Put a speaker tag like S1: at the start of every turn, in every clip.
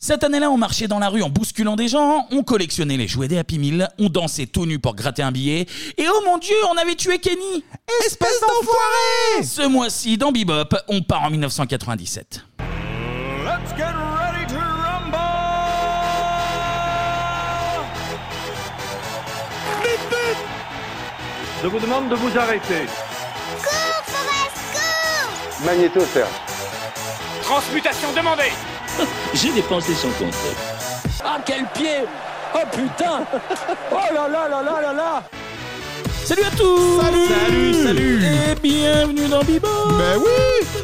S1: Cette année-là, on marchait dans la rue en bousculant des gens, on collectionnait les jouets des Happy Meal, on dansait tout nu pour gratter un billet, et oh mon dieu, on avait tué Kenny Espèce d'enfoiré Ce mois-ci, dans Bebop, on part en 1997.
S2: Let's get ready to rumble! Vite, vite!
S3: Je vous demande de vous arrêter.
S4: Magnéto, Serge.
S5: Transmutation demandée
S6: J'ai dépensé son compte.
S5: Ah, quel pied Oh putain
S7: Oh là là là là là là
S1: Salut à tous
S7: Salut
S1: Salut Et bienvenue dans Bebop Ben oui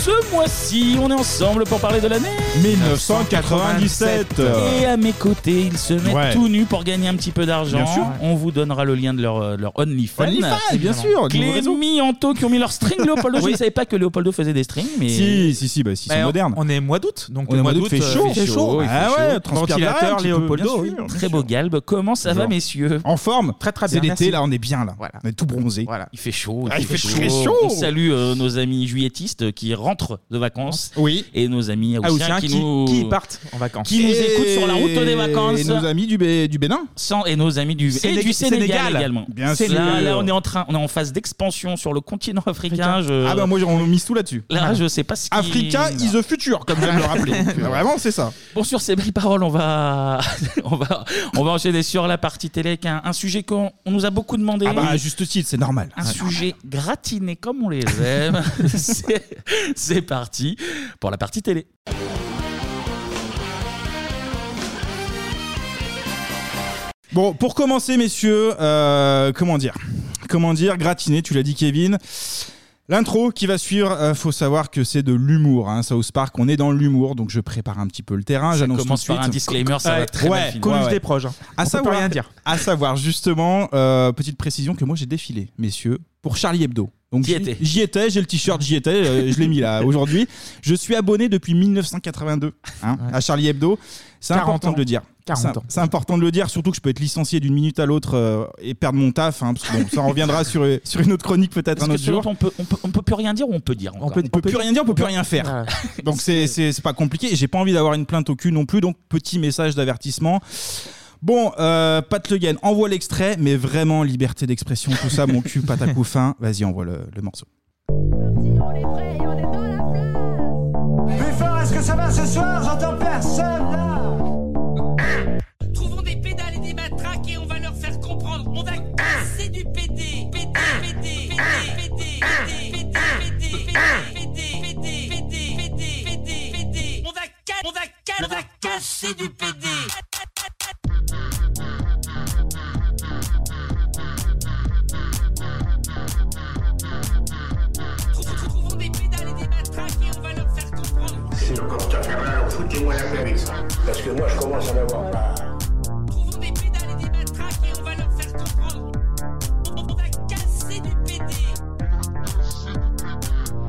S1: Ce mois-ci, on est ensemble pour parler de l'année
S8: 1997.
S1: Et à mes côtés, ils se mettent
S8: Ouais.
S1: tout nus pour gagner un petit peu d'argent.
S8: Bien sûr.
S1: On vous donnera le lien de leur, euh, leur OnlyFans.
S8: OnlyFans, Ah, bien sûr, nouveau réseau.
S1: Clémy, Anto qui ont mis leur string Léopoldo. Je
S8: Oui.
S1: ne savais pas que Léopoldo faisait des strings. Mais...
S8: Si, si, si, bah, si,
S1: Bah,
S8: c'est
S1: on-
S8: moderne.
S9: On est mois d'août, donc
S8: on
S9: le
S8: est
S9: mois d'août
S8: fait
S9: euh,
S8: chaud.
S9: fait chaud, il fait
S8: Ah
S9: chaud.
S8: ouais, transpirateur,
S9: Ventilateur, Léopoldo,
S8: Léopoldo.
S9: oui.
S1: Très beau galbe. Comment ça va, messieurs
S8: En forme.
S9: Très très
S8: C'est
S9: bien.
S8: l'été,
S9: merci.
S8: là, on est bien, là. On est tout bronzé.
S1: Il fait chaud.
S8: Ah, il fait très chaud.
S1: On salue euh, nos amis juilletistes qui rentrent de vacances.
S8: Oui.
S1: Et nos amis haussiens qui, nous...
S9: partent en vacances.
S1: qui nous écoutent sur la route des vacances.
S8: Et nos amis du, Bé- du Bénin.
S1: Sans- et nos amis du, et
S9: Sénég-
S1: du Sénégal,
S9: Sénégal.
S1: également.
S8: Bien
S1: C'est
S8: sûr.
S1: Là, là, on est en train, on est en phase d'expansion sur le continent africain. Je,
S8: Ah bah moi, on mise tout là-dessus.
S1: là, je sais pas ce qui.
S8: Africa is the future, comme j'aime le rappeler. Vraiment, c'est ça.
S1: Bon, sur ces belles paroles, on va, on va, on va enchaîner sur la partie télé avec un, un sujet qu'on on nous a beaucoup demandé.
S8: Ah bah, à juste titre, c'est normal.
S1: un sujet gratiné comme on les aime. C'est- C'est parti pour la partie télé.
S8: Bon, pour commencer, messieurs, euh, comment dire Comment dire Gratiné, tu l'as dit, Kevin. L'intro qui va suivre, euh, faut savoir que c'est de l'humour. Hein, South Park, on est dans l'humour, donc je prépare un petit peu le terrain.
S1: Ça
S8: J'annonce tout de
S1: commence
S8: suite.
S1: par un disclaimer, ça va
S8: Ouais,
S1: très mal
S8: ouais,
S1: finir.
S8: ouais,
S9: Connus
S8: ouais.
S9: des proches. hein.
S8: À
S9: On peut
S8: savoir,
S9: pas rien dire.
S8: À savoir justement, euh, petite précision que moi j'ai défilé, messieurs, pour Charlie Hebdo. Donc
S1: J'y étais.
S8: J'y étais, j'ai le t-shirt, j'y étais, euh, je l'ai mis là aujourd'hui. Je suis abonné depuis 1982 hein, à Charlie Hebdo. C'est
S9: 40
S8: important
S9: ans.
S8: de le dire.
S9: 40
S8: C'est-
S9: ans.
S8: C'est important de le dire, surtout que je peux être licencié d'une minute à l'autre euh, et perdre mon taf. hein, parce que bon, ça reviendra sur, euh, sur une autre chronique peut-être
S1: Parce
S8: un
S1: que
S8: autre
S1: sur
S8: jour.
S1: l'autre, on peut, on peut, on peut plus rien dire ou on peut dire.
S9: On
S1: encore
S9: peut-
S8: On peut plus rien dire, on peut plus rien faire.
S9: Voilà.
S8: Donc c'est c'est- c'est pas compliqué. Et J'ai pas envie d'avoir une plainte au cul non plus. Donc petit message d'avertissement. Bon, euh, Pat Le Guen, envoie l'extrait, mais vraiment liberté d'expression, tout ça, mon cul, Pat à coup fin. Vas-y, envoie le, le morceau.
S2: Buffard, est-ce que ça va ce soir? J'entends personne là!
S10: Trouvons des pédales et des matraques et on va leur faire comprendre. On va casser du PD. PD, PD, PD, PD, PD, PD, PD, PD, PD, PD, PD, PD. On va ca- on va ca- on va casser du PD. Trou- trou- Trouvons des pédales et des matraques et on va leur faire comprendre.
S11: Si le corps te fait mal, alors foutez-moi la paix avec ça. Parce que moi, je commence à n'avoir pas.
S10: Trouvons des pédales et des matraques et on va leur faire comprendre. On on va casser du PD.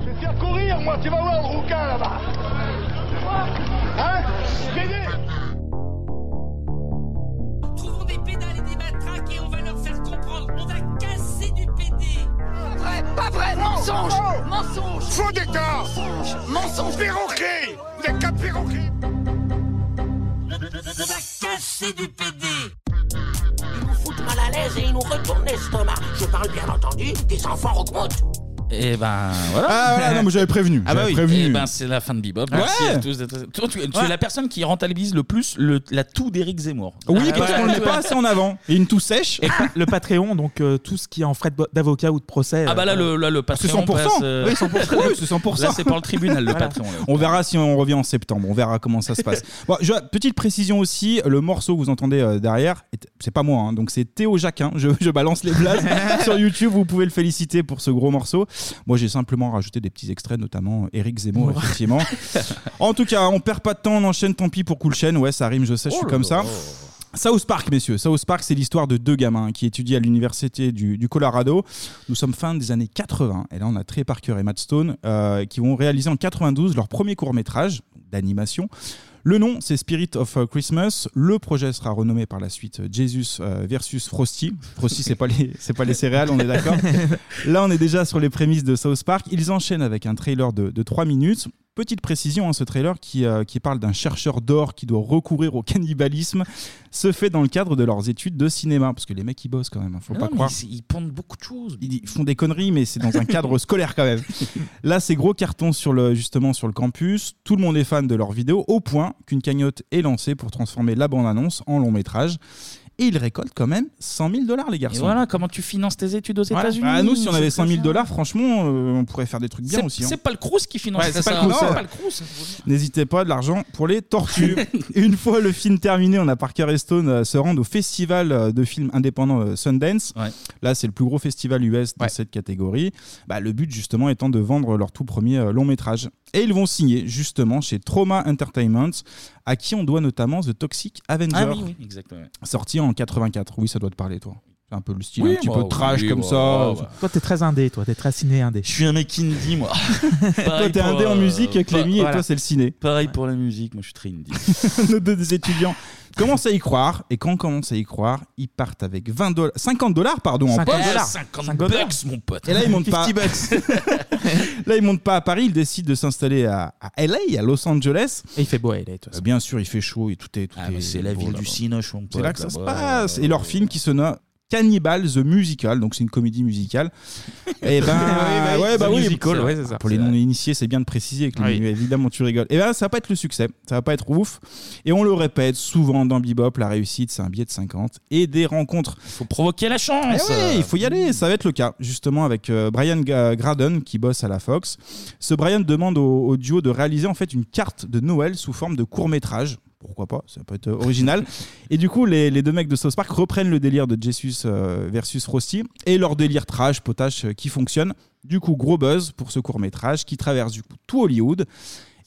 S11: Je vais te faire courir, moi, tu vas voir le rouquin là-bas. Hein Pédé
S10: Trouvons des pédales et des matraques et on va leur faire comprendre. On va casser du PD.
S2: Pas vrai, mensonge! Mensonge! Oh. Faux décor! Mensonge! Perroquet! Vous êtes qu'un perroquet!
S10: On va casser du PD.
S12: Ils nous foutent mal à l'aise et ils nous retournent l'estomac. Je parle bien entendu des enfants augmentent.
S1: Et ben voilà.
S8: Ah, voilà, non, mais j'avais prévenu.
S1: Ah bah
S8: j'avais
S1: oui.
S8: prévenu.
S1: Eh ben c'est la fin de Bebop. Merci
S8: Ouais.
S1: à tous d'être- Toi, tu, tu es la personne qui rentabilise le plus le, la toux d'Éric Zemmour.
S8: oui,
S1: Ah,
S8: parce
S1: ouais.
S8: qu'on ne met pas assez en avant. Et une toux sèche.
S9: Et pa- le Patreon, donc euh, tout ce qui est en frais de- d'avocat ou de procès.
S1: Ah bah là le
S9: euh,
S1: là, le
S8: C'est
S1: Patreon
S8: 100%.
S1: passe, euh,
S8: Oui, 100%. oui, c'est 100%.
S1: Là c'est pour le tribunal le Patreon. là.
S8: On verra si on revient en septembre. On verra comment ça se passe. Bon, je- petite précision aussi, le morceau que vous entendez euh, derrière, est- c'est pas moi, hein, donc c'est Théo Jacquin. Je, je balance les blagues sur YouTube. Vous pouvez le féliciter pour ce gros morceau. Moi, j'ai simplement rajouté des petits extraits, notamment Eric Zemmour, effectivement. en tout cas, on perd pas de temps, on enchaîne. Tant pis pour Cool Chain. Ouais, ça rime. Je
S1: Oh
S8: sais, je suis comme ça. South Park, messieurs. South Park, c'est l'histoire de deux gamins qui étudient à l'université du, du Colorado. Nous sommes fin des années 80. Et là, on a Trey Parker et Matt Stone euh, qui vont réaliser en 92 leur premier court-métrage d'animation. Le nom, c'est Spirit of euh, Christmas. Le projet sera renommé par la suite euh, Jesus euh, versus Frosty. Frosty, c'est pas les, c'est pas les céréales, on est d'accord. Là, on est déjà sur les prémices de South Park. Ils enchaînent avec un trailer de, de 3 minutes. Petite précision, hein, ce trailer qui, euh, qui parle d'un chercheur d'or qui doit recourir au cannibalisme se fait dans le cadre de leurs études de cinéma. Parce que les mecs, ils bossent quand même, hein, faut
S1: Non,
S8: pas
S1: mais
S8: croire.
S1: Ils, ils pondent beaucoup de choses.
S8: Ils ils font des conneries, mais c'est dans un cadre scolaire quand même. Là, c'est gros carton sur le, justement sur le campus. Tout le monde est fan de leurs vidéos, au point qu'une cagnotte est lancée pour transformer la bande-annonce en long métrage. Et ils récoltent quand même 100 000 dollars, les
S1: Et
S8: garçons.
S1: voilà comment tu finances tes études aux
S8: Ouais.
S1: États-Unis.
S8: Bah, nous, si on avait 100 000
S1: C'est-
S8: dollars, franchement, euh, on pourrait faire des trucs bien
S1: c'est-
S8: aussi. hein.
S1: C'est pas le Crous qui finance
S8: Ouais, c'est
S1: ça.
S8: pas le Crous,
S1: non,
S8: ouais.
S1: c'est pas le Crous.
S8: N'hésitez pas, de l'argent pour les tortues. Une fois le film terminé, on a Parker et Stone euh, se rendent au festival euh, de films indépendants euh, Sundance. Là, c'est le plus gros festival US dans cette catégorie. Bah, le but, justement, étant de vendre leur tout premier euh, long métrage. Et ils vont signer, justement, chez Trauma Entertainment, à qui on doit notamment The Toxic Avenger.
S1: Ah oui, oui, exactement.
S8: Sorti en 84. Oui, ça doit te parler, toi. C'est un peu le style,
S1: Oui,
S8: un petit
S1: bah,
S8: peu trash
S1: oui,
S8: comme
S1: bah,
S8: ça.
S1: bah, bah.
S9: Toi, t'es très indé, toi, t'es très ciné indé. Je
S1: suis un mec indie, moi. euh,
S8: Toi, t'es indé en musique, Clémy, et toi, c'est le ciné.
S1: Pareil pour la musique, moi je suis très indie.
S8: nos deux étudiants commencent à y croire et quand on commence à y croire, ils partent avec 20 dollars, 50 dollars pardon en
S1: 50
S8: poche.
S1: dollars. 50 bucks, mon pote.
S8: Et là ils montent pas.
S1: 50
S8: là ils montent pas à Paris, ils décident de s'installer à, à LA, à Los Angeles. Euh,
S9: Et il fait beau à LA.
S8: bien sûr, il fait chaud et tout est tout est
S1: Ah, bah, c'est la
S8: beau
S1: ville
S8: là-bas.
S1: du cinoche, mon pote.
S8: C'est là que ça se
S1: là-bas.
S8: passe. Et leur film qui se nomme Cannibal the Musical, donc c'est une comédie musicale. Et ben,
S9: Oui, bah oui,
S8: ouais, bah
S9: The
S8: oui,
S9: Musical,
S8: c'est vrai.
S9: ouais, c'est ça.
S8: Pour les non initiés, c'est bien de préciser que
S9: Oui.
S8: évidemment tu rigoles. Et ben, ça va pas être le succès, ça va pas être ouf. Et on le répète souvent dans Bebop, la réussite c'est un billet de 50 et des rencontres.
S1: Il faut provoquer la chance.
S8: Eh ouais, il faut y aller, ça va être le cas, justement, avec euh, Brian Ga- Graden qui bosse à la Fox. Ce Brian demande au, au duo de réaliser en fait une carte de Noël sous forme de court-métrage. Pourquoi pas, ça peut être euh, original. et du coup, les, les deux mecs de South Park reprennent le délire de Jesus euh, versus Frosty et leur délire trash, potache euh, qui fonctionne. Du coup, gros buzz pour ce court-métrage qui traverse du coup tout Hollywood.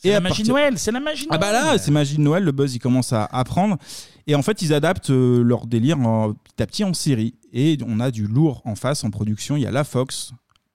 S1: C'est la
S8: à
S1: magie de
S8: partir-
S1: Noël, c'est la magie de
S8: ah bah là,
S1: Noël.
S8: c'est magie de Noël, le buzz, il commence à, à prendre. Et en fait, ils adaptent euh, leur délire en- petit à petit en série. Et on a du lourd en face, en production. Il y a la Fox,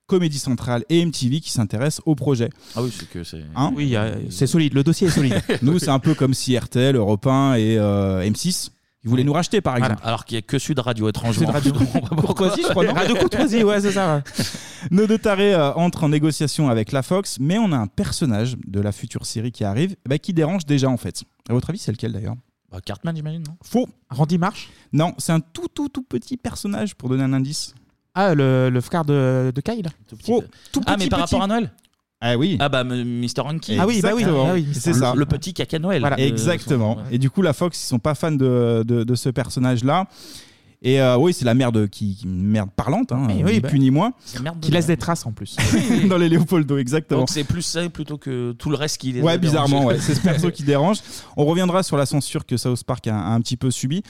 S8: Comédie Centrale et MTV qui s'intéressent au projet.
S1: Ah oui, c'est que c'est.
S8: Hein
S9: oui, c'est solide, le dossier est solide.
S8: Nous, c'est un peu comme si RTL, Europe 1 et euh, M6, ils voulaient nous racheter, par exemple.
S1: Alors qu'il n'y a que Sud Radio, étrangement.
S8: Sud Radio. Courtoisie, je crois, non
S9: Radio Courtoisie, ouais, c'est ça.
S8: Nos deux tarés euh, entrent en négociation avec la Fox, mais on a un personnage de la future série qui arrive eh ben, qui dérange déjà, en fait. À votre avis, c'est lequel d'ailleurs
S1: Bah, Cartman, j'imagine, non
S8: Faux.
S9: Randy Marsh
S8: Non, c'est un tout, tout, tout petit personnage pour donner un indice.
S9: Ah, le, le fard de, de Kyle
S8: Faux. Tout
S1: Ah, mais
S8: petit,
S1: par
S8: petit.
S1: rapport à Noël
S8: Ah oui.
S1: Ah bah, Mister Ranky.
S8: Ah oui, bah oui, Exactement. ah oui, c'est
S1: Le-
S8: ça.
S1: Le petit caca Noël. Euh,
S8: Exactement. Et du coup, la Fox, ils sont pas fans de, de, de ce personnage-là. Et euh, oui, c'est la merde qui, qui- une merde parlante, hein,
S9: Eh
S8: ni
S9: oui, bah.
S8: plus ni moins,
S1: la merde de
S9: Qui laisse des traces en plus.
S8: dans les Léopoldo, exactement.
S1: Donc c'est plus ça plutôt que tout le reste qui les hein. a
S8: Ouais, bizarrement,
S1: dérangés.
S8: ouais, c'est ce perso qui dérange. On reviendra sur la censure que South Park a, a un petit peu subi.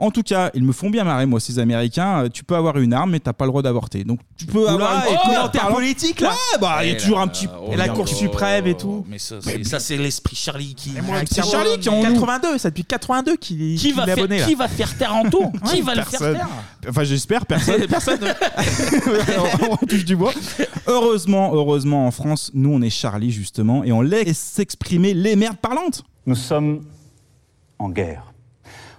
S8: En tout cas, ils me font bien marrer, moi, ces Américains. Euh, Tu peux avoir une arme, mais t'as pas le droit d'avorter. Donc tu peux
S9: Oula,
S8: avoir
S9: et
S8: une
S9: tout
S8: merde
S9: l'enterre
S8: parlante.
S9: politique, là
S8: Ouais, bah, il y a
S1: Et
S8: toujours
S1: là,
S8: un petit. Oh,
S1: oh,
S9: Et la
S1: bien
S9: Cour
S1: sûr.
S9: suprême et tout.
S1: Mais ça, c'est- ça, c'est l'esprit Charlie qui.
S9: Ah,
S1: qui-
S9: c'est Charlie qui est en 82, ça depuis 82 qu'il est
S1: Qui va
S9: qu'il est
S1: faire-
S9: abonné, là.
S1: qui va faire Taranto Qui va le faire
S8: Personne.
S1: taire
S8: Enfin, j'espère, personne. on touche du bois. Heureusement, heureusement, en France, nous, on est Charlie, justement, et on laisse s'exprimer les merdes parlantes.
S13: Nous sommes en guerre.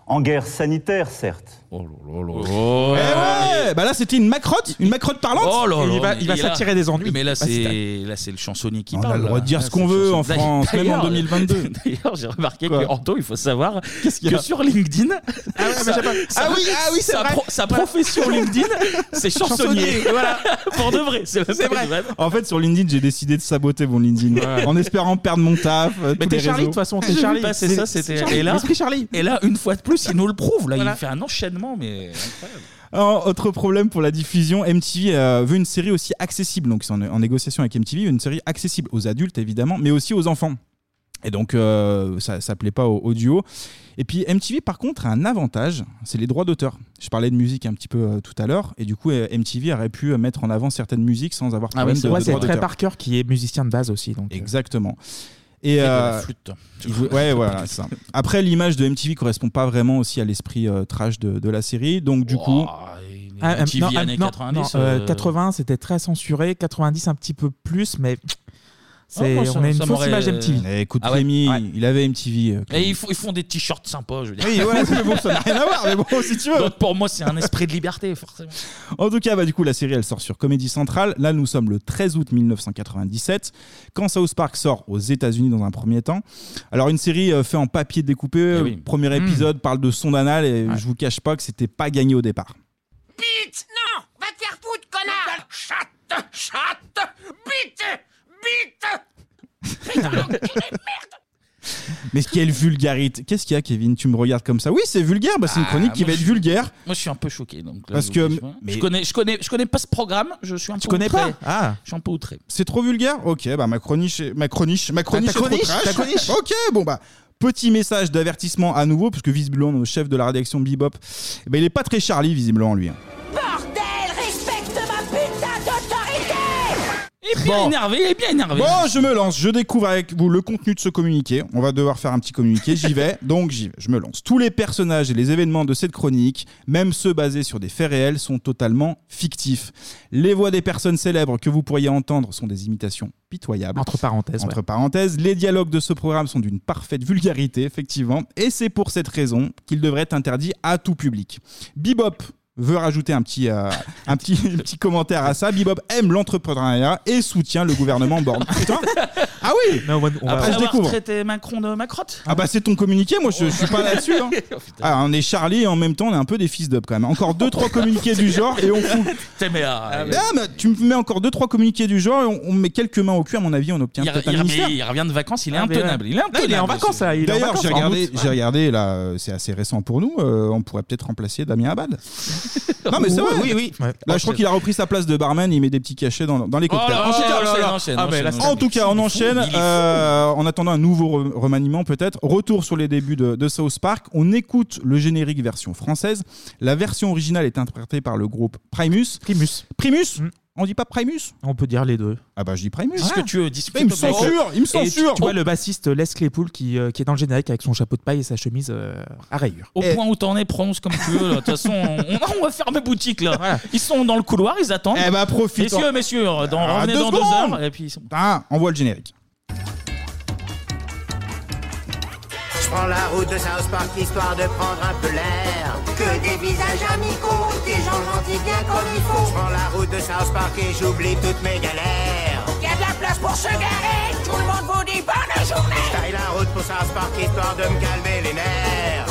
S13: En guerre sanitaire, certes.
S1: Oh
S8: Eh ouais, bah là, c'était une macrotte, une macrotte parlante.
S1: Oh là là,
S8: il va,
S1: mais
S8: il va
S1: et là-
S8: s'attirer des ennuis.
S1: Mais là,
S8: Ah,
S1: Bah, c'est là, c'est le chansonnier qui
S8: On a
S1: parle.
S8: le droit de dire ce qu'on veut en France, même en 2022.
S1: D'ailleurs, j'ai remarqué que Anto, il faut savoir que sur LinkedIn,
S9: mais j'ai pas- Ah oui, ah oui, c'est
S1: sa,
S9: vrai.
S1: sa profession LinkedIn, c'est chansonnier.
S9: Chansonnier, voilà.
S1: pour de vrai. C'est
S9: C'est
S1: vrai.
S8: En fait, sur LinkedIn, j'ai décidé de saboter mon LinkedIn en espérant perdre mon taf. euh,
S1: Mais
S8: tous
S1: t'es
S8: les
S1: Charlie,
S8: réseaux.
S1: de toute façon, t'es Charlie. Bah, c'est ça, c'était- et là-
S9: l'esprit Charlie.
S1: Et là, une fois de plus, il nous le prouve. Là,
S9: Voilà.
S1: il fait un enchaînement, mais incroyable.
S8: Alors, autre problème pour la diffusion, MTV euh, veut une série aussi accessible. Donc, c'est en, en négociation avec MTV, une série accessible aux adultes évidemment, mais aussi aux enfants. Et donc, euh, ça, ça plaît pas au, au duo. Et puis, MTV par contre a un avantage, c'est les droits d'auteur. Je parlais de musique un petit peu euh, tout à l'heure, et du coup, euh, MTV aurait pu euh, mettre en avant certaines musiques sans avoir
S9: Ah
S8: problème
S9: c'est
S8: de,
S9: ouais,
S8: de
S9: c'est
S8: droits
S9: Trey
S8: d'auteur.
S9: Parker qui est musicien de base aussi. Donc, euh.
S8: Exactement. Et,
S9: de la
S8: euh,
S9: flûte.
S8: il veut- ouais, voilà, c'est ça. Après, l'image de MTV correspond pas vraiment aussi à l'esprit euh, trash de, de la série, donc du coup.
S9: Ah, euh,
S1: MTV
S9: non, ah,
S1: années
S9: non,
S1: 90,
S9: non, euh,
S1: euh,
S9: 80, c'était très censuré. 90, un petit peu plus, mais
S8: Ah,
S9: C'est-
S1: moi, ça-
S9: on a une
S1: ça
S9: fausse
S1: m'aurait,
S9: image
S1: euh,
S9: MTV.
S8: Eh, écoute,
S1: Ah ouais
S8: Rémi, il avait MTV. euh,
S1: Et ils, font- ils font des t-shirts sympas, je veux dire.
S8: Oui, voilà, c'est bon, ça n'a rien à voir, mais bon, si tu veux.
S1: Donc pour moi, c'est un esprit de liberté, forcément.
S8: En tout cas, bah, du coup, la série, elle sort sur Comédie Centrale. Là, nous sommes le 13 août 1997, quand South Park sort aux États-Unis dans un premier temps. Alors, une série euh, faite en papier découpé.
S14: Eh
S8: Le
S14: oui.
S8: Premier
S9: Hmm.
S8: épisode parle de son anal et je vous cache pas que c'était pas gagné au départ.
S2: Bite Non Va te faire foutre, connard Chatte Chatte Bite Bite
S8: Mais quelle vulgarité Qu'est-ce qu'il y a, Kevin Tu me regardes comme ça Oui, c'est vulgaire. Bah, c'est une chronique
S1: Ah,
S8: qui
S1: moi,
S8: va être
S1: je-
S8: vulgaire.
S1: Moi, je suis un peu choqué. Donc, là,
S8: Parce
S1: je-
S8: que-
S1: je-
S8: mais-
S1: je, connais, je, connais, je connais pas ce programme, je suis un peu.
S8: Tu connais
S1: outré.
S8: pas Ah.
S1: Je suis un peu outré.
S8: C'est trop vulgaire Ok, bah ma chronique, est- ma chronique, ma chronique,
S1: ta
S8: est trop
S1: chronique,
S8: trash.
S1: ta chronique.
S8: Ok, bon bah. Petit message d'avertissement à nouveau, puisque visiblement, le chef de la rédaction Bebop, eh ben, il est pas très Charlie, visiblement, lui. hein.
S10: Bordel, respecte ma putain d'autorité
S1: Il est bien énervé, il est bien énervé.
S8: Bon, je me lance, je découvre avec vous le contenu de ce communiqué. On va devoir faire un petit communiqué, j'y vais, donc j'y vais, je me lance. Tous les personnages et les événements de cette chronique, même ceux basés sur des faits réels, sont totalement fictifs. Les voix des personnes célèbres que vous pourriez entendre sont des imitations pitoyables. Entre parenthèses. Entre parenthèses, les dialogues de ce programme sont d'une parfaite vulgarité, effectivement, et c'est pour cette raison qu'il devrait être interdit à tout public. Bebop, veut rajouter un petit, euh, un petit, petit commentaire à ça. Bibop aime l'entrepreneuriat et soutient le gouvernement Borne. Putain Ah oui
S1: Après
S8: Après, je
S1: avoir
S8: découvre.
S1: traité Macron de ma crotte
S8: Ah bah c'est ton communiqué, moi je, je suis pas là-dessus. hein.
S1: Oh,
S8: Ah, on est Charlie et en même temps on est un peu des fils d'up quand même. Encore deux trois communiqués du genre et on fout.
S1: T'es mais, ah,
S8: Ah, mais tu me mets encore deux trois communiqués du genre et on, on met quelques mains au cul à mon avis on obtient
S1: il,
S8: peut-être
S1: il-
S8: un ministère.
S1: mais il revient de vacances, il est
S9: Ah, mais
S1: intenable.
S9: ouais.
S1: Il est
S9: Là, il est
S1: intenable.
S9: en vacances, là, il est en
S8: D'ailleurs,
S9: vacances,
S8: j'ai
S9: en
S8: regardé,
S9: août.
S8: j'ai regardé là, euh, c'est assez récent pour nous. euh, on pourrait peut-être remplacer Damien Abad. non, mais c'est vrai.
S9: Oui, oui. Ouais.
S8: Là, Bah, je crois qu'il a repris sa place de barman. Il met des petits cachets dans, dans les
S9: Oh là
S8: cocktails. en tout cas,
S9: là, oh là là.
S8: enchaîne,
S9: Ah, mais
S8: enchaîne,
S9: là,
S8: enchaîne.
S9: c'est-
S8: En tout cas, on
S9: il est fou,
S8: enchaîne.
S9: il est fou.
S8: euh, en attendant un nouveau re- remaniement, peut-être. Retour sur les débuts de, de South Park. On écoute le générique version française. La version originale est interprétée par le groupe Primus. Primus. Primus.
S1: Mm.
S8: On dit pas Primus
S9: On peut dire les deux.
S8: Ah bah je dis Primus.
S9: Est-ce
S8: Ah. Il me censure, il me censure.
S9: Tu vois le bassiste Les Claypool qui, euh, qui est dans le générique avec son chapeau de paille et sa chemise euh, à rayures.
S1: Au point où t'en es, prononce comme tu veux. là. De toute façon, on, on va fermer boutique là. Ils sont dans le couloir, ils attendent.
S8: Eh bah, profite.
S1: Messieurs, messieurs, dans,
S8: Ah,
S1: revenez
S8: deux
S1: dans deux
S8: secondes.
S1: heures. Et puis, ils sont-
S8: Ah, on voit le générique.
S15: Je prends la route de South Park histoire de prendre un peu l'air.
S10: Que des visages amicaux, des gens gentils bien comme il
S15: Je
S10: faut
S15: prends la route de South Park et j'oublie toutes mes galères.
S10: Y'a de la place pour se garer, tout le monde vous dit bonne
S15: Je taille la route pour South Park histoire de me calmer les nerfs.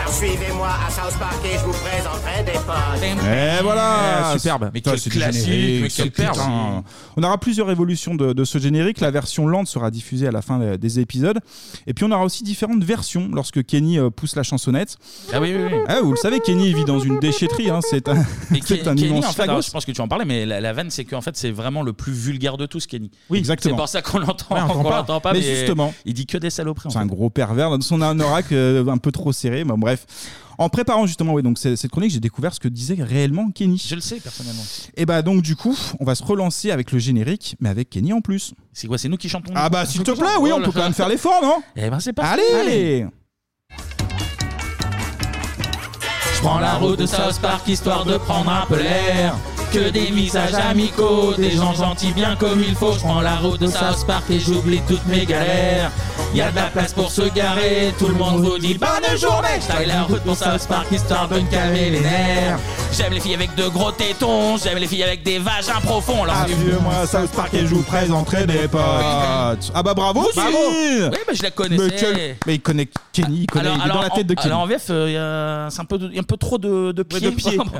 S15: Alors suivez-moi à South Park et je vous présenterai des potes.
S8: Et voilà
S9: Eh, superbe.
S8: Putain,
S9: quel
S8: c'est du
S9: classique,
S8: générique,
S9: mais
S8: ça,
S9: quel
S8: putain.
S9: classique.
S8: On aura plusieurs évolutions de, de ce générique. La version lente sera diffusée à la fin euh, des épisodes. Et puis on aura aussi différentes versions lorsque Kenny euh, pousse la chansonnette.
S1: Ah oui, oui, oui.
S8: Ah, vous le savez, Kenny vit dans une déchetterie. hein. C'est un,
S1: Mais
S8: c'est
S1: Ke-
S8: un
S1: Kenny,
S8: immense
S1: en fait, alors,
S8: fagot.
S1: je pense que tu en parlais, mais la, la vanne, c'est qu'en fait, c'est vraiment le plus vulgaire de tous, Kenny.
S8: Oui, exactement.
S1: C'est pour ça qu'on l'entend
S8: Ouais, on l'entend
S1: qu'on
S8: pas.
S1: l'entend pas.
S8: Mais justement.
S1: il dit que des saloperies. en
S8: C'est
S1: fait.
S8: un gros pervers. Dans son anorak euh, un peu trop serré. Bon, bref. En préparant justement ouais, donc, cette cette chronique, j'ai découvert ce que disait réellement Kenny.
S1: Je le sais, personnellement.
S8: Et bah donc du coup, on va se relancer avec le générique, mais avec Kenny en plus.
S1: C'est quoi C'est nous qui chantons
S8: Ah bah s'il te plaît, oui, on peut quand même faire l'effort, non
S1: Eh ben c'est
S8: parti. Allez,
S1: Je prends la route de South Park histoire de prendre un peu l'air. Que des visages amicaux, des gens gentils bien comme il faut. Je prends la route de South Park et j'oublie toutes mes galères. Y a de la place pour se garer, tout le monde vous dit bonne journée. Je taille la route pour South Park histoire de me calmer les nerfs. J'aime les filles avec de gros tétons, j'aime les filles avec des vagins profonds.
S8: Ah,
S1: Alors,
S8: moi South Park et je vous présenterai des potes. Ah bah bravo,
S1: Vous
S8: bravo.
S1: aussi. Oui, bah, je la connaissais.
S8: Mais, quel- mais il connaît Kenny, il connaît il est dans la
S1: en-
S8: tête de Kenny.
S1: alors en VF, euh, y a- c'est un peu, de- y a un peu trop de, de pieds.
S9: de pieds.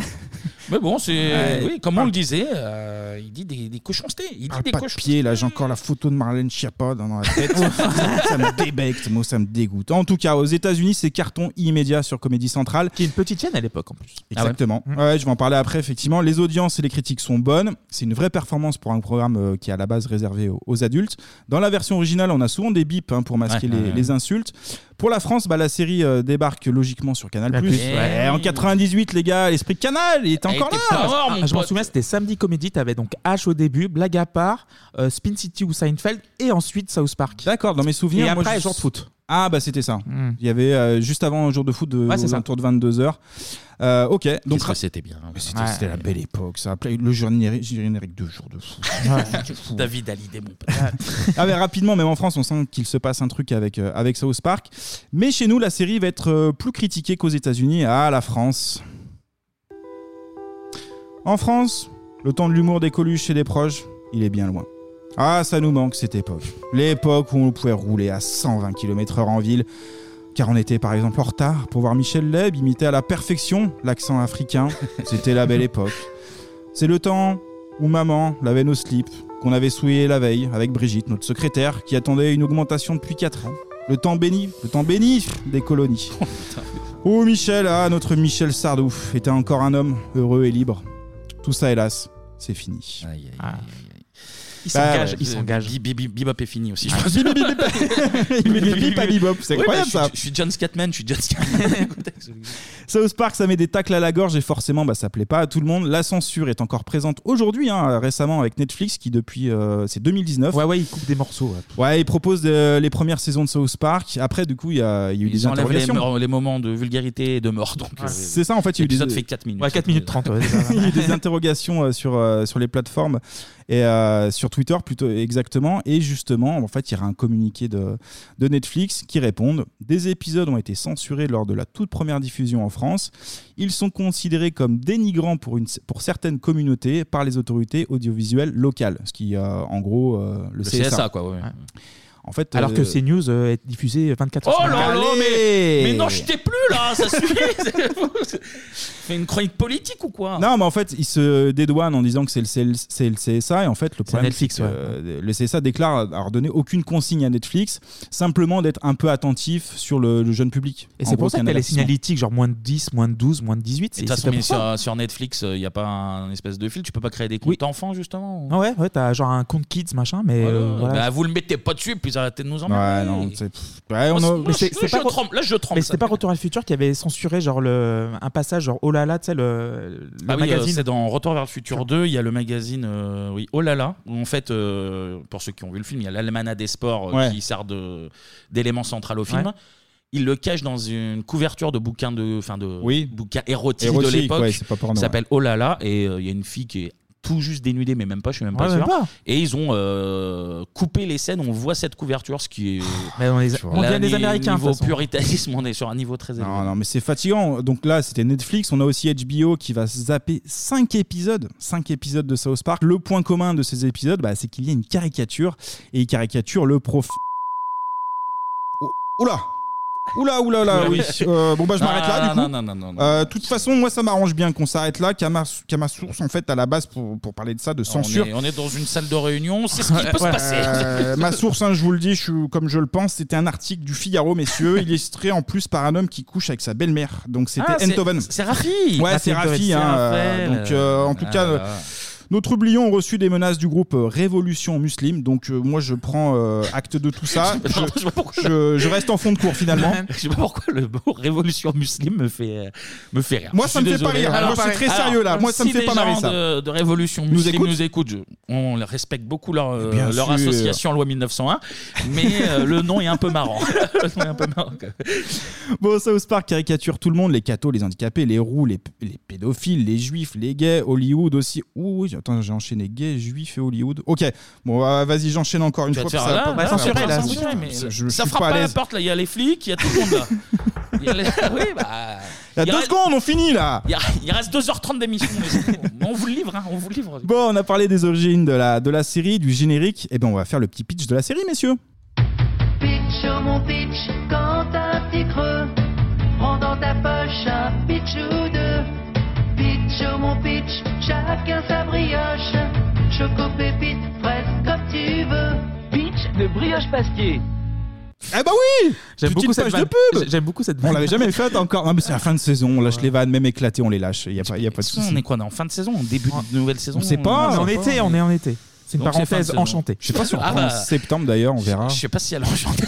S1: Mais bon, c'est
S8: Ouais.
S1: oui, comme on le disait, euh, il dit des, des cochoncetés. Il dit
S8: Parle
S1: des
S8: pas de
S1: cochons.
S8: pied, là j'ai encore la photo de Marlène Schiappa dans dans la tête. ça me débecte, moi ça me dégoûte. En tout cas, aux États-Unis, c'est carton immédiat sur Comédie Centrale.
S9: Qui est une petite chaîne à l'époque en plus. Ah
S8: Exactement. ouais. je vais en parler après, effectivement. Les audiences et les critiques sont bonnes. C'est une vraie performance pour un programme euh, qui est à la base réservé aux, aux adultes. Dans la version originale, on a souvent des bips hein, pour masquer
S1: Ouais,
S8: les,
S1: ouais, ouais.
S8: les insultes. Pour la France, bah, la série euh, débarque logiquement sur Canal+.
S9: Canal+,
S8: Plus.
S9: ouais.
S8: en 98, les gars, l'esprit Canal, il était
S9: Eh Ah,
S8: encore
S9: il
S8: là.
S9: était pas mort, mon Je m'en souviens, c'était Samedi Comédie. T'avais donc H au début, Blague à part, euh, Spin City ou Seinfeld, et ensuite South Park.
S8: D'accord, dans mes souvenirs,
S9: Et
S8: moi,
S9: après,
S8: je-
S9: Genre de foot. Hmm.
S8: Ah bah c'était ça. Il y avait euh, juste avant un jour de foot de
S9: Ouais, c'est ça.
S8: autour de 22 h ok, donc
S1: Qu'est-ce que c'était bien, hein.
S8: Mais C'était
S1: Ouais.
S8: c'était la belle époque. Ça appelait le générique, générique de jour de foot.
S1: David Hallyday, mon pote.
S8: ah mais rapidement, même en France, on sent qu'il se passe un truc avec, euh, avec South Park. Mais chez nous, la série va être euh, plus critiquée qu'aux États-Unis. Ah, la France. En France, le temps de l'humour des coluches et des proches, il est bien loin. Ah, ça nous manque cette époque. L'époque où on pouvait rouler à 120 km/h en ville. Car on était par exemple en retard pour voir Michel Leb imiter à la perfection l'accent africain. C'était la belle époque. C'est le temps où maman lavait nos slips, qu'on avait souillés la veille avec Brigitte, notre secrétaire, qui attendait une augmentation depuis 4 ans. Le temps béni, le temps béni des colonies. Oh Michel, ah notre Michel Sardou était encore un homme heureux et libre. Tout ça, hélas, c'est fini.
S1: Il
S8: Bah
S1: s'engage,
S8: ouais.
S1: il s'engage. Bi- bi- bi- Bebop est fini aussi, je pense.
S8: Bip, bip, bip, bip. Bip, bip, bip, pas bibop, c'est
S1: Oui,
S8: incroyable,
S1: bah, je suis-
S8: ça.
S1: Je suis John Scatman, je suis John Scatman.
S8: South Park, ça met des tacles à la gorge et forcément, bah, ça plaît pas à tout le monde. La censure est encore présente aujourd'hui, hein, récemment avec Netflix qui depuis euh, c'est 2019. Ouais, ouais, ils coupent des morceaux. Ouais, ils proposent euh, les premières saisons de South Park. Après, du coup, il y, a il y a eu des
S1: Ils enlèvent les,
S8: interrogations.
S1: mo- les moments de vulgarité et de mort. donc, euh,
S8: C'est ça, en fait, il y a eu des-
S1: L'épisode fait 4 minutes.
S8: Ouais, 4 minutes
S1: 30.
S8: il y a eu des interrogations euh, sur, euh, sur les plateformes et euh, sur Twitter plutôt exactement. Et justement, en fait, il y aura un communiqué de, de Netflix qui répondent. Des épisodes ont été censurés lors de la toute première diffusion en France. Ils sont considérés comme dénigrants pour, une, pour certaines communautés par les autorités audiovisuelles locales, ce qui, euh, en gros, euh, le,
S1: Le
S8: CSA.
S1: CSA, quoi, Bah ouais, ouais.
S8: En fait,
S9: Alors que
S8: euh,
S9: CNews euh, est diffusé 24 heures
S1: Oh
S9: sur
S1: là là,
S9: 24.
S1: mais,
S9: Allez
S1: mais non, je t'ai plus là, ça suffit. Fais une chronique politique ou
S9: Ah.
S1: quoi
S8: Non, mais en fait, ils se dédouanent en disant que c'est le, CL c'est le CSA. Et en fait, le problème,
S9: Netflix,
S8: c'est que, euh, le CSA déclare avoir donné aucune consigne à Netflix, simplement d'être un peu attentif sur le, le jeune public.
S9: Et
S8: En
S9: c'est
S8: gros,
S9: pour ça
S8: qu'il y a un
S9: qu'elle est
S8: avertissement.
S9: signalétique, genre moins de 10, moins de 12, moins de 18.
S1: Et de
S9: c'est-
S1: toute
S9: c'est
S1: façon, mais
S9: pour ça.
S1: sur, sur Netflix, euh, il n'y a pas un espèce de fil, tu peux pas créer des comptes enfants justement ou-
S9: Ah ouais, ouais, t'as genre un compte kids, machin, mais euh, voilà.
S1: Bah, vous le mettez pas dessus, puis arrêtez de nous emmerder.
S9: non,
S8: c'est.
S1: Moi, c'est- moi,
S9: mais c'est-
S1: je-
S9: c'est
S1: je
S9: pas re-
S1: tremble, là, je tremble,
S9: Mais
S1: ça
S9: c'était pas Retour à le futur qui avait censuré genre le un passage genre oh là là, tu sais le, le
S1: Ah oui, euh,
S9: magazine.
S1: c'est dans Retour vers le futur 2, il y a le magazine euh, oui, Oh là là, où en fait, euh, pour ceux qui ont vu le film, il y a l'Almanach des sports euh,
S8: Ouais.
S1: qui sert de- d'élément central au film.
S8: Ouais.
S1: Il le cache dans une couverture de bouquin de, enfin de bouquin érotique,
S8: Érotique,
S1: de l'époque.
S8: ouais, c'est pas porno,
S1: Ça s'appelle Oh là là, et euh, il y a une fille qui est tout juste dénudée, mais même pas, je suis même pas sûr.
S9: Ouais, même pas.
S1: Et ils ont euh, coupé les scènes, on voit cette couverture, ce qui est.
S9: Mais on, les, on
S1: Là,
S9: vient des
S1: ni-
S9: Américains. de
S1: Niveau
S9: toute façon.
S1: puritanisme, on est sur un niveau très élevé.
S8: Non, non, mais c'est fatigant. Donc là, c'était Netflix. On a aussi HBO qui va zapper 5 épisodes. 5 épisodes de South Park. Le point commun de ces épisodes, bah, c'est qu'il y a une caricature. Et il caricature le prof. Oh, oula Oula, oula, là, oui. Euh, bon, bah, je
S1: Non,
S8: m'arrête là,
S1: non,
S8: du coup.
S1: Ah, non, non, non, non, non.
S8: Euh, De toute façon, moi, ça m'arrange bien qu'on s'arrête là, qu'à ma, qu'à ma source, en fait, à la base, pour, pour parler de ça, de censure.
S1: On est, on est dans une salle de réunion, c'est ce qui peut se
S8: Ouais,
S1: passer.
S8: euh, ma source, hein, je vous le dis, je suis- comme je le pense, c'était un article du Figaro, messieurs, illustré en plus par un homme qui couche avec sa belle-mère. Donc c'était
S1: Ah, c'est-
S8: Enthoven.
S1: c'est Rafi
S8: Ouais,
S1: Ah,
S8: c'est
S1: c'est Enthoven,
S8: Rafi.
S1: c'est
S8: hein,
S1: Raphaël.
S8: euh, donc euh, en tout
S1: Ah
S8: cas.
S1: là
S8: euh,
S1: là.
S8: Notre oublion ont reçu des menaces du groupe euh, Révolution Muslime, donc euh, moi je prends euh, acte de tout ça.
S1: Je sais pas- je sais pas pourquoi.
S8: je- je reste en fond de cours finalement.
S1: Je sais pas pourquoi le mot révolution musulmane me fait, euh, me fait rire.
S8: Moi,
S1: Je
S8: ça
S1: suis
S8: me fait pas
S1: désolé.
S8: rire. Moi, c'est très sérieux, là. Moi, ça me
S1: si
S8: fait
S1: des
S8: pas marrer,
S1: gens
S8: ça.
S1: De, de révolution
S8: Nous
S1: musulmane
S8: écoutent
S1: nous écoutent. je- on les respecte beaucoup leur, euh,
S8: Bien
S1: leur
S8: sûr.
S1: association loi 1901, mais euh, le nom est un peu marrant. le nom est un peu marrant. quand même.
S8: Bon, South Park caricature tout le monde, les cathos, les handicapés, les roux, les, les pédophiles, les juifs, les gays, Hollywood aussi. Ouh, oui, attends, j'ai enchaîné gays, juifs et Hollywood. Ok, bon, bah, vas-y, j'enchaîne encore une
S1: Tu vas
S8: fois.
S1: te
S8: parce
S1: faire
S8: que ça
S1: là,
S8: va pas-
S1: là,
S8: ça va
S1: censurer,
S8: pas-
S1: là,
S8: ça-
S1: censurer, mais
S8: je- je
S1: ça
S8: suis
S1: frappe
S8: à
S1: pas à la
S8: l'aise.
S1: porte là. Il y a les flics, il y a tout le monde là. Il y a les- oui, bah,
S8: Il y a
S1: il
S8: deux
S1: reste-
S8: secondes, on finit là
S1: Il y a- il reste 2h30 d'émission. mais c'est bon. On vous le livre, hein, on vous le livre.
S8: Bon, on a parlé des origines de la, de la série, du générique. Et ben, on va faire le petit pitch de la série, messieurs.
S14: Pitch, oh mon pitch, quand t'as un petit creux, prends dans ta poche un pitch ou deux. Pitch, oh mon pitch, chacun sa brioche. Choco pépite, fraise comme tu veux. Pitch de brioche pastier.
S8: Eh bah oui
S9: J'aime
S8: Petite
S9: beaucoup cette
S8: page de
S9: vanne.
S8: pub
S9: J'aime beaucoup cette
S8: On l'avait jamais faite encore. Non, mais c'est la fin de saison, on lâche les vannes, même éclatées, on les lâche. Il n'y a, pas- y a pas de
S1: On
S8: souci.
S1: est quoi, on est en fin de saison, en début de nouvelle saison
S8: On sait pas.
S9: On est en été, on est en été. C'est une
S1: Hmm. Donc, fin
S9: parenthèse
S1: de saison.
S9: enchantée.
S8: Je sais pas hein. si on
S1: Ah
S8: reprend en
S1: bah,
S8: septembre d'ailleurs, on verra.
S1: Je sais pas si elle enchante.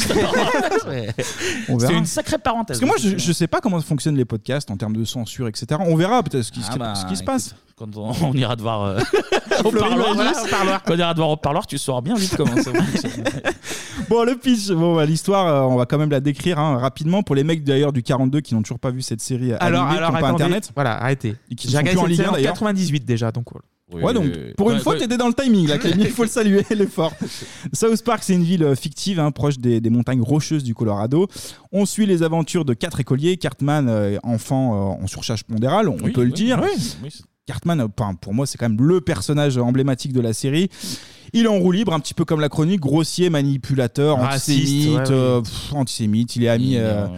S8: On verra.
S1: C'est une sacrée parenthèse. euh,
S8: Parce que moi, je, je sais pas comment fonctionnent les podcasts en termes de censure, etc. On verra peut-être ce qui, ce qui- ce qui se passe.
S1: Ah bah, Quand on, on ira te voir euh, au
S8: Fleury
S1: parloir,
S8: Magnus.
S1: voilà, au parloir. Quand on ira te voir au parloir, tu sauras bien vite comment ça fonctionne.
S8: Bon, le pitch, bon, bah, l'histoire, euh, on va quand même la décrire hein, rapidement pour les mecs d'ailleurs du 42 qui n'ont toujours pas vu cette série
S9: Alors,
S8: animée,
S9: alors
S8: qui n'ont pas
S9: attendez,
S8: internet.
S9: voilà, arrêtez.
S8: Et qui
S9: J'ai
S8: sont
S9: regardé
S8: plus en
S9: cette
S8: Ligue
S9: série
S8: 1 d'ailleurs.
S9: 98 déjà, donc voilà.
S8: ouais, donc pour une fois, t'étais dans le timing, là, Camille, il faut le saluer, l'effort. South Park, c'est une ville euh, fictive, hein, proche des, des montagnes rocheuses du Colorado. On suit les aventures de quatre écoliers, Cartman, euh, enfant euh, en surcharge pondérale, on
S1: Oui,
S8: peut le
S1: oui,
S8: dire.
S1: oui, oui, c'est-
S8: Cartman, euh, enfin, pour moi, c'est quand même le personnage emblématique de la série. Il est en roue libre, un petit peu comme la chronique, grossier, manipulateur,
S1: Raciste, ouais,
S8: antisémite,
S1: ouais.
S8: euh, pff, antisémite. Il est ami.
S1: Il est,
S8: euh,
S1: euh,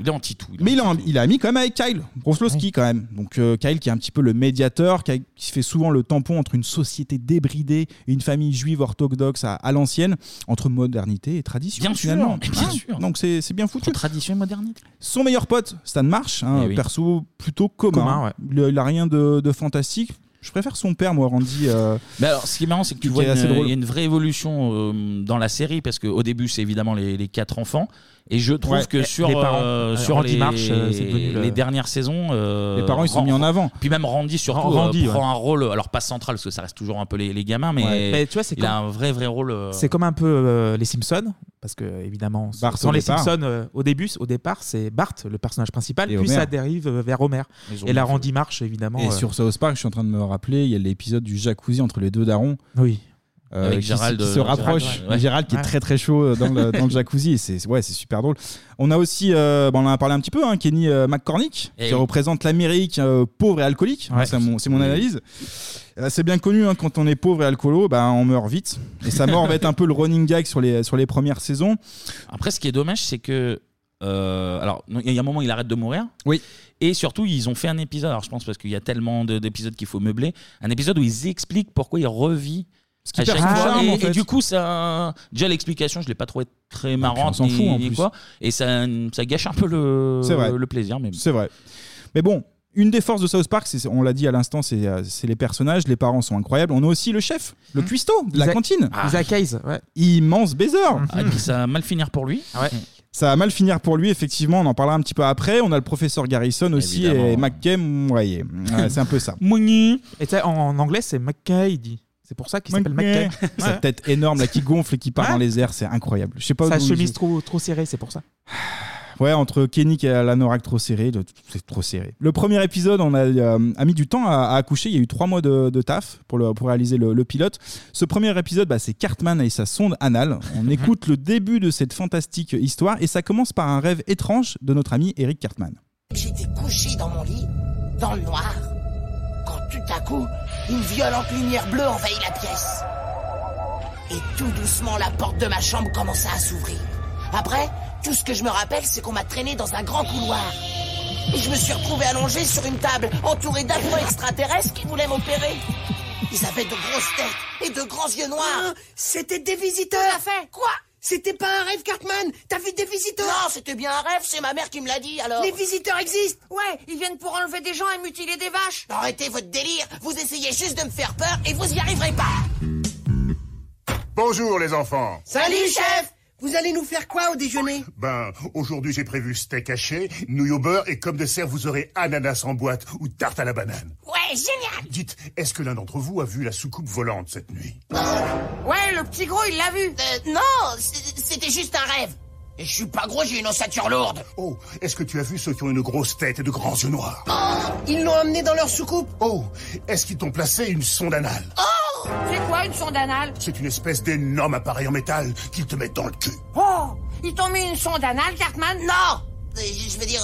S1: il est anti- Il est anti-tout.
S8: mais il a, il a mis quand même avec Kyle Broslowski quand même. Donc euh, Kyle qui est un petit peu le médiateur, qui, a- qui fait souvent le tampon entre une société débridée et une famille juive orthodoxe à, à l'ancienne, entre modernité et tradition.
S1: Bien sûr,
S8: finalement.
S1: mais bien
S8: Hein
S1: sûr.
S8: Donc c'est c'est bien foutu.
S1: tradition et modernité.
S8: Son meilleur pote, Stan Marsh, hein,
S1: Eh oui.
S8: perso plutôt commun.
S1: Commun, ouais.
S8: il, a- il a rien de, de fantastique. Je préfère son père, moi, Randy. euh,
S1: Mais alors, ce qui est marrant, c'est que tu
S8: Qui
S1: vois,
S8: est
S1: une-
S8: assez drôle.
S1: il y a une vraie évolution euh, dans la série parce qu'au début, c'est évidemment les, les quatre enfants. Et je trouve
S8: Ouais,
S1: que
S8: les
S1: sur,
S8: parents.
S1: euh,
S8: Alors,
S1: sur
S8: Randy
S1: les,
S8: Marsh, euh, c'est devenu le-
S1: les dernières saisons, euh,
S8: Les parents, ils sont
S1: Ran-
S8: mis en avant.
S1: Puis même Randy, surtout,
S8: Randy,
S1: euh, prend
S8: ouais.
S1: un rôle, alors pas central parce que ça reste toujours un peu les, les gamins, mais,
S9: Ouais. Mais tu vois, c'est
S1: il
S9: comme-
S1: a un vrai, vrai rôle. euh,
S9: C'est comme un peu euh, les Simpsons, parce que évidemment,
S1: Bart
S9: dans
S1: au
S9: les
S1: départ.
S9: Simpsons, euh, au début, au départ, c'est Bart le personnage principal,
S8: Et
S9: puis
S8: Homer.
S9: ça dérive euh, vers Homer.
S8: Ils ont
S9: Et la
S8: bien fait,
S9: Randy Marsh, évidemment.
S8: Et
S9: euh,
S8: sur South Park, je suis en train de me rappeler, il y a l'épisode du jacuzzi entre les deux darons.
S9: Oui.
S1: Avec
S8: qui,
S1: Gérald,
S8: qui se
S1: euh,
S8: rapproche.
S1: Gérald,
S8: Gérald,
S1: ouais.
S8: qui est
S1: Ouais.
S8: très très chaud euh, dans le, dans le jacuzzi. Et c'est ouais, c'est super drôle. On a aussi, euh, bon, on en a parlé un petit peu, hein, Kenny euh, McCormick,
S1: Eh
S8: qui
S1: oui.
S8: représente l'Amérique euh, pauvre et alcoolique.
S1: Ouais.
S8: C'est mon, c'est mon analyse. Euh, C'est bien connu, hein, quand on est pauvre et alcoolo, bah, on meurt vite. Et sa mort va être un peu le running gag sur les, sur les premières saisons.
S1: Après, ce qui est dommage, c'est que. euh, alors, non, il y a un moment, il arrête de mourir.
S8: Oui.
S1: Et surtout, ils ont fait un épisode. Alors, je pense parce qu'il y a tellement de- d'épisodes qu'il faut meubler. Un épisode où ils expliquent pourquoi il revit.
S8: qui
S1: à
S8: perd
S1: chaque
S8: son
S1: fois.
S8: charme,
S1: et,
S8: en
S1: et
S8: fait. Ah,
S1: du coup, ça. Déjà, l'explication, je l'ai pas trouvé très marrante.
S8: on s'en fout,
S1: ni-
S8: en
S1: ni
S8: plus.
S1: quoi. Et ça, ça gâche un peu le,
S8: C'est vrai.
S1: le plaisir. Mais bon.
S8: C'est vrai. Mais bon, une des forces de South Park, c'est- on l'a dit à l'instant, c'est euh, c'est les personnages, les parents sont incroyables. On a aussi le chef, le cuistot de la
S9: Mmh. Isaac- Ah.
S8: cantine.
S9: Isaac Hayes, ouais. Mmh.
S8: Immense baiser.
S1: Ah, et puis ça va mal finir pour lui.
S8: Ah
S1: Mm.
S8: Ça va mal finir pour lui, effectivement, on en parlera un petit peu après. On a le professeur Garrison aussi
S1: Évidemment.
S8: et McKem, ouais, ouais, c'est un peu ça.
S1: Mouni.
S9: Et tu sais, en, en anglais, c'est McKay, dit. C'est pour ça qu'il s'appelle McKay.
S8: Cette tête énorme là qui gonfle et qui part dans les airs, c'est incroyable. Je sais pas
S9: Sa
S8: d'où-
S9: chemise trop, trop serrée, c'est pour ça.
S8: Ouais, entre Kenny et l'anorak trop serré, le- c'est trop serré. Le premier épisode, on a, euh, a mis du temps à, à accoucher. Il y a eu trois mois de, de taf pour, le- pour réaliser le, le pilote. Ce premier épisode, bah, c'est Cartman et sa sonde anale. On écoute le début de cette fantastique histoire et ça commence par un rêve étrange de notre ami Eric Cartman.
S12: J'étais couché dans mon lit, dans le noir, quand tout à coup, une violente lumière bleue envahit la pièce. Et tout doucement, la porte de ma chambre commença à s'ouvrir. Après, tout ce que je me rappelle, c'est qu'on m'a traîné dans un grand couloir. Et je me suis retrouvé allongé sur une table, entouré d'affreux extraterrestres qui voulaient m'opérer. Ils avaient de grosses têtes et de grands yeux noirs. Hein C'était des visiteurs. fait. Quoi C'était pas un rêve, Cartman. T'as vu des visiteurs Non, c'était bien un rêve. C'est ma mère qui me l'a dit. Alors.
S16: Les visiteurs existent Ouais, ils viennent pour enlever des gens et mutiler des vaches
S12: Bah, Arrêtez votre délire. Vous essayez juste de me faire peur et vous y arriverez pas.
S11: Bonjour les enfants.
S12: Salut, chef. Vous allez nous faire quoi au déjeuner
S11: Ben, aujourd'hui j'ai prévu steak haché, nouilles au beurre et comme dessert vous aurez ananas en boîte ou tarte à la banane.
S16: Ouais, génial
S11: Dites, est-ce que l'un d'entre vous a vu la soucoupe volante cette nuit
S16: Ouais, le petit gros, il l'a vu
S10: Euh,
S12: Non, c'est- c'était juste un rêve. Et je suis pas gros, j'ai une ossature lourde.
S11: Oh, est-ce que tu as vu ceux qui ont une grosse tête et de grands yeux noirs
S12: Ils l'ont emmené dans leur soucoupe.
S11: Oh, est-ce qu'ils t'ont placé une sonde anale
S16: Oh C'est quoi une sonde anale
S11: C'est une espèce d'énorme appareil en métal qu'ils te mettent dans le cul.
S16: Oh Ils t'ont mis une sonde anale, Cartman
S12: Non Euh, Je veux dire,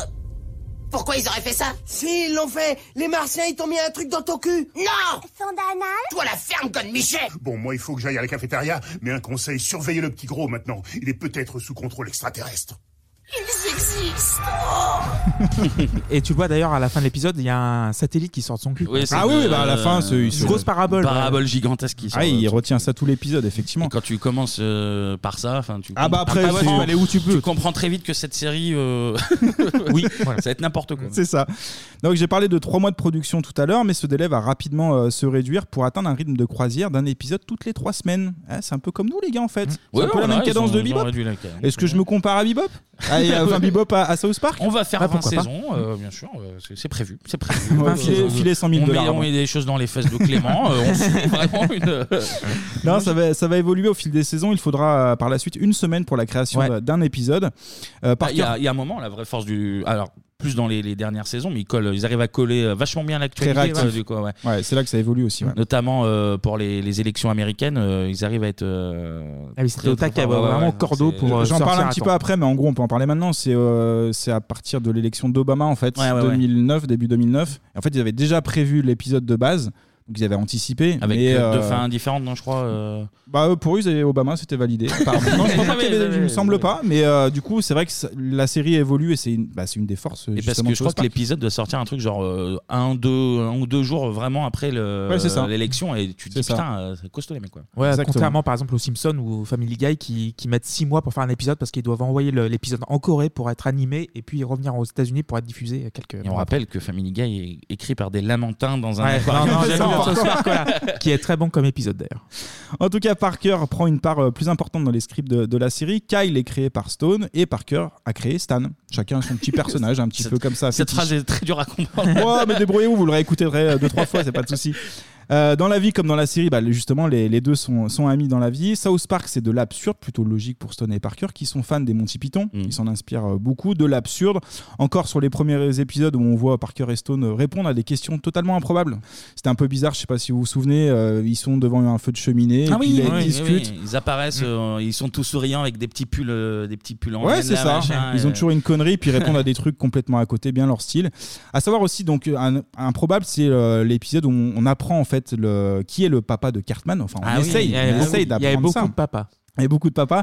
S12: pourquoi ils auraient fait ça Si, ils l'ont fait. Les Martiens, ils t'ont mis un truc dans ton cul. Non
S16: Sonde anale
S12: Toi, la ferme, conne Michet
S11: Bon, moi, il faut que j'aille à la cafétéria, mais un conseil, surveillez le petit gros maintenant. Il est peut-être sous contrôle extraterrestre.
S12: Ils raciste. Oh.
S9: Et tu le vois d'ailleurs à la fin de l'épisode, il y a un satellite qui sort de son cul.
S1: Oui, c'est
S8: Ah oui,
S1: de-
S8: oui, bah, à la fin, c'est- il se-
S9: une grosse parabole.
S1: Parabole gigantesque qui sort. euh,
S8: Ah, il retient ça tout l'épisode, effectivement.
S1: Quand tu commences euh, par ça, enfin tu.
S8: Ah bah après, tu peux aller où tu
S1: peux. Tu comprends très vite que cette série. euh,
S8: Oui,
S1: ça va être n'importe quoi.
S8: C'est ça. Donc j'ai parlé de trois mois de production tout à l'heure, mais ce délai va rapidement euh, se réduire pour atteindre un rythme de croisière d'un épisode toutes les trois semaines. Ah, c'est un peu comme nous les gars en fait. C'est
S1: Mmh. Ouais,
S8: un peu
S1: voilà,
S8: la même
S1: ils
S8: cadence
S1: ont-
S8: de
S1: ils ont
S8: Bebop.
S1: réduit la cadence.
S8: Est-ce que je me compare à Bebop Ah, et, euh, Enfin Bebop à, à South Park
S1: On va faire
S8: Ah,
S1: 20
S8: pourquoi pas.
S1: saisons, euh, bien sûr, euh, c'est c'est prévu. C'est prévu.
S8: Ouais,
S1: Euh,
S8: filer- filer 100 000
S1: on met-
S8: dollars,
S1: On met
S8: bon.
S1: des choses dans les fesses de Clément. euh, on suit vraiment une.
S8: Non, ça va, ça va évoluer au fil des saisons. Il faudra euh, par la suite une semaine pour la création d'un- d'un épisode. Euh, par
S1: Ah, Il y a-
S8: cœur-
S1: il y, a un moment, la vraie force du. Alors, plus dans les, les dernières saisons, mais ils, collent, ils arrivent à coller euh, vachement bien
S8: Très
S1: l'actualité.
S8: réactif.
S1: ouais, du coup, ouais.
S8: Ouais, c'est là que ça évolue aussi. ouais.
S1: Notamment euh, pour les, les élections américaines, euh, ils arrivent à être. euh,
S9: Ah oui, c'était
S1: très-
S9: au taquet,
S1: très-
S9: ouais, vraiment au cordeau
S1: c'est-
S9: pour, euh,
S8: J'en
S9: sortir
S8: parle un
S9: à
S8: petit
S9: temps.
S8: peu après, mais en gros, on peut en parler maintenant. C'est euh, c'est à partir de l'élection d'Obama, en fait,
S1: Ouais, ouais,
S8: 2009, début 2009. Et en fait, ils avaient déjà prévu l'épisode de base, donc ils avaient anticipé.
S1: Avec
S8: mais,
S1: euh, deux
S8: euh,
S1: fins différentes, non, je crois. euh.
S8: Bah, euh, pour eux, ils avaient- Obama, c'était validé. Apparemment. non, je crois pas qu'il y avait- il me semble pas. Mais euh, du coup, c'est vrai que ça- la série évolue et c'est une, bah, c'est une des forces.
S1: Et parce que je crois que l'épisode doit sortir un truc genre euh, un, deux, un ou deux jours vraiment après le-
S8: Ouais, c'est ça.
S1: l'élection et tu te dis
S8: C'est ça.
S1: putain, euh, c'est costaud les mecs quoi.
S9: Ouais,
S1: Exactement.
S9: contrairement par exemple aux Simpsons ou aux Family Guy qui, qui mettent 6 mois pour faire un épisode parce qu'ils doivent envoyer le- l'épisode en Corée pour être animé et puis revenir aux États-Unis pour être diffusé à quelques.
S1: Et on rappelle que Family Guy est écrit par des lamentins dans un
S9: Ouais,
S1: aquarium.
S9: non, non,
S1: C'est
S9: j'aime bien
S1: encore-
S9: ce soir, quoi, là, qui est très bon comme épisode d'ailleurs.
S8: En tout cas, Parker prend une part euh, plus importante dans les scripts de, de la série. Kyle est créé par Stone et Parker a créé Stan. Chacun son petit personnage, un petit peu comme ça.
S1: Cette
S8: fétiche.
S1: phrase est très dure à comprendre.
S8: Ouais, mais débrouillez-vous, vous le réécouterez euh, deux, trois fois, c'est pas de souci. Euh, dans la vie comme dans la série, bah, justement, les, les deux sont, sont amis dans la vie. South Park, c'est de l'absurde, plutôt logique pour Stone et Parker, qui sont fans des Monty Python. Ils s'en inspirent euh, beaucoup, de l'absurde. Encore sur les premiers épisodes où on voit Parker et Stone euh, répondre à des questions totalement improbables. C'était un peu bizarre, je sais pas si vous vous souvenez, euh, ils sont devant un feu de cheminée, et
S1: Ah
S8: puis
S1: oui,
S8: ils
S1: oui, oui,
S8: discutent.
S1: oui, ils apparaissent, euh, ils sont tous souriants avec des petits pulls, euh, des petits pulls en
S8: Mm. Ouais,
S1: laine,
S8: c'est
S1: là,
S8: ça.
S1: machin,
S8: ils ont
S1: euh.
S8: toujours une connerie puis ils répondent à des trucs complètement à côté, bien leur style. À savoir aussi donc un, improbable, c'est euh, l'épisode où on, on apprend en fait le, qui est le papa de Cartman. Enfin, on
S9: Ah oui,
S8: essaye,
S9: il y avait
S8: on
S9: beaucoup-
S8: essaye
S9: il y avait
S8: d'apprendre
S9: beaucoup
S8: ça.
S9: de papas.
S8: Il y a beaucoup de papas.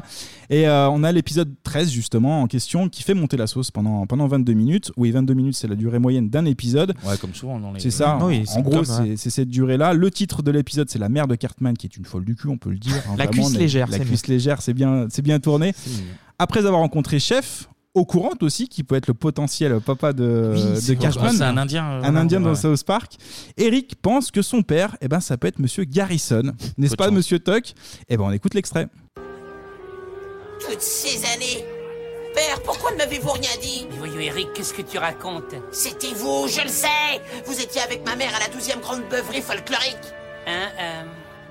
S8: Et euh, on a l'épisode 13, justement, en question, qui fait monter la sauce pendant, pendant 22 minutes. Oui, 22 minutes, c'est la durée moyenne d'un épisode.
S1: Ouais, comme souvent dans les.
S8: C'est ça.
S1: Oui,
S8: en gros,
S1: comme,
S8: c'est
S1: ouais.
S8: c'est cette durée-là. Le titre de l'épisode, c'est La mère de Cartman, qui est une folle du cul, on peut le dire. hein,
S9: La cuisse
S8: mais
S9: légère,
S8: La
S9: c'est
S8: cuisse légère, c'est bien, c'est bien tourné. Après avoir rencontré Chef, au courant aussi, qui peut être le potentiel papa de,
S1: Oui,
S8: de
S1: c'est vrai.
S8: Cartman.
S1: C'est un Indien, euh,
S8: un
S1: ouais,
S8: Indien dans
S1: ouais.
S8: South Park. Eric pense que son père, eh ben, ça peut être Monsieur Garrison. N'est-ce pas, Monsieur Tuck Eh ben, on écoute l'extrait.
S12: Toutes ces années. Père, pourquoi ne m'avez-vous rien dit
S17: Voyons Eric, qu'est-ce que tu racontes
S12: C'était vous, je le sais Vous étiez avec ma mère à la 12e grande beuverie folklorique.
S17: Hein euh...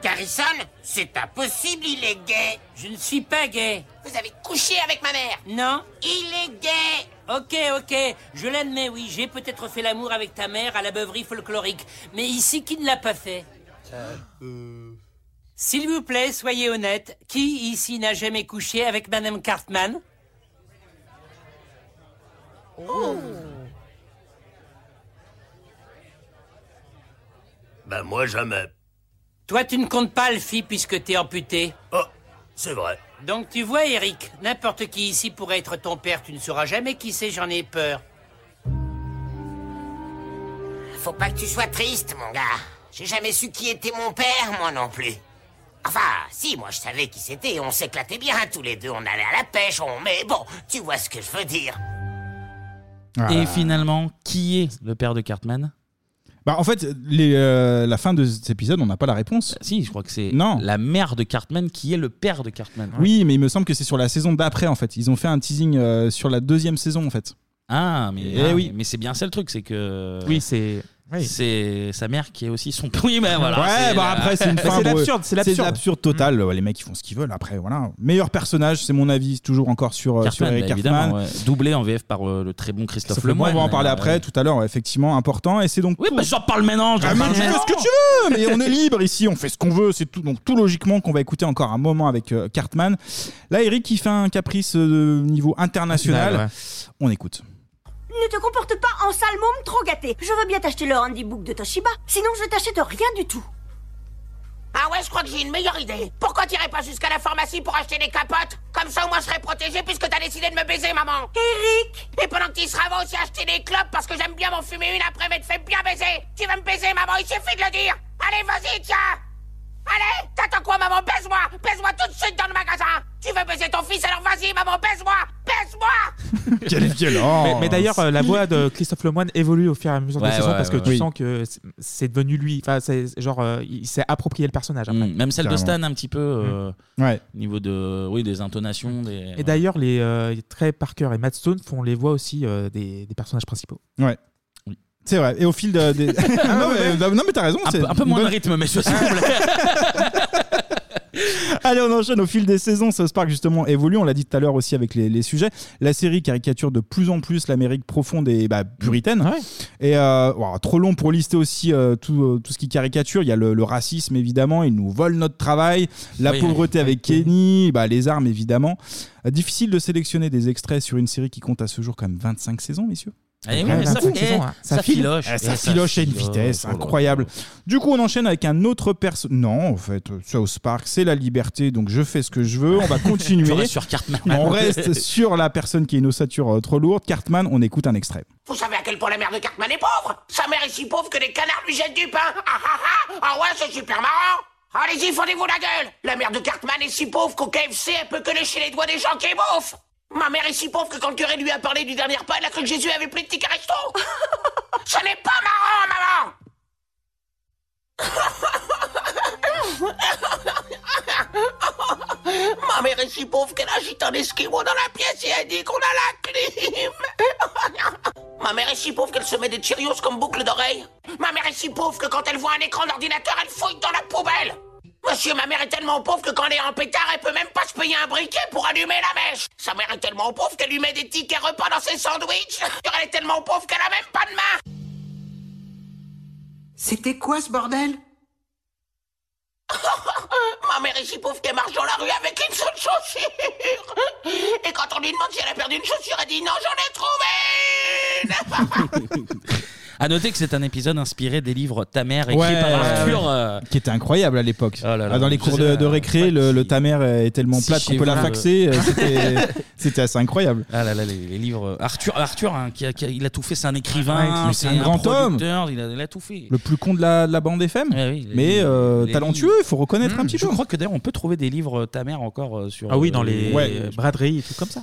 S12: Garrison, c'est impossible, il est gay
S17: Je ne suis pas gay.
S12: Vous avez couché avec ma mère
S17: Non
S12: Il est gay
S17: Ok, ok, je l'admets, oui, j'ai peut-être fait l'amour avec ta mère à la beuverie folklorique. Mais ici, qui ne l'a pas fait
S2: Euh.
S17: S'il vous plaît, soyez honnête. Qui ici n'a jamais couché avec Madame Cartman
S18: Ben moi jamais.
S17: Toi, tu ne comptes pas, Alfie, puisque t'es amputé.
S18: Oh, c'est vrai.
S17: Donc tu vois, Eric, n'importe qui ici pourrait être ton père. Tu ne sauras jamais qui c'est, j'en ai peur.
S12: Faut pas que tu sois triste, mon gars. J'ai jamais su qui était mon père, moi non plus. Enfin, si, moi je savais qui c'était, on s'éclatait bien, hein, tous les deux, on allait à la pêche, on... Mais bon, tu vois ce que je veux dire.
S1: Et finalement, qui est le père de Cartman
S8: Bah, en fait, les, euh, la fin de cet épisode, on n'a pas la réponse.
S1: Euh, si, je crois que c'est
S8: non.
S1: la mère de Cartman qui est le père de Cartman.
S8: Oui, mais il me semble que c'est sur la saison d'après, en fait. Ils ont fait un teasing euh, sur la deuxième saison, en fait.
S1: Ah, mais,
S8: Eh
S1: ah,
S8: oui.
S1: mais- mais c'est bien ça le truc, c'est que.
S8: Oui,
S1: c'est. C'est sa mère qui est aussi son. Oui, ben voilà.
S8: ouais,
S1: c'est
S8: bah
S1: la- Mm.
S8: après, c'est une fin.
S1: C'est
S8: bon,
S1: l'absurde,
S8: euh,
S1: c'est l'absurde.
S8: total. Ouais, les mecs, ils font ce qu'ils veulent. Après, voilà. Meilleur personnage, c'est mon avis, toujours encore sur, euh, sur
S1: Cartman,
S8: Eric
S1: bah,
S8: Cartman.
S1: évidemment, ouais. doublé en VF par euh, le très bon Christophe
S8: Simplement,
S1: Lemoine.
S8: on va en parler
S1: Euh,
S8: après, tout à l'heure, ouais, effectivement, important. Et c'est donc.
S1: Oui,
S8: tout-
S1: bah, j'en parle maintenant.
S8: Ah,
S1: J'en
S8: mais
S1: parle
S8: tu fais
S1: maintenant.
S8: ce que tu veux, mais on est libre ici, on fait ce qu'on veut, c'est tout. Donc tout logiquement qu'on va écouter encore un moment avec euh, Cartman. Là, Eric, il fait un caprice euh, de niveau international.
S9: Ouais, ouais.
S8: On écoute.
S19: Ne te comporte pas en sale môme trop gâté. Je veux bien t'acheter le handybook de Toshiba, sinon je t'achète rien du tout.
S12: Ah ouais, je crois que j'ai une meilleure idée. Pourquoi t'irais pas jusqu'à la pharmacie pour acheter des capotes Comme ça, au moins, je serais protégé puisque t'as décidé de me baiser, maman. Eric Et pendant que t'y seras, va aussi acheter des clopes parce que j'aime bien m'en fumer une après m'être fait bien baiser. Tu vas me baiser, maman, il suffit de le dire. Allez, vas-y, tiens Allez, t'attends quoi, maman Baise-moi Baise-moi tout de suite dans le magasin Tu veux baiser ton fils, alors vas-y, maman, baise-moi Baise-moi
S8: Quelle violence
S9: Mais, mais d'ailleurs, euh, la voix de Christophe Lemoine évolue au fur et à mesure de
S1: Ouais,
S9: la saison
S1: ouais,
S9: parce que
S1: ouais,
S9: tu
S1: ouais.
S9: sens que c'est- c'est devenu lui. Enfin, c'est genre, euh, il s'est approprié le personnage. après. Mmh.
S1: Mm, Même celle de Stan, un petit peu. euh,
S8: Ouais.
S1: Au niveau de, oui, des intonations. Des,
S9: Et d'ailleurs, les euh, Trey Parker et Matt Stone font les voix aussi euh, des, des personnages principaux.
S8: Ouais. C'est vrai. Et au fil de. des- Ah non, mais, non, mais t'as raison.
S1: Ah, Un
S8: c'est
S1: peu- un peu
S8: une
S1: moins de
S8: bonne-
S1: rythme, messieurs, s'il vous plaît.
S8: Allez, on enchaîne au fil des saisons. South Park, justement, évolue. On l'a dit tout à l'heure aussi avec les, les sujets. La série caricature de plus en plus l'Amérique profonde et bah, puritaine. Et euh, ouah, trop long pour lister aussi euh, tout, euh, tout ce qui caricature. Il y a le, le racisme, évidemment. Ils nous volent notre travail. La
S1: Oui,
S8: pauvreté avec Kenny. Bah, les armes, évidemment. Euh, Difficile de sélectionner des extraits sur une série qui compte à ce jour quand même 25 saisons, messieurs.
S1: Eh oui,
S8: Ouais,
S1: mais ça
S8: 25
S1: fait-
S8: saisons, hein.
S1: ça
S8: file.
S1: filoche.
S8: Eh,
S1: Eh,
S8: ça
S1: ça
S8: filoche à une
S1: filoche.
S8: vitesse
S1: Oh là là.
S8: incroyable. Du coup, on enchaîne avec un autre perso. Non, en fait, South Park, c'est la liberté, donc je fais ce que je veux. On va continuer.
S1: Je reste sur Cartman.
S8: On reste sur la personne qui a une ossature euh, trop lourde. Cartman, on écoute un extrait.
S12: Vous savez à quel point la mère de Cartman est pauvre Sa mère est si pauvre que les canards lui jettent du pain Ah ah ah Ah ouais, c'est super marrant Allez-y, fendez-vous la gueule La mère de Cartman est si pauvre qu'au KFC, elle peut que lécher les doigts des gens qui bouffent Ma mère est si pauvre que quand le curé lui a parlé du dernier repas, elle a cru que Jésus avait pris de tickets resto Ce n'est pas marrant, maman Ma mère est si pauvre qu'elle agite un esquimau dans la pièce et elle dit qu'on a la clim. Ma mère est si pauvre qu'elle se met des Cheerios comme boucle d'oreille. Ma mère est si pauvre que quand elle voit un écran d'ordinateur, elle fouille dans la poubelle. Monsieur, ma mère est tellement pauvre que quand elle est en pétard, elle peut même pas se payer un briquet pour allumer la mèche. Sa mère est tellement pauvre qu'elle lui met des tickets repas dans ses sandwichs. Elle est tellement pauvre qu'elle a même pas de main.
S15: C'était quoi ce bordel
S12: Ma mère est si pauvre qu'elle marche dans la rue avec une seule chaussure. Et quand on lui demande si elle a perdu une chaussure, elle dit non, j'en ai trouvé une.
S1: À noter que c'est un épisode inspiré des livres Ta mère écrits par Arthur. euh,
S8: Qui était incroyable à l'époque.
S1: Oh là,
S8: Ah, dans les
S1: je
S8: cours
S1: sais
S8: de,
S1: pas.
S8: de récré, le, le ta mère est tellement
S1: Si
S8: plate
S1: chez
S8: qu'on peut la
S1: vous,
S8: faxer.
S1: euh,
S8: euh, c'était- C'était assez incroyable.
S1: Ah là là, les, les livres. euh, Arthur, Arthur hein, qui a- qui a- il a tout fait, c'est un
S8: Ouais,
S1: écrivain,
S8: c'est un grand homme.
S1: producteur, Il a, il a tout fait.
S8: Le plus con de la, de la bande FM. mais euh,
S1: Eh les- Hmm.
S8: talentueux, il faut reconnaître un petit peu.
S1: Je crois que d'ailleurs, on peut trouver des livres euh, Ta mère encore euh, sur.
S9: Ah oui,
S1: euh,
S9: dans les
S8: Ouais.
S9: braderies et tout comme ça.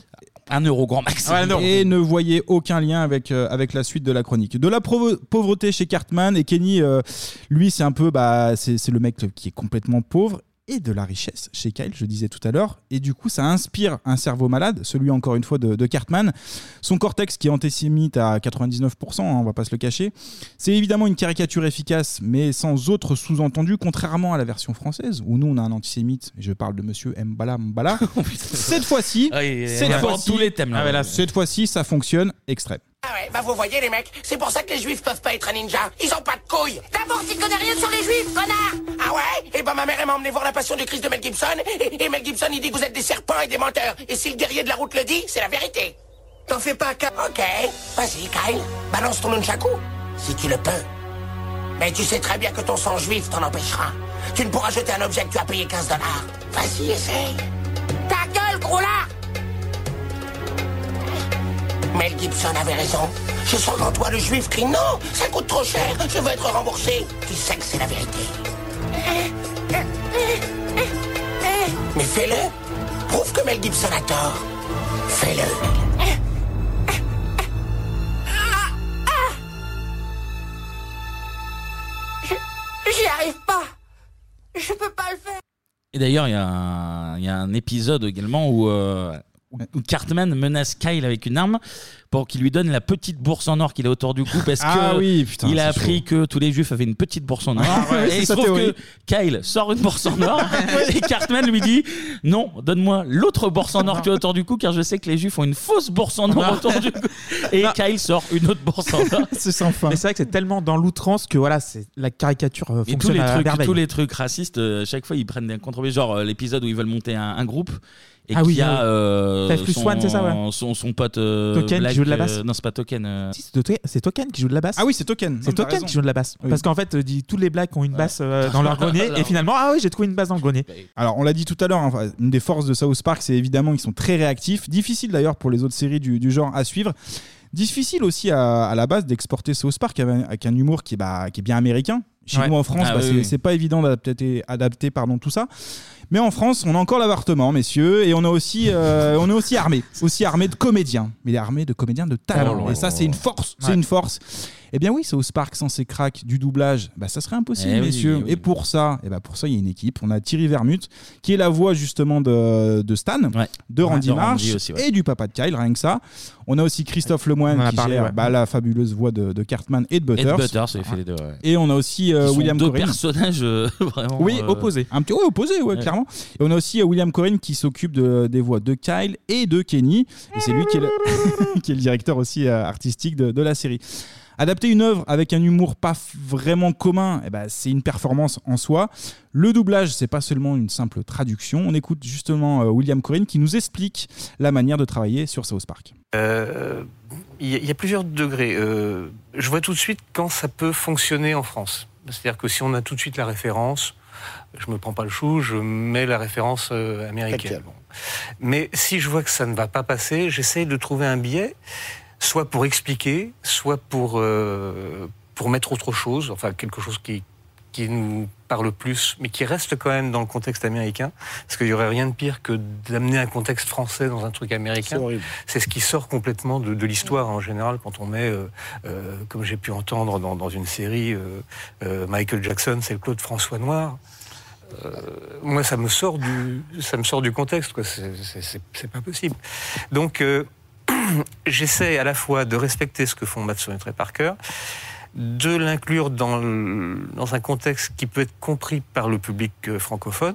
S1: Un euro grand max.
S8: et ne voyez aucun lien avec, euh, avec la suite de la chronique. De la provo- pauvreté chez Cartman et Kenny, euh, lui, c'est un peu bah, c'est c'est le mec qui est complètement pauvre et de la richesse chez Kyle, je disais tout à l'heure. Et du coup, ça inspire un cerveau malade, celui encore une fois de, de Cartman. Son cortex qui est antisémite à 99%, hein, on va pas se le cacher. C'est évidemment une caricature efficace, mais sans autre sous-entendu, contrairement à la version française, où nous on a un antisémite, et je parle de monsieur Mbala Mbala. Cette fois-ci,
S1: Ouais,
S8: cette
S1: on aborde
S8: fois-ci-
S1: tous les thèmes, là.
S8: Ah ouais, là, cette fois-ci, ça fonctionne. Extrait.
S12: Ah ouais, bah vous voyez les mecs, c'est pour ça que les juifs peuvent pas être un ninja. Ils ont pas de couilles. D'abord, tu connais rien sur les juifs, connard Ah ouais Eh ben ma mère elle m'a emmené voir la passion du Christ de Mel Gibson, et, et Mel Gibson il dit que vous êtes des serpents et des menteurs. Et si le guerrier de la route le dit, c'est la vérité. T'en fais pas, Kyle. Ok, vas-y Kyle, balance ton nunchaku, si tu le peux. Mais tu sais très bien que ton sang juif t'en empêchera. Tu ne pourras jeter un objet que tu as payé 15 dollars. Vas-y, essaye. Ta gueule, gros lard Mel Gibson avait raison. Je sens en toi le juif crie non, ça coûte trop cher, je veux être remboursé. Tu sais que c'est la vérité. Mais fais-le. Prouve que Mel Gibson a tort. Fais-le.
S10: Ah,
S12: J'y arrive pas. Je peux pas le faire.
S1: Et d'ailleurs, il y, a un- il y a un épisode également où, euh, où- où Cartman menace Kyle avec une arme pour qu'il lui donne la petite bourse en or qu'il a autour du cou parce
S8: Ah
S1: que
S8: oui, putain,
S1: il a
S8: c'est
S1: appris que tous les juifs avaient une petite bourse en or.
S8: Ah ouais, c'est
S1: et il se
S8: sa
S1: trouve
S8: théorie.
S1: que Kyle sort une bourse en or et Cartman lui dit Non, donne-moi l'autre bourse en or que tu as autour du cou car je sais que les juifs ont une fausse bourse en or autour du cou. Et Kyle sort une autre bourse en or.
S8: c'est sans fin.
S9: Mais c'est vrai que c'est tellement dans l'outrance que voilà, c'est la caricature euh,
S1: Et tous
S9: fonctionne
S1: les
S9: à
S1: trucs,
S9: merveille.
S1: tous les trucs racistes, euh, chaque fois ils prennent des contre Genre euh, l'épisode où ils veulent monter un, un groupe, et
S9: Ah
S1: qui
S9: oui,
S1: a
S9: oui.
S1: euh,
S9: Five plus
S1: son,
S9: one, c'est ça, ouais.
S1: son, son pote euh,
S9: Token qui
S1: Black,
S9: joue de la
S1: euh,
S9: basse.
S1: non, c'est pas Token. euh,
S9: Si, c'est Token- C'est Token qui joue de la basse.
S8: Ah oui, c'est Token.
S9: C'est
S8: Non, t'as
S9: Token
S8: raison.
S9: qui joue de la basse.
S8: Oui.
S9: Parce qu'en fait, euh, dit, tous les blacks ont une basse
S1: Ah,
S9: euh, dans leur grenier. et finalement, ah oui, j'ai trouvé une basse dans le grenier.
S1: Bah,
S8: Alors, on l'a dit tout à l'heure, hein, enfin, une des forces de South Park, c'est évidemment qu'ils sont très réactifs. Difficile d'ailleurs pour les autres séries du, du genre à suivre. Difficile aussi à, à la base d'exporter South Park avec, avec un humour qui est, bah, qui est bien américain. Chez
S9: Ouais.
S8: nous en France,
S9: Ah
S8: bah,
S9: oui,
S8: c'est
S9: oui.
S8: c'est pas évident d'adapter adapter, pardon, tout ça. Mais en France, on a encore l'avortement, messieurs, et on, a aussi, euh, on est aussi armé. Aussi armé de comédiens. Mais armé de comédiens de talent.
S1: Talent, ouais.
S8: et ça, c'est une force. C'est
S1: Oh Ouais.
S8: une force. Eh bien oui, South Park sans ces cracks du doublage, bah, ça serait impossible,
S1: Eh oui,
S8: messieurs.
S1: eh oui.
S8: Et pour ça, eh ben pour ça, il y a une équipe. On a Thierry Vermut, qui est la voix justement de, de Stan, de
S1: Ouais,
S8: Randy
S1: de Randy
S8: Marsh
S1: aussi, ouais.
S8: et du papa de Kyle, rien que ça. On a aussi Christophe Lemoine
S1: On en a
S8: qui
S1: parlé,
S8: gère
S1: ouais.
S8: bah, la fabuleuse voix de, de Cartman et de
S1: Ed
S8: Butters.
S1: Butters, il
S9: Ah.
S1: fait les deux. ouais.
S8: Et on a aussi euh,
S1: Qui sont
S8: William
S1: deux
S8: Corrin.
S1: personnages euh, vraiment.
S8: Oui,
S1: euh,
S8: opposé. Un petit, ouais, opposé,
S1: Ouais.
S8: ouais, clairement. Et on a aussi euh, William Corrin qui s'occupe de, des voix de Kyle et de Kenny. Et c'est lui qui est le, qui est le directeur aussi euh, artistique de, de la série. Adapter une œuvre avec un humour pas f- vraiment commun, eh ben, c'est une performance en soi. Le doublage, c'est pas seulement une simple traduction. On écoute justement euh, William Corrin qui nous explique la manière de travailler sur South Park.
S20: Euh, Il y, a- il y a plusieurs degrés. Euh, je vois tout de suite quand ça peut fonctionner en France. C'est-à-dire que si on a tout de suite la référence, je me prends pas le chou, je mets la référence euh, américaine. Bon. Mais si je vois que ça ne va pas passer, j'essaye de trouver un biais, soit pour expliquer, soit pour, euh, pour mettre autre chose, enfin quelque chose qui, qui nous parle plus, mais qui reste quand même dans le contexte américain, parce qu'il n'y aurait rien de pire que d'amener un contexte français dans un truc américain. C'est ce qui sort complètement de, de l'histoire en général quand on met, euh, euh, comme j'ai pu entendre dans, dans une série, euh, euh, Michael Jackson, c'est le Claude François Noir. Euh, moi, ça me sort du, ça me sort du contexte. quoi. C'est- c'est- C'est c'est pas possible. Donc, euh, j'essaie à la fois de respecter ce que font Matson et Trey Parker, de l'inclure dans, le- dans un contexte qui peut être compris par le public euh, francophone.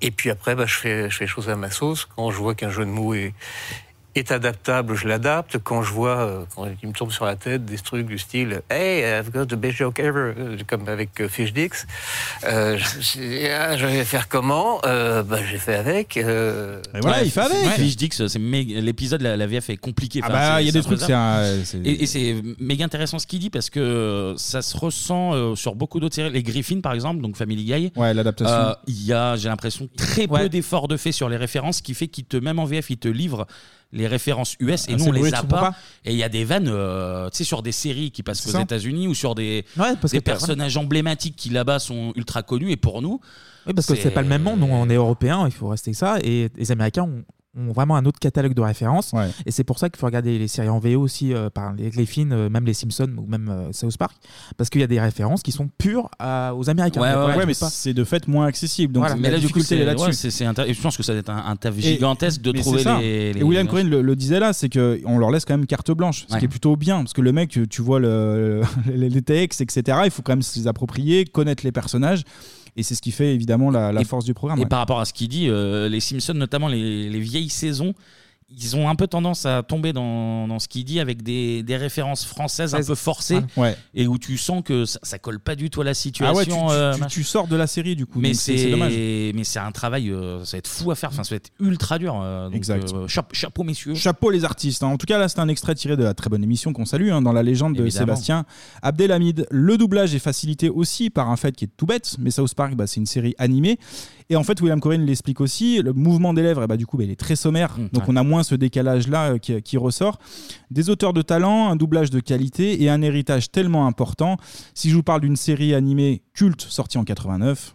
S20: Et puis après, bah, je, fais, je fais les choses à ma sauce. Quand je vois qu'un jeu de mots est, est adaptable, je l'adapte. Quand je vois, euh, quand il me tombe sur la tête, des trucs du style Hey, I've got the best joke ever, euh, comme avec euh, Fish Dicks, euh, je, je- ah, je vais faire comment euh, bah, J'ai fait avec. euh.
S1: Et Fish Dicks, c'est méga- l'épisode, la, la VF est compliquée.
S8: Ah bah,
S1: c'est-
S8: il y a
S1: c'est
S8: des trucs,
S1: improbable.
S9: euh,
S8: c'est un- c'est-
S1: Et, et c'est méga intéressant ce qu'il dit parce que euh, ça se ressent euh, sur beaucoup d'autres séries. Les Griffins, par exemple, donc Family Guy.
S8: Ouais, l'adaptation.
S1: euh, Il y a, j'ai l'impression, très peu d'efforts de fait sur les références, ce qui fait qu'ils te, même en VF, ils te livrent les références US et
S9: Ah,
S1: nous
S9: c'est
S1: on les
S9: brut,
S1: a
S9: tu
S1: pas.
S9: comprends pas.
S1: Et il y a des vannes, euh, tu sais, sur des séries qui passent
S9: C'est
S1: aux
S9: ça.
S1: États-Unis ou sur des,
S9: Ouais, parce
S1: des
S9: que t'as-
S1: personnages emblématiques qui là-bas sont ultra connus et pour nous.
S9: Oui, parce que c'est pas le même monde. Nous, on est européens, il faut rester ça. Et les Américains ont, ont vraiment un autre catalogue de références. Et c'est pour ça qu'il faut regarder les séries en VO aussi, euh, par les, les films, euh, même les Simpsons ou même euh, South Park, parce qu'il y a des références qui sont pures à- aux Américains.
S8: Ouais,
S9: Donc, voilà, tu
S8: mais
S9: peux pas.
S8: c'est de fait moins accessible. Donc
S1: Voilà. Mais
S8: la
S1: là, du coup,
S8: difficulté
S1: c'est
S8: elle est là-dessus.
S1: ouais, c'est- c'est intér- Je pense que ça doit être un, un taf
S8: Et-
S1: gigantesque de
S8: mais
S1: trouver
S8: c'est ça.
S1: les, les-
S8: Et William
S1: les-
S8: Corinne le, le disait là, c'est que on leur laisse quand même carte blanche, ce
S1: Ouais.
S8: qui est plutôt bien, parce que le mec, tu vois le, le- les textes, etc. Il faut quand même se les approprier, connaître les personnages, et c'est ce qui fait évidemment la, la force du programme.
S1: Et
S8: ouais.
S1: par rapport à ce qu'il dit, euh, les Simpsons, notamment les, les vieilles saisons, ils ont un peu tendance à tomber dans, dans ce qu'il dit avec des, des références françaises un
S8: Ouais,
S1: peu forcées
S8: ouais.
S1: et où tu sens que ça, ça colle pas du tout à la situation.
S8: ah ouais, tu, tu-
S1: euh,
S8: tu-
S1: machin.
S8: tu sors de la série du coup,
S1: mais
S8: donc c'est c'est
S1: c'est
S8: dommage.
S1: mais c'est un travail, euh, ça va être fou à faire, enfin, ça va être ultra dur. euh, donc,
S8: Exact.
S1: euh, chape- chapeau messieurs.
S8: Chapeau les artistes. hein. En tout cas, là, c'est un extrait tiré de la très bonne émission qu'on salue, hein, dans la légende de
S1: Évidemment.
S8: Sébastien Abdelhamid. Le doublage est facilité aussi par un fait qui est tout bête, mais South Park, bah, c'est une série animée. Et en fait, William Corrin l'explique aussi, le mouvement des lèvres, eh bah, du coup, bah, il est très sommaire. donc
S1: Mmh, ouais.
S8: on a moins ce décalage-là euh, qui, qui ressort. Des auteurs de talent, un doublage de qualité et un héritage tellement important. Si je vous parle d'une série animée culte sortie en 89,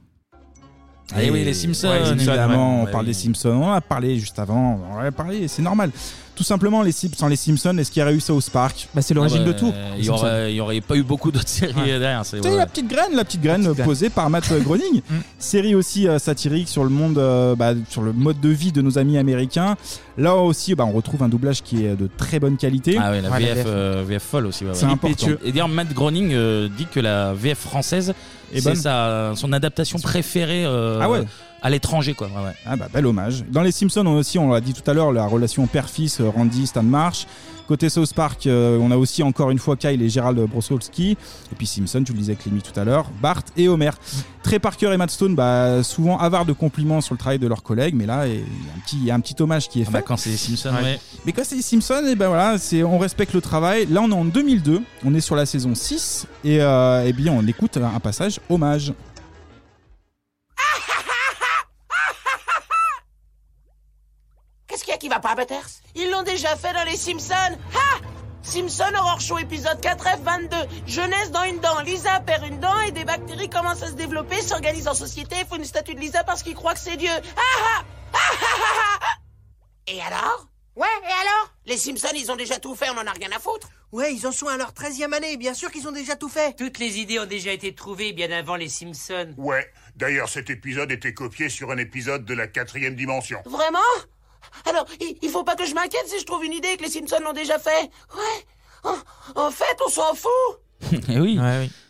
S1: Eh oui, les Simpsons,
S8: ouais, évidemment,
S1: évidemment,
S8: on
S1: ouais,
S8: parle
S1: oui.
S8: des Simpsons. On en a parlé juste avant. On en a parlé, c'est normal. Tout simplement, les Sim- sans les Simpsons, est-ce qu'il y aurait eu South Park
S9: C'est
S1: Ah bah, Il y aurait, il y aurait pas eu beaucoup d'autres séries
S8: Ouais.
S1: derrière. c'est-
S8: Tu sais,
S1: ouais,
S8: la
S1: ouais.
S8: petite graine, la petite graine posée par Matt Groening. Série aussi euh, satirique sur le monde, euh, bah, sur le mode de vie de nos amis américains. Là aussi, bah, on retrouve un doublage qui est de très bonne qualité.
S1: Ah ouais, la VF, euh, VF folle aussi. ouais, ouais.
S8: C'est
S1: Philippe
S8: important.
S1: Pétieux. Et d'ailleurs, Matt Groening euh, dit que la VF française,
S8: Et
S1: c'est
S8: bonne.
S1: sa- son adaptation préférée euh,
S8: Ah ouais.
S1: à à l'étranger, quoi. ouais, ouais.
S8: Ah bah bel hommage. Dans les Simpsons on a aussi, on l'a dit tout à l'heure, la relation père-fils, euh, Randy, Stan Marsh. Côté South Park, euh, on a aussi encore une fois Kyle et Gérald Brossowski. Et puis Simpson, tu le disais Clémy tout à l'heure, Bart et Homer. Trey Parker et Matt Stone, bah, souvent avares de compliments sur le travail de leurs collègues, mais là, il y a un petit, il y a un petit hommage qui est fait.
S1: bah, quand c'est les Simpsons, ouais.
S8: Mais quand c'est les Simpsons, et ben voilà, c'est, on respecte le travail. Là, on est en 2002, on est sur la saison 6, et, euh, eh bien on écoute un passage hommage.
S12: Qu'est-ce qu'il y a qui va pas, Butters Ils l'ont déjà fait dans les Simpsons Ha Simpson Horror Show épisode 4 F22 Jeunesse dans une dent, Lisa perd une dent et des bactéries commencent à se développer, s'organisent en société et font une statue de Lisa parce qu'ils croient que c'est Dieu. Ha ha Ha ha ha ha Et alors
S16: Ouais, et alors
S12: Les Simpsons, ils ont déjà tout fait, on en a rien à foutre
S16: Ouais, ils en sont à leur 13e année, bien sûr qu'ils ont déjà tout fait.
S17: Toutes les idées ont déjà été trouvées bien avant les Simpsons.
S11: Ouais, d'ailleurs cet épisode était copié sur un épisode de la quatrième dimension.
S12: Vraiment Alors, il, il faut pas que je m'inquiète si je trouve une idée et que les Simpsons l'ont déjà fait Ouais en, en fait, on s'en fout
S1: Eh oui.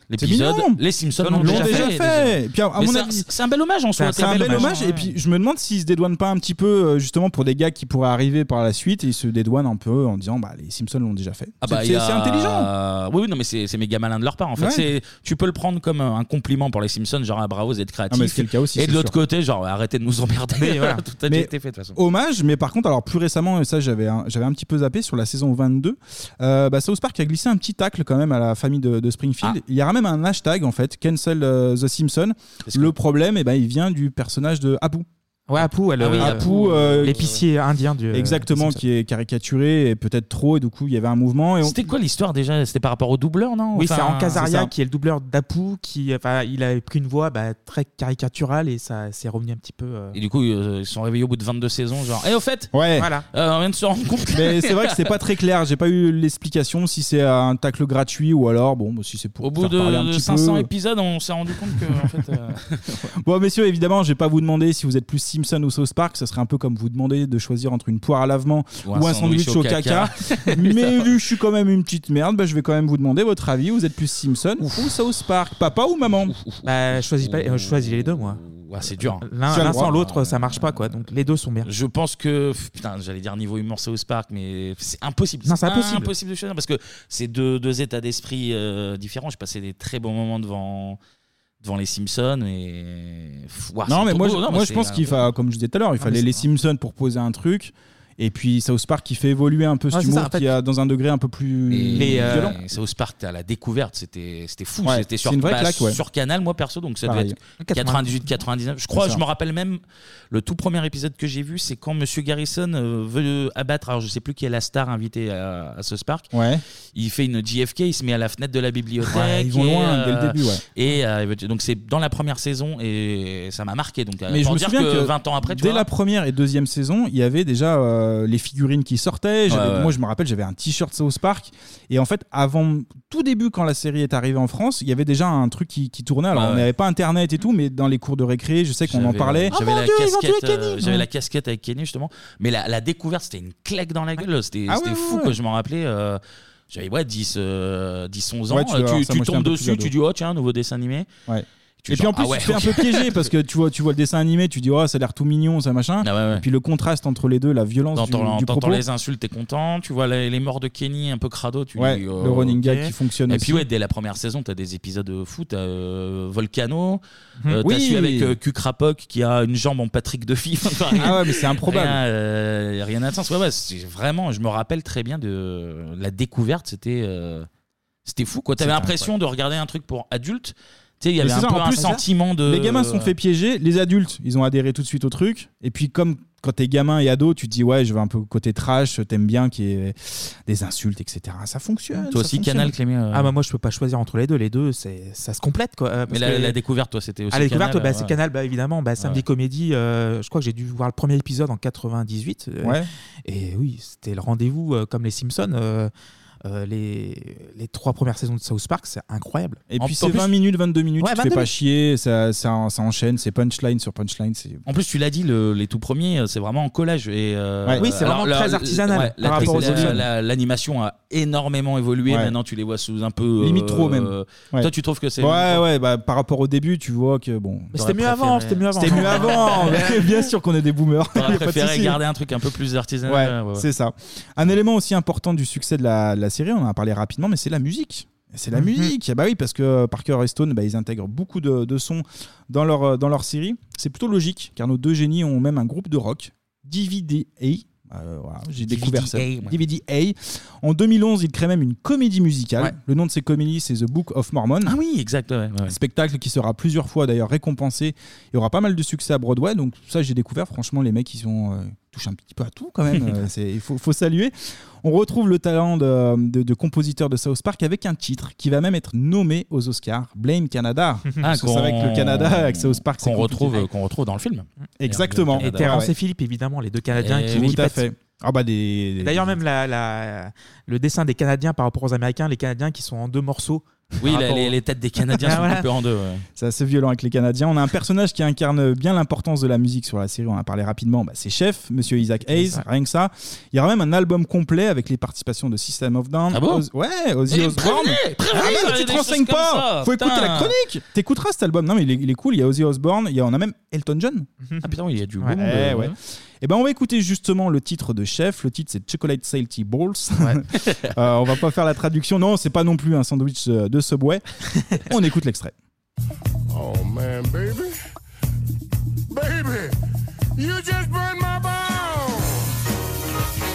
S1: L'épisode,
S8: mignon.
S1: les Simpsons
S8: Ils
S1: l'ont déjà, fait.
S8: fait. Et puis, à- à
S1: Mais
S8: mon
S1: c'est
S8: avis-
S1: un- c'est un bel hommage en soi.
S8: C'est un bel hommage. Et puis, je me demande s'ils se dédouanent pas un petit peu, euh, justement, pour des gars qui pourraient arriver par la suite. Ils se dédouanent un peu en disant, bah, les Simpsons l'ont déjà fait.
S1: Ah bah,
S8: c'est
S1: il y
S8: c'est-
S1: a-
S8: c'est intelligent.
S1: Oui, oui, non, mais c'est c'est méga malin de leur part. En fait,
S8: Ouais.
S1: C'est- tu peux le prendre comme un compliment pour les Simpsons, genre ah, bravo, vous êtes créatifs.
S8: Ah, mais c'est le cas aussi,
S1: et
S8: c'est
S1: de l'autre
S8: sûr.
S1: côté, genre arrêtez de nous emmerder.
S8: Mais voilà.
S1: Tout a déjà
S8: Mais
S1: été fait de toute façon.
S8: Hommage, mais par contre, alors plus récemment, et ça j'avais un, j'avais un petit peu zappé sur la saison 22, euh, bah, South Park a glissé un petit tacle quand même à la famille de, de Springfield.
S1: Ah.
S8: Il y aura même un hashtag en fait, Cancel euh, the Simpson. Le problème, eh ben, il vient du personnage de Apu.
S9: Ouais, Apu, elle,
S8: Ah oui,
S9: euh,
S8: Apu, euh,
S9: l'épicier indien
S1: euh,
S9: du.
S8: Exactement, qui est caricaturé et peut-être trop, et du coup il y avait un mouvement. Et on-
S1: C'était quoi l'histoire déjà C'était par rapport au doubleur, non
S9: Oui,
S1: Enfin,
S9: c'est en
S1: c'est ça.
S9: Casaria qui est le doubleur d'Apu, qui, enfin, il a pris une voix bah, très caricaturale et ça s'est revenu un petit peu. euh,
S1: Et du coup, euh, ils se sont réveillés au bout de 22 saisons, genre. Et au fait,
S8: Ouais.
S1: voilà. euh, on vient de se rendre compte.
S8: Mais c'est vrai que c'est pas très clair, j'ai pas eu l'explication si c'est un tacle gratuit ou alors, bon, bah, si c'est pour
S1: Au bout
S8: faire parler un
S1: de, de
S8: petit
S1: 500
S8: peu.
S1: épisodes, on s'est rendu compte que en fait, euh,
S8: Bon, bah, messieurs, évidemment, je vais pas vous demander si vous êtes plus Simpson ou South Park. Ça serait un peu comme vous demander de choisir entre une poire à lavement ou un, sandwich, au caca. Mais vu que je suis quand même une petite merde, bah, je vais quand même vous demander votre avis. Vous êtes plus Simpson ou South Park Papa ou Ah, maman
S9: Bah, je choisis, pas, euh, je choisis les deux, moi.
S1: ouais, c'est dur. hein.
S8: Tu
S9: L'un
S8: as le
S9: l'un
S8: droit.
S9: sans l'autre, ça marche pas, quoi. Donc les deux sont bien.
S1: Je pense que pff, putain, j'allais dire niveau humour South Park, mais c'est impossible.
S9: Non, c'est impossible.
S1: de choisir parce que c'est deux, deux états d'esprit euh, différents. Je passais des très bons moments devant devant les Simpsons et pff, ouah,
S8: Non,
S1: c'est
S8: mais
S1: trop
S8: moi,
S1: beau.
S8: je-
S1: Non, mais
S8: moi je
S1: c'est
S8: pense
S1: un-
S8: qu'il fa- comme je disais tout à l'heure, il
S1: mais
S8: fallait
S1: c'est
S8: les Simpsons pour poser un truc. Et puis South Park qui fait évoluer un peu ce
S1: Ouais, c'est
S8: humour
S1: ça, en fait.
S8: qui a dans un degré un peu plus
S1: Et, euh,
S8: violent.
S1: South Park, à la découverte, c'était c'était fou.
S8: Ouais,
S1: c'était sur,
S8: c'est une vraie
S1: bah,
S8: claque, ouais.
S1: sur Canal, moi perso, donc ça
S8: Pareil.
S1: devait être 98, 99. Je crois,
S8: C'est ça.
S1: je me rappelle même le tout premier épisode que j'ai vu, c'est quand Monsieur Garrison euh, veut abattre. Alors je sais plus qui est la star invitée à, à South Park.
S8: Ouais.
S1: Il fait une JFK, il se met à la fenêtre de la bibliothèque.
S8: Ouais, ils vont
S1: et,
S8: loin, dès le début, ouais.
S1: Et euh, il veut- donc c'est dans la première saison et ça m'a marqué. Donc euh,
S8: Mais je
S1: pour
S8: me
S1: dire
S8: souviens
S1: que
S8: que
S1: 20 ans après, tu
S8: dès
S1: vois,
S8: la première et deuxième saison, il y avait déjà euh, les figurines qui sortaient. J'avais-
S1: Ouais, ouais.
S8: Moi, je me rappelle, j'avais un t-shirt South Park. Et en fait, avant tout début, quand la série est arrivée en France, il y avait déjà un truc qui, qui tournait. Alors,
S1: Ouais,
S8: on
S1: ouais.
S8: n'avait pas Internet et tout, mais dans les cours de récré, je sais qu'on en
S1: J'avais- euh,
S8: parlait.
S1: J'avais la casquette, euh, j'avais la casquette avec Kenny justement, mais la, la découverte c'était une claque dans la gueule, c'était
S8: Ah
S1: c'était
S8: ouais, ouais,
S1: fou
S8: ouais.
S1: que je m'en rappelais. euh, j'avais ouais 10 euh, 10 11 ans,
S8: Ouais, tu
S1: euh,
S8: dois avoir
S1: tu,
S8: ça,
S1: tu
S8: moi, j'étais un
S1: tombes
S8: peu plus
S1: dessus,
S8: ado.
S1: tu dis oh tiens, nouveau dessin animé.
S8: Ouais.
S1: Tu
S8: Et puis en
S1: genre,
S8: plus,
S1: ah ouais,
S8: tu te fais un
S1: ok.
S8: peu piéger parce que tu vois, tu vois le dessin animé, tu dis oh, ça a l'air tout mignon, ça machin.
S1: Ah
S8: Et puis le contraste entre les deux, la violence du,
S1: T'entends
S8: du
S1: t'entends
S8: propos.
S1: les insultes, t'es content. Tu vois les, les morts de Kenny, un peu crado. Tu
S8: Ouais,
S1: dis,
S8: le
S1: oh,
S8: running
S1: ok.
S8: gag qui fonctionne
S1: Et
S8: aussi.
S1: puis, ouais, dès la première saison, t'as des épisodes de foot. T'as euh, Volcano.
S8: Mhm.
S1: euh, t'as
S8: Oui.
S1: celui avec euh, Kukrapok qui a une jambe en Patrick Duffy. Enfin,
S8: Ah ouais, mais c'est improbable.
S1: Rien, euh, rien à sens. Ouais, ouais, c'est vraiment, je me rappelle très bien de la découverte. C'était euh, c'était fou, quoi. T'avais
S8: C'était
S1: l'impression de regarder un truc pour adulte. Tu sais, il y
S8: Mais
S1: avait
S8: c'est
S1: un
S8: ça,
S1: peu
S8: en
S1: un
S8: plus,
S1: sentiment de.
S8: Les gamins se sont fait piéger, les adultes, ils ont adhéré tout de suite au truc. Et puis, comme quand t'es gamin et ado, tu te dis, ouais, je veux un peu côté trash, t'aimes bien qu'il y ait des insultes, etc. Ça fonctionne. ça fonctionne.
S1: euh,
S9: Ah bah moi je peux pas choisir entre les deux, les deux c'est ça se complète quoi. Euh,
S1: Mais
S9: parce
S1: la,
S9: que-
S1: la découverte, toi, c'était aussi.
S9: Ah, la découverte,
S1: Canal, euh,
S9: bah,
S1: ouais.
S9: c'est Canal, bah, évidemment. Bah, samedi
S1: Ouais.
S9: Comédie, euh, je crois que j'ai dû voir le premier épisode en 98. euh,
S1: Ouais.
S9: Et oui, c'était le rendez-vous euh, comme les Simpsons. euh, euh, les, les trois premières saisons de South Park, c'est incroyable.
S8: Et
S9: En-
S8: puis
S9: en
S8: c'est
S9: plus-
S8: 20 minutes, 22 minutes,
S9: Ouais,
S8: tu te
S9: 22
S8: fais pas
S9: minutes.
S8: chier, ça, ça, ça enchaîne, c'est punchline sur punchline. c'est-
S1: En plus, tu l'as dit, le- les tout premiers, euh, c'est vraiment en collage. Et, euh,
S8: Ouais. Oui, c'est
S1: alors,
S8: vraiment très artisanal
S1: la-
S8: par rapport aux
S1: la-
S8: autres.
S1: la- L'animation a énormément évolué.
S8: Ouais.
S1: Maintenant, tu les vois sous un peu. euh,
S8: Limite trop même. Ouais.
S1: Toi, tu trouves que c'est.
S8: Ouais, ouais, bah, par rapport au début, tu vois que bon.
S1: c'était mieux avant, c'était mieux avant.
S8: C'était mieux avant. mais Bien sûr qu'on est des boomers.
S1: T'aurais
S8: y a pas de
S1: préféré
S8: souci.
S1: garder un truc un peu plus artisanal.
S8: Ouais,
S1: ouais, ouais.
S8: c'est ça. Un élément aussi important du succès de la, de la série, on en a parlé rapidement, mais c'est la musique. C'est la
S1: Mhm.
S8: musique. Ah Bah oui, parce que Parker et Stone, bah, ils intègrent beaucoup de, de sons dans leur, euh, dans leur série. C'est plutôt logique, car nos deux génies ont même un groupe de rock, DVDA. Euh, voilà, j'ai découvert ça.
S1: ouais.
S8: DVDA. En 2011, ils créent même une comédie musicale. Le nom de ces comédies, c'est The Book of Mormon. Ah
S1: oui, exact.
S8: Spectacle qui sera plusieurs fois d'ailleurs récompensé. Il y aura pas mal de succès à Broadway. Donc ça, j'ai découvert. Franchement, les mecs, ils ont euh, touchent un petit peu à tout quand même. Euh, c'est- Il faut, faut saluer. On retrouve le talent de, de- de compositeur de South Park avec un titre qui va même être nommé aux Oscars, Blame Canada.
S9: Ah,
S8: Parce que c'est vrai que le Canada avec South Park, c'est
S1: Ah, qu'on
S8: compliqué.
S1: retrouve, euh, qu'on retrouve dans le film.
S8: Exactement.
S9: Et Terrence et Philippe, évidemment, les deux Canadiens
S1: Et
S9: qui
S1: Eh tout
S9: qui
S1: à
S9: pètent.
S1: fait.
S8: Ah bah des.
S9: D'ailleurs, même la, la- le dessin des Canadiens par rapport aux Américains, les Canadiens qui sont en deux morceaux.
S1: Oui,
S9: par
S1: la-
S9: rapport
S1: les,
S9: aux-
S1: les têtes des Canadiens sont
S9: Ah, Voilà.
S1: coupées en deux. ouais.
S8: C'est assez violent avec les Canadiens. On a un personnage qui incarne bien l'importance de la musique sur la série. On en a parlé rapidement. Bah, c'est Chef, Monsieur Isaac Hayes,
S9: Ouais.
S8: rien que ça. Il y aura même un album complet avec les participations de System of Down.
S1: Ah bon
S8: Oz- Ouais, Ozzy
S1: Eh,
S8: Osbourne.
S1: prévenez, prévenez,
S8: Ah, mais
S1: des
S8: tu te
S1: choses
S8: renseignes
S1: comme
S8: pas.
S1: ça,
S8: Faut écouter
S1: putain.
S8: la chronique. T'écouteras cet album. Non, mais il est, il est cool. Il y a Ozzy Osbourne. Il y a, on a même Elton John.
S1: Ah putain, oui, il y a du
S8: Ouais,
S1: monde,
S8: ouais.
S1: euh,
S8: ouais. Et ben on va écouter justement le titre de Chef. Le titre c'est Chocolate Salty Balls. Euh, on va pas faire la traduction. Non, c'est pas non plus un sandwich euh, de Subway. on écoute l'extrait.
S2: Oh man, baby. Baby, you just burned my balls.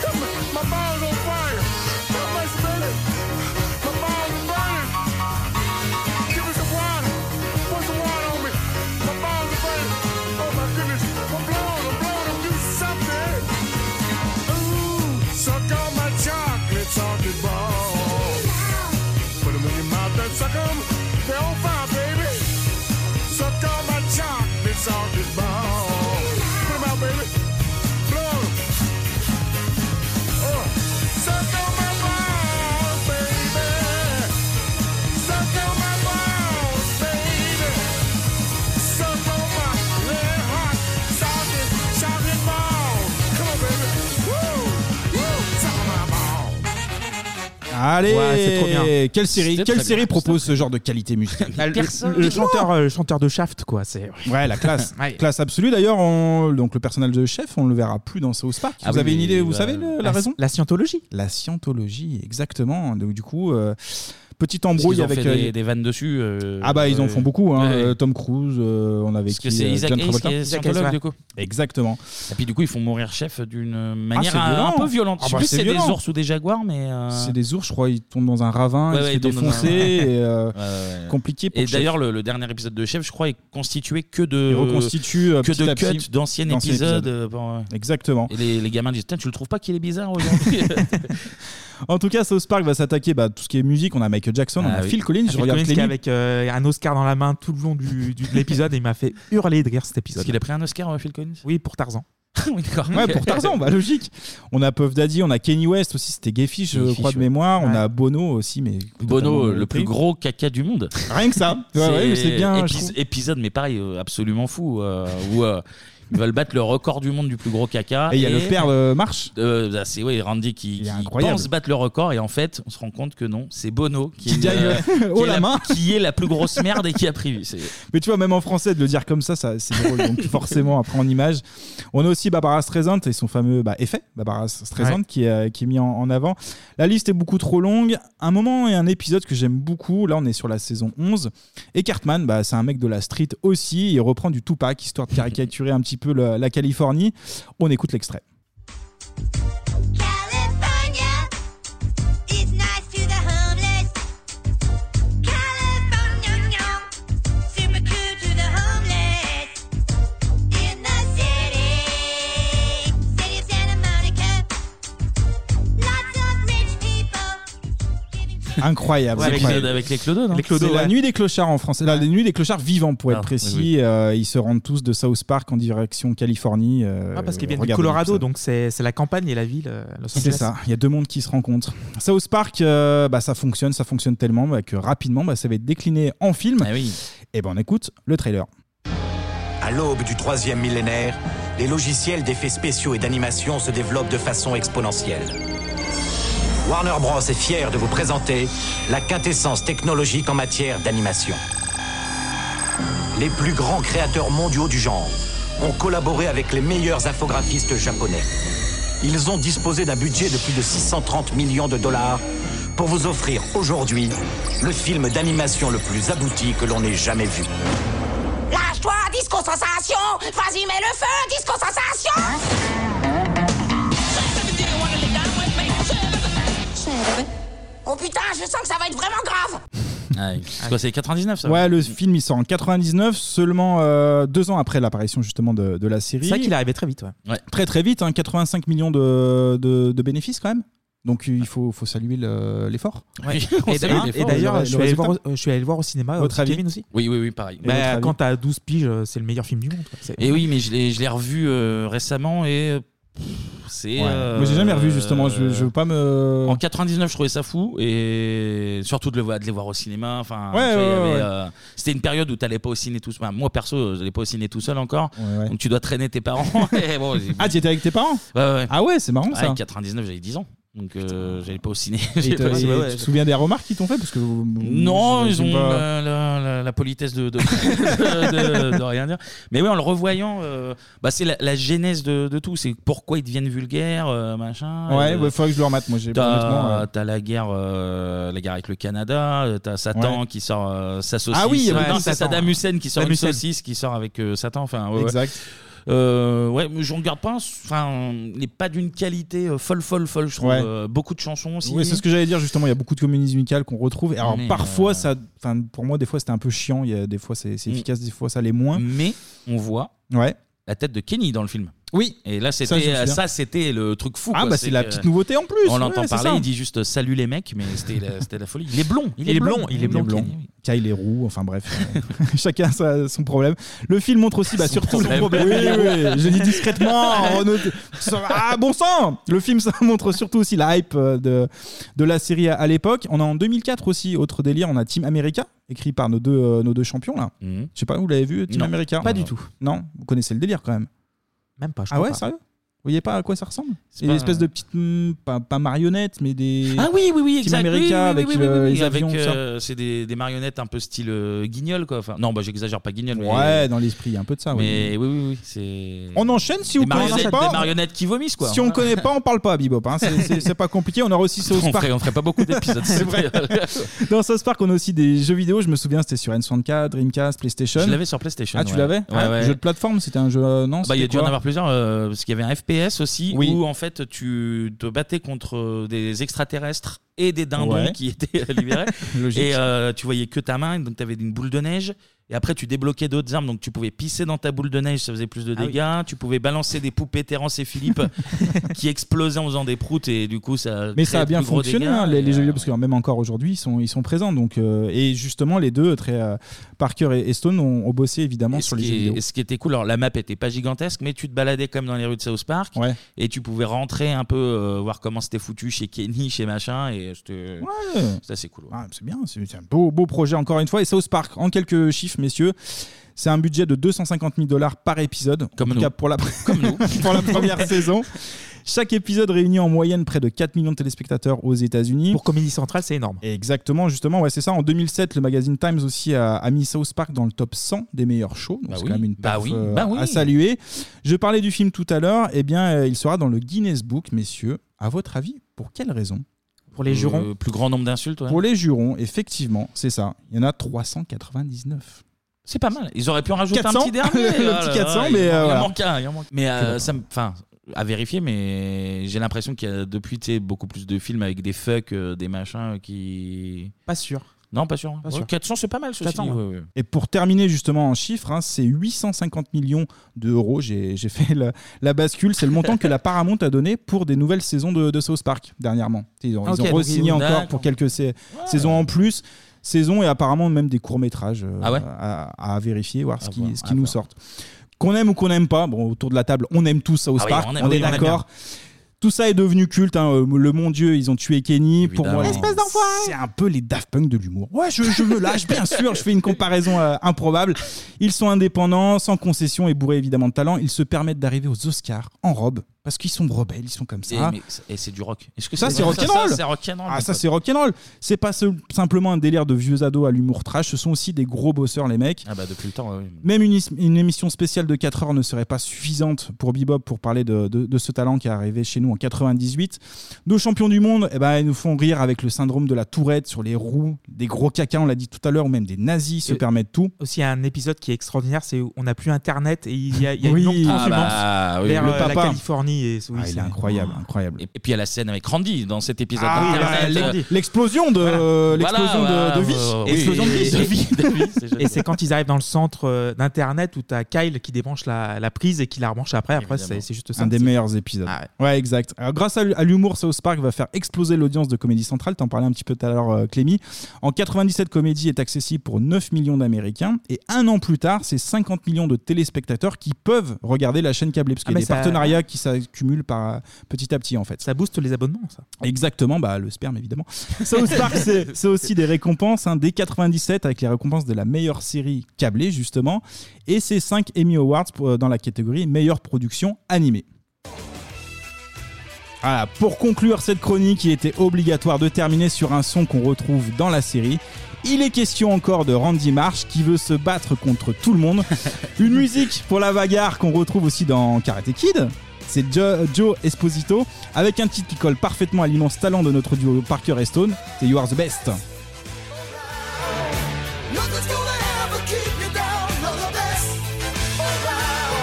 S2: Come on, My balls on fire. Come on, baby. My balls are burning. Give me some water. Put some water on me. My balls are burning. Oh my goodness. I'm blown. I'm blown. I'm doing something. Ooh, suck on my chocolate salted balls. Put 'em in your mouth and suck 'em. They're on fire, baby. Suck all my chocolates on this ball. Put 'em out, baby. Blow 'em. Uh, suck all my balls, baby. Suck all my balls, baby. Suck all my red hot salted chocolate balls. Come on, baby. Woo, woo. Suck all my balls.
S8: Allez,
S9: Ouais, c'est trop bien.
S8: quelle série,
S9: C'était
S8: quelle
S9: très
S8: série
S9: bien,
S8: propose ce genre de qualité musicale
S9: Ah, Le-
S8: Personne.
S9: le, le chanteur, euh, le chanteur de Shaft, quoi. C'est
S8: Ouais, la classe,
S9: Ouais.
S8: classe absolue. D'ailleurs, on- donc le personnage de chef, on le verra plus dans South Park.
S9: Ah
S8: vous
S9: oui,
S8: avez une idée,
S9: il
S8: vous
S1: euh,
S9: va-
S8: savez le- la,
S9: La-
S8: raison
S9: La scientologie.
S8: La scientologie, exactement. Donc du coup, euh, petite
S1: Parce qu'ils
S8: embrouille
S1: ont
S8: avec
S1: fait des,
S8: euh,
S1: des vannes dessus. euh,
S8: Ah bah ils en
S1: ouais.
S8: font beaucoup. Hein.
S1: Ouais.
S8: Euh, Tom Cruise, euh, on avait
S1: Parce que c'est Isaac Hayes qui est scientologue, du coup.
S8: Exactement. Ah,
S1: Et puis du coup, ils font mourir chef d'une manière
S8: c'est
S1: un-
S8: violent.
S1: un peu violente.
S8: Ah
S1: Je sais
S8: bah,
S1: plus
S8: c'est
S1: si c'est des
S8: violent.
S1: ours ou des jaguars, mais. euh,
S8: C'est des ours, je crois, ils tombent dans un ravin,
S1: Ouais,
S8: ils
S1: ouais,
S8: se font
S1: ils tombent dans un-
S8: défoncer. et, euh,
S1: Ouais, ouais, ouais.
S8: Compliqué pour
S1: Et
S8: Chef.
S1: d'ailleurs, le, le dernier épisode de Chef, je crois, est constitué que de.
S8: Il reconstitue, euh,
S1: que
S8: petit
S1: de
S8: à petit
S1: cuts d'anciens
S8: d'anciens
S1: épisodes.
S8: épisodes.
S1: euh, bon, ouais.
S8: Exactement.
S1: Et les, les gamins disent Tiens, tu le trouves pas qu'il est bizarre aujourd'hui
S8: En tout cas, South Park va s'attaquer bah, tout ce qui est musique. On a Michael Jackson,
S1: Ah
S8: on a Phil Collins. je
S9: Ah Phil
S8: regarde
S9: Collins qui est
S8: Clémy.
S9: avec euh, un Oscar dans la main tout le long du, du- de l'épisode et il m'a fait hurler de rire cet épisode.
S1: Parce qu'il a pris un Oscar, euh, Phil Collins
S9: Oui, pour Tarzan.
S1: Oui, d'accord.
S8: Ouais, pour Tarzan, bah logique. On a Puff Daddy, on a Kenny West aussi, c'était Gayfish, euh, je
S1: Gayfish,
S8: crois, de
S1: ouais.
S8: mémoire. On
S1: Ouais.
S8: a Bono aussi, mais. totalement
S1: Bono, euh, le
S8: repris.
S1: plus gros caca du monde.
S8: Rien que ça. Ouais, ouais, mais c'est bien, je
S1: épis-
S8: trouve.
S1: épisode, mais pareil, euh, absolument fou. euh, où euh, ils veulent battre le record du monde du plus gros caca.
S8: Et il y a le père euh, Marche.
S1: Euh, bah, c'est oui, Randy qui, qui
S8: incroyable.
S1: pense battre le record et en fait on se rend compte que non, c'est Bono qui,
S8: Qui gagne, ouais.
S1: qui
S8: Haut
S1: est
S8: la main.
S1: qui est la plus grosse merde et qui a pris. C'est-
S8: Mais tu vois, même en français, de le dire comme ça, ça c'est drôle. Donc forcément, après en image. On a aussi Barbara Streisand et son fameux bah, effet, Barbara Streisand,
S9: Ouais.
S8: qui, est, euh, qui est mis en, en avant. La liste est beaucoup trop longue. Un moment et un épisode que j'aime beaucoup. Là, on est sur la saison 11. Et Cartman, bah, c'est un mec de la street aussi. Il reprend du Tupac, histoire de caricaturer un petit peu le- la Californie. On écoute l'extrait.
S14: California is nice to the homeless. California, yum, super cool to the homeless. In the city, city of Santa Monica, lots of rich people.
S8: Incroyable.
S1: Ouais, avec
S8: incroyable.
S1: les- avec les clodos, non
S8: Les
S1: C'est
S8: la
S1: ouais.
S8: nuit des clochards en France. La nuit des clochards vivants, pour être
S1: Ah,
S8: précis.
S1: oui,
S8: Euh, ils se rendent tous de South Park en direction Californie. euh,
S9: Ah, parce qu'ils viennent du
S8: regardez
S9: Colorado,
S8: l'épisode.
S9: donc c'est c'est la campagne et la ville. euh, Los
S8: C'est
S9: Angeles.
S8: ça, il y a deux mondes qui se rencontrent. South Park, euh, bah, ça fonctionne, ça fonctionne tellement bah, que rapidement, bah, ça va être décliné en
S1: Ah
S8: film. Et ben on écoute le trailer.
S21: À l'aube du troisième millénaire, les logiciels d'effets spéciaux et d'animation se développent de façon exponentielle. Warner Bros. est fier de vous présenter la quintessence technologique en matière d'animation. Les plus grands créateurs mondiaux du genre ont collaboré avec les meilleurs infographistes japonais. Ils ont disposé d'un budget de plus de 630 millions de dollars pour vous offrir aujourd'hui le film d'animation le plus abouti que l'on ait jamais vu.
S10: Lâche-toi, disco sensation Vas-y, mets le feu, disco sensation
S16: Oh putain, je sens que ça va être vraiment grave
S1: C'est quoi, c'est 99 ça
S8: Ouais, le film il sort en 99, seulement euh, deux ans après l'apparition justement de, de la série.
S9: C'est vrai qu'il est arrivé très vite. Ouais.
S8: Très très vite, hein, 85 millions de, de- de bénéfices quand même. Donc il faut, faut saluer le- l'effort.
S9: Et d'ailleurs, et d'ailleurs, je, suis allé le voir au- euh, je suis allé le voir au cinéma.
S8: Votre
S9: euh,
S8: avis
S9: Kevin aussi
S1: Oui, oui, oui, pareil.
S9: Bah, quand t'as 12 piges, euh, c'est le meilleur film du monde. quoi. C'est-
S1: Et oui, mais je l'ai, je l'ai revu euh, récemment et. euh, pff, C'est.
S8: Ouais.
S1: euh,
S8: Moi, j'ai jamais revu, justement, je- je veux pas euh. me-
S1: En 99, je trouvais ça fou et surtout de, le, voir- de les voir au cinéma. Enfin,
S8: Ouais,
S1: tu vois, il y
S8: ouais,
S1: avait,
S8: ouais.
S1: euh, c'était une période où t'allais pas au ciné tout seul. Enfin, moi perso, j'allais pas au ciné tout seul encore.
S8: Ouais, ouais.
S1: Donc tu dois traîner tes parents. Et bon, j'ai-
S8: Ah, tu étais avec tes parents Ah ouais, c'est marrant
S1: Ouais,
S8: ça.
S1: 99, j'avais 10 ans. Donc euh, j'allais pas au ciné.
S8: Et
S1: J'allais
S8: t'as-
S1: pas au
S8: et
S1: ciné, ouais,
S8: tu
S1: ouais.
S8: te souviens des remarques qu'ils t'ont fait parce que vous-
S1: Non,
S8: vous-
S1: ils
S8: vous-
S1: ont euh, la,
S8: pas-
S1: la- la- la politesse de, de- de- de- de rien dire. Mais oui, en le revoyant, euh, bah, c'est la, la genèse de, de tout. C'est pourquoi ils deviennent vulgaires, euh, machin.
S8: Ouais,
S1: Euh,
S8: ouais, faudrait que je le remate. Moi, j'ai pas honnêtement,
S1: T'as
S8: euh,
S1: t'as la guerre, euh, la guerre avec le Canada. euh, T'as Satan
S8: Ouais.
S1: qui sort euh, sa saucisse.
S8: Ah oui, il y avait
S1: Euh,
S8: une
S1: non, c'est
S8: Satan.
S1: Saddam Hussein qui sort
S8: Saddam
S1: une
S8: Hussein.
S1: saucisse qui sort avec euh, Satan. Enfin, ouais, ouais.
S8: Exact.
S1: Euh, ouais, mais je regarde pas. un- Enfin, il n'est pas d'une qualité euh, folle, folle, folle. Je trouve
S8: Ouais.
S1: Euh, beaucoup de chansons aussi.
S8: Oui, c'est ce que j'allais dire justement. Il y a beaucoup de comédies musicales qu'on retrouve. Et alors
S1: Mais, euh,
S8: parfois, ça, enfin pour moi, des fois c'était un peu chiant. Il y a des fois c'est c'est efficace, des fois ça l'est moins.
S1: Mm. Mais on voit
S8: ouais.
S1: la tête de Kenny dans le film.
S8: Oui.
S1: Et là,
S8: Ça, je me
S1: c'était euh,
S8: souviens.
S1: ça, c'était le truc fou.
S8: Ah,
S1: quoi.
S8: bah, c'est la
S1: que-
S8: petite nouveauté en plus,
S1: On
S8: ouais,
S1: l'entend
S8: c'est
S1: parler,
S8: ça.
S1: il dit juste salut les mecs, mais c'était la, c'était la folie. Il est blond, il, est, blond, Kenny.
S8: Kyle est roux. Enfin bref, euh, chacun a son problème. Le film montre aussi, bah,
S1: Son
S8: surtout
S1: problème.
S8: Oui, oui, j'ai dit discrètement. en note- ça- ah bon sang Le film ça montre surtout aussi la hype euh, de de la série à, à l'époque. On a en 2004 aussi autre délire. On a Team America écrit par nos deux euh, nos deux champions là.
S1: Mhm.
S8: Je sais pas, vous l'avez vu Team
S1: Non,
S8: America
S1: pas du tout.
S8: Non, vous connaissez le délire quand même.
S9: Même pas. je
S8: Ah
S9: crois
S8: ouais,
S9: pas.
S8: sérieux Vous voyez pas à quoi ça ressemble C'est
S9: pas-
S8: une espèce de petite. hmm, pas, pas marionnette, mais des.
S1: Ah oui, oui, oui,
S8: Team
S1: exact. Oui, oui,
S8: America
S1: oui,
S8: avec
S1: oui, oui,
S8: le-
S1: oui,
S8: les
S1: avec,
S8: avions, tout ça.
S1: euh, c'est des, des marionnettes un peu style euh, guignol, quoi. Enfin, non, bah j'exagère pas guignol. mais-
S8: Ouais, dans l'esprit, il y a un peu de ça. oui.
S1: Mais oui, oui, oui, c'est.
S8: On enchaîne si
S1: Des
S8: vous connaissez
S1: marionnettes-
S8: pas.
S1: des marionnettes qui vomissent, quoi.
S8: Si on connaît pas, on parle pas, Bibop. hein. C'est- C'est c'est pas compliqué. On aura aussi South
S1: on
S8: Park.
S1: ferait, on ferait pas beaucoup d'épisodes.
S8: C'est vrai. Dans South Park, on a aussi des jeux vidéo. Je me souviens, c'était sur N64, Dreamcast, PlayStation.
S1: Je l'avais sur PlayStation,
S8: Ah, tu
S1: ouais.
S8: l'avais
S1: Ouais,
S8: Ah,
S1: ouais.
S8: Jeu de plateforme, c'était un jeu. euh, Non,
S1: Bah, il y a
S8: c'était
S1: dû en
S8: quoi
S1: avoir plusieurs, euh, parce qu'il y avait un FPS aussi,
S8: Oui.
S1: où en fait tu te battais contre euh, des extraterrestres et des dindons
S8: Ouais.
S1: qui étaient euh, libérés.
S8: Logique.
S1: et euh, tu voyais que ta main, donc tu avais une boule de neige. Et après, tu débloquais d'autres armes, donc tu pouvais pisser dans ta boule de neige, ça faisait plus de
S8: Ah oui.
S1: dégâts. Tu pouvais balancer des poupées Terence et Philippe qui explosaient en faisant des proutes, et du coup, ça.
S8: Mais
S1: créait
S8: ça a
S1: de
S8: bien
S1: euh, plus gros
S8: fonctionné,
S1: dégâts. euh,
S8: hein, les, les jeux vidéo, parce que même encore aujourd'hui, ils sont, ils sont présents. Donc, euh, et justement, les deux, très, euh, Parker et et Stone, ont, ont bossé évidemment
S1: Et
S8: sur
S1: ce, qui
S8: les jeux
S1: est-
S8: vidéo.
S1: et ce qui était cool, alors la map était pas gigantesque, mais tu te baladais comme dans les rues de South Park et tu pouvais rentrer un peu, euh, voir comment c'était foutu chez Kenny, chez machin, et c'était c'était assez cool. ouais.
S8: Ah, c'est bien, c'est c'est un beau, beau projet encore une fois. Et South Park, en quelques chiffres, messieurs, c'est un budget de 250 000 dollars par épisode, Comme en tout cas pour la, pour la première saison. Chaque épisode réunit en moyenne près de 4 millions de téléspectateurs aux États-Unis. Pour Comédie Centrale, c'est énorme. Exactement, justement, ouais, c'est ça. En 2007, le magazine Times aussi a, a mis South Park dans le top 100 des meilleurs shows. Donc
S1: Bah
S8: c'est
S1: oui,
S8: quand même une
S1: bah
S8: perf,
S1: oui,
S8: euh,
S1: bah oui.
S8: à saluer. Je parlais du film tout à l'heure. Eh bien, euh, il sera dans le Guinness Book, messieurs. À votre avis, pour quelle raison Pour
S1: Euh, plus grand nombre d'insultes. ouais.
S8: pour les jurons, effectivement, c'est ça. Il y en a 399.
S1: C'est pas mal. Ils auraient pu en rajouter
S8: 400,
S1: un petit dernier.
S8: le
S1: Oh là
S8: petit
S1: là,
S8: 400,
S1: il
S8: mais,
S1: en-
S8: euh,
S1: il en
S8: voilà.
S1: manque un, il en manque. Mais euh,
S8: C'est pas
S1: ça, me- enfin, à vérifier. Mais j'ai l'impression qu'il y a depuis tu sais, beaucoup plus de films avec des fucks, euh, des machins qui.
S9: Pas sûr.
S1: Non, pas sûr. Ouais,
S9: sûr.
S1: 400, c'est pas mal, ceci
S9: 400,
S1: dit,
S9: ouais.
S1: ouais, ouais.
S8: Et pour terminer justement en chiffres, hein, c'est 850 millions d'euros. J'ai j'ai fait la, la bascule. C'est le montant que la Paramount a donné pour des nouvelles saisons de, de South Park dernièrement. Ils ont, ils
S9: Ok,
S8: ont
S9: donc
S8: re-signé
S9: ils ont-
S8: encore
S9: d'accord.
S8: pour quelques sa- saisons en plus. Saisons et apparemment même des courts-métrages euh,
S9: Ah ouais
S8: à, à vérifier, voir ce qui,
S9: voir,
S8: ce
S9: à
S8: qui nous sortent. Qu'on aime ou qu'on n'aime pas, bon, autour de la table, on aime tous South
S9: Ah oui,
S8: Park,
S9: on aime-
S8: on,
S9: oui,
S8: est
S9: on aime
S8: d'accord. Tout ça est devenu culte. hein. Euh, Le mon Dieu, ils ont tué Kenny. Pour moi,
S9: Espèce
S8: c'est un peu les Daft Punk de l'humour. Ouais, je, je me lâche, bien sûr. Je fais une comparaison euh, improbable. Ils sont indépendants, sans concession et bourrés évidemment de talent. Ils se permettent d'arriver aux Oscars en robe parce qu'ils sont rebelles, ils sont comme
S1: Et,
S8: ça.
S1: mais- et c'est du rock. Est-ce que
S8: Ça, c'est rock'n'roll.
S1: Ça, c'est rock'n'roll.
S8: Ah,
S1: mon
S8: ça,
S1: pote.
S8: c'est rock'n'roll. C'est pas seul- simplement un délire de vieux ados à l'humour trash. Ce sont aussi des gros bosseurs, les mecs.
S1: Ah bah depuis le temps, ouais, oui.
S8: Même une, is- une émission spéciale de 4 heures ne serait pas suffisante pour Bebop pour parler de, de- de ce talent qui est arrivé chez nous en 98. Nos champions du monde, eh ben, ils nous font rire avec le syndrome de la tourette sur les roues, des gros caca, on l'a dit tout à l'heure, ou même des nazis se
S9: Et-
S8: permettent tout.
S9: Aussi, il y a un épisode qui est extraordinaire, c'est où on n'a plus Internet et il y a, il y a une longue
S1: Ah
S9: transhumance
S1: bah, oui,
S9: vers
S1: le
S9: euh, la
S1: papa.
S9: Californie. Et, oui,
S1: Ah, il
S9: c'est
S1: est
S8: incroyable, incroyable.
S1: Et, et puis il y a la scène avec Randy dans cet épisode.
S8: Ah oui,
S1: d'Internet.
S8: la-
S1: Euh,
S8: l'ex- l'explosion de euh, l'explosion
S1: Voilà,
S8: de, de
S1: ouais,
S8: vie.
S1: ouais, ouais,
S8: Explosion de
S1: oui,
S8: vie.
S1: et- et-
S9: Et c'est quand ils arrivent dans le centre euh, d'internet où t'as Kyle qui débranche la, la prise et qui la rebranche après. Après, c'est c'est juste ça.
S8: un des meilleurs épisodes. ouais. exact. Alors, grâce à l- à l'humour, South Park va faire exploser l'audience de Comédie Centrale. T'en parlais un petit peu tout à l'heure, euh, Clémy. En 97, Comédie est accessible pour 9 millions d'Américains. Et un an plus tard, c'est 50 millions de téléspectateurs qui peuvent regarder la chaîne câblée. Parce qu'il y a
S9: Ah, mais
S8: des
S9: ça-
S8: partenariats qui s'accumulent par, euh, petit à petit, en fait.
S9: Ça booste les abonnements, ça.
S8: Exactement, bah, le sperme, évidemment. South Park, c'est c'est aussi des récompenses. hein. dès 97, avec les récompenses de la meilleure série câblée, justement. Et c'est 5 Emmy Awards pour- euh, dans la catégorie meilleure production animée. Voilà, Ah, pour conclure cette chronique, il était obligatoire de terminer sur un son qu'on retrouve dans la série. Il est question encore de Randy Marsh qui veut se battre contre tout le monde. Une musique pour la bagarre qu'on retrouve aussi dans Karate Kid. C'est Jo- Joe Esposito avec un titre qui colle parfaitement à l'immense talent de notre duo Parker et Stone. C'est You Are the Best.
S2: Nothing's gonna ever keep you down, you're the best. Around. oh,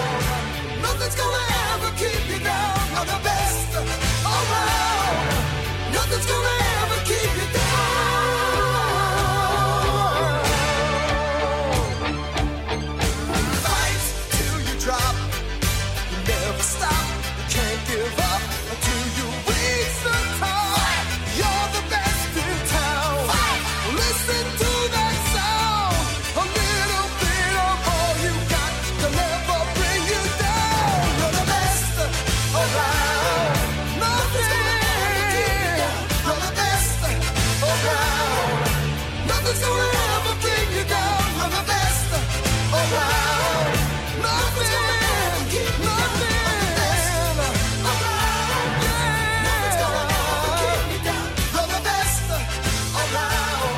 S2: Nothing's gonna ever keep you down, you're the best. Around. Nothing's gonna ever keep you down. Fight till you drop. You never stop. You can't give up until you reach the top. You're the best in town. Listen to that sound. A little bit of all you got will never bring you down. You're the best around. Nothing's gonna ever keep you down. You're the best around. Nothing's gonna ever bring you down. You're the best around. Nothing's gonna ever keep you down. You're the best around.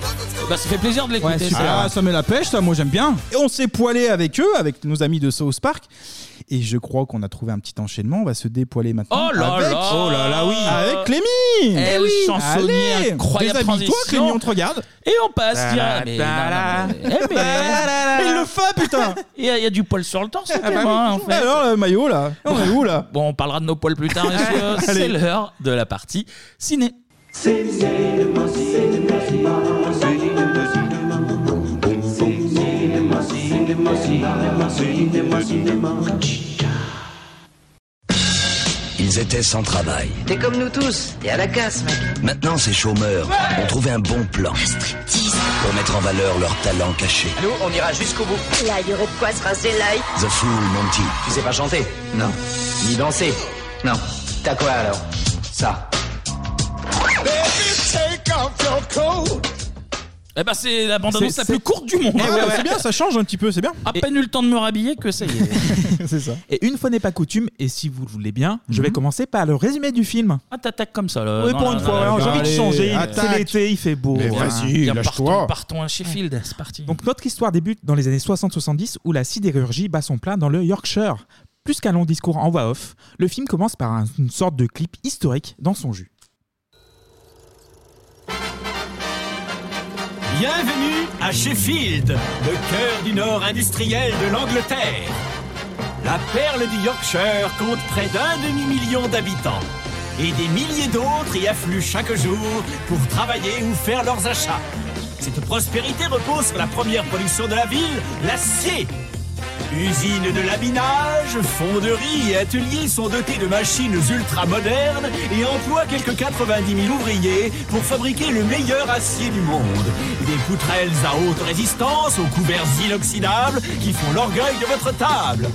S2: Nothing's gonna ever keep you down. You're the best around.
S1: Bah, ça fait plaisir de l'écouter.
S8: super. Ah, ça met la pêche, ça, moi j'aime bien. Et on s'est poilé avec eux, avec nos amis de South Park. Et je crois qu'on a trouvé un petit enchaînement. On va se dépoiler
S1: Oh
S8: maintenant.
S1: là
S8: avec...
S1: là
S8: Oh là là, oui Avec Clémy
S1: Elle chansonnier,
S8: Mmh. Allez
S1: incroyable
S8: Déshabille-toi,
S1: transition.
S8: Clémy, on te regarde
S1: Et on passe direct. Mais non, non, mais- eh, mais-
S8: Il le fait, putain
S1: Il y, a- il y a du poil sur le torse.
S8: Ah bah
S1: Clément, hein, en
S8: oui.
S1: fait.
S8: Alors, le maillot, là On est où, là
S1: Bon, on parlera de nos poils plus tard, messieurs. C'est
S8: Allez.
S1: l'heure de la partie ciné.
S3: Ils étaient sans travail.
S22: T'es comme nous tous, t'es à la casse, mec.
S3: Maintenant, ces chômeurs ont trouvé un bon plan pour mettre en valeur leur talent caché.
S22: Nous, on ira jusqu'au bout. Là, il y aurait de quoi se raser l'œil.
S3: The Fool Monty.
S22: Tu sais pas chanter Non. Ni danser Non. T'as quoi alors Ça.
S2: Baby, take off your coat.
S1: Eh ben, c'est Eh la bande annonce
S8: C'est-
S1: la plus
S8: c'est-
S1: courte du monde.
S8: Ah, bah, C'est bien, ça change un petit peu, c'est bien.
S1: À peine eu le temps de me rhabiller que ça y est.
S8: C'est ça. Mhm.
S9: Et une fois n'est pas coutume, et si vous le voulez bien, je vais commencer par le résumé du film.
S1: Ah, t'attaques comme ça là.
S8: Euh,
S9: oui,
S1: Non,
S9: pour
S1: non,
S9: une
S1: non,
S9: fois,
S1: non,
S9: ouais, j'ai envie de
S1: allez,
S9: changer.
S1: attaque.
S9: C'est l'été, il fait beau. hein.
S1: Mais
S9: Voilà.
S1: vas-y, Bien, partons, lâche-toi. partons à Sheffield, c'est parti.
S9: Donc notre histoire débute dans les années 60-70 où la sidérurgie bat son plein dans le Yorkshire. Plus qu'un long discours en voix off, le film commence par un- une sorte de clip historique dans son jus.
S23: Bienvenue à Sheffield, le cœur du nord industriel de l'Angleterre. La perle du Yorkshire compte près d'un demi-million d'habitants. et des milliers d'autres y affluent chaque jour pour travailler ou faire leurs achats. Cette prospérité repose sur la première production de la ville, l'acier. Usines de laminage, fonderies et ateliers sont dotés de machines ultra modernes et emploient quelque 90 000 ouvriers pour fabriquer le meilleur acier du monde. Des poutrelles à haute résistance aux couverts inoxydables qui font l'orgueil de votre table.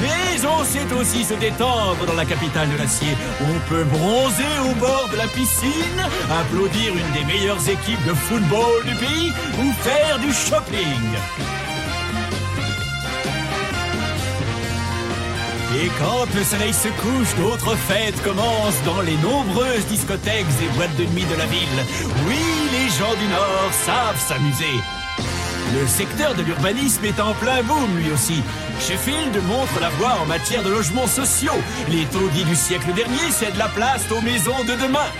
S23: Mais on sait aussi se détendre dans la capitale de l'acier. On peut bronzer au bord de la piscine, applaudir une des meilleures équipes de football du pays ou faire du shopping. Et quand le soleil se couche, d'autres fêtes commencent dans les nombreuses discothèques et boîtes de nuit de la ville. Oui, les gens du Nord savent s'amuser. Le secteur de l'urbanisme est en plein boom lui aussi. Sheffield montre la voie en matière de logements sociaux. Les taudis du siècle dernier cèdent la place aux maisons de demain.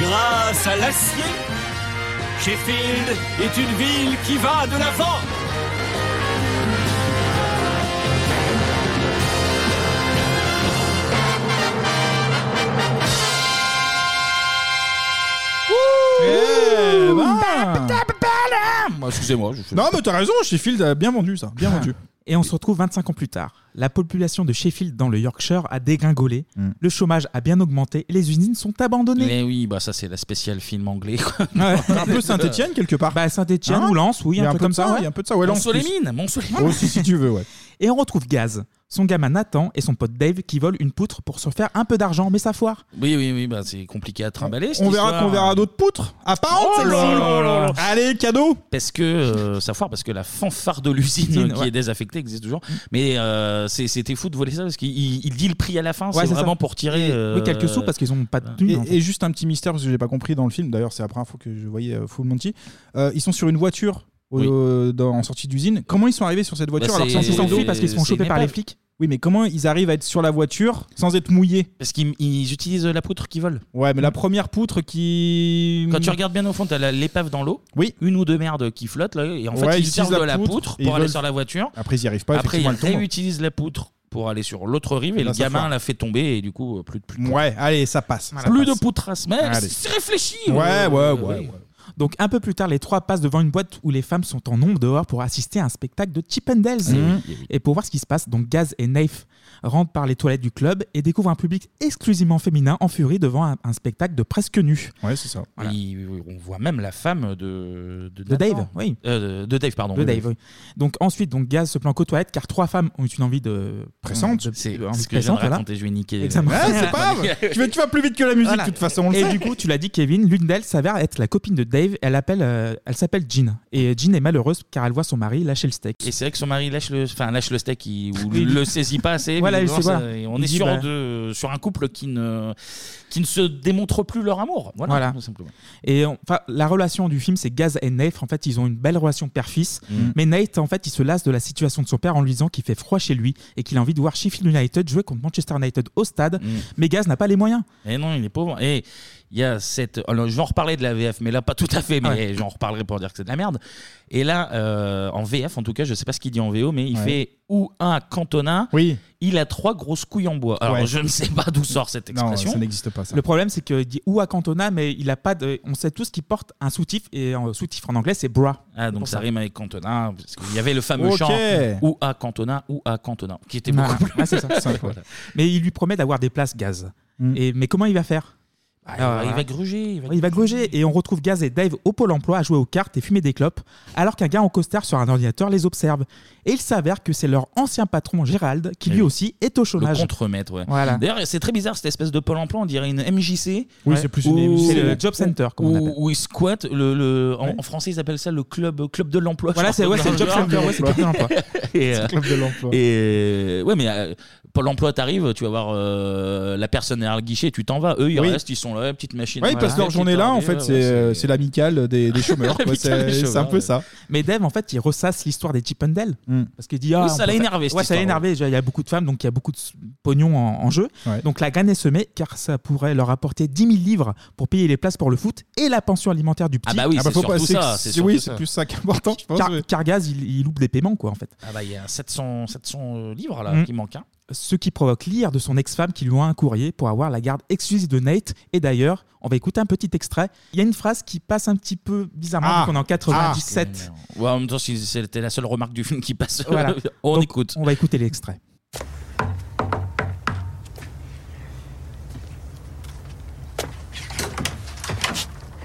S23: Grâce à l'acier, Sheffield est une ville qui va de l'avant.
S8: Eh ben.
S9: bah,
S1: Bah, Excusez-moi. je-
S8: Non, mais t'as raison, Sheffield a bien vendu ça. Bien vendu.
S9: Et on se retrouve 25 ans plus tard. La population de Sheffield dans le Yorkshire a dégringolé,
S8: Mm.
S9: le chômage a bien augmenté et les usines sont abandonnées.
S1: Mais oui, bah ça c'est la spéciale film anglais. quoi.
S8: un peu Saint-Étienne quelque part.
S9: Bah Saint-Étienne
S1: Hein
S9: ou Lens, oui,
S1: Il y
S9: un,
S1: a un
S9: peu
S1: peu
S9: comme
S1: de
S9: ça.
S1: ça,
S9: ouais.
S1: il y a un peu de ça, ouais, Lens, Mons-les-Mines, plus. Mons-les-Mines.
S9: Oh,
S1: si- si
S8: tu veux, ouais.
S9: Et on retrouve Gaz, son gamin Nathan et son pote Dave qui volent une poutre pour se faire un peu d'argent, mais ça foire.
S1: Oui, oui, oui, bah c'est compliqué à trimballer. cette
S8: On verra
S1: histoire.
S8: qu'on verra d'autres poutres. Apparentes,
S1: Oh là là là là.
S8: celle-ci. Allez, cadeau.
S1: Parce que euh, ça foire, parce que la fanfare de l'usine
S8: Usine,
S1: qui
S8: ouais.
S1: est désaffectée existe toujours. Mais euh, c'est- c'était fou de voler ça parce qu'il il- il dit le prix à la fin.
S8: Ouais,
S1: c'est
S8: c'est ça.
S1: vraiment pour tirer. euh,
S9: ont pas de
S1: thunes, en
S8: Et,
S1: fait.
S8: juste un petit mystère parce que j'ai pas compris dans le film. D'ailleurs, c'est la première fois que je voyais euh, Full Monty. Euh, ils sont sur une voiture au-
S1: Oui.
S8: euh, dans- en sortie d'usine. Comment ils sont arrivés sur cette voiture
S1: Bah,
S8: alors
S1: c'est-
S8: qu'ils sont
S1: c'est-
S8: sans
S1: c'est-
S8: dos
S1: parce qu'ils se font c'est choper une par les épave.
S9: flics
S8: Oui, mais comment ils arrivent à être sur la voiture sans être mouillés
S1: Parce qu'ils ils utilisent la poutre qui vole.
S8: Ouais, mais la première poutre qui.
S1: Quand tu regardes bien au fond, t'as la- l'épave dans l'eau.
S8: Oui.
S1: Une ou deux merdes qui flottent là, et en fait
S8: Ouais,
S1: ils,
S8: utilisent
S1: servent de la poutre,
S8: et
S1: pour
S8: ils
S1: aller
S8: veulent-
S1: sur la voiture.
S8: Après, ils n'y arrivent pas.
S1: Après ils
S8: effectivement, elles tombent.
S1: réutilisent la poutre pour aller sur l'autre rive et,
S8: Et là,
S1: le
S8: ça
S1: gamin
S8: foire.
S1: la fait tomber et du coup euh, plus de plus de
S8: Ouais, allez, ça passe.
S1: poutre. plus de poutrasse. Mais
S8: Allez.
S1: c'est réfléchi. hein.
S8: Ouais, ouais, ouais, ouais.
S9: Donc un peu plus tard, les trois passent devant une boîte où les femmes sont en nombre dehors pour assister à un spectacle de Chippendales.
S8: Mhm.
S9: Et pour voir ce qui se passe, donc Gaz et Naif rentrent par les toilettes du club et découvrent un public exclusivement féminin en furie devant un, un spectacle de presque nu.
S8: Ouais, c'est ça.
S1: on voit même la femme de de,
S9: De
S1: Nathan.
S9: Dave, oui.
S1: Euh, de- de Dave, pardon.
S9: De
S1: Oui,
S9: Dave, oui. Donc ensuite, donc Gaz se planque aux toilettes car trois femmes ont une envie de
S1: Pressante.
S9: de-
S1: C'est
S9: de-
S1: ce que je viens de
S9: pressante, voilà.
S1: raconter, je vais niquer.
S9: Exactement.
S1: Ouais, c'est pas
S8: grave. tu, vas, tu vas plus vite que la musique, de toute façon. on le
S9: Et
S8: sait.
S9: du coup, tu l'as dit, Kevin, l'une d'elles s'avère être la copine de Dave. Elle appelle, euh, elle s'appelle Jean. Et Jean est malheureuse car elle voit son mari lâcher le steak.
S1: Et c'est vrai que son mari lâche le, enfin lâche le steak, il, ou
S9: Oui.
S1: le saisit pas assez.
S9: Voilà,
S1: mais
S9: il
S1: vraiment,
S9: sait,
S1: ça-
S9: voilà.
S1: On
S9: Il
S1: est
S9: dit,
S1: sur euh,
S9: bah-
S1: de, sur un couple qui ne, qui ne se démontre plus leur amour. Voilà.
S9: Voilà.
S1: tout simplement.
S9: Et on- enfin, la relation du film, c'est Gaz et Naif. En fait, ils ont une belle relation père-fils.
S1: Mhm.
S9: Mais Nate, en fait, il se lasse de la situation de son père en lui disant qu'il fait froid chez lui et qu'il a envie de voir Sheffield United jouer contre Manchester United au
S1: Mm.
S9: stade. Mais Gaz n'a pas les moyens.
S1: Et Eh non, il est pauvre. Et il y a cette. Alors, je vais en reparler de la VF, mais là, pas tout à fait, mais
S9: Ouais.
S1: j'en reparlerai pour dire que c'est de la merde. Et là, euh, en VF, en tout cas, je sais pas ce qu'il dit en VO, mais il
S9: Ouais.
S1: fait ou un cantonin,
S8: oui.
S1: il a trois grosses couilles en bois. Alors,
S9: Ouais.
S1: je ne sais pas d'où sort cette expression.
S9: Le problème, c'est qu'il dit ou à Cantona, mais il a pas de. On sait tous qu'il porte un soutif et un soutif en anglais, c'est bra.
S1: Ah, donc
S9: Pour
S1: ça,
S9: ça.
S1: rime avec Cantona, parce qu'il y avait le fameux
S9: Ok.
S1: chant ou à Cantona ou à Cantona, qui était beaucoup
S9: Voilà.
S1: plus.
S9: Ah, c'est ça, c'est ça.
S1: Voilà. Hmm.
S9: Mais il lui promet d'avoir des places Gaz. Et, mais comment il va faire
S1: Ah, il va- il va gruger, il va
S9: gruger. Et on retrouve Gaz et Dave au pôle emploi à jouer aux cartes et fumer des clopes, alors qu'un gars en costard sur un ordinateur les observe. Et il s'avère que c'est leur ancien patron Gérald qui lui aussi est au
S1: Le
S9: chômage.
S1: contre-maître, ouais.
S9: Voilà.
S1: D'ailleurs, c'est très bizarre cette espèce de pôle emploi, on dirait une MJC.
S9: Oui, c'est plus une
S1: Où-
S9: MJC. C'est le job center, comme on
S1: où-
S9: appelle.
S1: Où ils squattent, le, le- euh, en,
S9: Ouais.
S1: en français ils appellent ça le club, euh, club de l'emploi.
S9: Voilà,
S1: je
S9: c'est-
S1: crois,
S9: ouais,
S1: dans
S9: c'est le job
S1: genre.
S9: center, ouais, c'est le club de l'emploi.
S1: Et, euh,
S9: C'est le club de l'emploi.
S1: Et ouais, mais euh, pôle emploi, t'arrives, tu vas voir euh, la personne derrière le guichet, tu t'en vas. Eux, ils
S8: Oui.
S1: restent, ils sont là, petite machine.
S8: Ouais, ils
S1: à
S8: passent leur
S1: café,
S8: journée là, en
S1: petite
S8: fait,
S1: arrivée,
S8: c'est euh, c'est l'amicale des, des chômeurs. quoi.
S9: Putain,
S8: C'est
S9: les
S8: c'est un
S9: chômeurs,
S8: peu ça. Hmm.
S9: Mais Dave, en fait, il ressasse l'histoire des Chippendales. Parce qu'il dit. Ah,
S1: Oui,
S9: on
S1: ça
S9: peut
S1: l'a
S9: faire-
S1: énervé, cette
S9: Ouais, ça l'a
S1: histoire,
S9: énervé. Il y a beaucoup de femmes, donc il y a beaucoup de s- pognon en, en jeu.
S8: Ouais.
S9: Donc la graine est semée, car ça pourrait leur apporter 10 000 livres pour payer les places pour le foot et la pension alimentaire du petit.
S1: Ah bah oui, c'est
S8: faut
S1: surtout
S8: passer-
S1: ça, c'est surtout
S8: oui, c'est
S1: ça.
S8: plus ça qui est important, je pense.
S9: Car,
S8: oui.
S9: Cargaz, il, il loupe des paiements, quoi, en fait.
S1: Ah bah il y a 700, 700 livres là
S9: Mm.
S1: qui manquent. hein.
S9: ce qui provoque l'ire de son ex-femme qui lui envoie un courrier pour avoir la garde exclusive de Nate. Et d'ailleurs, on va écouter un petit extrait. Il y a une phrase qui passe un petit peu bizarrement,
S1: Ah.
S9: qu'on est en 97.
S1: Ouais, en même temps, si c'était la seule remarque du film qui passe.
S9: Voilà.
S1: On
S9: Donc,
S1: écoute.
S9: On va écouter l'extrait.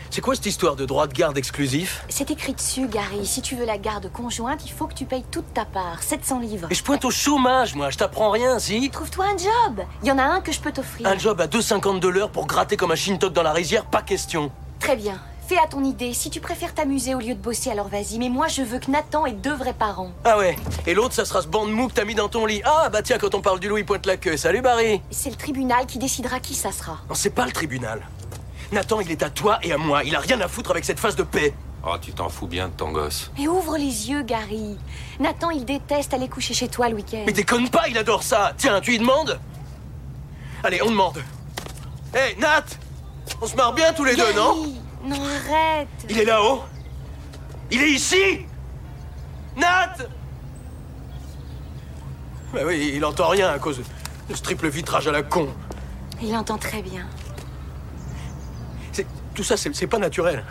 S7: C'est quoi cette histoire de droit de garde exclusif
S19: C'est écrit dessus, Gary. Si tu veux la garde conjointe, il faut que tu payes toute ta part, 700 livres.
S7: Et je pointe au chômage, moi, je t'apprends rien, si
S19: Trouve-toi un job. Il y en a un que je peux t'offrir.
S7: Un job à 2,50 de l'heure pour gratter comme un shintok dans la rizière, pas question.
S19: Très bien. Fais à ton idée. Si tu préfères t'amuser au lieu de bosser, alors vas-y. Mais moi, je veux que Nathan ait deux vrais parents.
S7: Ah ouais, et l'autre, ça sera ce banc de mou que t'as mis dans ton lit. Ah bah tiens, quand on parle du loup, il pointe la queue. Salut Barry
S19: C'est le tribunal qui décidera qui ça sera.
S7: Non, c'est pas le tribunal. Nathan, il est à toi et à moi, il a rien à foutre avec cette phase de paix.
S21: Oh, tu t'en fous bien de ton gosse.
S19: Mais ouvre les yeux, Gary. Nathan, il déteste aller coucher chez toi le week-end.
S7: Mais déconne pas, il adore ça Tiens, tu y demandes Allez, on demande. Hé, Nat On se marre bien tous les deux, non
S19: Non, arrête.
S7: Il est là-haut Il est ici Nat Bah oui, il entend rien à cause de ce triple vitrage à la con.
S19: Il entend très bien.
S7: C'est- Tout ça, c'est c'est pas naturel.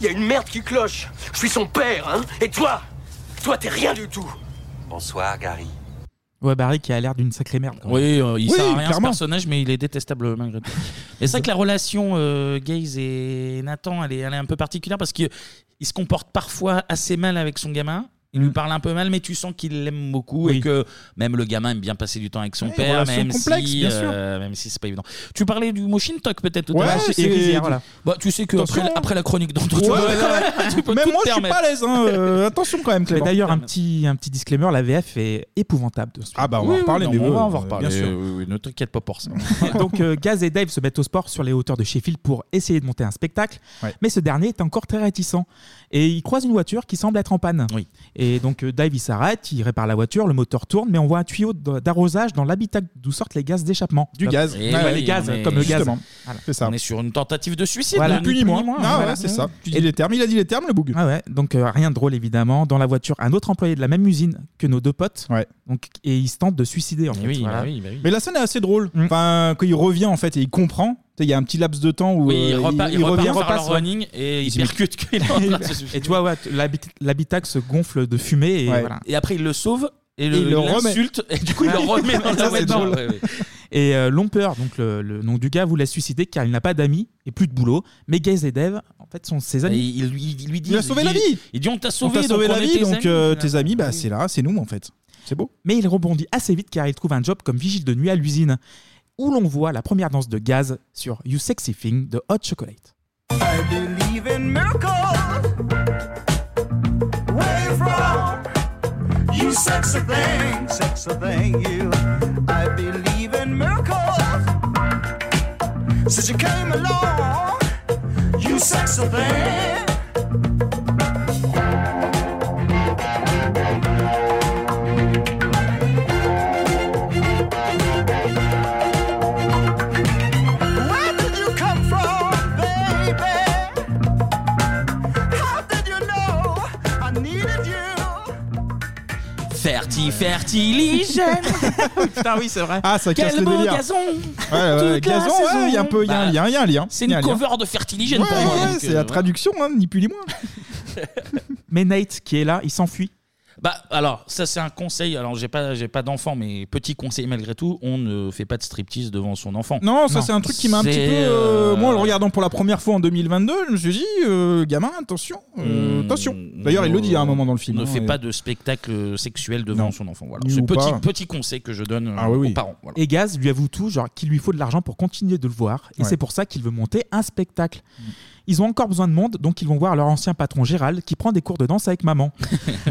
S7: Il y a une merde qui cloche. Je suis son père, hein Et toi Toi, t'es rien du tout
S21: Bonsoir, Gary.
S9: Ouais, Barry qui a l'air d'une sacrée merde. quand même.
S1: Oui, euh, il
S9: Oui,
S1: sert à rien ce
S9: clairement.
S1: personnage, mais il est détestable euh, malgré tout. Et c'est vrai que la relation euh, Gaze et Nathan, elle est, elle est un peu particulière parce qu'il il se comporte parfois assez mal avec son gamin. Il lui parle un peu mal, mais tu sens qu'il l'aime beaucoup et que même le gamin aime bien passer du temps avec son
S9: Oui,
S1: père,
S9: relation
S1: même,
S9: complexe,
S1: si,
S9: bien sûr.
S1: euh, même si c'est pas évident. Tu parlais du mot Shintok peut-être tout
S9: Ouais,
S1: à l'heure.
S9: c'est-
S1: C'est-
S9: Rizière, voilà.
S1: Bah, tu sais que après,
S9: Attention.
S1: après la chronique d'entre
S9: Ouais, ouais,
S1: tu peux
S8: Même
S1: tout
S8: moi,
S1: te
S8: je suis
S1: permettre.
S8: pas à l'aise. hein, euh, attention quand même,
S9: Mais
S8: Clément.
S9: d'ailleurs, un petit, un petit disclaimer, la VF est épouvantable. De ce ah
S8: bah, on va en reparler, mais
S9: on va
S8: bon,
S9: en
S8: euh,
S9: reparler.
S8: bien sûr.
S1: Oui, oui, ne t'inquiète pas pour ça.
S9: Donc euh, Gaz et Dave se mettent au sport sur les hauteurs de Sheffield pour essayer de monter un spectacle, mais ce dernier est encore très réticent et il croise une voiture qui semble être en panne. Et donc euh, Dave il s'arrête, il répare la voiture, le moteur tourne, mais on voit un tuyau d- d'arrosage dans l'habitacle d'où sortent les gaz d'échappement.
S8: Du gaz.
S9: Ouais,
S8: Ah
S1: Bah,
S9: ouais,
S8: oui,
S9: les gaz,
S8: mais
S9: comme le gaz.
S8: justement.
S1: C'est ça. On est sur une tentative de suicide.
S9: Voilà.
S1: ni
S9: Ni
S1: plus
S9: moins.
S1: ni moins.
S9: Ah ouais,
S1: Voilà. hein.
S9: c'est ça. Tu
S1: Et-
S9: dis les termes, il a dit les termes, le boug. Ah ouais, donc euh, rien de drôle évidemment. Dans la voiture, un autre employé de la même usine que nos deux potes. Donc, et ils se tentent de suicider en fait.
S1: oui,
S9: voilà. Mm.
S1: bah oui, bah oui.
S8: Mais la scène est assez drôle. Enfin, Euh, quand il revient en fait et il comprend, tu sais, il y a un petit laps de temps où
S1: Oui, il
S8: euh,
S1: repart, il repart faire leur
S8: ouais.
S1: running et il
S8: Ils imitent.
S1: percute qu'il est en train de se suicider.
S9: Et tu vois, ouais, t- l'habit- l'habitacle se gonfle de fumée et
S1: Ouais.
S9: voilà.
S1: Et après, il le sauve et le-
S9: Et il le
S1: il l'insulte
S9: remet.
S1: et du coup, il le remet dans
S9: Ça,
S1: la
S9: c'est
S1: voiture.
S9: drôle.
S1: Ouais, ouais.
S9: Et euh, Lomper, donc le, le nom du gars, voulait se suicider car il n'a pas d'amis et plus de boulot. Mais Gaze et Dev, en fait, sont ses amis.
S1: Il, lui, dit
S8: Il a sauvé la vie.
S1: Il dit on t'a
S8: On
S1: sauvé,
S8: t'a sauvé
S1: donc
S8: la
S1: on est
S8: vie,
S1: tes
S8: donc
S1: amis,
S8: euh,
S1: voilà.
S8: tes amis, bah c'est là, c'est nous en fait. C'est beau.
S9: Mais il rebondit assez vite car il trouve un job comme vigile de nuit à l'usine où l'on voit la première danse de Gaz sur You Sexy Thing de Hot Chocolate.
S2: I believe in miracles. Way from you sexy thing, sexy thing, you. I believe in miracles. Since you came along, you sexy thing. Where did you come from, baby? How did you know I needed you?
S1: Ferti, fertiligène.
S9: Putain, oui, c'est vrai.
S8: Ah, ça
S1: Quel
S8: casse le
S1: beau
S8: délire.
S1: gazon.
S8: Ouais, ouais,
S1: Toute la
S8: gazon, ouais, il y a
S1: saison.
S8: un peu, il y a un
S1: Bah,
S8: lien, il y a un lien.
S1: C'est
S8: Il y a
S1: une
S8: un lien.
S1: cover de fertiligène
S8: Ouais,
S1: pour moi.
S8: ouais,
S1: donc,
S8: c'est
S1: euh,
S8: la
S1: voilà.
S8: traduction, hein, ni plus ni moins.
S9: Mais Nate, qui est là, il s'enfuit.
S1: Bah alors ça c'est un conseil. Alors j'ai pas j'ai pas d'enfant mais petit conseil malgré tout, on ne fait pas de striptease devant son enfant.
S8: Non, ça c'est un truc qui m'a un petit
S1: C'est,
S8: peu. euh,
S1: euh,
S8: Moi, en le regardant pour la première fois en 2022, je me suis dit, euh, gamin, attention, euh, attention. D'ailleurs, il le dit à un moment dans le film.
S1: Hmm. Ne
S8: hein,
S1: fait
S8: et-
S1: pas de spectacle sexuel devant
S8: Non.
S1: son enfant. Voilà.
S8: Ou
S1: C'est petit,
S8: pas. Ah
S1: petit conseil que je donne euh, aux parents. voilà.
S9: Ah Et Gaz lui avoue tout, genre qu'il lui faut de l'argent pour continuer de le voir. Et
S1: Ouais.
S9: c'est pour ça qu'il veut monter un spectacle. Ils ont encore besoin de monde, donc ils vont voir leur ancien patron Gérald qui prend des cours de danse avec maman.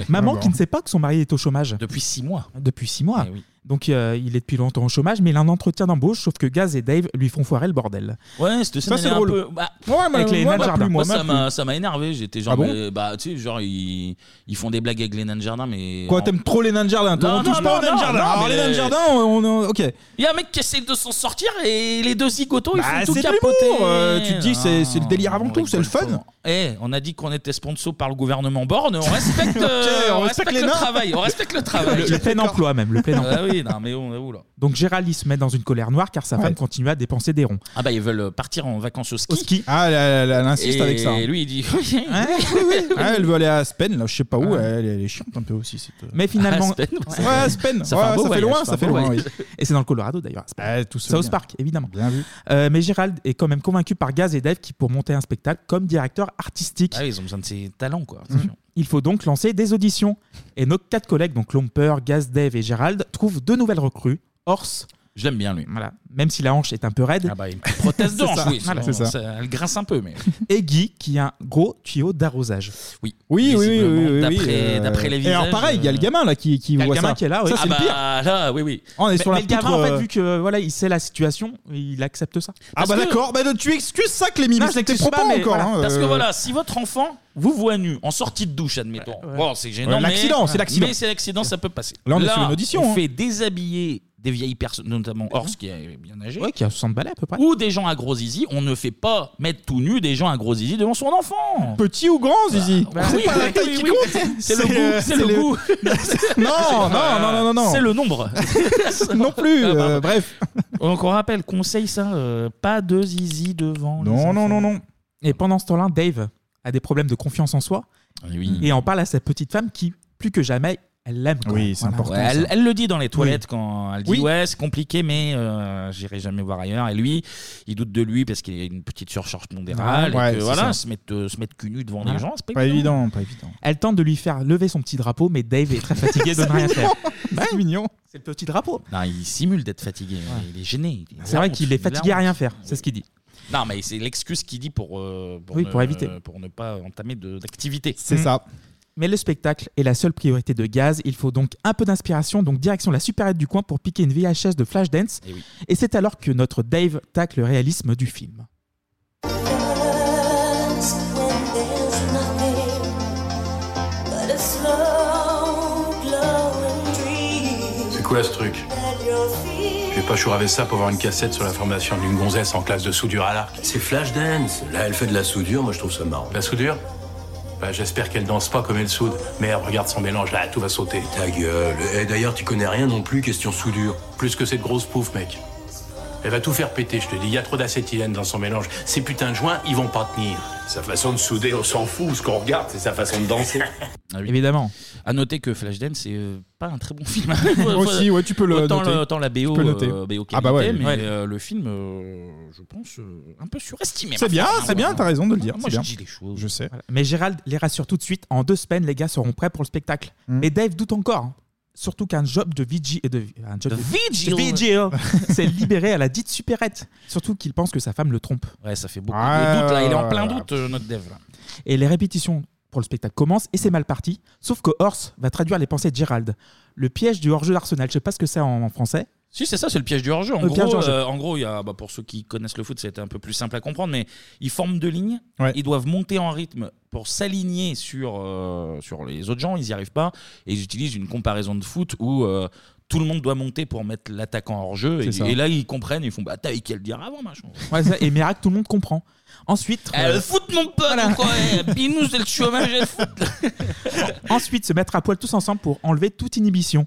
S9: maman
S1: Ah bon.
S9: qui ne sait pas que son mari est au chômage.
S1: Depuis six mois.
S9: Depuis six mois. Donc euh, il est depuis longtemps au chômage, mais il a un entretien d'embauche, sauf que Gaz et Dave lui font foirer le bordel.
S1: Ouais, cette
S9: Ça,
S1: scène
S9: c'est
S1: elle est
S9: drôle.
S1: un peu. bah,
S9: Ouais, mais avec les
S1: moi,
S9: nains de
S1: bah,
S9: jardin.
S1: moi,
S9: Moi,
S1: ça
S9: m'a
S1: m'a ça m'a énervé. J'étais genre,
S9: Ah bon
S1: mais, bah tu sais, genre ils, ils font des blagues avec les nains de jardin, mais.
S8: Quoi,
S1: en-
S8: t'aimes trop les nains de jardin Toi,
S1: Non,
S8: on touche
S1: non,
S8: pas aux
S1: non,
S8: nains de
S1: non,
S8: jardin.
S1: non,
S8: Alors, les
S1: mais- Oh,
S8: nains de jardin, on, on- ok.
S1: Il y a un mec qui essaie de s'en sortir et les deux zigotos ils
S8: Bah,
S1: font tout
S8: c'est de
S1: capoter.
S8: l'humour, euh, tu te dis, c'est- c'est le délire avant
S1: on
S8: tout, c'est le
S1: rigole
S8: fun.
S1: pas. Eh, on a dit qu'on était sponsor par le gouvernement Borne. On respecte, euh,
S8: Ok, on
S1: on
S8: respecte
S1: respecte
S8: les
S1: le
S8: nains.
S1: travail. On respecte le travail.
S9: Le plein emploi même, le plein emploi.
S1: Ah oui, péter. Non, mais on est où là
S9: Donc Gérald il se met dans une colère noire car sa
S1: Ouais.
S9: femme continue à dépenser des ronds.
S1: Ah bah ils veulent partir en vacances au ski.
S8: Ah, elle, elle- elle insiste
S1: Et
S8: avec ça.
S1: lui, il dit.
S8: Ah, elle veut aller à Aspen, là, je sais pas où. Elle, elle est chiante un peu aussi. cette-
S1: Ah,
S9: Mais finalement,
S8: ouais, Aspen. Ouais, Ça, fait, loin, ça fait loin. oui.
S9: Et c'est dans le Colorado d'ailleurs.
S8: tout se
S9: South
S8: vient.
S9: Park, évidemment. Euh, mais Gérald est quand même convaincu par Gaz et Dave qui, pour monter un spectacle comme directeur artistique,
S1: Ah, ils ont besoin de ses talents, quoi.
S9: Mmh. il faut donc lancer des auditions. Et nos quatre collègues, donc Lomper, Gaz, Dave et Gérald, trouvent deux nouvelles recrues. Horse.
S1: Je l'aime bien lui.
S9: Voilà. Même si la hanche est un peu raide.
S1: Ah bah, il prothèse d'ange, oui.
S9: Voilà,
S1: sinon,
S9: c'est ça.
S1: ça- Elle grince un peu, mais.
S9: Et Guy qui a un gros tuyau d'arrosage.
S1: Oui.
S8: Oui, oui, oui, oui, oui,
S1: D'après-
S8: oui, euh,
S1: d'après les
S8: Et alors,
S1: visages, euh,
S8: pareil, il y a le gamin là qui, qui
S9: Il y a
S8: voit
S9: le gamin
S8: ça.
S9: qui est là, oui.
S8: Ça, c'est
S1: ah
S8: le pire.
S1: bah là, oui, oui.
S8: On est
S9: mais,
S8: sur la
S9: mais le gamin,
S8: poutre,
S9: en fait,
S8: euh,
S9: vu que voilà, il sait la situation, il accepte ça.
S8: Ah bah d'accord, bah tu excuses ça, Clémy, mais c'était propos encore. hein,
S1: Parce que
S8: euh,
S1: voilà, si votre enfant vous voit nu en sortie de douche, admettons, bon, c'est gênant.
S8: Ouais, l'accident,
S1: mais-
S8: c'est l'accident.
S1: Mais c'est l'accident, ça peut passer.
S8: Là, on est sur une audition,
S1: On
S8: hein.
S1: fait déshabiller des vieilles personnes, notamment Horst qui est bien âgé.
S9: Ouais, qui a 60 balais à peu près.
S1: Ou des gens à gros zizi, on ne fait pas mettre tout nu des gens à gros zizi devant son enfant.
S8: Petit ou grand,
S9: Bah,
S8: Zizi Bah, C'est
S1: oui,
S8: pas la
S1: oui,
S8: taille
S1: oui,
S8: qui
S1: oui.
S8: compte
S1: C'est le goût,
S8: euh,
S1: c'est le goût.
S8: Non, non, non, non, non, non.
S1: C'est le nombre. Ah,
S8: non plus, euh, bref.
S1: Donc on rappelle, conseil ça, euh, pas de zizi devant. les enfants.
S9: non, non. Et pendant ce temps-là, Dave a des problèmes de confiance en soi. Et en parle à sa petite femme qui, plus que jamais, elle l'aime. quoi. Voilà.
S1: Ouais, elle, elle le dit dans les toilettes
S9: Oui.
S1: quand elle dit
S9: Oui.
S1: ouais c'est compliqué mais euh, j'irai jamais voir ailleurs et lui il doute de lui parce qu'il a une petite surcharge pondérale
S9: Ouais,
S1: et que,
S9: c'est
S1: voilà
S9: ça.
S1: se mettre euh, se mettre cul nu devant
S9: Voilà.
S1: les gens c'est pas,
S8: pas évident.
S9: Elle tente de lui faire lever son petit drapeau, mais Dave est très fatigué de ne rien faire.
S8: C'est mignon.
S9: C'est le petit drapeau.
S1: Non, il simule d'être fatigué mais il est gêné il
S9: C'est vrai
S1: honte,
S9: qu'il est
S1: il a
S9: fatigué à
S1: honte.
S9: rien faire, c'est ce qu'il dit.
S1: non mais c'est l'excuse qu'il dit pour euh,
S9: Oui,
S1: ne-
S9: pour éviter.
S1: pour ne pas entamer de- d'activité
S9: Mm. Mais le spectacle est la seule priorité de Gaz. Il faut donc un peu d'inspiration, donc direction la supérette du coin pour piquer une VHS de Flashdance.
S1: Et,
S9: c'est alors que notre Dave tacle le réalisme du film.
S10: when there's nothing but a slow glowing dream
S7: C'est quoi ce truc
S10: that you're feeling.
S7: Je vais pas chouraver ça pour avoir une cassette sur la formation d'une gonzesse en classe de soudure Ah à l'arc.
S5: C'est Flashdance. Là, elle fait de la soudure, moi je trouve ça marrant.
S7: La soudure Bah, J'espère qu'elle danse pas comme elle soude. Merde, regarde son mélange, là, tout va sauter.
S5: Ta gueule. Et d'ailleurs, tu connais rien non plus, question soudure.
S7: Plus que cette grosse pouffe, mec. Elle va tout faire péter, je te dis. Il y a trop d'acétylène dans son mélange. Ces putains de joints, ils vont pas tenir.
S5: Sa façon de souder, on s'en fout. Ce qu'on regarde, c'est sa façon de danser.
S9: Évidemment.
S1: Ah À noter que Flashdance c'est euh, pas un très bon film.
S8: Aussi, ouais, tu peux le
S1: autant,
S8: noter.
S1: autant la BO,
S8: Tu peux noter.
S1: euh, BO
S8: Ah bah ouais,
S1: qualité, mais
S8: ouais.
S1: euh, le film, euh, je pense, euh, un peu surestimé.
S8: C'est
S1: ma
S8: bien,
S1: foi, hein,
S8: Ah, c'est bien,
S1: ouais.
S8: t'as raison de le dire.
S1: Moi,
S8: c'est
S1: je
S8: bien.
S1: dis les choses.
S8: Je sais.
S9: Mais Gérald les rassure tout de suite. En deux semaines, les gars seront prêts pour le spectacle.
S8: Hmm.
S9: Mais Dave doute encore. hein. Surtout qu'un job de VG et de un job
S1: De vigil.
S9: vigil s'est hein. libéré à la dite supérette. Surtout qu'il pense que sa femme le trompe.
S1: Ouais, ça fait beaucoup
S9: Ouais,
S8: Ah.
S1: de doutes, là. Il est en
S9: ouais,
S1: plein
S9: ouais.
S1: doute, euh, notre dev. Là.
S9: Et les répétitions pour le spectacle commencent et c'est mal parti. Sauf que Horse va traduire les pensées de Gérald. Le piège du hors-jeu d'Arsenal, je sais pas ce que c'est en, en français.
S1: Si, c'est ça, c'est le piège du hors-jeu. En,
S9: Le piège du
S1: gros,
S9: hors-jeu.
S1: euh, en gros, il y a, bah, pour ceux qui connaissent le foot, c'était un peu plus simple à comprendre, mais ils forment deux lignes,
S8: Ouais.
S1: ils doivent monter en rythme pour s'aligner sur, euh, sur les autres gens, ils n'y arrivent pas, et ils utilisent une comparaison de foot où euh, tout le monde doit monter pour mettre l'attaquant hors-jeu,
S9: C'est ça.
S1: et, et là, ils comprennent, ils font Bah, t'as eu qu'à le dire avant, machin.
S9: Ouais, c'est ça. et miracle, tout le monde comprend. Ensuite,
S1: Eh,
S9: euh,
S1: le foot, mon pote, quoi, eh, Binou, c'est le chômage et le foot.
S9: ensuite se mettre à poil tous ensemble pour enlever toute inhibition.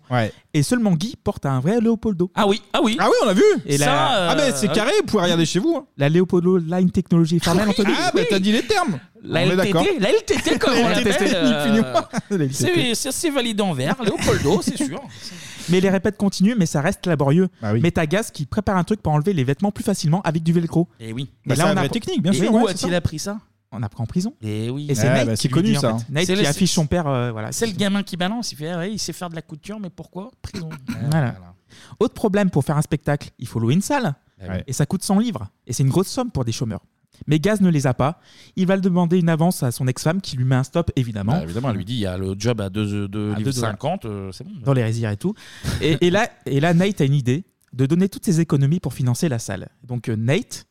S9: Et seulement Guy porte un vrai Léopoldo.
S1: Ah oui, ah oui. euh,
S8: Ah oui, on l'a vu
S9: Et la-
S8: Ah mais c'est carré, vous pouvez regarder chez vous. hein.
S9: La Léopoldo Line Technology est formelle, Anthony.
S8: Ah bah t'as dit les termes
S9: La
S8: On est
S9: LTT,
S8: d'accord.
S1: La LTT, comme on
S9: La LTT,
S1: l'appelle.
S9: ni plus ni
S1: euh,
S9: moins.
S1: c'est- c'est- C'est validé en vert, Léopoldo, c'est sûr.
S9: Mais les répètes continuent, mais ça reste laborieux.
S1: Bah
S9: Mais t'as Gaz qui prépare un truc pour enlever les vêtements plus facilement avec du velcro.
S1: Et Eh oui.
S9: Mais là, on a
S1: Et où
S9: ouais, c'est
S1: a-t-il
S9: ça.
S1: appris ça
S9: On apprend en prison.
S1: Et oui.
S9: Et c'est
S1: Ah,
S9: Nate
S1: bah,
S9: qui
S1: c'est
S9: lui
S1: connu,
S9: dit, en
S1: ça.
S9: fait. Nate
S1: C'est
S9: qui
S1: le-
S9: affiche son père. euh,
S8: Bah,
S9: voilà.
S1: C'est le gamin qui balance, il fait ah ouais, il sait faire de la couture, mais pourquoi Prison.
S9: Voilà. Autre problème pour faire un spectacle, il faut louer une salle.
S1: Ouais.
S9: Et ça coûte 100 livres. Et c'est une grosse somme pour des chômeurs. Mais Gaz ne les a pas. Il va le demander une avance à son ex-femme qui lui met un stop, évidemment.
S1: Bah, évidemment, elle lui dit il y a le job à 2 livres
S9: dollars.
S1: 50, euh, c'est bon.
S9: dans les résirs et tout. Et, et là, et là, Nate a une idée de donner toutes ses économies pour financer la salle. Donc euh, Nate,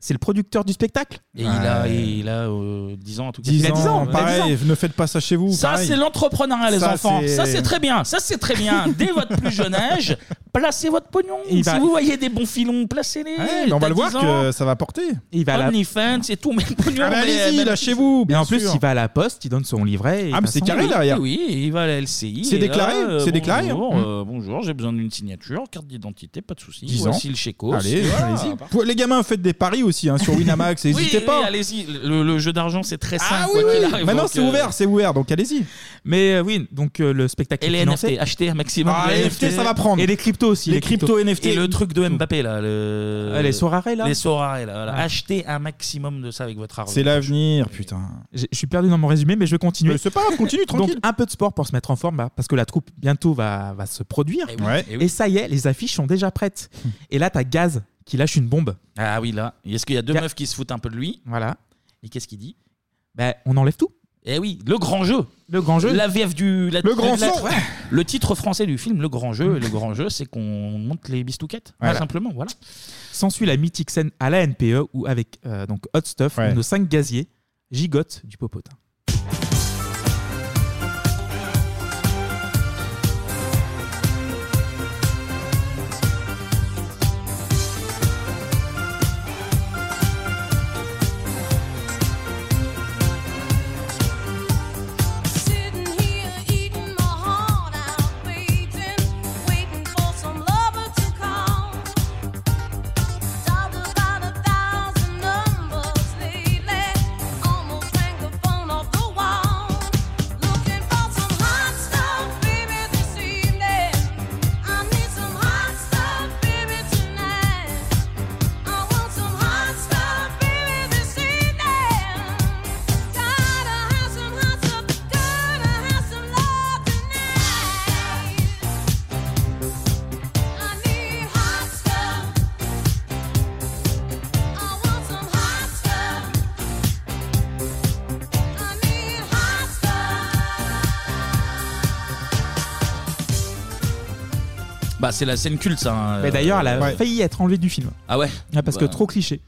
S9: c'est le producteur du spectacle.
S1: Et il a, et il a euh, 10 ans en tout cas.
S8: 10
S1: Il a
S8: ans,
S1: ouais.
S8: pareil,
S1: 10 ans.
S8: ne faites pas ça chez vous.
S1: Ça,
S8: pareil.
S1: c'est l'entrepreneuriat, les
S8: Ça,
S1: enfants.
S8: c'est-
S1: Ça, c'est très bien. Ça, c'est très bien. Dès votre plus jeune âge, Placez votre pognon.
S8: Il
S1: si
S8: va-
S1: vous voyez des bons filons, placez-les.
S8: Ouais, on va le voir que ça va porter.
S1: Il va
S8: la-
S1: OnlyFans et tout, même pognon.
S8: Ah bah,
S1: mais-
S8: allez-y,
S1: mais-
S8: lâchez-vous.
S9: Et en
S8: bien
S9: plus,
S8: sûr.
S9: il va à la poste, il donne son livret.
S8: Ah, mais c'est carré, derrière.
S1: Oui, oui, il va à la LCI.
S8: C'est
S1: et là,
S8: déclaré,
S1: euh,
S8: c'est déclaré.
S1: Bonjour,
S8: Mm.
S1: euh, bonjour, j'ai besoin d'une signature, carte d'identité, pas de souci.
S8: 10 ans.
S1: Voici le chéco.
S8: Allez,
S1: Et voilà,
S8: allez-y.
S1: parfait.
S8: Pour- Les gamins, faites des paris aussi hein, sur Winamax, n'hésitez
S1: oui,
S8: pas. Ah
S1: oui, allez-y. Le, le jeu d'argent, c'est très simple.
S8: oui,
S1: quoi
S8: oui.
S1: qu'il arrive,
S8: Maintenant,
S1: donc,
S8: c'est
S1: euh,
S8: ouvert, c'est ouvert, donc allez-y.
S9: Mais euh, oui, donc euh, le spectacle
S1: Et les
S9: est financé.
S1: NFT, acheter un maximum.
S9: Ah,
S1: de
S9: les NFT, ça va prendre. Et les cryptos aussi,
S1: Les,
S9: les
S1: cryptos
S9: cryptos.
S1: NFT. Et le truc de Mbappé, là. Le...
S9: Ah, les Sorare, là
S1: Les Sorare, là. voilà.
S8: Ah.
S9: Ouais.
S1: Achetez un maximum de ça avec votre argent.
S9: C'est
S8: l'avenir, putain.
S9: Je suis perdu dans mon résumé, mais je vais continuer.
S8: Mais c'est pas grave, continue, tranquille.
S9: Donc un peu de sport pour se mettre en forme, bah, parce que la troupe bientôt va, va se produire.
S1: Et Eh oui, Ouais. et oui.
S9: Et ça y est, les affiches sont déjà prêtes. et là, t'as Gaz qui lâche une bombe.
S1: Ah oui, là. Est-ce qu'il y a deux meufs qui se foutent un peu de lui
S9: Voilà.
S1: Et qu'est-ce qu'il dit
S9: Bah, on enlève tout.
S1: Eh oui, le grand jeu.
S9: Le grand jeu.
S1: La VF du. la-
S9: Le grand
S1: la-
S9: son, ouais.
S1: Le titre français du film, Le grand jeu. Et le grand jeu, c'est qu'on monte les bistouquettes.
S9: Voilà.
S1: Tout simplement, voilà.
S9: S'ensuit la mythique scène à la NPE où avec euh, donc Hot Stuff,
S1: Ouais.
S9: nos cinq gaziers gigotent du popotin.
S10: Sitting here eating my heart out, waiting, waiting for some lover to call. Talked about a thousand numbers lately, almost hang the phone off the wall. Looking for some hot stuff, baby, this evening. I need some hot stuff, baby, tonight. I want some hot stuff, baby, this evening. Gotta have some hot stuff. Gotta have some love tonight. I need hot stuff. I want some hot stuff. I need hot
S1: Bah, c'est la scène culte, ça. hein.
S9: Mais d'ailleurs, elle a
S1: Ouais.
S9: failli être enlevée du film.
S1: Ah ouais
S9: Ah, parce que
S1: Bah.
S9: trop cliché.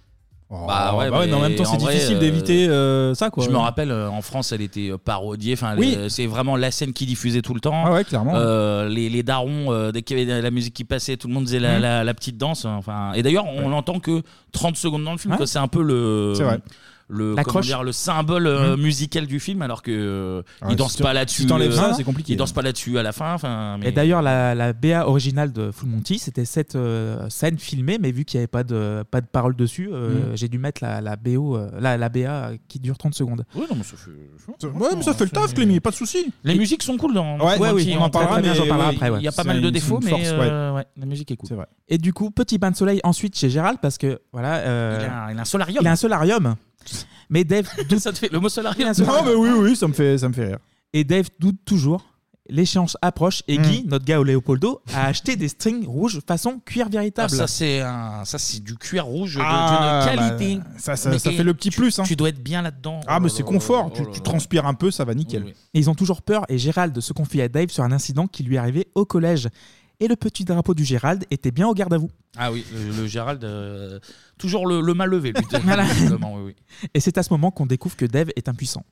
S1: Bah ouais,
S8: bah ouais, mais en même temps, c'est difficile d'éviter, euh, ça, quoi.
S1: Je me rappelle, euh, en France, elle était euh, parodiée. Enfin, elle,
S8: Oui.
S1: euh, c'est vraiment la scène qui diffusait tout le temps.
S8: Ah ouais, clairement.
S1: Euh, les, les darons, euh, dès qu'il y avait la musique qui passait, tout le monde faisait la,
S8: Mhm.
S1: la- la petite danse. Enfin, et d'ailleurs, on l'entend que 30 secondes dans le film.
S8: Ouais.
S1: quoi. C'est un peu euh, le.
S8: C'est vrai.
S1: Le,
S8: La
S1: comment
S8: croche.
S1: dire, le symbole euh,
S8: Mhm.
S1: musical du film alors que euh,
S8: Ah
S1: il
S8: ouais,
S1: danse
S8: si tu-
S1: pas là-dessus
S8: si t'enlèves ça,
S1: euh,
S8: c'est compliqué.
S1: il danse pas là-dessus à la fin enfin mais-
S9: Et d'ailleurs, la, la BA originale de Full Monty, c'était cette euh, scène filmée, mais vu qu'il n'y avait pas de, pas de parole dessus, euh,
S1: Mm.
S9: j'ai dû mettre la, la BO, euh, la, la BA euh, qui dure 30 secondes.
S1: Ouais, non, mais ça fait...
S8: Ouais, mais ça fait le taf, Clémy, pas de souci.
S1: les musiques sont cool dans
S8: Ouais,
S1: dans
S8: oui,
S1: Monty,
S8: on en parlera,
S1: très, très
S8: mais
S1: bien, j'en parlerai
S8: ouais,
S1: après ouais. il y a pas
S8: c'est
S1: mal de
S8: une-
S1: défauts
S8: c'est
S1: mais
S8: une force,
S1: euh,
S8: ouais.
S1: ouais, la musique est cool
S8: C'est vrai.
S9: Et du coup, petit bain de soleil ensuite chez Gérald, parce que voilà. euh,
S1: Il a- il a un solarium.
S9: Il a un solarium. Mais Dave. doute-
S1: ça te fait le mot solarium
S8: Non, mais oui, oui, ça me fait, ça me fait rire.
S9: Et Dave doute toujours. L'échéance approche
S1: Mm.
S9: et Guy, notre gars au Léopoldo, a acheté des strings rouges façon cuir
S1: Ah,
S9: véritable.
S1: ça c'est un- ça c'est du cuir rouge de-
S8: Ah,
S1: d'une
S8: bah,
S1: qualité.
S8: ça, ça-
S1: Mais
S8: ça
S1: qui-
S8: fait le petit
S1: tu-
S8: plus, hein.
S1: Tu dois être bien là-dedans.
S8: Ah,
S1: Oh
S8: mais
S1: là
S8: c'est
S1: là.
S8: confort, tu, tu transpires un peu, ça va nickel.
S9: Et ils ont toujours peur et Gérald se confie à Dave sur un incident qui lui est arrivé au collège. Et le petit drapeau du Gérald était bien au garde à vous.
S1: Ah oui, le, le Gérald, euh, toujours le, le mal levé, lui. visiblement, oui, oui.
S9: Et c'est à ce moment qu'on découvre que Dave est impuissant.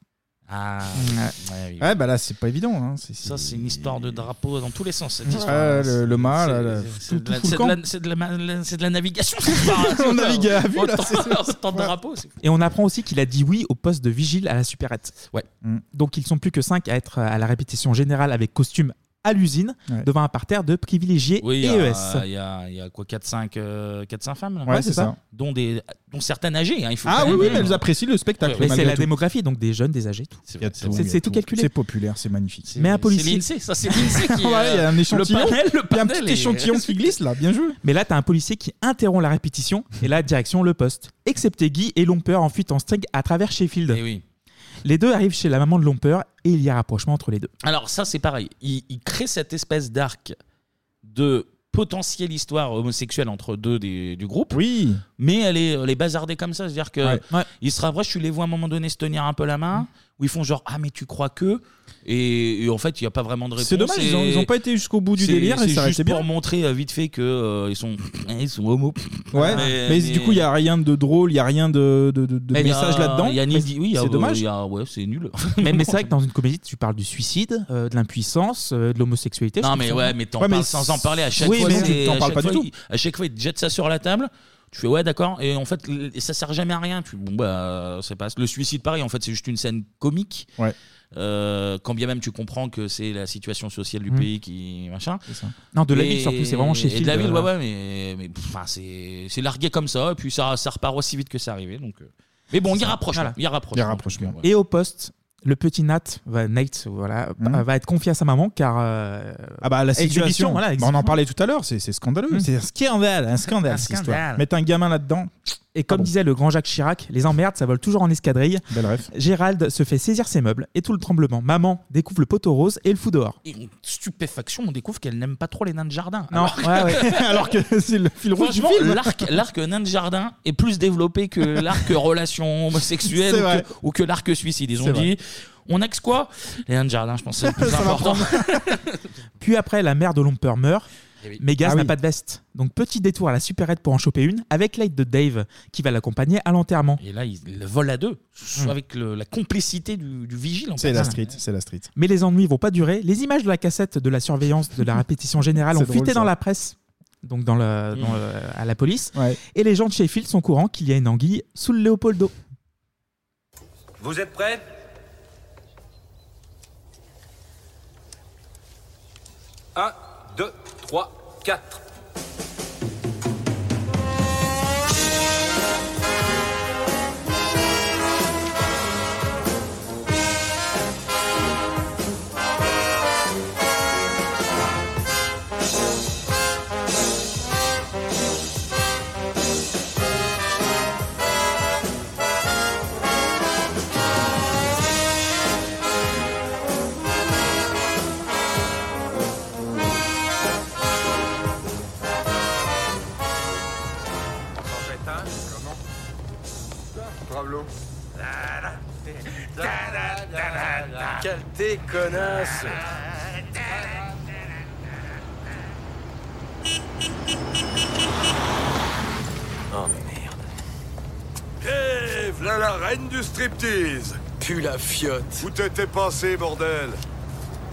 S1: Ah, ouais, oui.
S8: Ouais, bah là, c'est pas évident. hein, c'est-
S1: Ça, c'est une histoire de drapeau dans tous les sens. cette
S8: Ouais,
S1: histoire.
S8: le, le mât, là, là,
S1: C'est
S8: tout-
S1: de la-
S8: tout le
S1: c'est
S8: camp.
S1: de la- c'est de la ma- la- c'est de la navigation. cette histoire, hein,
S8: On
S1: c'est-
S8: navigue à vue, là,
S1: Autant
S8: c'est-
S1: autant de drapeaux. c'est-
S9: Et on apprend aussi qu'il a dit oui au poste de vigile à la supérette. Mm.
S1: Ouais.
S9: Donc ils sont plus que 5 à être à la répétition générale avec costume à l'usine
S1: Ouais.
S9: devant un parterre de privilégiés
S1: Oui, il y,
S8: E
S9: et ES.
S1: a- il y a- il y a quoi 4-5 femmes là
S9: Ouais, Ouais, c'est c'est ça. ça.
S1: Dont, des, dont certaines âgées. hein, il faut
S8: Ah
S1: quand
S8: oui,
S1: même-
S8: oui, mais elles apprécient le spectacle.
S9: Mais c'est
S8: malgré
S9: la
S8: tout.
S9: démographie, donc des jeunes, des âgés, tout.
S1: C'est
S8: il y a
S9: tout calculé.
S8: C'est populaire, c'est magnifique.
S9: Mais un
S1: C'est
S9: policier.
S1: l'INSEE, ça c'est l'INSEE qui.
S8: Ouais, il y a un
S1: euh,
S8: échantillon.
S1: Le panel, le
S8: Il y a un
S1: panel
S8: petit
S1: est-
S8: échantillon qui glisse là, bien joué.
S9: Mais là, t'as un policier qui interrompt la répétition et là, direction le poste. Excepté Guy et Lomper en fuite en string à travers Sheffield.
S1: Eh
S9: Les deux arrivent chez la maman de Lomper et il y a rapprochement entre les deux.
S1: Alors ça c'est pareil, il, il crée cette espèce d'arc de potentielle histoire homosexuelle entre deux des- du groupe.
S8: Oui.
S1: mais elle est, elle est bazardée comme ça. C'est-à-dire que
S9: Ouais.
S1: ils se rapprochent, tu les vois à un moment donné se tenir un peu la main, où ils font genre Ah, mais tu crois que. Et, et en fait, il n'y a pas vraiment de réponse.
S8: C'est dommage, ils ont-
S1: et-
S8: ils ont pas été jusqu'au bout du
S1: c'est-
S8: délire, et
S1: C'est
S8: ça
S1: juste
S8: restait bien.
S1: pour montrer euh, vite fait que euh, ils sont, ils sont homo.
S8: Ouais, mais, du coup, il n'y a rien de drôle, il n'y a rien de, de, de- de
S1: Mais il y a-
S8: message là-dedans.
S1: il y a ni- oui, il y a- euh,
S8: c'est dommage.
S1: il y a- ouais, c'est nul.
S9: mais mais c'est vrai que dans une comédie, tu parles du suicide, euh, de l'impuissance, euh, de l'homosexualité. je
S1: Non,
S9: trouve
S1: mais
S9: ça-
S1: ouais, mais t'en parles sans en parler à chaque
S9: Oui,
S1: fois.
S9: mais
S1: c'est-
S9: tu t'en
S1: à
S9: parles
S1: chaque
S9: pas du
S1: fois,
S9: tout.
S1: il- à chaque fois, il te jette ça sur la table. Tu fais ouais, d'accord. Et en fait, l- ça sert jamais à rien. Tu bon bah, c'est pas. Le suicide, pareil. En fait, c'est juste une scène comique.
S8: Ouais.
S1: Euh, quand bien même tu comprends que c'est la situation sociale du
S9: Mm.
S1: pays qui machin.
S9: ça. Non, de la ville,
S1: Et-
S9: surtout, c'est vraiment chez
S1: Et de la
S9: Phil,
S1: ville, ouais,
S9: euh.
S1: ouais, mais, mais pff, enfin, c'est c'est largué comme ça. Et puis ça, ça repart aussi vite que c'est arrivé. Donc, euh. mais bon, il y a rapprochement.
S9: Voilà.
S1: Il y a rapprochement. Donc, euh, ouais.
S9: Et au poste, le petit Nat, va, Nate, voilà,
S8: Mhm.
S9: va être confié à sa maman car. euh,
S8: Ah bah la
S9: exhibition,
S8: situation,
S9: voilà,
S8: bah, on en parlait tout à l'heure, c'est c'est scandaleux.
S9: Mm.
S8: C'est un scandale, Hmm. un scandale,
S9: Un
S8: cette
S9: scandale.
S8: histoire. Mettre un gamin là-dedans.
S9: Et comme disait le grand Jacques Chirac, les emmerdes, ça vole toujours en escadrille. Gérald se fait saisir ses meubles et tout le tremblement. Maman découvre le poteau rose et le fout dehors.
S1: Et une stupéfaction, on découvre qu'elle n'aime pas trop les nains de jardin.
S9: Non, ouais, ouais.
S8: Alors que c'est le fil rouge du
S1: Franchement,
S8: film.
S1: l'arc, l'arc nain de jardin est plus développé que l'arc relation homosexuelle
S8: C'est
S1: ou que- ou
S8: vrai.
S1: que, l'arc suicide. Ils ont
S9: C'est
S1: dit,
S9: vrai.
S1: on axe quoi Les nains de jardin, je pense que c'est le plus important.
S9: Puis après, la mère de Lomper meurt.
S1: Eh oui.
S9: Mais Gaz
S1: Ah
S9: n'a
S1: oui.
S9: pas de veste. Donc petit détour à la supérette pour en choper une avec l'aide de Dave qui va l'accompagner à l'enterrement.
S1: Et là, ils le volent à deux, avec le- la complicité du, du vigile. en
S8: Hmm. C'est
S1: fait.
S8: la street, c'est la street.
S9: Mais les ennuis vont pas durer. Les images de la cassette de la surveillance de la répétition générale
S8: C'est
S9: ont
S8: drôle,
S9: fuité
S8: ça.
S9: dans la presse, donc dans le,
S8: Mm.
S9: dans le- à la police.
S8: Ouais.
S9: Et les gens de Sheffield sont courants qu'il y a une anguille sous le Léopoldo.
S13: Vous êtes prêts Un, deux, trois, quatre.
S2: Pablo.
S4: Quelle déconnasse
S13: Oh merde.
S2: Hé, voilà la reine du striptease Pue la fiotte Où t'étais passé, bordel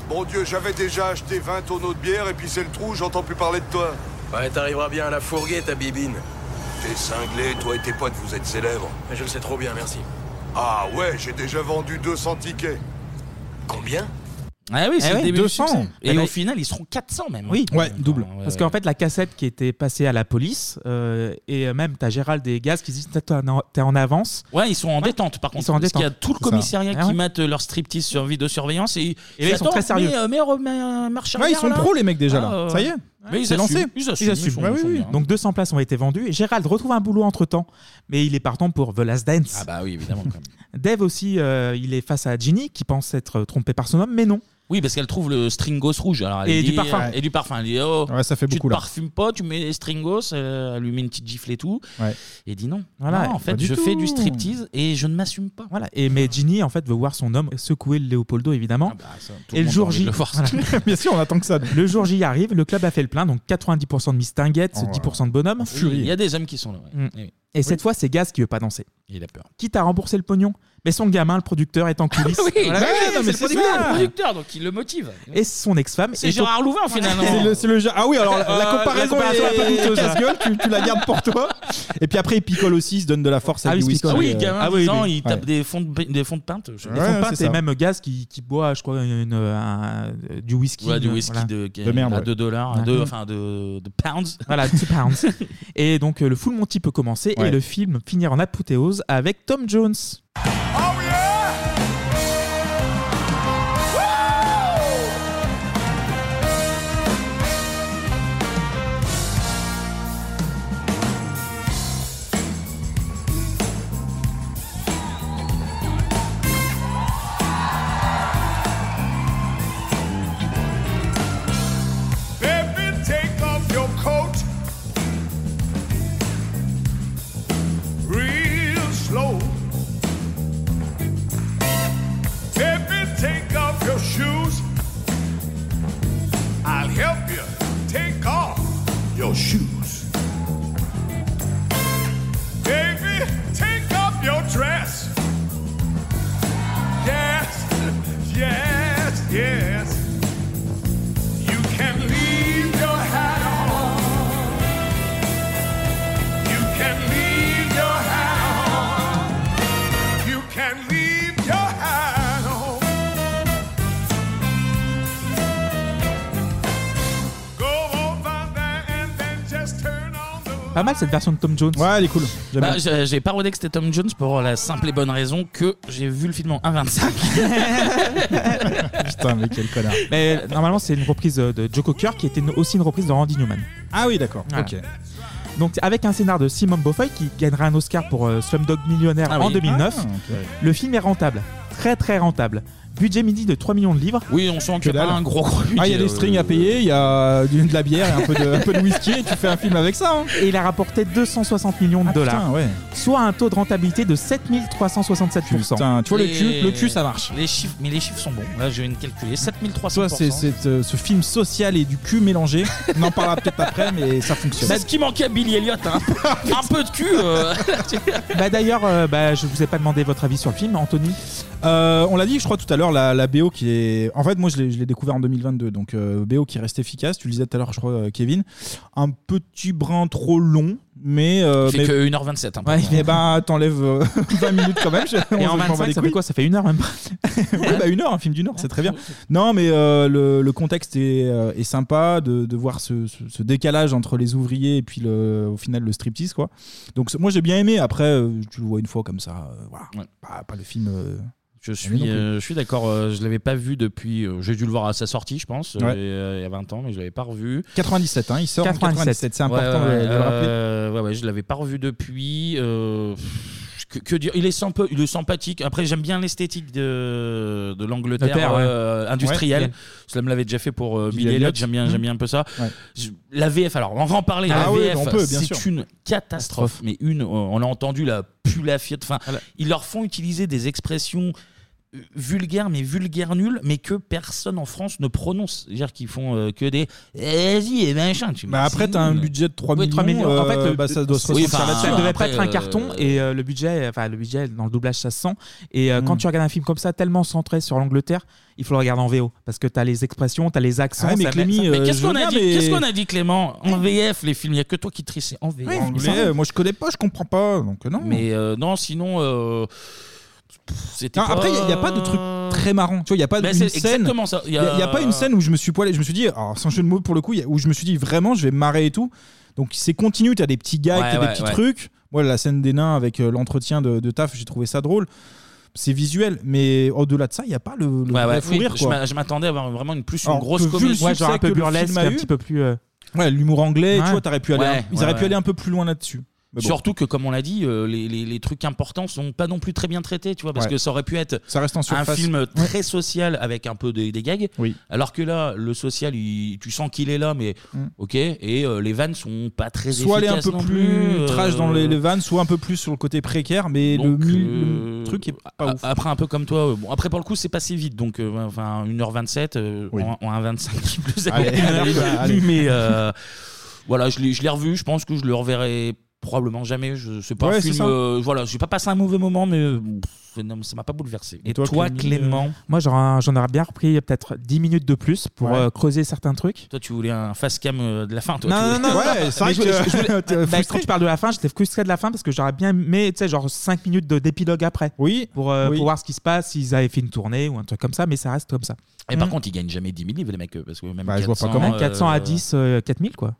S2: Bon Dieu, j'avais déjà acheté 20 tonneaux de bière et puis c'est le trou, j'entends plus parler de toi.
S4: Ouais, t'arriveras bien à la fourguer, ta bibine.
S2: T'es cinglé, toi et tes potes, vous êtes célèbres.
S4: Mais je le sais trop bien, merci.
S2: Ah ouais, j'ai déjà vendu 200 tickets. Combien
S1: Ah oui, c'est
S9: Eh
S1: le
S9: ouais,
S1: début du
S9: 200.
S1: succès. Et
S9: Eh
S1: au
S9: ben-
S1: final, ils seront 400 même.
S9: Oui,
S8: double.
S9: Parce qu'en fait, la cassette qui était passée à la police, euh, et même t'as Gérald et Gaz qui disent T'as- t'es en- t'es en avance.
S1: Ouais, ils sont en détente par
S9: Ils
S1: contre.
S9: sont en
S1: parce qu'il y a
S9: détente.
S1: tout le
S9: C'est ça.
S1: commissariat
S9: Ah
S1: qui
S9: ouais.
S1: mate leur striptease sur vidéosurveillance. Et,
S9: Et là, ils sont très sérieux.
S1: Mais, euh, mais, euh, mais, euh, marche
S8: Ouais, ils
S1: arrière,
S8: sont
S1: là.
S8: pros, les mecs, déjà,
S1: Ah,
S8: là.
S1: euh,
S8: Ça y est.
S1: mais ils
S8: C'est
S1: assument,
S8: lancé.
S1: Ils assument.
S8: Ils assument.
S1: sont-
S8: Ouais,
S1: sont
S8: oui, oui.
S1: bien.
S9: Donc 200 places ont été vendues. Et Gérald retrouve un boulot entre temps, mais il est partant pour The Last Dance.
S1: Ah bah oui, évidemment. quand même.
S9: Dave aussi, euh, il est face à Ginny qui pense être trompée par son homme, mais non.
S1: Oui, parce qu'elle trouve le stringos rouge. Alors, elle
S9: Et
S1: dit- euh,
S9: du parfum.
S1: Et du parfum. Elle dit oh,
S8: ça fait
S1: tu
S8: beaucoup,
S1: te
S8: là.
S1: parfumes pas, tu mets les stringos, euh, elle lui met une petite gifle et tout. Et elle dit non.
S9: Voilà,
S1: Non, en
S9: pas
S1: fait,
S9: du
S1: je fais
S9: tout.
S1: du striptease et je ne m'assume pas.
S9: Voilà. Et mais Ginny en fait veut voir son homme secouer le Léopoldo évidemment.
S1: Ah bah, ça, tout le
S9: et le
S1: monde a
S9: jour
S1: envie
S9: J,
S1: de le voir.
S8: bien sûr, on attend que ça.
S9: Le jour J arrive, le club a fait le plein, donc 90% de mistinguettes,
S1: Oh,
S9: 10% de bonhommes.
S1: Oui, Il y a des hommes qui sont là. ouais.
S9: Mm.
S1: Eh oui.
S9: Et cette fois, c'est Gaz qui veut pas danser.
S1: Il a peur.
S9: Quitte à rembourser le pognon, mais son gamin, le producteur, est en coulisses.
S1: Oui,
S9: Voilà.
S1: bah oui,
S9: Ouais, non,
S1: c'est
S9: mais
S1: le
S9: c'est
S1: producteur,
S9: ça. Ah,
S1: le producteur, donc il le motive.
S9: Et son ex-femme.
S1: C'est
S9: est au-
S1: Gérard Louvain, finalement.
S8: C'est le, c'est le genre- Ah oui, alors la, la
S9: Euh,
S8: comparaison,
S1: bah,
S9: la comparaison
S8: est,
S9: un peu douteuse, là.
S8: casse-gueule, tu, tu la gardes pour toi. Et puis après, il picole aussi, il se donne de la force à
S9: Ah oui,
S8: du
S9: il
S8: whisky.
S9: se picole.
S1: Ah oui,
S8: euh,
S1: gamin
S8: ah oui,
S1: 10 ans,
S8: oui.
S1: il
S8: Ouais.
S1: tape des fonds de, des fonds de pinte. je sais
S9: Ils
S1: pas.
S9: font
S8: Ouais,
S9: pas,
S8: c'est
S9: c'est
S8: ça.
S9: même Gaz qui, qui boit, je crois, une, un- du whisky.
S1: Ouais, du
S9: euh,
S1: whisky
S9: voilà.
S1: de, à 2 dollars, à
S9: Ouais.
S1: deux- enfin de, de pounds.
S9: Voilà, 2 pounds. et donc, euh, le full Monty peut commencer
S1: Ouais.
S9: et le film finir en apothéose avec Tom Jones.
S2: Baby, take off your coat.
S9: pas mal cette version de Tom Jones.
S8: Ouais, elle est cool. J'aime
S1: Bah,
S8: bien.
S1: j'ai j'ai pas rodé que c'était Tom Jones pour la simple et bonne raison que j'ai vu le film en 1.25.
S8: Putain, mais quel connard.
S9: Mais normalement, c'est une reprise euh, de, de Joe Cocker qui était une- aussi une reprise de Randy Newman.
S8: Ah oui, d'accord. Ok.
S9: Donc, avec un scénar de Simon Beaufoy qui gagnera un Oscar pour euh, Slumdog Millionnaire
S1: Ah
S9: en
S1: oui.
S9: 2009,
S1: Ah, ok.
S9: le film est rentable. Très, très rentable. Budget midi de 3 millions de livres.
S1: Oui, on sent qu'il y a pas un gros gros euh,
S8: Ah, il y a des strings à payer, il y a du- de la bière et un peu de, un peu de whisky et tu fais un film avec ça. hein. Ah,
S9: Et il a rapporté 260 millions de dollars.
S8: putain, ouais.
S9: Soit un taux de rentabilité de 7367%.
S8: Putain, tu vois, le cul- le cul, ça
S1: marche. Les chiffres, mais les chiffres sont bons. Là, je viens de calculer 7300.
S8: Soit c'est c'est, euh, ce film social et du cul mélangé. On en parlera peut-être après, mais ça fonctionne.
S1: C'est ce qui manquait à Billy Elliot. hein. un peu de cul. euh.
S8: Ah,
S9: bah d'ailleurs, euh, bah, je vous ai pas demandé votre avis sur le film, Anthony.
S8: Euh, on l'a dit, je crois, tout à l'heure, la, la BO qui est. En fait, moi, je l'ai je l'ai découvert en 2022, donc euh, BO qui reste efficace. Tu le disais tout à l'heure, je crois, euh, Kevin. Un petit brin trop long, mais. euh,
S1: Fait
S8: mais...
S1: que 1h27, hein, par
S8: ouais,
S1: contre.
S8: mais bah, t'enlèves euh, 20 minutes quand même. je-
S9: Et
S8: on
S9: en
S8: s'en bat
S9: 25,
S8: les
S9: ça fait
S8: couilles.
S9: quoi Ça fait une heure même pas.
S8: Ouais, bah, une heure, un film d'une heure, c'est très bien. Non, mais euh, le, le contexte est, euh, est sympa de, de voir ce, ce- ce décalage entre les ouvriers et puis le, au final le striptease, quoi. Donc, c- moi j'ai bien aimé. Après, euh, tu le vois une fois comme ça, euh, voilà. Pas, pas le film. euh,
S1: Je
S8: aimé
S1: suis,
S8: non plus.
S1: euh, je suis d'accord. euh, je l'avais pas vu depuis. euh, J'ai dû le voir à sa sortie, je pense, euh,
S8: Ouais.
S1: il y a- il y a 20 ans, mais je l'avais pas revu.
S8: 97, hein, il sort en 97, c'est important
S1: Ouais, ouais,
S8: de- de le rappeler.
S1: euh, ouais, ouais, je l'avais pas revu depuis. euh, pff, que, que dire Il est, sympa, il est sympathique. Après, j'aime bien l'esthétique de, de l'Angleterre
S9: Terre, ouais.
S1: euh, industrielle.
S9: Ouais.
S1: Cela me l'avait déjà fait pour euh,
S9: Billy
S1: Billy Elliot.
S9: Elliot.
S1: J'aime bien,
S9: Mhm.
S1: j'aime bien un peu ça. Je- la VF, alors on va en parler.
S9: Ah
S1: la
S9: oui,
S1: VF,
S9: on peut, bien sûr.
S1: c'est une catastrophe. Mais une, euh, on a entendu la pu la fiotte. Enfin, ils leur font utiliser des expressions euh, vulgaires mais vulgaires nulles mais que personne en France ne prononce c'est-à-dire qu'ils font euh, que des vas-y et machin tu
S8: Bah, après, t'as un budget de 3
S1: Oui,
S8: millions.
S9: en fait, le-
S8: bah, ça doit se
S9: oui,
S8: ressentir
S9: enfin,
S8: là-dessus.
S9: ça devait pas être un carton et euh, le budget, enfin le budget dans le doublage ça se sent. Et euh,
S8: Mm.
S9: quand tu regardes un film comme ça, tellement centré sur l'Angleterre, il faut le regarder en VO parce que t'as les expressions, t'as les accents.
S8: Ah, mais
S9: ça-
S8: Clémy,
S9: ça-
S8: euh,
S1: Mais qu'est-ce qu'on a, dit Qu'est-ce qu'on a dit, Clément En
S9: Ouais.
S1: VF, les films, il n'y a que toi qui trissais en VF.
S9: Ouais,
S8: En anglais, euh, moi je connais pas, je comprends pas, donc euh, non.
S1: Mais euh, non, sinon. euh, pff, c'était
S8: Non, après, il n'y a, pas de truc très marrant. Tu vois, il n'y a pas
S1: Bah,
S8: une
S1: c'est
S8: scène.
S1: exactement ça.
S8: Il y a, il y a pas une scène où je me suis poilé. Je me suis dit, alors, sans jeu de mots pour le coup, il y a- où je me suis dit vraiment, je vais me marrer et tout. Donc c'est continu. T'as des petits gags,
S1: Ouais,
S8: t'as
S1: ouais,
S8: des petits
S1: ouais.
S8: trucs. Moi, la scène des nains avec euh, l'entretien de, de taf, j'ai trouvé ça drôle. C'est visuel, mais au-delà de ça, il n'y a pas le, le
S1: Ouais,
S8: vrai
S1: ouais,
S8: fou
S1: oui,
S8: rire.
S1: je
S8: quoi.
S1: m'a- je m'attendais à avoir vraiment une plus une
S8: Alors
S1: grosse
S8: que vu le
S1: comédie.
S8: succès que le film a eu-
S9: plus.
S8: Ouais, l'humour anglais,
S1: Ouais.
S8: tu vois, t'aurais pu aller.
S1: Ouais,
S8: ils
S1: ouais,
S8: auraient pu
S1: ouais.
S8: aller un peu plus loin là-dessus. Mais bon.
S1: Surtout que, comme on l'a dit, euh, les, les- les trucs importants sont pas non plus très bien traités, tu vois, parce
S8: Ouais.
S1: que ça aurait pu être
S8: Ça reste en
S1: un
S8: surface.
S1: film très social avec un peu des, des gags. Alors que là, le social, il- tu sens qu'il est là, mais
S8: Mm.
S1: ok, et euh, les vannes sont pas très
S8: soit aller un
S1: efficaces
S8: peu
S1: non
S8: plus,
S1: plus,
S8: trash dans les,
S1: euh,
S8: les vannes, soit un peu plus sur le côté précaire, mais le,
S1: Donc,
S8: mi-
S1: euh,
S8: le truc est pas
S1: a-
S8: ouf.
S1: Après, un peu comme toi. euh, Bon, après, pour le coup, c'est passé vite. Donc, euh, enfin, 1h27, euh, en, en 1h25 qui plus est.
S8: Allez, allez, bah, allez.
S1: Mais euh, voilà, je l'ai je l'ai revu. Je pense que je le reverrai probablement jamais. Je sais pas.
S8: Ouais,
S1: un
S8: c'est
S1: film,
S8: ça.
S1: euh, voilà, j'ai pas passé un mauvais moment, mais euh, pff, non, ça m'a pas bouleversé. Et, toi,
S8: euh,
S1: Clément
S9: Moi, j'aurais- j'en aurais bien repris peut-être 10 minutes de plus pour
S1: Ouais.
S9: euh, creuser certains trucs.
S1: Toi, tu voulais un face cam euh, de la fin, toi
S9: Non,
S1: tu voulais-
S9: non, non, non, non. Mais je voulais- je voulais- Bah, quand tu parles de la fin, j'étais frustré de la fin parce que j'aurais bien aimé, tu sais, genre 5 minutes de- d'épilogue après.
S8: Oui.
S9: Pour, euh,
S1: Oui.
S9: pour voir ce qui se passe, s'ils avaient fait une tournée ou un truc comme ça, mais ça reste comme ça.
S1: Et
S8: Hmm.
S1: par contre, ils gagnent jamais 10 000 livres, les mecs, euh, parce que
S8: Bah,
S1: même 400, euh,
S9: 400 à 10, euh, 4000, quoi.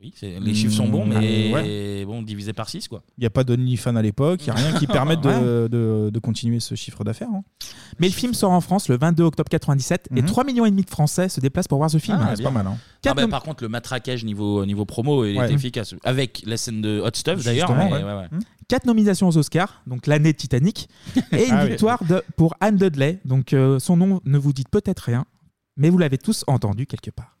S1: oui, c'est- les chiffres sont bons,
S8: Mmh,
S1: mais
S8: ouais.
S1: bon, divisé par 6, quoi.
S8: Il n'y a pas d'OnlyFans à l'époque, il n'y a rien qui permette de,
S9: Ouais.
S8: de- de continuer ce chiffre d'affaires. hein.
S9: Mais le film sort en France le 22 octobre 97 et
S8: Mhm.
S9: 3 millions et demi de Français se déplacent pour voir ce film.
S1: Ah, bien.
S8: hein.
S1: Ah, bah, par contre, le matraquage niveau, euh, niveau promo est
S9: hein. Ouais.
S1: efficace. Avec la scène de Hot Stuff d'ailleurs.
S9: Justement,
S1: mais
S9: ouais. Hmm.
S1: ouais, ouais.
S9: Quatre nominations aux Oscars, donc l'année Titanic, et une
S1: Ah oui.
S9: victoire de- pour Anne Dudley. Donc euh, son nom ne vous dit peut-être rien, mais vous l'avez tous entendu quelque part.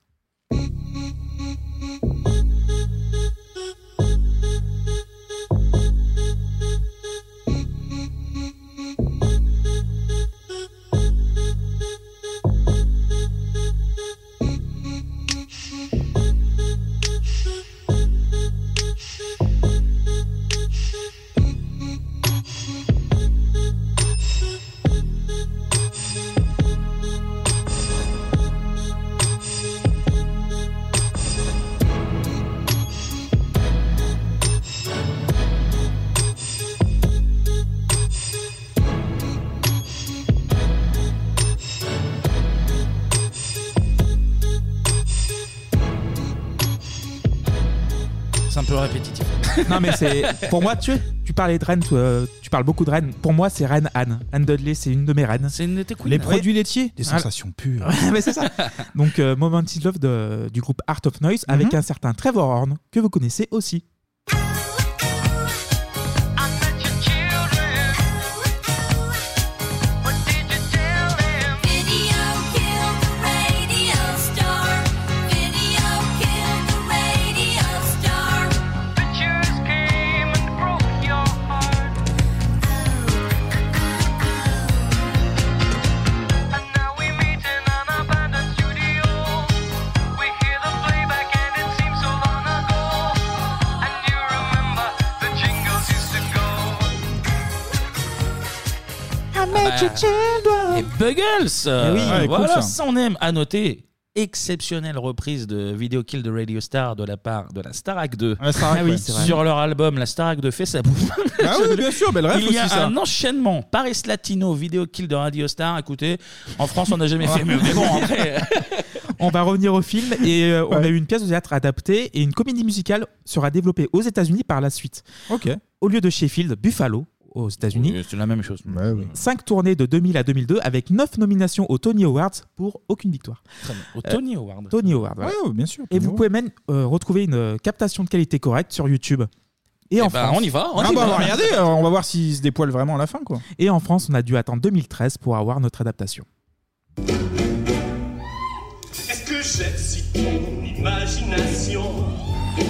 S1: C'est un peu répétitif.
S9: non mais c'est pour moi tu tu parlais de Rennes, tu, euh, tu parles beaucoup de Rennes. Pour moi c'est Rennes Anne. Anne Dudley c'est une de mes Rennes.
S1: C'est une de tes
S8: Les produits laitiers, des sensations pures.
S9: mais c'est ça. Donc euh, Moment is Love de- du groupe Art of Noise avec un certain Trevor Horn que vous connaissez aussi.
S1: Ah, Et Buggles euh,
S9: Eh oui, ouais,
S1: Voilà,
S9: cool, ça.
S1: ça on aime. À noter, exceptionnelle reprise de Video Kill de Radio Star de la part de la Starac 2.
S8: Starac, Ah oui, ouais. c'est vrai.
S1: Sur leur album, la Starac 2 fait sa bouffe.
S8: Ah oui, bien sûr, belle ref
S1: Il y
S8: aussi,
S1: a
S8: ça.
S1: un enchaînement. Paris Latino, Video Kill de Radio Star. Écoutez, en France, on n'a jamais fait mieux. Mais bon, après,
S9: On va revenir au film et euh, on a eu une pièce de théâtre adaptée et une comédie musicale sera développée aux États-Unis par la suite.
S8: Ok.
S9: Au lieu de Sheffield, Buffalo aux États-Unis.
S1: c'est la même chose.
S9: Cinq tournées de 2000 à 2002 avec neuf nominations aux Tony Awards pour aucune victoire. Euh,
S1: Très bien. Aux Tony Awards.
S9: Tony Awards. voilà.
S8: Ouais, ouais, bien sûr.
S9: Et vous pouvez même euh, retrouver une euh, captation de qualité correcte sur YouTube. Et, en
S1: ben,
S9: France-
S1: on y va,
S8: Ah bah, regardez, euh, on va voir s'il se dépoile vraiment à la fin quoi.
S9: Et en France, on a dû attendre 2013 pour avoir notre adaptation.
S15: Est-ce que j'excite ton imagination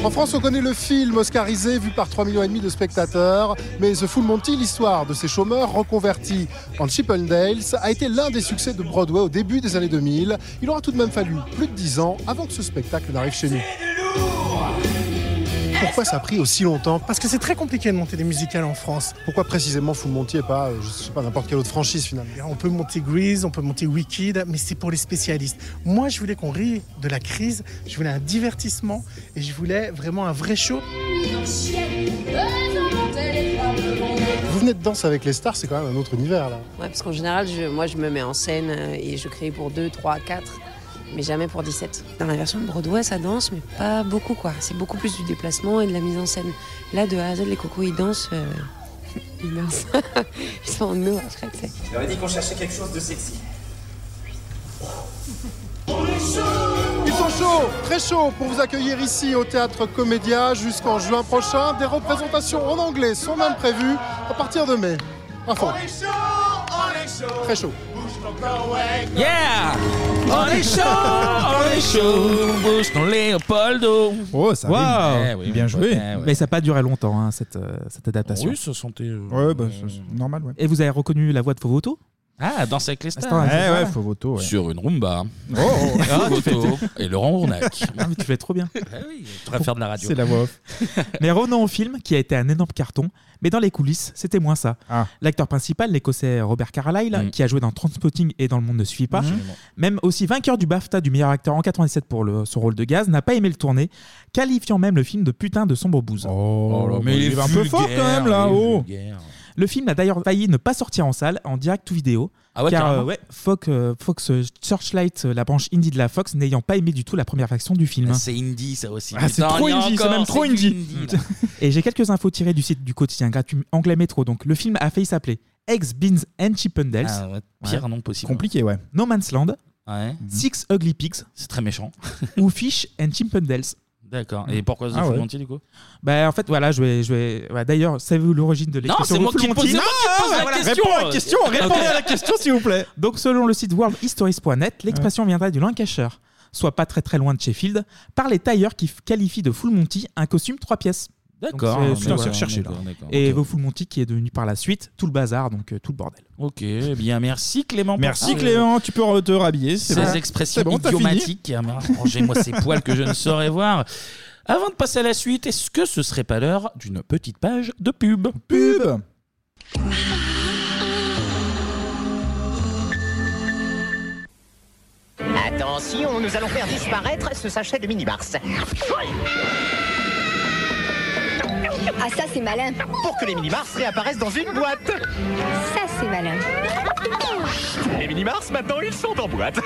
S18: En France, on connaît le film oscarisé vu par 3,5 millions de spectateurs, mais The Full Monty, l'histoire de ces chômeurs reconvertis en Chippendales, a été l'un des succès de Broadway au début des années 2000. Il aura tout de même fallu plus de 10 ans avant que ce spectacle n'arrive chez nous. Pourquoi ça a pris aussi longtemps Parce que c'est très compliqué de monter des musicales en France. Pourquoi précisément Full Monty et pas, euh, je sais pas, n'importe quelle autre franchise finalement
S20: On peut monter Grease, on peut monter Wicked, mais c'est pour les spécialistes. Moi, je voulais qu'on rie de la crise, je voulais un divertissement et je voulais vraiment un vrai show.
S18: Vous venez de danse avec les stars, c'est quand même un autre univers là.
S24: Ouais, parce qu'en général, je- moi, je me mets en scène euh, et je crée pour 2, 3, 4, mais jamais pour 17. Dans la version de Broadway, ça danse, mais pas beaucoup, quoi. C'est beaucoup plus du déplacement et de la mise en scène. Là, de A à Z, les cocos, ils dansent. euh, Ils dansent. ils sont en nous, après, tu sais.
S15: Je leur ai dit qu'on cherchait quelque chose de sexy.
S18: Ils sont chauds, très chauds pour vous accueillir ici au théâtre Comédia jusqu'en juin prochain. Des représentations en anglais sont même prévues à partir de mai. Enfin, très chaud.
S1: Yeah On est chaud, on est chaud, bouge ton Léopoldo.
S8: Oh, ça
S9: Waouh
S1: Eh oui,
S9: Bien joué.
S1: ouais, ouais.
S9: Mais ça n'a pas duré longtemps, hein, cette, euh, cette adaptation.
S1: Oui, ça sentait. euh,
S8: Ouais, bah, c'est- c'est normal, ouais.
S9: Et vous avez reconnu la voix de Fovoto
S1: Ah, danse avec les stars.
S9: Attends, c'est ça.
S1: Sur une rumba.
S9: Oh, oh. Ah, tu fais-
S1: Photo et Laurent Ournac.
S9: Ah, mais tu fais trop bien.
S1: Eh Je pourrais faire de la radio.
S9: C'est la voix off. mais revenons au film qui a été un énorme carton, mais dans les coulisses, c'était moins ça.
S8: Ah.
S9: L'acteur principal, l'écossais Robert Carlyle, qui a joué dans Transpotting et dans Le Monde ne suit pas,
S1: Absolument.
S9: même aussi vainqueur du BAFTA du meilleur acteur en 87 pour le- son rôle de gaz, n'a pas aimé le tourner, qualifiant même le film de putain de sombre bouse.
S8: Oh là, mais il est un peu fort quand même là, oh.
S9: Le film a d'ailleurs failli ne pas sortir en salle, en direct ou vidéo.
S1: Ah ouais,
S9: car
S1: carrément
S9: euh, ouais, Fox, euh, Fox, euh, Searchlight, euh, la branche indie de la Fox, n'ayant pas aimé du tout la première version du film.
S1: Ah, C'est indie, ça aussi.
S9: Ah, c'est
S1: Putain,
S9: trop
S1: on y est
S9: indie, c'est
S1: encore,
S9: même trop
S1: c'est du
S9: indie.
S1: là.
S9: Et j'ai quelques infos tirées du site du quotidien gratuit anglais Métro. Donc le film a failli s'appeler Eggs, Beans and Chippendales.
S1: Ah ouais, pire nom possible.
S8: Compliqué, ouais.
S9: No Man's Land.
S1: Ouais.
S9: Six Ugly Pigs.
S1: C'est très méchant.
S9: ou Fish and Chippendales.
S1: D'accord. Et pourquoi The
S9: Ah
S1: Full
S9: ouais.
S1: Monty, du coup
S9: Bah en fait voilà, je vais, je vais. ouais, D'ailleurs, savez-vous l'origine de
S1: Non,
S9: l'expression
S1: c'est moi
S9: Full
S1: qui te pose, c'est
S9: Monty
S1: moi qui te pose
S9: Ah,
S1: la
S9: voilà.
S1: question.
S9: Réponds à la question, répondez
S1: Ok.
S9: à la question s'il vous plaît. Donc selon le site worldhistories.net, l'expression viendrait du Lancashire, soit pas très très loin de Sheffield, par les tailleurs qui f- qualifient de full monty un costume trois pièces.
S1: D'accord, Ah, on
S9: Donc, c'est-
S1: est-
S9: c'est
S1: on est-
S9: recherché là.
S1: on est- on est-
S9: Et
S1: ok.
S9: vos full monty qui est devenu par la suite tout le bazar, donc euh, tout le bordel.
S1: Ok, eh bien merci Clément. pour
S8: Merci
S1: ce-
S8: Clément, tu peux re- te rhabiller. c'est
S1: Ah, Euh, Ces
S8: bon.
S1: expressions
S8: C'est bon, t'as fini
S1: idiomatiques. Ah, mais Rangez-moi ces poils que je ne saurais voir. Avant de passer à la suite, est-ce que ce serait pas l'heure d'une petite page de pub
S8: Pub
S25: Attention, nous allons faire disparaître ce sachet de mini-mars. Ah ça c'est malin. Pour que les mini-mars réapparaissent dans une boîte. Ça c'est malin. Les mini-mars, maintenant, ils sont en boîte.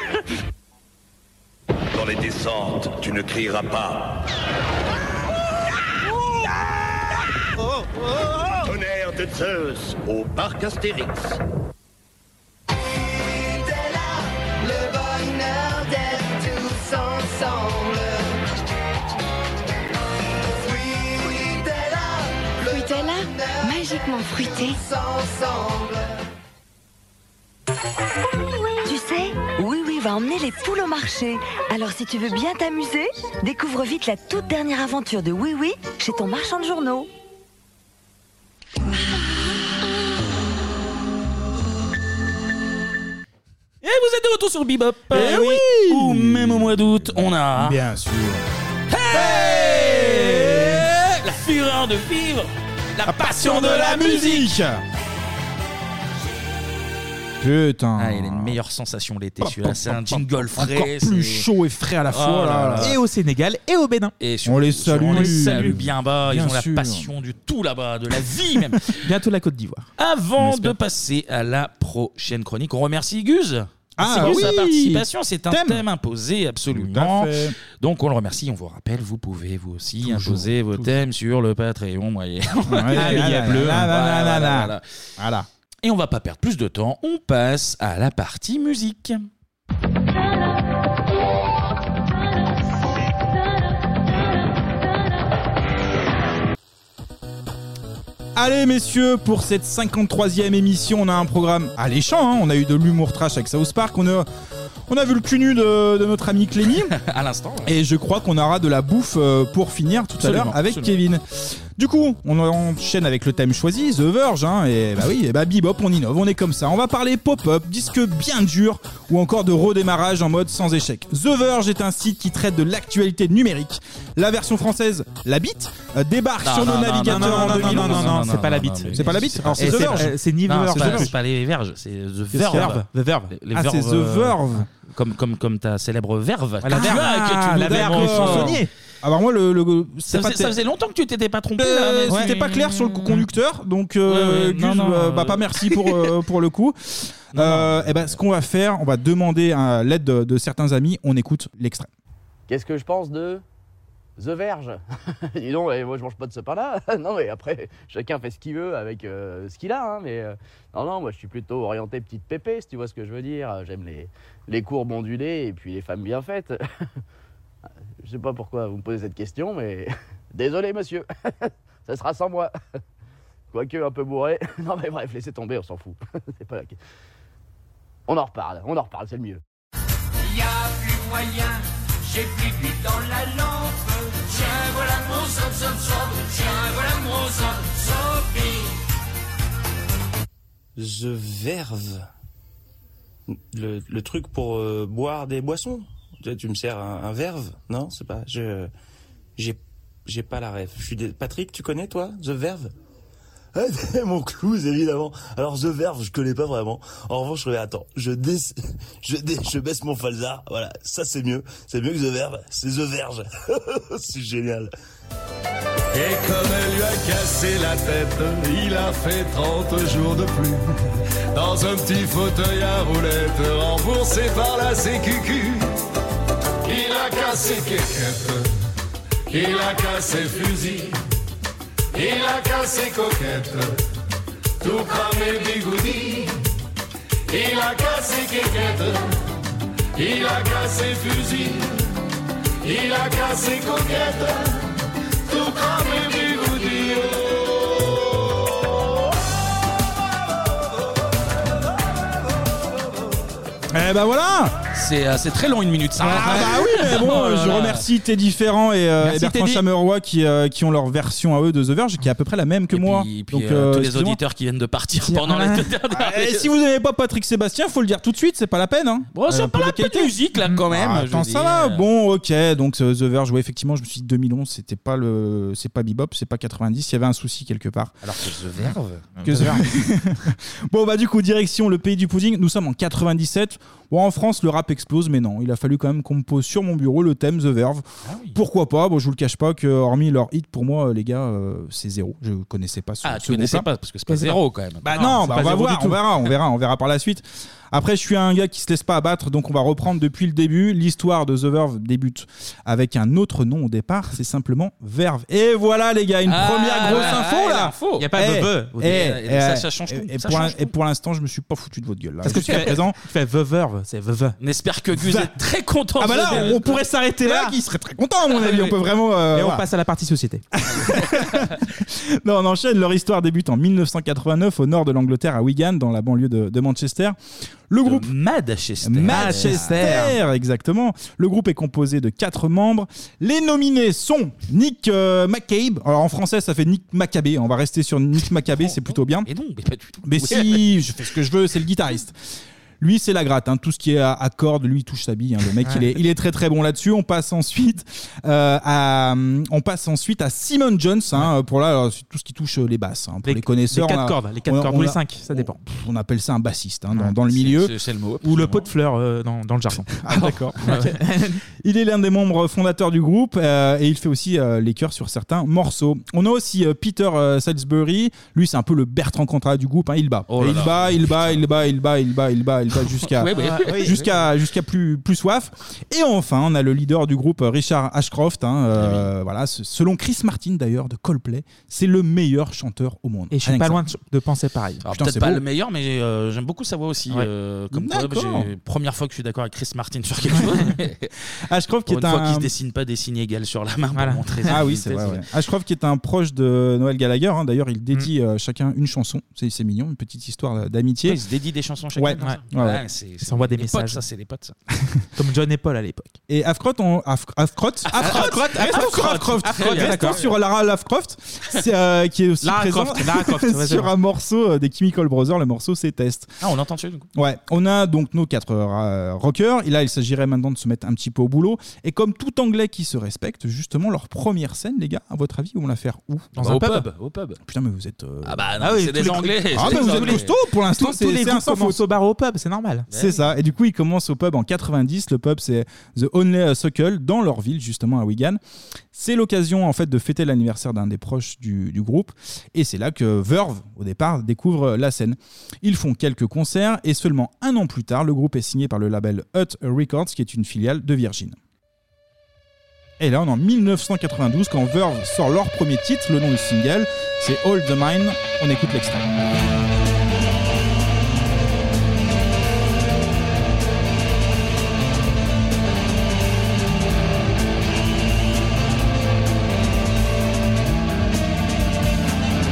S5: Dans les descentes, tu ne crieras pas.
S26: Tonnerre de Zeus au parc Astérix.
S27: Le bonheur d'être tous ensemble. Fruitella,
S28: Fruitella, magiquement fruité.
S27: ensemble.
S19: Tu sais, Oui Oui va emmener les poules au marché. Alors si tu veux bien t'amuser, découvre vite la toute dernière aventure de Oui Oui chez ton marchand de journaux.
S1: Et vous êtes de retour sur Bebop. Eh oui. Ou même au mois d'août, on a.
S8: Bien sûr.
S1: La fureur de vivre. La, passion de
S8: la musique. Putain.
S1: Ah, il a une meilleure sensation l'été, celui-là. C'est un jingle frais.
S8: Encore plus
S1: c'est-
S8: chaud et frais à la fois.
S1: Ah
S8: là, là.
S9: Et au Sénégal et au Bénin.
S1: Et
S8: on les salue.
S1: On les salue bien bas. Ils
S8: Bien
S1: ont la
S8: sûr.
S1: passion du tout là-bas, de la vie même.
S9: Bientôt la Côte d'Ivoire.
S1: Avant
S9: On
S1: de
S9: espère.
S1: passer à la prochaine chronique, on remercie Guse.
S9: Ah
S1: pour sa
S9: oui.
S1: participation, c'est un thème,
S9: Thème.
S1: imposé absolument.
S9: Tout à fait.
S1: Donc on le remercie, on vous rappelle, vous pouvez vous aussi imposer vos thèmes sur le Patreon. Voyez.
S8: là,
S1: Bleu. hein,
S8: là, là, là, là, là.
S1: Et on va pas perdre plus de temps, on passe à la partie musique.
S8: Allez messieurs, pour cette 53e émission, on a un programme alléchant, hein. on a eu de l'humour trash avec South Park, on a, on a vu le cul nu de, de notre ami Clémy.
S1: à l'instant.
S8: Et je crois qu'on aura de la bouffe euh, pour finir tout
S1: Absolument,
S8: à l'heure avec
S1: absolument.
S8: Kevin. Du coup, on enchaîne avec le thème choisi, The Verge, hein, et bah oui, et bah bebop, on innove, on est comme ça. On va parler pop-up, disque bien dur, ou encore de redémarrage en mode sans échec. The Verge est un site qui traite de l'actualité numérique. La version française, la bite, euh, débarque
S1: Non,
S8: sur
S1: non,
S8: nos
S1: non,
S8: navigateurs
S1: non, non,
S8: en
S1: non,
S8: 2011.
S1: non, non, non, non, non, non, mais
S8: C'est pas la bite Alors c'est
S1: Et
S8: The Verge.
S1: euh, C'est ni
S8: Non,
S1: Verve.
S8: c'est The Verge.
S1: C'est pas les Verges, c'est The
S8: Qu'est-ce qu'il y a
S1: Verve.
S8: The Verve.
S1: Les- les
S8: Ah, c'est
S1: Verve,
S8: The
S1: euh,
S8: Verve.
S1: Comme, comme, comme ta célèbre Verve.
S8: Ah, la
S1: Tu
S8: Verve.
S1: vois, que tu
S8: Ah,
S1: l'avais
S8: d'accord.
S1: en chansonnier.
S8: Alors Ah, bah, moi, le, le- c'est
S1: Ça
S8: pas
S1: faisait, ça
S8: tel-
S1: faisait longtemps que tu t'étais pas trompé. là,
S8: Euh,
S1: mais-
S8: C'était pas clair sur le conducteur, donc euh,
S1: Ouais, ouais,
S8: Gus,
S1: non, non,
S8: euh, bah,
S1: euh,
S8: pas merci pour, euh, pour le coup. Euh, eh ben, ce qu'on va faire, on va demander à l'aide de, de certains amis, on écoute l'extrait.
S25: Qu'est-ce que je pense de The Verge Dis donc, eh, moi je mange pas de ce pain-là. non, mais après, chacun fait ce qu'il veut avec euh, ce qu'il a. hein, mais euh, non, non, moi je suis plutôt orienté petite pépé, si tu vois ce que je veux dire. J'aime les, les courbes ondulées et puis les femmes bien faites. je sais pas pourquoi vous me posez cette question, mais désolé monsieur, ça sera sans moi. Quoique un peu bourré. non, mais bref, laissez tomber, on s'en fout. C'est pas la question. On en reparle, on en reparle, c'est le mieux.
S2: Y a plus moyen, j'ai plus d'huile dans la lampe. Tiens, voilà mon somme, somme, somme. Tiens, voilà mon somme, somme.
S29: The Verve. Le, le truc pour euh, boire des boissons. Tu, tu me sers un, un verve Non, c'est pas. Je j'ai j'ai pas la ref. Je suis dé- Patrick, tu connais toi The Verve
S7: Ah, c'est mon Clouse, évidemment. Alors, The Verve, je connais pas vraiment. En revanche, je attends, je, dé- je, dé- je baisse mon falzar. Voilà, ça c'est mieux. C'est mieux que The Verve, c'est The Verge. c'est génial.
S30: Et comme elle lui a cassé la tête, il a fait 30 jours de plus. Dans un petit fauteuil à roulettes, remboursé par la CQQ. Il a cassé quéquette, il a cassé fusil, il a cassé coquette, tout comme les bigoudis. Il a cassé quéquette, il a cassé fusil, il a cassé coquette. Tout comme les bigoudis, oh.
S8: Eh ben voilà
S1: C'est euh, c'est très long, une minute. Ça.
S8: Ah bah oui, mais bon,
S1: Oh là
S8: je
S1: là.
S8: remercie Teddy Ferrand et, euh,
S1: Merci,
S8: et Bertrand
S1: Teddy.
S8: Chameroy qui, euh, qui ont leur version à eux de The Verge, qui est à peu près la même que moi.
S1: Puis, euh,
S8: euh,
S1: tous les
S8: excusez-moi.
S1: auditeurs qui viennent de partir pendant les
S8: Ah.
S1: deux dernières
S8: Ah, et si vous n'aimez pas Patrick Sébastien, Ah, faut le dire tout de suite, c'est pas la peine. Hein.
S1: Bon, c'est
S8: Euh,
S1: pas
S8: pour
S1: la
S8: les qualités.
S1: petite musique là quand même.
S8: Ah,
S1: je
S8: attends,
S1: veux
S8: ça
S1: dire.
S8: va. Bon, ok. Donc euh, The Verge, ouais, effectivement, je me suis dit 2011, c'était pas le, c'est pas bebop, c'est pas 90. Il y avait un souci quelque part.
S1: Alors que The Verve.
S8: Que The Verve. bon, bah du coup, direction le pays du pudding. Nous sommes en 97. Bon, en France, le rap explose, mais non, il a fallu quand même qu'on me pose sur mon bureau le thème The Verve.
S1: Ah
S8: Pourquoi pas Bon, je vous le cache pas que hormis leur hit, pour moi, euh, les gars, euh, c'est zéro. Je connaissais pas. Ce,
S1: Ah,
S8: ce
S1: tu connaissais
S8: groupe-là.
S1: pas parce que c'est pas
S8: Je connaissais
S1: zéro quand même.
S8: Bah non,
S1: c'est
S8: bah,
S1: pas
S8: on va
S1: zéro du
S8: voir,
S1: tout.
S8: on verra, on verra, on verra par la suite. Après, je suis un gars qui se laisse pas abattre, donc on va reprendre depuis le début. L'histoire de The Verve débute avec un autre nom au départ, c'est simplement Verve. Et voilà, les gars, une
S1: Ah,
S8: première grosse
S1: ouais,
S8: info
S1: ouais,
S8: là.
S1: l'info. Y a pas
S8: Eh,
S1: veuve.
S8: eh,
S1: Et ça,
S8: eh,
S1: ça change tout,
S8: Et, et
S1: ça
S8: pour
S1: change
S8: l'in- et pour l'instant, je me suis pas foutu de votre gueule là.
S9: Parce que
S8: Jusqu'à
S9: tu fais-
S8: présent,
S9: tu fais veuve, c'est veuve.
S1: J'espère que Gus
S8: Va.
S1: est très content.
S8: Ah bah
S1: de-
S8: là, on- on pourrait s'arrêter là, qui serait très content à mon
S1: Ah,
S8: avis. On peut vraiment. euh,
S9: Et on
S8: passe à la partie société. non, on enchaîne. Leur histoire débute en 1989 au nord de l'Angleterre, à Wigan, dans la banlieue de, de Manchester. Le groupe
S1: Manchester.
S8: Manchester, exactement. Le groupe est composé de quatre membres. Les nominés sont Nick euh, McCabe. Alors en français, ça fait Nick Maccabé. On va rester sur Nick Maccabé, c'est plutôt bien.
S1: Et non, mais pas du tout.
S8: Mais si, je fais ce que je veux, c'est le guitariste. Lui, c'est la gratte. hein. Tout ce qui est à, à cordes, lui, il touche sa bille. hein. Le mec, il, est, il est très très bon là-dessus. On passe ensuite euh, à, on passe ensuite à Simon Jones. hein, Pour là, alors, c'est tout ce qui touche euh, les basses. hein. Pour les, connaisseurs,
S9: les quatre
S8: on a-
S9: cordes, les quatre
S8: on a-
S9: cordes,
S8: on
S9: ou les
S8: a-
S9: cinq, ça
S8: on-
S9: dépend.
S8: pff, On, appelle ça un bassiste hein, dans, dans le milieu.
S1: c'est- c'est le mot,
S9: Ou le pot de fleurs euh, dans, dans le jardin.
S8: Ah, d'accord. Ok. il est l'un des membres fondateurs du groupe euh, et il fait aussi euh, les chœurs sur certains morceaux. On a aussi euh, Peter euh, Salisbury. Lui, c'est un peu le Bertrand Cantat du groupe. hein. Il bat.
S1: Oh là
S8: Et il,
S1: là.
S8: bat il bat, il bat, il bat, il bat, il bat, il bat, jusqu'à
S1: Ouais,
S9: Ah,
S1: ouais. Oui, oui.
S8: jusqu'à jusqu'à plus plus soif. Et enfin, on a le leader du groupe euh, Richard Ashcroft. hein, euh,
S1: Ah
S8: Voilà, ce- selon Chris Martin d'ailleurs de Coldplay, c'est le meilleur chanteur au monde.
S9: Et je suis
S8: Rien
S9: pas
S8: que ça.
S9: loin de, de penser pareil.
S8: Alors,
S1: Ah, Peut-être
S8: Ah, c'est
S1: pas
S8: beau.
S1: le meilleur, mais euh, j'aime beaucoup sa voix aussi.
S8: Ouais.
S1: euh, comme toi,
S8: D'accord.
S1: j'ai- première fois que je suis d'accord avec Chris Martin sur quelque chose.
S8: Ashcroft qui
S1: Pour
S8: est
S1: une fois
S8: un-
S1: qu'il se dessine pas des signes égales sur la main pour montrer sa
S8: Ah oui, c'est
S1: vitesse,
S8: vrai.
S1: il-
S8: ouais. Ashcroft qui est un proche de Noël Gallagher. hein. D'ailleurs, il
S9: Mm.
S8: dédie euh, chacun une chanson. C'est c'est mignon, une petite histoire d'amitié.
S1: Ils se dédient des chansons chacun.
S8: Ouais,
S1: comme ça.
S8: ouais, ouais.
S1: Ouais, c'est- c'est les potes, ça, c'est les potes. ça.
S9: Comme John et Paul à l'époque.
S8: Et Afcroft, on... Af- Afcroft, Afcroft,
S9: Afcroft,
S8: restons
S9: Afcroft,
S8: sur Afcroft,
S9: Afcroft,
S8: Restons
S9: d'accord.
S8: sur Lara Lovecraft, c'est, euh, qui est aussi
S9: Lara
S8: présent
S9: Croft, Lara Croft, ouais, c'est
S8: sur
S9: vrai.
S8: un morceau euh, des Chemical Brothers. Le morceau, c'est Test.
S1: Ah, on entend dessus du coup.
S8: Ouais, on a donc nos quatre euh, rockers. Et là, il s'agirait maintenant de se mettre un petit peu au boulot. Et comme tout Anglais qui se respecte, justement, leur première scène, les gars, à votre avis, on la faire où
S1: Bah, au pub. Au pub.
S8: Putain, mais vous êtes. euh,
S1: Ah bah non,
S8: oui,
S1: c'est
S8: tous
S1: des
S8: les-
S1: Anglais.
S8: Ah,
S1: c'est
S8: mais
S1: des
S8: vous êtes
S1: Anglais.
S8: costauds pour l'instant.
S9: Tous
S8: c'est-
S9: les
S8: c'est
S9: groupes
S8: un sans
S9: commencent
S8: faute.
S9: au bar au pub, c'est normal.
S8: C'est ça. Et du coup, ils commencent au pub en 90. Le pub, c'est The Only Circle dans leur ville, justement à Wigan. C'est l'occasion en fait de fêter l'anniversaire d'un des proches du, du groupe. Et c'est là que Verve, au départ, découvre la scène. Ils font quelques concerts et seulement un an plus tard, le groupe est signé par le label Hut Records, qui est une filiale de Virgin. Et là, on est en 1992 quand Verve sort leur premier titre. Le nom du single, c'est All the Mine. On écoute l'extrait.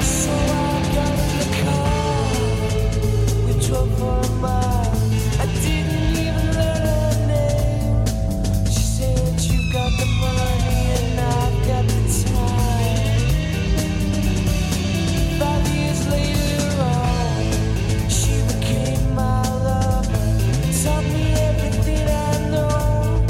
S15: So I got in the car. We drove for a mile. I didn't even learn her name. She said, "You got the money and I've got the time." Five years later on, she became my lover. Taught me everything I know.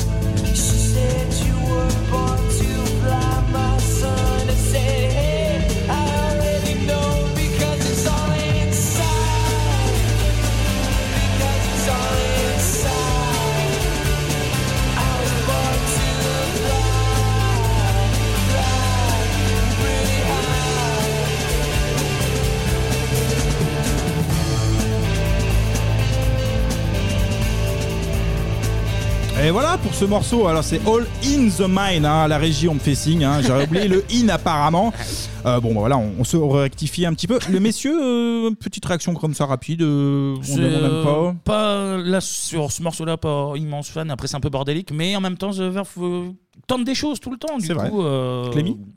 S15: She said, "You were born to fly, my son." I said, "Hey, I already know because it's all inside. Because it's all inside. I was born to fly, fly really high."
S8: Et voilà pour ce morceau. Alors c'est All in the Mind. hein. À la régie, on me fait signe. hein. J'aurais oublié le in apparemment. Euh, bon, bah voilà, on, on se rectifie un petit peu. Les messieurs, euh, petite réaction comme ça rapide. euh, on
S1: C'est,
S8: aime, on aime
S1: euh, pas
S8: pas.
S1: là sur ce morceau-là, pas immense fan. Après, c'est un peu bordélique, mais en même temps, The Verve euh, tente des choses tout le temps. Du coup, euh,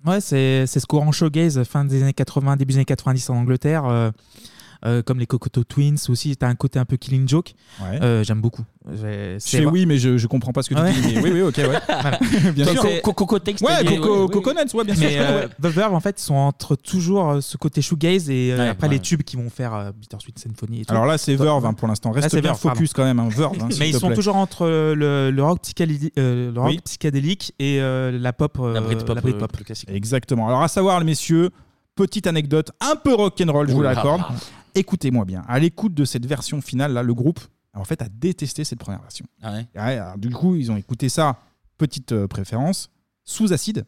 S9: Ouais, c'est c'est ce courant showgaze fin des années 80, début des années 90 en Angleterre. euh, euh, comme les Kokoto Twins aussi, t'as un côté un peu killing joke.
S8: Ouais.
S9: Euh, J'aime beaucoup.
S8: Je fais oui, mais je, je comprends pas ce que tu
S9: Ah Ouais.
S8: dis. mais oui, oui, ok, ouais.
S9: Voilà.
S8: Bien
S9: Donc,
S8: sûr.
S9: c'est-
S8: Ouais, Coco, Coconuts, ouais, bien sûr.
S9: Mais
S8: je connais,
S9: euh,
S8: ouais.
S9: The Verve, en fait, sont entre toujours euh, ce côté shoegaze et euh,
S8: Ouais,
S9: après
S8: ouais.
S9: les tubes qui vont faire euh, Bittersweet Symphony. Et tout.
S8: Alors là, c'est
S9: Toi-
S8: Verve hein, pour l'instant.
S9: Là,
S8: Reste
S9: c'est
S8: bien
S9: Verve,
S8: focus
S9: pardon.
S8: quand même. hein, Verve. hein, s'il
S9: mais ils
S8: te
S9: sont
S8: plaît.
S9: toujours entre euh, le, le rock, psychédéli- euh, le rock
S8: Oui.
S9: psychédélique et euh, la pop. euh,
S8: Britpop,
S9: la Britpop.
S8: euh, plus Exactement. Alors à savoir, les messieurs, petite anecdote un peu rock'n'roll, je vous
S9: Oula.
S8: l'accorde. Écoutez-moi bien. À l'écoute de cette version finale, là, le groupe, en fait, a détesté cette première version.
S1: Ah ouais.
S8: Ouais, alors, du coup, ils ont écouté ça, petite euh, préférence, sous acide.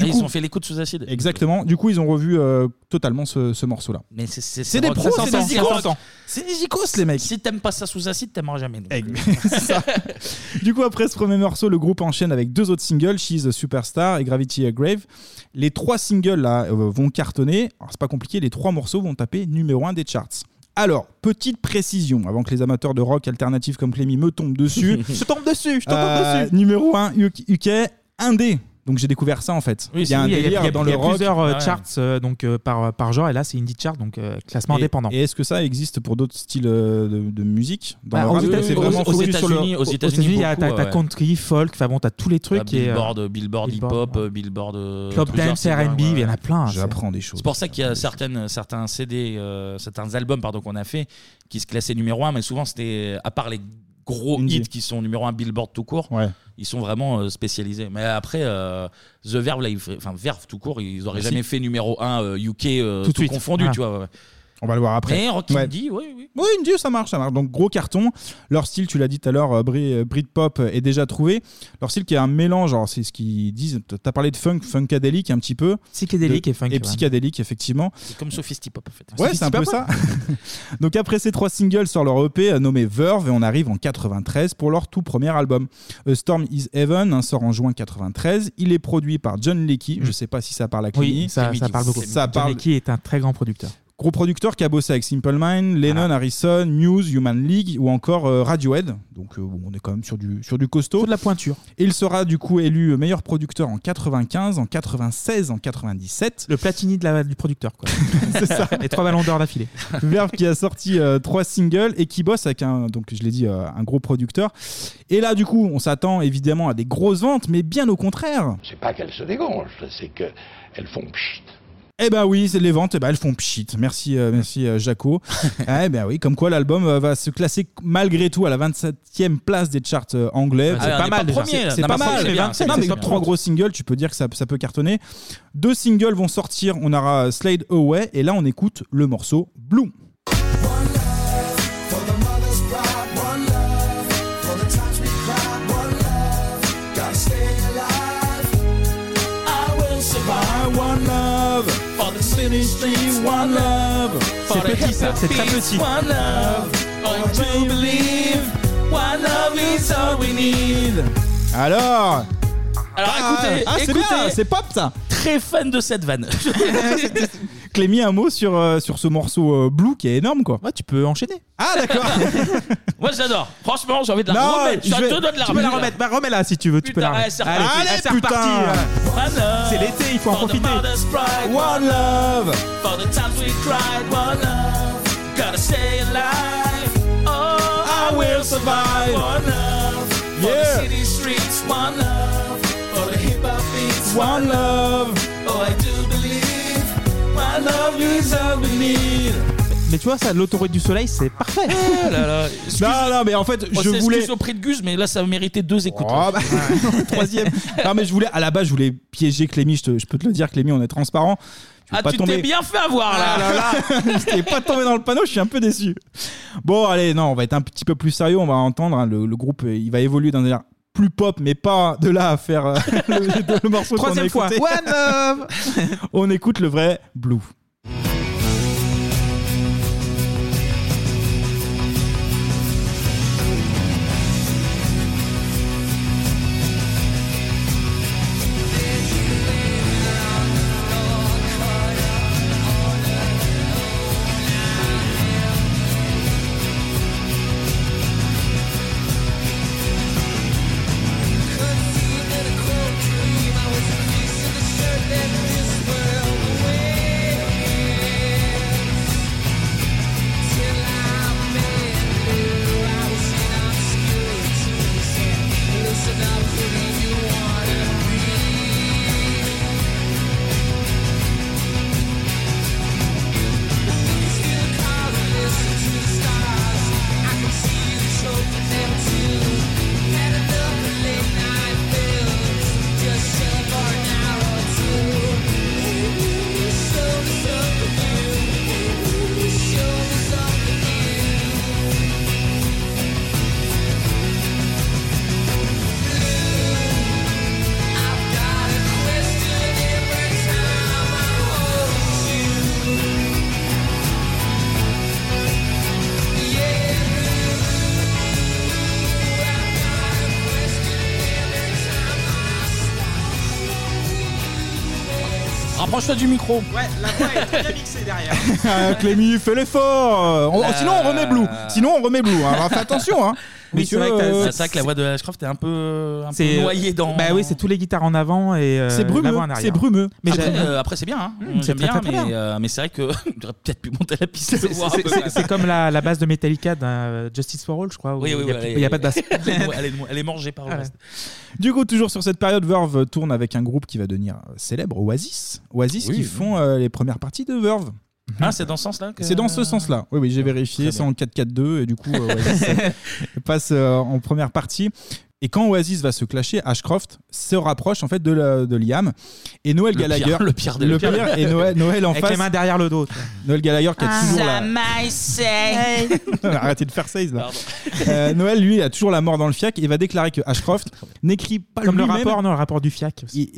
S1: Ah, ils ont fait les coups de sous-acide.
S8: Exactement. Du coup, ils ont revu euh, totalement ce, ce morceau-là.
S1: Mais c'est- c'est
S8: C'est des
S1: rock,
S8: pros,
S1: ça
S8: c'est des
S1: s'entend,
S8: icônes.
S1: rock.
S8: C'est des icônes, les mecs.
S1: Si t'aimes pas ça sous acide, t'aimeras jamais. nous.
S8: Du coup, après ce premier morceau, le groupe enchaîne avec deux autres singles, She's a Superstar et Gravity a Grave. Les trois singles là euh, vont cartonner. Alors, c'est pas compliqué, les trois morceaux vont taper numéro un des charts. Alors, petite précision, avant que les amateurs de rock alternatif comme Clémy me tombent dessus.
S9: Je tombe dessus, je tombe
S8: Euh,
S9: dessus.
S8: Numéro 1 UK, indé. Donc j'ai découvert ça en fait.
S9: Oui,
S8: il y a un
S9: oui, il y a,
S8: délire
S9: il y a-
S8: dans
S9: il y a
S8: le rock.
S9: plusieurs euh,
S8: Ah ouais.
S9: charts euh, donc, euh, par, par genre, et là c'est Indie Chart, donc euh, classement
S8: Et-
S9: indépendant.
S8: Et est-ce que ça existe pour d'autres styles euh, de, de musique Dans
S9: Bah,
S8: le
S9: aux
S8: rap,
S9: États-
S8: c'est
S9: aux-
S8: vraiment
S9: aux
S8: focus sur le-
S9: États-Unis, aux États-Unis, il y a-
S1: beaucoup,
S9: t'as t'as
S1: ouais.
S9: country, folk, enfin bon, t'as tous les trucs.
S8: Bah,
S9: et, euh,
S1: Billboard, euh, Billboard, hip-hop, euh, Billboard. euh,
S9: Club
S1: plusieurs
S9: Dance,
S1: CD,
S9: R&B,
S1: ouais.
S9: il y en a plein.
S8: J'apprends des choses.
S1: C'est pour ça qu'il y a certaines, certains CD, euh, certains albums pardon, qu'on a fait qui se classaient numéro 1, mais souvent c'était, euh, à part les gros
S8: Indie.
S1: hits qui sont numéro 1 Billboard tout court,
S8: Ouais.
S1: ils sont vraiment euh, spécialisés. Mais après, euh, The Verve, là, ils feraient- enfin Verve tout court, ils auraient
S8: Si.
S1: jamais fait numéro 1 euh, UK euh,
S8: Tout de
S1: tout,
S8: suite. Ah.
S1: confondu,
S8: Voilà.
S1: tu vois. ouais, ouais.
S8: On va le voir après.
S1: Mais Rock
S8: Ouais.
S1: Indie, oui, oui.
S8: Oui, Indie, ça marche, ça marche. Donc gros carton. Leur style, tu l'as dit tout à l'heure, euh, Brit- euh, Britpop euh, est déjà trouvé. Leur style qui est un mélange, alors c'est ce qu'ils disent. T'as parlé de funk, funkadélique un petit peu.
S9: Psychédélique
S8: De-
S9: et funk,
S8: Et
S9: ouais.
S8: psychédélique, effectivement.
S1: C'est comme Sophistipop, en fait.
S8: Ouais, c'est un peu ça. Donc après ces trois singles sur leur EP euh, nommé Verve, et on arrive en 93 pour leur tout premier album. A Storm is Heaven hein, sort en juin 93. Il est produit par John Leckie. Je sais pas si ça parle à Clémy.
S9: Mm. Oui, ça, ça parle beaucoup.
S8: Ça
S9: John
S8: parle
S9: Leckie est un très grand producteur.
S8: Gros producteur qui a bossé avec Simple Mind, Lennon, Harrison, Muse, Human League ou encore euh, Radiohead. Donc euh, bon, on est quand même sur du, sur du costaud. de
S9: la pointure.
S8: Il sera du coup élu meilleur producteur en 95, en 96, en 97.
S9: Le Platini de la, du producteur, quoi.
S8: C'est ça.
S9: Les trois ballons d'or d'affilée.
S8: Verve qui a sorti euh, trois singles et qui bosse avec un, donc je l'ai dit, euh, un gros producteur. Et là, du coup, on s'attend évidemment à des grosses ventes, mais bien au contraire.
S3: C'est pas qu'elles se dégonflent, c'est qu'elles font pchit.
S8: Eh ben oui, c'est les ventes, eh ben elles font pchit. Merci, euh, merci euh, Jaco. eh ben oui, comme quoi l'album euh, va se classer malgré tout à la 27e place des charts euh, anglais.
S1: Ah, on est pas premier,
S8: déjà.
S1: là.
S8: C'est
S1: Non,
S8: pas
S1: mais
S8: mal.
S1: c'est bien, c'est
S8: Non,
S1: bien,
S8: mais
S1: c'est
S8: top
S1: bien.
S8: 3 gros singles, tu peux dire que ça, ça peut cartonner. Deux singles vont sortir. On aura euh, Slide Away et là on écoute le morceau Bloom.
S15: For the mother's pride, one love. For the times we cried, one love. Gotta stay alive. I will survive, one love. For the city streets, one love. For
S9: C'est
S15: the
S9: petit, ça, c'est très
S15: peace,
S9: petit.
S15: one love. Oh, I do believe one love is all we need.
S8: Alors
S1: Alors
S8: Ah,
S1: écoutez,
S8: ah, c'est
S1: écoutez,
S8: bien, c'est pop ça
S1: Très fan de cette vanne.
S8: Clémy, un mot sur, euh, sur ce morceau euh, Blue qui est énorme quoi.
S9: Ouais, tu peux enchaîner.
S8: Ah d'accord
S1: Moi j'adore. Franchement, j'ai envie de la
S9: Non,
S1: remettre. Je suis à
S9: je vais-
S1: deux doigts de la
S9: tu peux la
S1: là.
S9: remettre. Bah, remets-la si tu veux, tu peux la
S1: Putain,
S9: remettre.
S1: ouais, c'est reparti.
S9: Allez,
S1: Allez,
S9: c'est
S1: putain.
S9: reparti. euh. C'est l'été, il faut en
S15: For the
S9: profiter.
S15: mother's pride,
S8: One love.
S15: For the times we cried, one love. Gotta stay alive. Oh, I will survive. One love. For the city streets, one love. For the hip hop beats, one love. Oh, I do believe. My love is all we need.
S9: Mais tu vois, ça, l'autoroute du soleil, c'est parfait.
S1: Ah là Oh, là.
S8: Non, non, mais en fait,
S1: On
S8: je
S1: s'excuse
S8: voulais.
S1: au prix de Gus, mais là ça méritait deux écoutes.
S8: Oh, bah, troisième. Non, mais je voulais. À la base, je voulais piéger Clémy. Je, te- je peux te le dire, Clémy, on est transparent. Je veux
S1: ah,
S8: pas
S1: tu
S8: tomber-
S1: t'es bien fait avoir
S9: Ah
S1: là.
S8: Je t'ai pas tombé dans le panneau, je suis un peu déçu. Bon, allez, non, on va être un petit peu plus sérieux. On va entendre hein, le, le groupe. euh, Il va évoluer dans un délire plus pop, mais pas de là à faire euh, le, le- le morceau. qu'on a
S9: Troisième fois.
S8: écouté.
S9: One love.
S8: on écoute le vrai Blue.
S15: Could see in a cold dream I was a piece of the shirt that this world away.
S1: Approche-toi du micro.
S9: Ouais, la voix est très bien mixée derrière.
S8: Ah, Clémy, fais l'effort
S9: Bah.
S8: On- Sinon, on remet Blue. Sinon, on remet Blue. hein. Alors, fais attention. Hein.
S1: Oui, c'est
S8: Messieurs,
S1: vrai que
S8: euh,
S1: t'as- c'est ça que la voix de Ashcroft est un peu, un peu noyée dans.
S9: Bah oui, c'est tous les guitares en avant et. euh,
S1: C'est brumeux,
S9: l'avant en arrière.
S1: c'est brumeux.
S9: Mais
S1: Après,
S9: j'aime-
S1: euh, après, c'est bien, hein.
S9: Mmh,
S1: J'aime
S9: c'est
S1: bien,
S9: très, très
S1: mais,
S9: bien.
S1: euh, mais c'est vrai que j'aurais peut-être pu monter la piste.
S9: C'est-
S1: voir un
S9: c'est-
S1: peu
S9: c'est-
S1: quand
S9: C'est
S1: même.
S9: comme la, la base de Metallica d'un euh, Justice for All, je crois. où
S1: Oui, oui, oui,
S9: il n'y a,
S1: elle
S9: il y a
S1: est-
S9: pas de basse.
S1: elle est- elle est- elle est mangée par le reste.
S8: Du coup, toujours sur cette période, Verve tourne avec un groupe qui va devenir célèbre, Oasis. Oasis
S1: Oui,
S8: qui
S1: oui.
S8: font euh, les premières parties de Verve.
S1: Ah, c'est dans ce sens-là que-
S8: C'est dans
S9: Euh,
S8: ce sens-là. Oui, oui, j'ai vérifié. C'est en 4-4-2 et du coup, euh, Oasis euh, passe euh, en première partie. Et quand Oasis va se clasher, Ashcroft se rapproche en fait de, la- de Liam et Noël
S9: Le
S8: Gallagher.
S9: pire, le pire des-
S8: le pire et Noël, Noël en
S9: Avec
S8: face.
S9: les mains derrière le dos.
S8: Noël Gallagher qui
S1: Ah,
S8: a toujours la,
S9: my say.
S8: Arrêtez de faire ça, Isla. Euh, Noël, lui, a toujours la mort dans le fiac et va déclarer que Ashcroft n'écrit pas
S9: Comme le
S8: Euh, lui-même-
S9: rapport, non, le rapport du FIAC. aussi.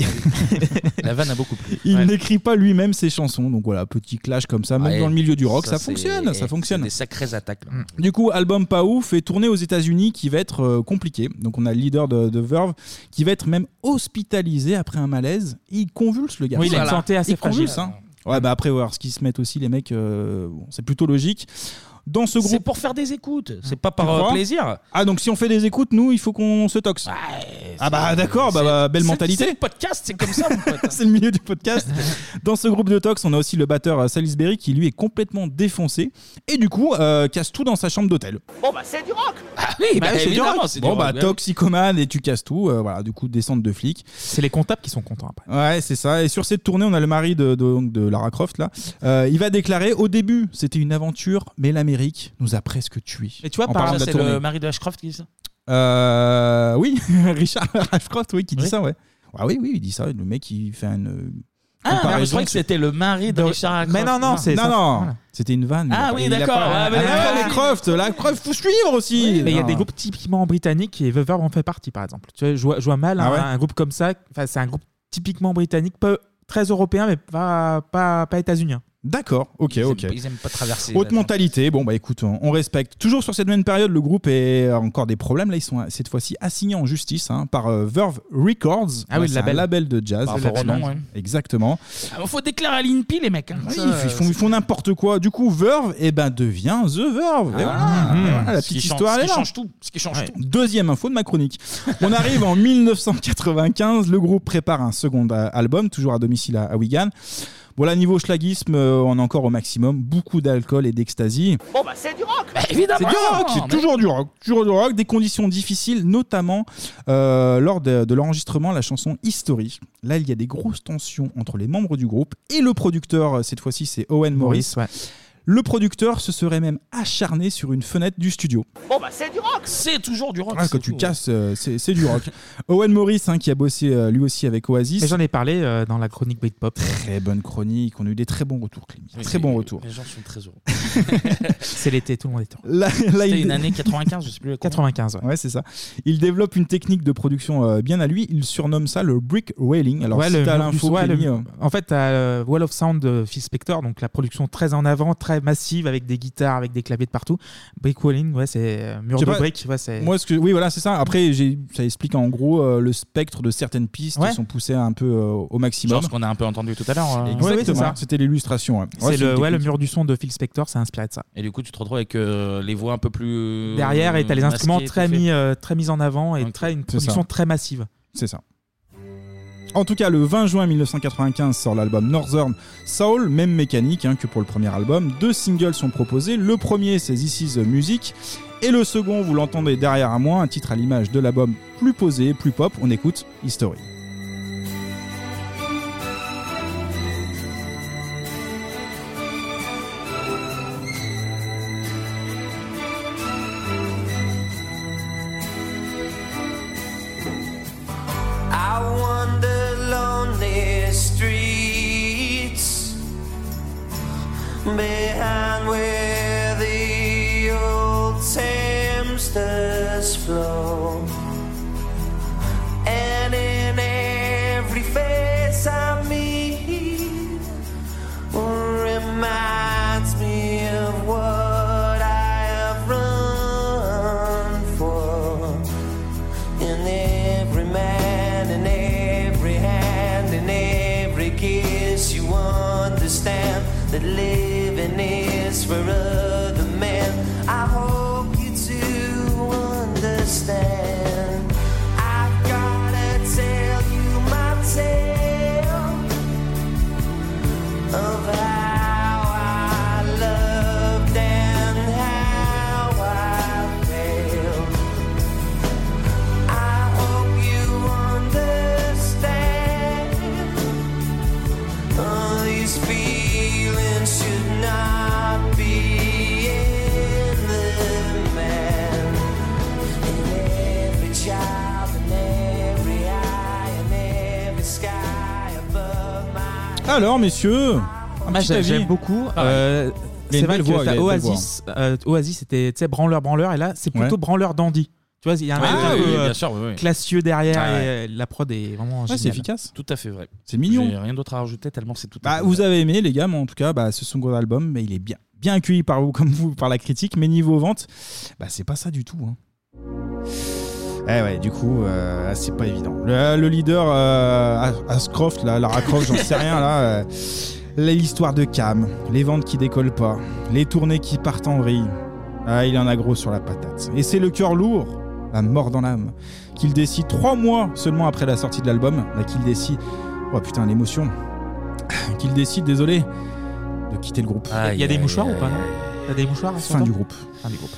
S1: La vanne a beaucoup plu.
S8: Il n'écrit pas lui-même ses chansons. Donc voilà, petit clash comme ça, même
S1: Ouais,
S8: dans le milieu du rock,
S1: ça,
S8: ça,
S1: c'est-
S8: fonctionne, ça fonctionne.
S1: Des sacrées attaques. là.
S8: Du coup, album pas ouf et tournée aux États-Unis qui va être euh, compliqué. Donc, on a le leader de, de Verve qui va être même hospitalisé après un malaise. Et il convulse le gars.
S9: Oui, il a une
S8: Voilà.
S9: santé assez
S8: Il convulse,
S9: fragile.
S8: hein. Ouais, bah après, voir ce qu'ils se mettent aussi, les mecs, euh, bon, c'est plutôt logique. Dans ce groupe. Hein.
S1: C'est pour faire des écoutes, c'est pas par
S8: Tu
S1: euh,
S8: crois
S1: plaisir.
S8: Ah, donc si on fait des écoutes, nous, il faut qu'on se toxe. Ah, bah d'accord, bah, bah, belle
S1: C'est-
S8: mentalité.
S1: C'est le podcast, c'est comme ça, mon pote.
S8: c'est le milieu du podcast. Dans ce groupe de tox, on a aussi le batteur euh, Salisbury qui lui est complètement défoncé et du coup euh, casse tout dans sa chambre d'hôtel.
S25: Bon, bah, c'est du rock
S1: Ah oui, bah,
S8: Bah, c'est du
S1: évidemment,
S8: rock.
S1: c'est du
S8: Bon
S1: rock,
S8: bah
S1: ouais.
S8: toxicomane et tu casses tout, euh, voilà, du coup descente de flic.
S9: C'est les comptables qui sont contents après.
S8: Ouais, c'est ça. Et sur cette tournée, on a le mari de, de, donc, de Lara Croft là. Euh, il va déclarer au début, c'était une aventure, mais l'Amérique nous a presque tués.
S1: Et tu vois,
S8: En
S1: par
S8: parlant
S1: là,
S8: de la
S1: c'est
S8: tournée.
S1: le mari de Ashcroft qui dit ça.
S8: Euh, oui, Richard Ashcroft, oui, qui dit
S1: Oui.
S8: ça, ouais. Ah oui, oui, il dit ça. Le mec, il fait une. euh,
S1: Ah,
S8: comparaison
S1: mais je croyais que
S8: sur-
S1: c'était le mari de Richard Ashcroft.
S8: Mais non, non, c'est
S1: ça.
S8: non, non. C'était une vanne.
S1: Ah
S8: Il a-
S1: oui,
S8: il a
S1: d'accord.
S8: pas-
S1: Ah, mais
S8: Ah,
S1: là-
S8: mais Croft, la Croft, faut suivre aussi.
S9: mais il y a
S8: Non.
S9: des groupes typiquement britanniques et The Verve en fait partie, par exemple. Tu vois, je vois, je vois mal
S8: Ah
S9: un,
S8: ouais
S9: un groupe comme ça. Enfin, c'est un groupe typiquement britannique, peu, très européen, mais pas, pas, pas états-unien.
S8: D'accord, ok, ok.
S1: Ils aiment pas traverser.
S8: Haute
S1: là.
S8: mentalité, bon bah écoute, on, on respecte. Toujours sur cette même période, le groupe est a encore des problèmes. Là, ils sont cette fois-ci assignés en justice hein, par euh, Verve Records.
S9: Ah
S8: Ouais,
S9: oui, le
S8: c'est un
S9: label.
S8: label de jazz.
S1: Par rapport au nom, ouais.
S8: Exactement.
S1: Ah, faut déclarer à l'INPI, les mecs. hein.
S8: Oui,
S1: Ça,
S8: ils, ils font, ils font n'importe quoi. Du coup, Verve, eh ben, devient The Verve. Et voilà,
S1: Mhm.
S8: Et Ah, voilà, la
S1: Ce qui
S8: petite
S1: change-
S8: histoire
S1: ce
S8: elle est
S1: qui
S8: là.
S1: change tout, ce qui change tout.
S8: Deuxième info de ma chronique. On arrive en 1995. Le groupe prépare un second euh, album, toujours à domicile à, à Wigan. Voilà, niveau schlagisme, euh, on est encore au maximum. Beaucoup d'alcool et d'extasie.
S25: Bon, bah, c'est du rock
S8: C'est du rock, c'est toujours du rock, toujours du rock, des conditions difficiles, notamment euh, lors de, de l'enregistrement, la chanson History. Là, il y a des grosses tensions entre les membres du groupe et le producteur, euh, cette fois-ci c'est Owen Morris. Le producteur se serait même acharné sur une fenêtre du studio.
S25: Bon, bah, c'est du rock
S1: C'est toujours du rock. Oh,
S8: Ah,
S1: c'est hein.
S8: quand tu
S1: tout.
S8: casses, euh, c'est c'est du rock. Owen Morris, hein, qui a bossé euh, lui aussi avec Oasis.
S9: Mais j'en ai parlé euh, dans la chronique Britpop.
S8: Très bonne chronique, on a eu des très bons retours, Clémy.
S1: Oui,
S8: très
S1: oui,
S8: bons
S1: oui,
S8: retours.
S1: Les gens sont très heureux.
S9: C'est l'été, tout le monde est en.
S8: Là- là,
S1: C'était
S8: il-
S1: une année 95, je sais plus.
S9: 95, ouais.
S8: c'est ça. Il développe une technique de production euh, bien à lui. Il surnomme ça le brick railing. Alors,
S9: Ouais,
S8: si
S9: le
S8: t'as
S9: mur du
S8: l'info,
S9: soin, le-
S8: Kenny, euh,
S9: En fait, t'as euh, Wall of Sound de Phil Spector, donc la production très en avant, très massive, avec des guitares, avec des claviers de partout. Brick Walling, ouais, c'est euh,
S8: je
S9: mur
S8: sais
S9: de
S8: pas,
S9: brick. Ouais, c'est-
S8: Moi, ce que, oui, voilà, c'est ça. Après, j'ai- ça explique en gros euh, le spectre de certaines pistes
S9: Ouais.
S8: qui sont poussées un peu euh, au maximum.
S1: Genre ce qu'on a un peu entendu tout à l'heure. euh.
S8: Exactement. C'était l'illustration. ouais. Ouais,
S9: c'est
S8: c'est
S9: le,
S8: une
S9: ouais, le
S8: technique.
S9: mur du son de Phil Spector, c'est inspiré de ça.
S1: Et du coup, tu te retrouves avec euh, les voix un peu plus. euh,
S9: Derrière, et t'as les
S1: masquées,
S9: instruments
S1: tout
S9: très
S1: fait.
S9: mis, euh, très mis en avant et très, une
S8: C'est
S9: production
S8: ça.
S9: très massive.
S8: C'est ça. En tout cas, le 20 juin 1995 sort l'album Northern Soul, même mécanique hein, que pour le premier album. Deux singles sont proposés. Le premier, c'est This Is the Music. Et le second, vous l'entendez derrière à moi, un titre à l'image de l'album plus posé, plus pop. On écoute History.
S15: I wander lonely streets behind where the old Thames does flow, and in every face I meet reminds me of what I have run for. In every man, in every hand, in every kiss you for other men. I hope you do understand. I've gotta tell you my tale of how I loved and how I failed. I hope you understand. All these feelings should not be in the man. In every child, in every eye, in every sky above my
S8: Alors, messieurs, un
S9: Moi,
S8: petit
S9: j'a-
S8: avis.
S9: j'aime beaucoup.
S8: Ah Il
S9: Euh,
S8: a
S9: c'est
S8: une
S9: vrai
S8: belle
S9: que
S8: voix, il a
S9: t'as
S8: une belle voix.
S9: Oasis, euh, Oasis c'était tu sais, branleur branleur et là c'est plutôt
S8: Ouais.
S9: branleur dandy. Tu vois, il y a un
S8: Ah,
S9: côté un
S8: oui,
S9: peu,
S8: oui,
S9: euh,
S8: bien sûr, oui, oui.
S9: classieux derrière
S8: Ah,
S9: et euh, la prod est vraiment
S8: Ouais, c'est
S9: géniale.
S8: efficace.
S1: Tout à fait vrai.
S8: C'est mignon.
S1: J'ai rien d'autre à rajouter tellement c'est tout. à
S8: Bah,
S1: fait
S8: vous
S1: vrai.
S8: avez aimé les gars, mais en tout cas, bah, ce second album, mais il est bien, bien accueilli par vous comme vous, par la critique, mais niveau vente, bah, c'est pas ça du tout. hein. Eh ouais, du coup, euh, c'est pas évident. Le, le leader euh, As- Ascroft, là, Lara Croft, j'en sais rien là. euh, L'histoire de Cam, les ventes qui décollent pas, les tournées qui partent en vrille. Ah, il en a gros sur la patate. Et c'est le cœur lourd, la mort dans l'âme, qu'il décide trois mois seulement après la sortie de l'album, bah, qu'il décide. Oh putain, l'émotion. Hein, Qu'il décide, désolé, de quitter le groupe.
S9: Il y a des mouchoirs ou pas non T'as des mouchoirs à ce
S8: Fin du
S9: moment
S8: groupe.
S9: Fin du groupe.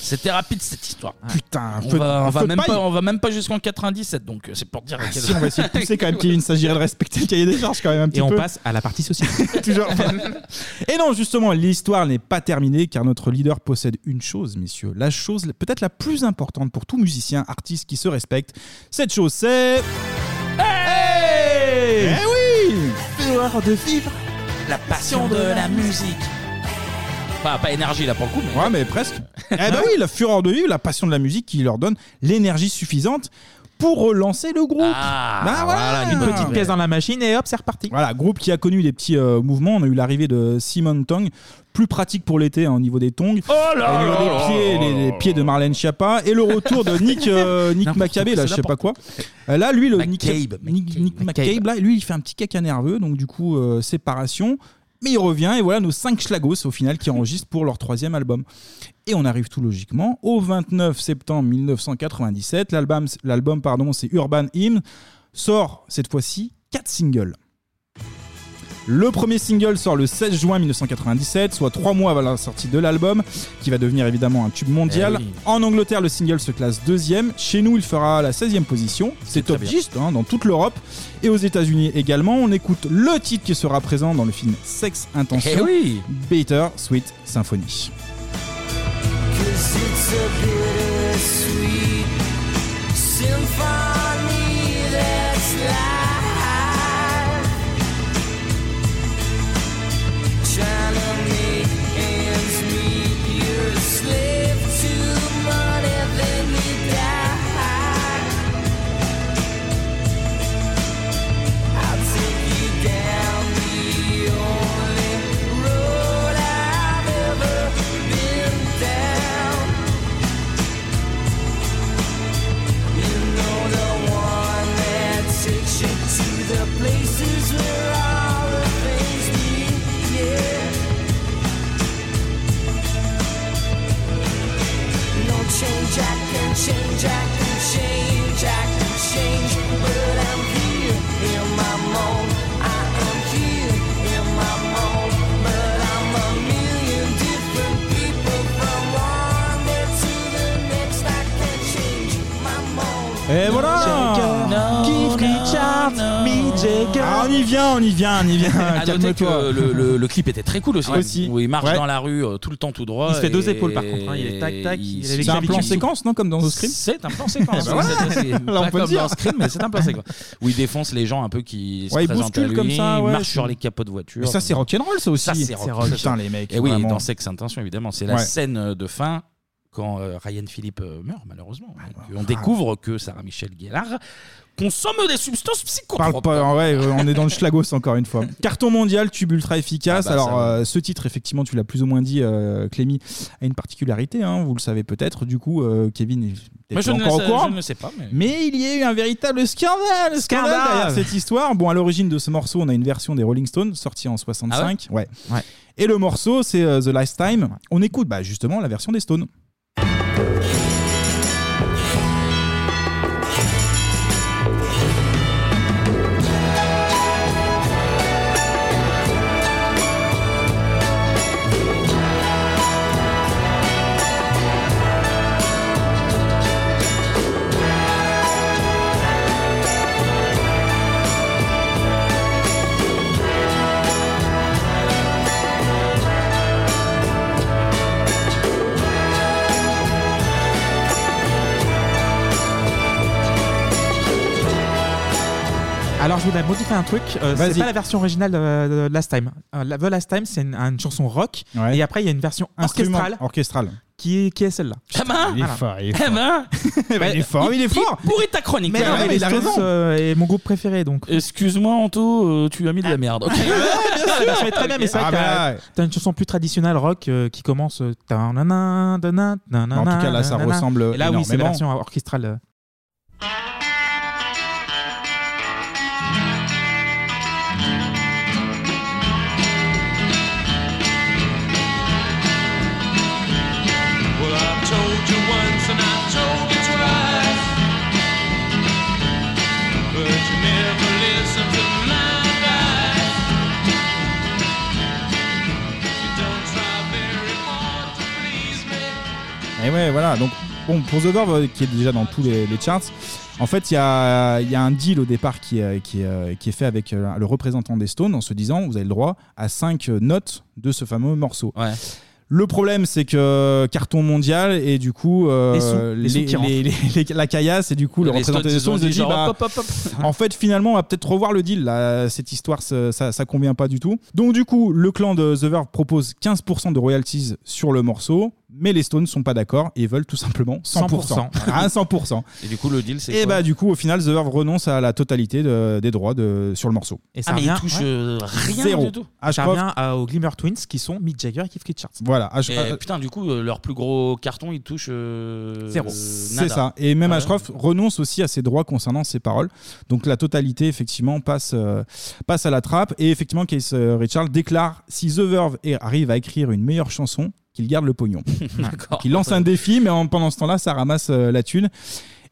S1: C'était rapide cette histoire.
S8: Putain, un
S1: on,
S8: feu-
S1: va,
S8: un
S1: on
S8: feu
S1: va
S8: de
S1: même
S8: paille.
S1: pas, on va même pas jusqu'en 97, donc euh, c'est pour dire. à quel-
S8: Ah, Si on va essayer de pousser quand même, Kevin, ça s'agirait de respecter le cahier des charges quand même un petit
S9: Et on
S8: peu.
S9: passe à la partie sociale.
S8: Toujours. Et non, justement, l'histoire n'est pas terminée car notre leader possède une chose, messieurs. La chose peut-être la plus importante pour tout musicien, artiste qui se respecte. Cette chose, c'est. Hey Eh oui Pouvoir de vivre
S1: La passion de la musique. Pas, pas énergie là pour le coup, mais.
S8: Ouais, mais presque. eh ben oui, la fureur de vivre, la passion de la musique qui leur donne l'énergie suffisante pour relancer le groupe. Bah
S9: Ah, voilà, une petite pièce dans la machine et hop, c'est reparti.
S8: Voilà, groupe qui a connu des petits euh, mouvements. On a eu l'arrivée de Simon Tong, plus pratique pour l'été hein, au niveau des tongs,
S1: oh là
S8: au niveau
S1: là
S8: des
S1: là
S8: pieds, les, les pieds de Marlène Schiappa, et le retour de Nick, euh, Nick McCabe, là, je sais pas quoi. Euh, Là, lui, le Nick, Nick, Nick McCabe, là, lui, il fait un petit caca nerveux, donc du coup, euh, séparation. Mais il revient, et voilà nos cinq schlagos au final qui enregistrent pour leur troisième album. Et on arrive tout logiquement au 29 septembre 1997. L'album, l'album pardon, c'est Urban Hymn, sort cette fois-ci quatre singles. Le premier single sort le 16 juin 1997, soit trois mois avant la sortie de l'album, qui va devenir évidemment un tube mondial.
S1: Eh oui.
S8: En Angleterre, le single se classe deuxième. Chez nous, il fera la 16e position. C'est top
S1: bien.
S8: 10 hein, dans toute l'Europe. Et aux États-Unis également, on écoute le titre qui sera présent dans le film Sex Intention,
S1: Eh oui.
S8: Better Sweet
S15: Cause
S8: Symphony.
S15: it's a bittersweet symphony that's life. Trying to make ends meet. You're a slave to money, then you die. I'll take you down the only road I've ever been down. You know the one that takes you to the places where all the things meet. Yeah. No change, I can change, I can change, I can change. But I'm here in my mold. I am here in my mold. But I'm a million different people from one day to the next. I can change my mold.
S8: Et voilà
S1: Keith Richards, Euh,
S9: Mick Jagger.
S8: Ah, On y vient, on y vient, on y vient.
S1: À noter que
S8: Calme-toi.
S1: le, le- le clip était très cool aussi.
S8: Aussi.
S1: Où il marche
S8: Ouais.
S1: dans la rue euh, tout le temps tout droit.
S9: Il se fait deux
S1: et-
S9: épaules, par contre, hein. Il est tac, tac, il est avec
S8: C'est un
S9: l'habitude.
S8: plan séquence, non Comme dans The Scream
S1: C'est un plan
S9: Bah
S1: séquence.
S8: Eh ben voilà.
S1: C'est- c'est- c'est
S8: Là,
S1: Ah
S8: on
S1: bah pas
S8: peut le
S1: comme
S8: dire.
S1: dans Scream, mais c'est un plan séquence. Où il défonce les gens un peu qui se
S8: Ouais, il
S1: présentent à
S8: bouscule
S1: lui,
S8: comme ça, ouais,
S1: il marche
S8: c'est-
S1: sur les capots de voiture. Euh,
S8: Mais ça, c'est rock'n'roll, ça aussi.
S1: Ça,
S8: C'est
S1: c'est rock'n'roll.
S8: rock'n'roll. Putain, les mecs,
S1: Et oui,
S8: vraiment.
S1: dans Sex Intention, évidemment. C'est la
S8: Ouais.
S1: scène de fin
S8: Ah,
S1: quand euh, Ryan Philippe euh, meurt, malheureusement. Donc, on découvre que Sarah Michelle Gellar consomment des substances psychotropes.
S8: Parle pas, ouais, euh, on est dans le schlagos encore une fois. Carton mondial, tube ultra efficace.
S1: Ah bah, ça
S8: Alors,
S1: va.
S8: euh, ce titre, effectivement, tu l'as plus ou moins dit, euh, Clémy, a une particularité, hein, vous le savez peut-être. Du coup, euh, Kevin est
S1: Moi,
S8: peut-être
S1: je
S8: pas
S1: ne,
S8: encore
S1: sais-
S8: au courant.
S1: je ne sais pas. Mais...
S8: Mais il y a eu un véritable scandale, scandale
S1: Scandale
S8: derrière cette histoire. Bon, à l'origine de ce morceau, on a une version des Rolling Stones
S1: Ah
S8: sortie en 65. ouais, Et le morceau, c'est euh, The Last Time. On écoute bah, justement la version des Stones.
S9: Alors je voudrais modifier un truc. euh, c'est
S8: Vas-y.
S9: pas la version originale euh, de Last Time. Euh, la- The Last Time, c'est une, une chanson rock. Et après, il y a une version
S8: Instrument-
S9: orchestrale
S8: Orchestrale.
S9: qui est, qui est celle-là.
S1: Ah ben
S8: Il est fort, il est
S1: Eh
S8: fort.
S1: ben
S8: Bah, il est fort, il est fort.
S1: Il pourrit ta chronique.
S9: Mais non, mais les Stones, euh, est mon groupe préféré donc.
S1: Excuse-moi Anto, euh, tu as mis de la merde. ok.
S9: Ah, ça va être très bien, mais c'est vrai
S1: Ah
S9: que t'as-
S1: bah ouais.
S9: t'as une chanson plus traditionnelle rock euh, qui commence. euh, tanana, tanana,
S8: En tout cas, là, ça
S9: tanana.
S8: ressemble
S9: Et là, oui, c'est la
S8: énormément.
S9: version orchestrale. euh,
S15: Well, I told you once and I told you twice, but you never listen to my advice. You don't try very hard to please me.
S8: Et ouais, voilà. Donc, bon, pour The Verve, euh, qui est déjà dans tous les, les charts, en fait, il y a, il y a un deal au départ qui, est- qui, est, euh, qui est fait avec euh, le représentant des Stones en se disant vous avez le droit à 5 notes de ce fameux morceau. Le problème, c'est que euh, carton mondial et du coup euh,
S9: Les sous. Les sous qui rentrent.
S8: les- les- les- la caillasse et du coup le
S9: Les
S8: représentant
S9: Stones,
S8: des
S9: ils
S8: Stones
S9: ont dit
S8: se dit
S9: genre,
S8: bah,
S9: hop, hop, hop.
S8: en fait, finalement, on va peut-être revoir le deal. Là, cette histoire, ça, ça, ça convient pas du tout. Donc, du coup, le clan de The Verve propose 15% de royalties sur le morceau, mais les Stones sont pas d'accord et veulent tout simplement
S1: 100%.
S8: 100%. À 100%.
S1: Et du coup le deal c'est quoi
S8: Et euh, bah, du coup, au final, The Verve renonce à la totalité de- des droits de, sur le morceau.
S9: Et ça
S1: Ah, mais il
S9: revient-
S1: touche
S9: ouais.
S1: euh, rien
S8: Zéro.
S1: du tout.
S9: Ça
S8: Ashcroft-
S9: revient à- aux Glimmer Twins qui sont Mick Jagger et Keith Richards.
S8: Voilà. ah, Ash-
S1: Et, putain, du coup, euh, leur plus gros carton, ils touchent euh,
S9: Zéro.
S1: euh,
S8: C'est
S1: nada.
S8: ça. Et même
S1: Ah ouais.
S8: Ashcroft renonce aussi à ses droits concernant ses paroles. Donc la totalité, effectivement, passe, euh, passe à la trappe. Et effectivement, Keith euh, Richards déclare si The Verve est- arrive à écrire une meilleure chanson, qu'il garde le pognon.
S1: D'accord.
S8: Il lance un défi, mais en- pendant ce temps-là, ça ramasse euh, la thune.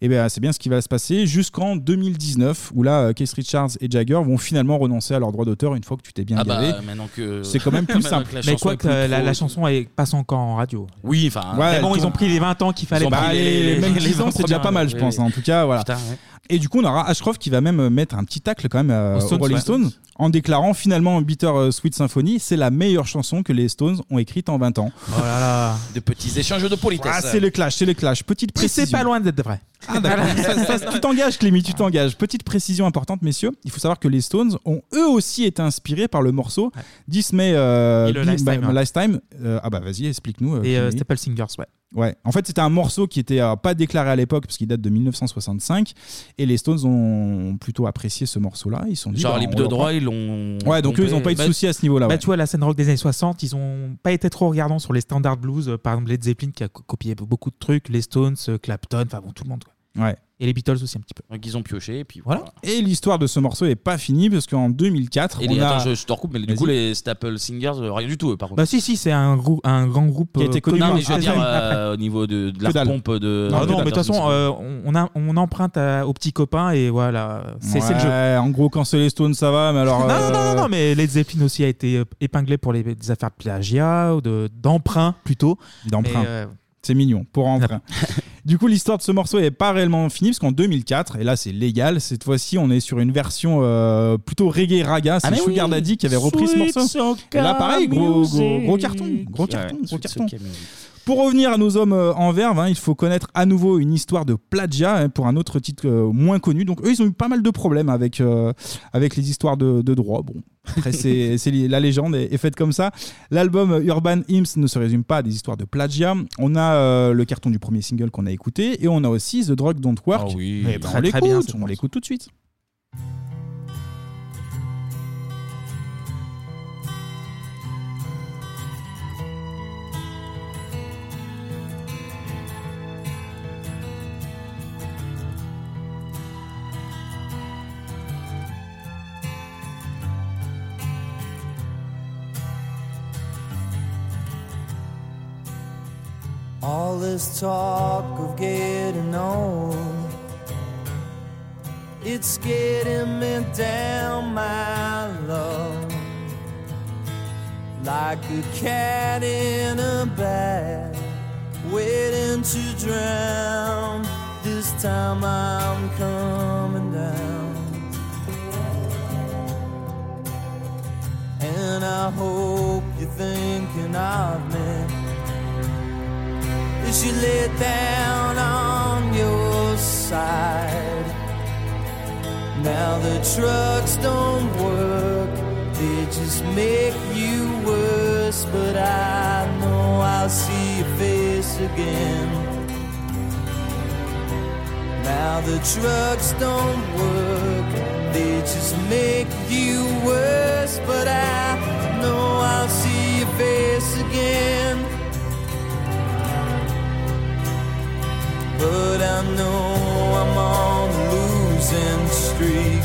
S8: Et bien, c'est bien ce qui va se passer jusqu'en 2019, où là, euh, Keith Richards et Jagger vont finalement renoncer à leurs droits d'auteur une fois que tu t'es bien
S1: Ah bah,
S8: gavé.
S1: maintenant que-
S8: C'est quand même plus
S1: maintenant
S8: simple.
S1: que la
S9: Mais quoi que la, la- la chanson elle passe encore en radio.
S1: Oui, enfin.
S8: Ouais,
S9: mais bon,
S8: tout-
S9: ils ont pris les 20 ans qu'il fallait.
S8: Bah,
S9: pour-
S8: les- les- même 10 ans, c'est déjà pas mal, je pense. hein. En tout cas, voilà. Et du coup, on aura Ashcroft qui va même euh, mettre un petit tacle quand même euh,
S9: Aux Stones,
S8: aux Rolling
S9: ouais.
S8: Stones en déclarant finalement Bitter euh, Sweet Symphony, c'est la meilleure chanson que les Stones ont écrite en 20 ans.
S9: Oh là là.
S1: De petits échanges de politesse.
S8: Ah, c'est le clash, c'est le clash. Petite précision.
S9: C'est pas loin d'être vrai.
S8: Ah, d'accord. Ça- ça- tu t'engages, Clémy, tu t'engages. Petite précision importante, messieurs. Il faut savoir que les Stones ont eux aussi été inspirés par le morceau This May euh,
S9: Et le
S8: Be
S9: Last
S8: My-
S9: Time,
S8: My
S9: ouais.
S8: Last Time. Euh, ah bah vas-y, explique-nous. euh,
S9: Et euh,
S8: Clémy.
S9: Staple Singers, ouais.
S8: Ouais. En fait, c'était un morceau qui était euh, pas déclaré à l'époque parce qu'il date de 1965 et les Stones ont plutôt apprécié ce morceau-là. Ils se sont dit,
S1: Genre,
S8: bah,
S1: les
S8: on
S1: deux
S8: le
S1: droits,
S8: reprend.
S1: ils l'ont.
S8: Ouais, donc eux, ils ont pas eu de
S9: Bah,
S8: soucis à ce niveau-là.
S9: Bah,
S8: ouais.
S9: tu vois, la scène rock des années 60, ils ont pas été trop regardants sur les standards blues. Euh, Par exemple, Led Zeppelin qui a co- copié beaucoup de trucs, les Stones, euh, Clapton, enfin bon, tout le monde. quoi.
S8: Ouais.
S9: Et les Beatles aussi un petit peu.
S1: Donc, ils ont pioché, et puis voilà.
S9: Voilà.
S8: Et l'histoire de ce morceau est pas finie parce qu'en 2004,
S1: Et
S8: on
S1: les-
S8: a
S1: attends, je, je te recoupe, mais du
S8: Vas-y.
S1: coup, les Staple Singers, euh, rien du tout, eux, par contre.
S9: Bah si, si, c'est un, grou- un grand groupe.
S1: Qui a été
S9: euh,
S1: connu
S9: connu
S1: non, mais je veux
S9: après-
S1: dire,
S9: après.
S1: euh, au niveau de, de
S9: Que
S1: la
S9: dalle.
S1: pompe
S8: Ah
S1: de.
S9: Non,
S1: de
S9: non, mais de toute
S1: Beatles,
S9: façon, euh, on, a, on emprunte à- aux petits copains et voilà, c'est c'est le jeu.
S8: Ouais, En gros, quand c'est les Stones, ça va, mais alors.
S9: Non, non, non,
S8: euh,
S9: non, non, mais Led Zeppelin aussi a été euh, épinglé pour les, des affaires de plagiat ou de- d'emprunt plutôt.
S8: D'emprunt.
S9: Mais, euh,
S8: C'est mignon, pour emprunt. du coup, l'histoire de ce morceau n'est pas réellement finie, parce qu'en 2004, et là c'est légal, cette fois-ci on est sur une version euh, plutôt reggae raga, c'est
S1: Ah, mais
S8: Sugar
S1: oui.
S8: Daddy qui avait repris ce
S1: Sweet
S8: morceau.
S1: Soca
S8: Et là pareil, gros, gros, gros
S1: music.
S8: carton, gros carton,
S1: Ouais,
S8: gros
S1: Sweet
S8: carton.
S1: Soca music.
S8: Pour revenir à nos hommes euh, en verve, hein, il faut connaître à nouveau une histoire de plagiat hein, pour un autre titre euh, moins connu. Donc eux, ils ont eu pas mal de problèmes avec, euh, avec les histoires de, de droit. Bon, après, c'est c'est li- la légende est, est faite comme ça. L'album Urban Hymns ne se résume pas à des histoires de plagiat. On a euh, le carton du premier single qu'on a écouté et on a aussi The Drug Don't Work.
S1: oui,
S8: Eh ben,
S1: très,
S8: on
S1: très bien,
S8: l'écoute,
S1: cette
S8: on l'écoute tout de suite.
S15: All this talk of getting old, it's getting me down, my love. Like a cat in a bag, waiting to drown. This time I'm coming down. And I hope you're thinking of me as you lay down on your side. Now the trucks don't work, they just make you worse. But I know I'll see your face again. Now the trucks don't work, they just make you worse. But I know I'll see your face again. But I know I'm on a losing streak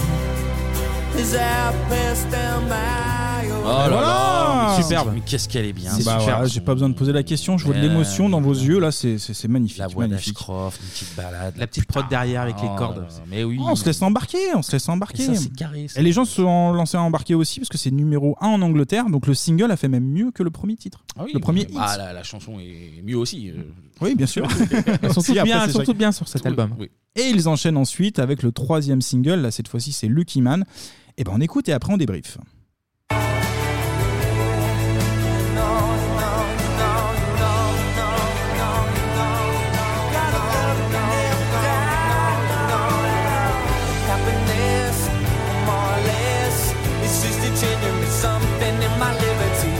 S15: as I pass down by your
S1: Oh là là,
S8: Voilà
S1: mais superbe. Mais qu'est-ce qu'elle est bien.
S8: C'est- bah
S1: superbe.
S8: voilà, J'ai pas besoin de poser la question, je vois de
S1: Euh,
S8: l'émotion dans vos yeux, là c'est c'est- c'est magnifique.
S1: La voix
S8: magnifique.
S1: d'Ashcroft, une petite balade.
S9: La petite prod derrière avec les cordes.
S1: Mais oui.
S8: Oh, on se laisse embarquer, on se laisse embarquer.
S1: Et ça, c'est carré, ça.
S8: Et les gens se sont lancés à embarquer aussi parce que c'est numéro 1 en Angleterre, donc le single a fait même mieux que le premier titre.
S1: Ah oui,
S8: le premier
S1: bah,
S8: hit.
S1: la, la chanson est mieux aussi. euh.
S8: Oui, bien sûr.
S9: Elles sont toutes
S8: Si, après,
S9: bien-
S8: c'est
S9: elles sont
S8: vrai.
S9: toutes bien sur cet
S8: Oui,
S9: album.
S1: oui.
S8: Et ils enchaînent ensuite avec le troisième single, là cette fois-ci c'est Lucky Man. Et ben on écoute et après on débrief.
S15: happiness, more or less. It's just a genuine something in my liberty.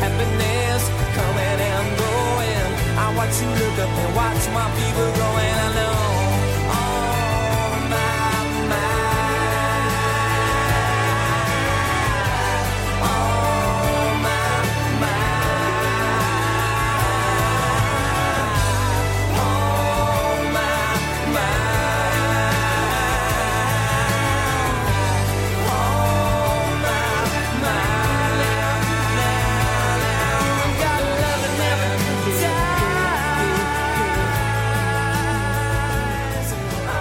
S15: Happiness coming and going. I watch you look up and watch my people growing. I know. Oh. on my mind. On my mind. On my mind.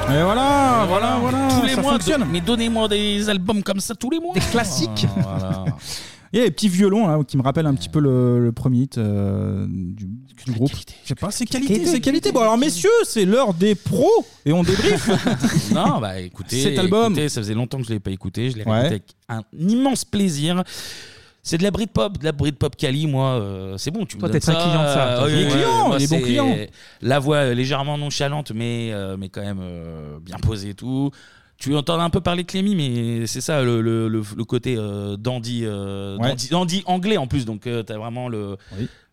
S8: Et voilà, voilà, voilà.
S1: Tous les
S8: ça
S1: mois,
S8: fonctionne.
S1: do- mais donnez-moi des albums comme ça tous les mois. Oh, Des
S8: classiques.
S1: Ah.
S8: Il y a des petits violons là, qui me rappellent un petit peu le, le premier hit euh, du, du groupe. Je sais pas, c'est qualité,
S1: qualité,
S8: c'est qualité. Bon alors messieurs, c'est l'heure des pros et on débriefe.
S1: non, bah écoutez,
S8: Cet album.
S1: écoutez, ça faisait longtemps que je ne l'ai pas écouté. Je l'ai
S8: Ouais.
S1: réécouté avec un immense plaisir. C'est de la Britpop, de la Britpop Cali, moi, euh, c'est bon, tu me
S9: Toi,
S1: donnes
S9: t'es très client de ça.
S1: euh,
S9: Il est client,
S1: moi,
S9: il est bon
S1: c'est
S9: client.
S1: La voix euh, légèrement nonchalante, mais, euh, mais quand même euh, bien posée et tout. Tu entends un peu parler de Clémy, mais c'est ça le, le- le- le côté euh, dandy, euh,
S8: Ouais.
S1: dandy- dandy anglais en plus, donc tu t'as vraiment le,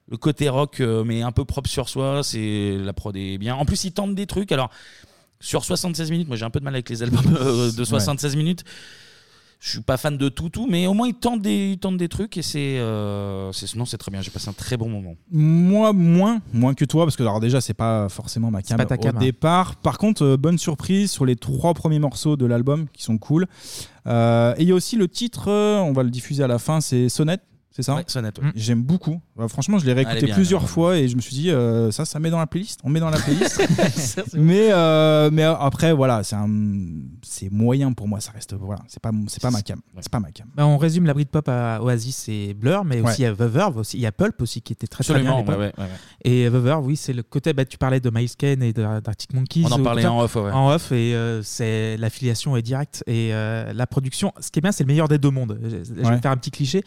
S1: le côté rock, euh, mais un peu propre sur soi. C'est la prod est bien. En plus, ils tentent des trucs. Alors, sur 76 minutes, moi j'ai un peu de mal avec les albums euh, de 76 minutes. Je suis pas fan de tout, tout, mais au moins ils tentent des, ils tentent des trucs et c'est, euh, c'est non, c'est très bien. J'ai passé un très bon moment.
S8: Moi moins, moins que toi parce que alors déjà c'est pas forcément ma cam,
S9: pas ta cam,
S8: au
S9: hein.
S8: départ. Par contre, euh, bonne surprise sur les trois premiers morceaux de l'album qui sont cool. Euh, et il y a aussi le titre, euh, on va le diffuser à la fin, c'est Sonnette. C'est ça
S1: Sonnette.
S9: Mm.
S8: J'aime beaucoup. Bah, franchement, je l'ai réécouté
S1: Elle est bien,
S8: plusieurs
S1: elle est
S8: fois et je me suis dit, euh, ça, ça met dans la playlist. On met dans la playlist. mais, euh, mais après, voilà, c'est un- c'est moyen pour moi. Ça reste. Voilà, c'est pas, c'est pas ma cam. C'est pas ma cam.
S9: Bah, on résume la Britpop à Oasis et Blur, mais
S8: Ouais.
S9: aussi à The Verve, aussi. il y a Pulp aussi qui était très très bien. à
S1: Absolument,
S9: l'époque.
S1: ouais, ouais, ouais,
S9: Et The Verve, oui, c'est le côté, bah, tu parlais de Miles Kane et de- d'Arctic Monkeys.
S1: On en
S9: ou-
S1: parlait
S9: tout ça.
S1: en off, ouais, ouais.
S9: En off, et euh, c'est l'affiliation est directe. Et euh, la production, ce qui est bien, c'est le meilleur des deux mondes. Je, je
S8: Ouais.
S9: vais faire un petit cliché.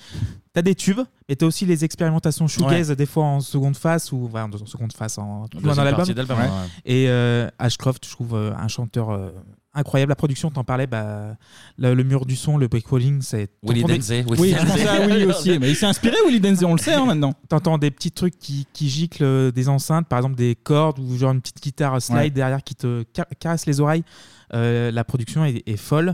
S9: T'as des tubes, Mais t'as aussi les expérimentations shoegaze
S1: Ouais.
S9: des fois en seconde face ou enfin, en seconde face en tout
S1: Deuxième
S9: dans l'album.
S1: Bah, partie d'album, ouais. Ouais.
S9: Et euh, Ashcroft, je trouve euh, un chanteur euh, incroyable. La production, t'en parlais, bah, le, le mur du son, le breakwalling, c'est
S1: Willy
S9: t'entends des-
S1: Denzey, Willy
S9: Oui, je
S1: Denzey.
S9: pensais à Willy aussi. Mais il s'est inspiré Willy Denzey, on le sait
S8: hein,
S9: maintenant. T'entends des petits trucs qui, qui giclent euh, des enceintes, par exemple des cordes ou genre une petite guitare slide
S8: Ouais.
S9: derrière qui te ca- caresse les oreilles. Euh, la production est, est folle.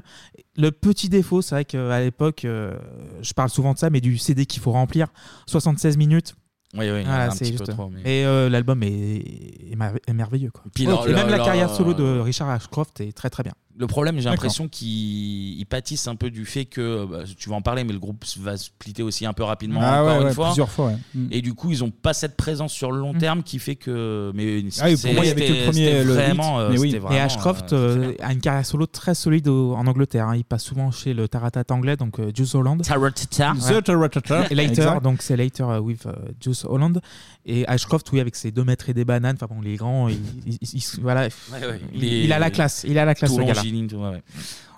S9: Le petit défaut, c'est vrai qu'à l'époque, euh, je parle souvent de ça, mais du CD qu'il faut remplir, 76 minutes.
S1: Oui, oui,
S9: Voilà,
S1: un
S9: c'est
S1: petit peu
S9: juste.
S1: trop, mais-
S9: Et euh, l'album est, est mer- est merveilleux. Quoi.
S1: Puis
S9: Et
S1: leur-
S9: même
S1: leur-
S9: la carrière
S1: leur-
S9: solo de Richard Ashcroft est très très bien.
S1: Le problème, j'ai
S9: D'accord.
S1: l'impression qu'ils ils pâtissent un peu du fait que, bah, tu vas en parler, mais le groupe va splitter aussi un peu rapidement,
S8: Ah
S1: encore
S8: ouais,
S1: une
S8: ouais,
S1: fois.
S8: plusieurs fois, ouais. Mm.
S1: Et du coup, ils n'ont pas cette présence sur le long
S9: Mm.
S1: terme qui fait que. Mais
S9: Ah oui, pour
S1: c'est-
S9: moi, il y avait que le
S1: c'était-
S9: premier
S1: c'était
S9: le
S1: vraiment,
S9: hit,
S1: euh,
S9: mais
S1: c'était
S9: oui.
S1: vraiment,
S9: et Ashcroft
S1: euh,
S9: euh, a une carrière solo très solide au- en Angleterre. hein. Il passe souvent chez le Taratata anglais, donc euh, Juice Holland.
S1: Taratata. The
S9: Ouais.
S1: Taratata.
S9: Et Later,
S1: Exact.
S9: donc c'est Later euh, with euh, Juice Holland. Et Ashcroft, oui, avec ses 2 mètres et des bananes. Enfin bon, les grands, il, il- il- il- voilà,
S1: Ouais, ouais.
S9: il,
S1: Les-
S9: il a la classe. Il a la classe,
S1: tout
S9: ce gars-là.
S1: longiligne, tout- ouais, ouais.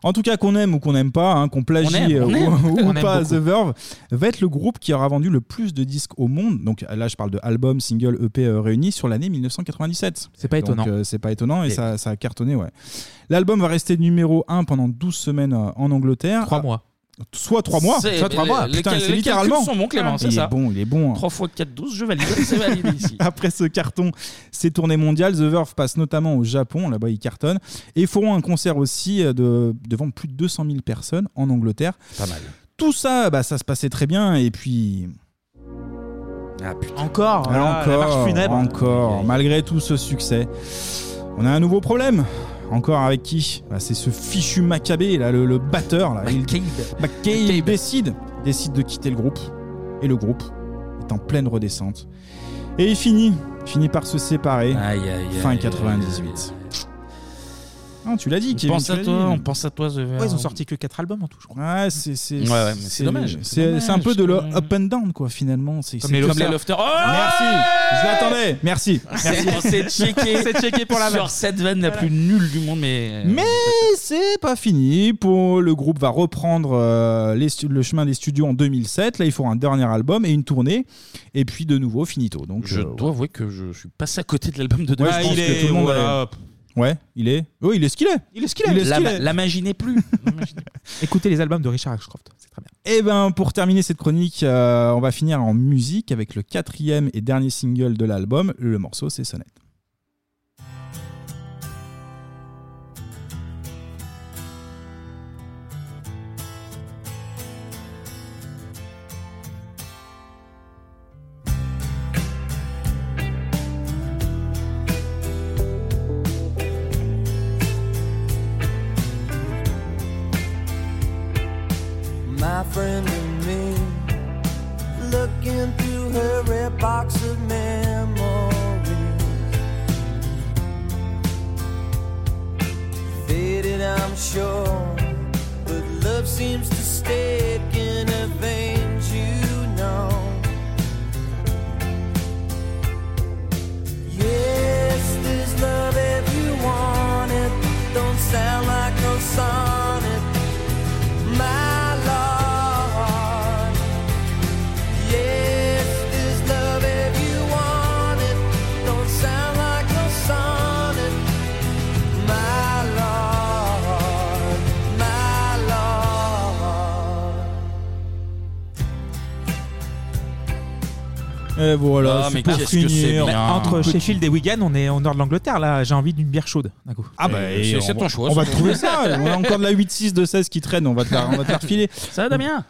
S8: En tout cas, qu'on aime ou qu'on n'aime pas, hein, qu'on plagie
S1: On aime, on
S8: euh,
S1: aime.
S8: ou, ou
S1: On aime
S8: pas
S1: beaucoup.
S8: The Verve, va être le groupe qui aura vendu le plus de disques au monde. Donc là, je parle de albums, singles, EP euh, réunis sur l'année 1997.
S9: C'est pas
S8: Donc,
S9: étonnant.
S8: euh, c'est pas étonnant et,
S9: Et-
S8: ça, ça a cartonné, ouais. L'album va rester numéro 1 pendant 12 semaines euh, en Angleterre. 3
S9: mois.
S8: Soit 3 mois.
S1: C'est-
S8: Soit 3
S1: les-
S8: mois.
S1: les
S8: Putain,
S1: cal-
S8: c'est
S1: les
S8: littéralement. Ah,
S1: calculs sont bons, Clément, c'est
S8: il
S1: ça.
S8: est bon, il est bon. hein.
S1: 3 x 4, 12, je valide. C'est validé ici.
S8: Après ce carton, ces tournées mondiales, The Verve passe notamment au Japon, là-bas ils cartonnent, et feront un concert aussi euh, de, devant plus de 200 000 personnes en Angleterre.
S1: Pas mal.
S8: Tout ça, bah, ça se passait très bien, et puis...
S9: Encore,
S8: Ah,
S9: voilà, la marche
S8: encore,
S9: funèbre.
S8: encore, malgré tout ce succès, on a un nouveau problème. Encore avec qui Bah, C'est ce fichu Maccabé, là, le, le batteur. Là, il, McCabe décide, décide de quitter le groupe. Et le groupe est en pleine redescente. Et il finit, finit par se séparer. fin 98.
S9: Ah,
S8: Non, tu l'as dit, Kevin,
S1: pense
S8: tu
S1: à
S8: l'as
S1: toi,
S8: dit.
S1: on pense à toi, The Verve.
S9: Ouais, ils ont sorti que 4 albums en tout, je crois.
S8: Ouais, c'est c'est-
S1: Ouais, ouais, mais
S8: c'est-
S1: c'est dommage, c'est
S8: C'est
S1: dommage,
S8: c'est un peu de le
S1: c'est-
S8: up and down, quoi, finalement. C'est-
S1: Comme
S8: c'est
S1: les Lofter. Lofter. Oh
S8: Merci, je l'attendais. Eh, Merci.
S1: C'est-
S8: Merci.
S1: C'est checké.
S8: C'est checké pour la vanne.
S1: Sur cette vanne la
S8: Voilà.
S1: plus nulle du monde, mais.
S8: Mais c'est pas fini. Pour le groupe va reprendre euh, les stu- le chemin des studios en 2007. Là, ils feront un dernier album et une tournée. Et puis de nouveau, finito. Donc,
S1: Je
S8: euh,
S1: dois avouer que je suis passé à côté de l'album de 2000.
S8: ouais, je pense que tout le monde.
S1: voilà.
S8: est- Ouais, il est. Oui, il est ce qu'il est.
S1: Il est ce
S9: qu'il est.
S8: ce
S9: La-
S8: qu'il est.
S1: L'imaginez plus.
S9: Écoutez les albums de Richard Ashcroft.
S8: Et ben pour terminer cette chronique, euh, on va finir en musique avec le quatrième et dernier single de l'album. Le morceau, c'est Sonnette.
S15: my friend and me looking through her red box of memories faded i'm sure but love seems to stay in her veins you know yes there's love if you want it don't sound like no sonnet my Lord. Yes, there's love if you want it. Don't sound like no sonnet. My Lord, my Lord.
S8: Et voilà,
S9: Ah,
S8: c'est
S9: mais
S8: pour
S9: qu'est-ce que c'est
S8: finir.
S9: bien. Bah, Entre Sheffield et Wigan, on est au nord de l'Angleterre. Là, j'ai envie d'une bière chaude. d'un coup.
S8: Ah bah, et on va- On va te trouver ça. On a encore de la 8-6 de 16 qui traîne. On va te la, on va te la refiler.
S1: Ça va, Damien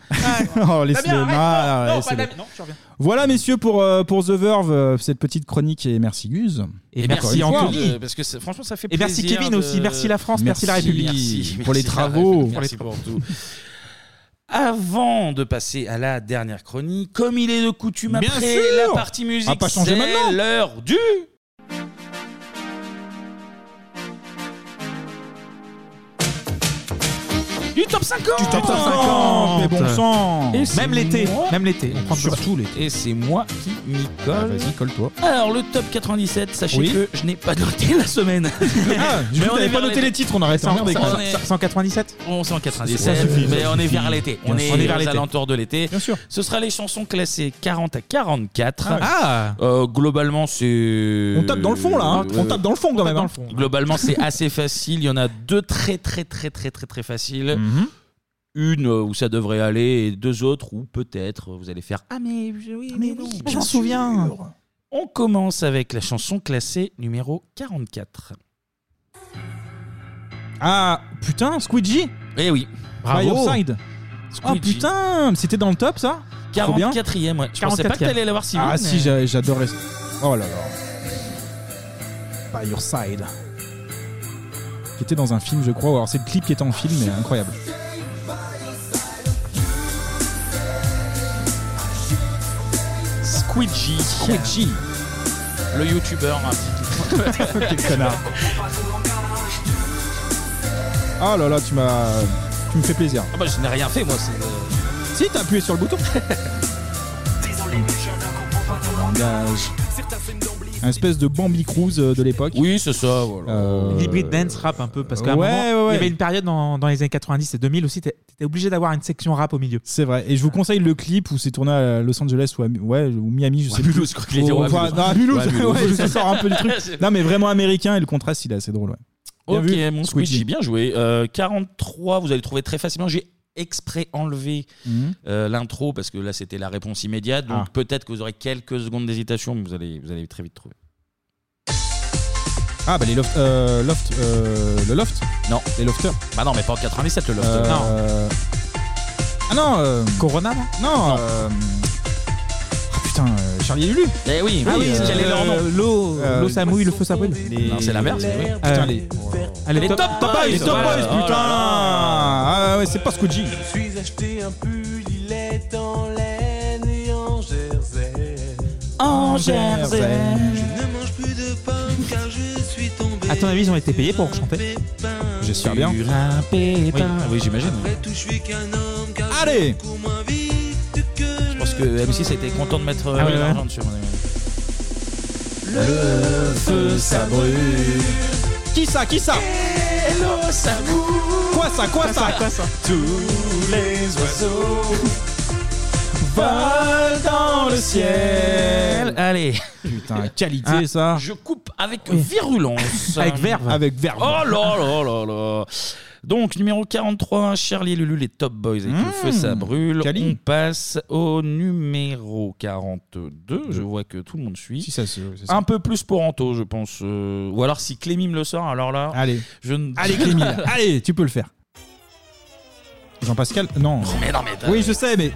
S8: Oh, laisse-le.
S1: Damien, arrête,
S8: Ah,
S1: non, non,
S8: ouais, c'est
S1: pas
S8: bon.
S1: Damien, non, tu reviens.
S8: Voilà, messieurs, pour, euh, pour The Verve, euh, cette petite chronique. Et merci, Guse.
S1: Et merci Anthony. Parce que c'est- franchement, ça fait
S9: Et
S1: plaisir.
S9: merci Kevin
S1: de-
S9: aussi. Merci la France, merci la République.
S1: merci,
S8: Pour les
S1: merci la
S8: travaux.
S1: République,
S8: Pour les
S1: Merci pour tout. Avant de passer à la dernière chronique, comme il est de coutume
S8: Bien
S1: après
S8: sûr
S9: Ah,
S1: la partie musique,
S8: On va pas changer
S1: c'est
S8: maintenant.
S1: l'heure du... Du Du top 50 Du
S9: top 50, mais bon sang.
S1: Et c'est
S9: Même l'été,
S1: moi-
S9: même l'été, on prend
S1: Surtout l'été. Et c'est moi qui m'y colle.
S8: Ah, Vas-y, colle-toi.
S1: Alors, le top 97, sachez
S9: Oui.
S1: que je n'ai pas noté la semaine.
S8: Ah,
S9: du coup, t'avais pas noté les titres, on aurait
S8: hein,
S9: été emmerdés, quoi.
S1: 197 On est en
S8: Ah,
S1: 97,
S9: Ça suffit,
S1: mais
S9: ça
S1: on est
S9: suffit.
S1: vers l'été.
S9: Bien
S1: On
S9: sûr.
S1: est,
S9: On est vers
S1: aux
S9: l'été.
S1: alentours de l'été. Bien sûr. Ce sera les chansons classées 40 à 44.
S9: Ah ouais. Ah.
S1: Euh, Globalement, c'est.
S8: On tape dans le fond là, hein. on
S1: Euh,
S8: tape dans le fond quand même. hein.
S1: Globalement, c'est assez facile. Il y en a deux très, très, très, très, très, très faciles.
S8: Mhm.
S1: Une euh, où ça devrait aller et deux autres où peut-être euh, vous allez faire. Ah, mais oui, mais, oui,
S9: je m'en souviens.
S1: On commence avec la chanson classée numéro 44.
S8: Ah putain, Squeegee
S1: Eh oui. Bravo.
S8: By your side. Ah
S1: Squeegee.
S8: putain, mais c'était dans le top ça Trop bien.
S1: 44e, ouais. Je pensais pas que t'allais l'avoir si vite.
S8: Ah
S1: mais-
S8: si, j'a- j'adorais. ce- Oh là là. By your side. Qui était dans un film, je crois. ou Alors c'est le clip qui était en film, mais incroyable.
S1: Squidgy.
S8: Squidgy.
S1: Le youtubeur. hein.
S8: Quel connard. Oh là là, tu m'as. Tu me fais plaisir.
S1: Ah bah je n'ai rien fait moi. c'est, euh,
S8: Si, t'as appuyé sur le bouton. Langage. Un espèce de Bambi Cruise euh, de l'époque. Euh,
S1: Oui, c'est ça. Euh,
S9: L'hybrid dance rap un peu parce qu'à un
S8: Ouais,
S9: moment,
S8: ouais, ouais.
S9: il y avait une période dans, dans les années 90 et 2000 aussi, t'es- t'étais obligé d'avoir une section rap au milieu.
S8: C'est vrai. Et je vous conseille le clip où c'est tourné à euh, Los Angeles ou, à Mi- ouais, ou Miami, je sais
S9: Ouais,
S8: plus.
S9: Mulhouse, je crois qu'il a dit,
S8: Au-
S9: ouais,
S8: enfin,
S9: Mulhouse.
S8: non, à Mulhouse,
S9: Ouais, Mulhouse.
S8: ouais, je sors un peu du truc. Non, mais vraiment américain et le contraste, il est assez drôle. Ouais. Bien
S1: Ok,
S8: vu,
S1: mon Squidgy, bien joué. Euh, 43, vous allez le trouver très facilement. J'ai exprès enlevé
S8: Mhm.
S1: euh, l'intro parce que là c'était la réponse immédiate. Donc
S8: Ah.
S1: peut-être que vous aurez quelques secondes d'hésitation, mais vous allez, vous allez très vite trouver.
S8: Ah, bah les loft, euh, loft euh, le loft
S1: Non.
S8: Les lofters
S1: Bah non, mais pas en 97 le loft.
S8: Euh, Ah non euh,
S9: Corona,
S8: non Non. euh, ah, putain, euh, Charlie et Lulu euh,
S1: Eh oui,
S9: Ah
S1: oui,
S9: oui,
S1: c'est quel est leur nom
S9: L'eau, l'eau, ça mouille, le feu, ça brûle.
S1: Non, c'est la mer, c'est vrai.
S8: Putain, les-
S9: Allez,
S1: Les
S9: top,
S1: Top
S9: Boys,
S1: Boys,
S9: Ah, les top
S1: voilà.
S9: boys,
S1: Oh là
S9: putain.
S8: Ah ouais, c'est pas Squidgy.
S15: Je suis acheté un pull, il est en laine et en jersey.
S1: En
S9: Jersey.
S15: Je ne mange plus de pommes car je suis tombé.
S9: À ton avis, ils ont été payés pour chanter
S8: J'espère bien.
S1: Sur un
S9: Oui.
S1: pépin. Oui, j'imagine.
S15: Après tout, je suis qu'un homme car
S8: Allez
S15: je cours moins vite que
S1: Je pense que M6 était content de mettre euh,
S9: Ah oui,
S1: l'argent
S9: ouais.
S1: dessus. à mon avis.
S8: Le feu, ça brûle. Qui ça Qui ça
S15: l'eau, ça mouille.
S8: Quoi ça Quoi ça Quoi ça
S15: Tous les oiseaux
S8: Volent dans le ciel.
S1: Allez.
S8: Euh,
S1: Hein,
S8: Putain, qualité ça.
S1: Je coupe avec virulence.
S8: Avec verve. Avec verve.
S1: Oh là là là là. Donc, numéro 43, Charlie et Lulu, les Top Boys avec
S8: Mmh.
S1: le feu, ça brûle. On passe au numéro 42. Je vois que tout le monde suit.
S8: Si ça se. c'est ça.
S1: Un peu plus pour Anto, je pense. euh, ou alors, si Clémy me le sort, alors là.
S8: Allez.
S1: Je ne...
S8: Allez, Clémy, là. allez, tu peux le faire. Jean-Pascal Non.
S1: Oh, Mais non, mais t'as-
S8: Oui, je sais, mais.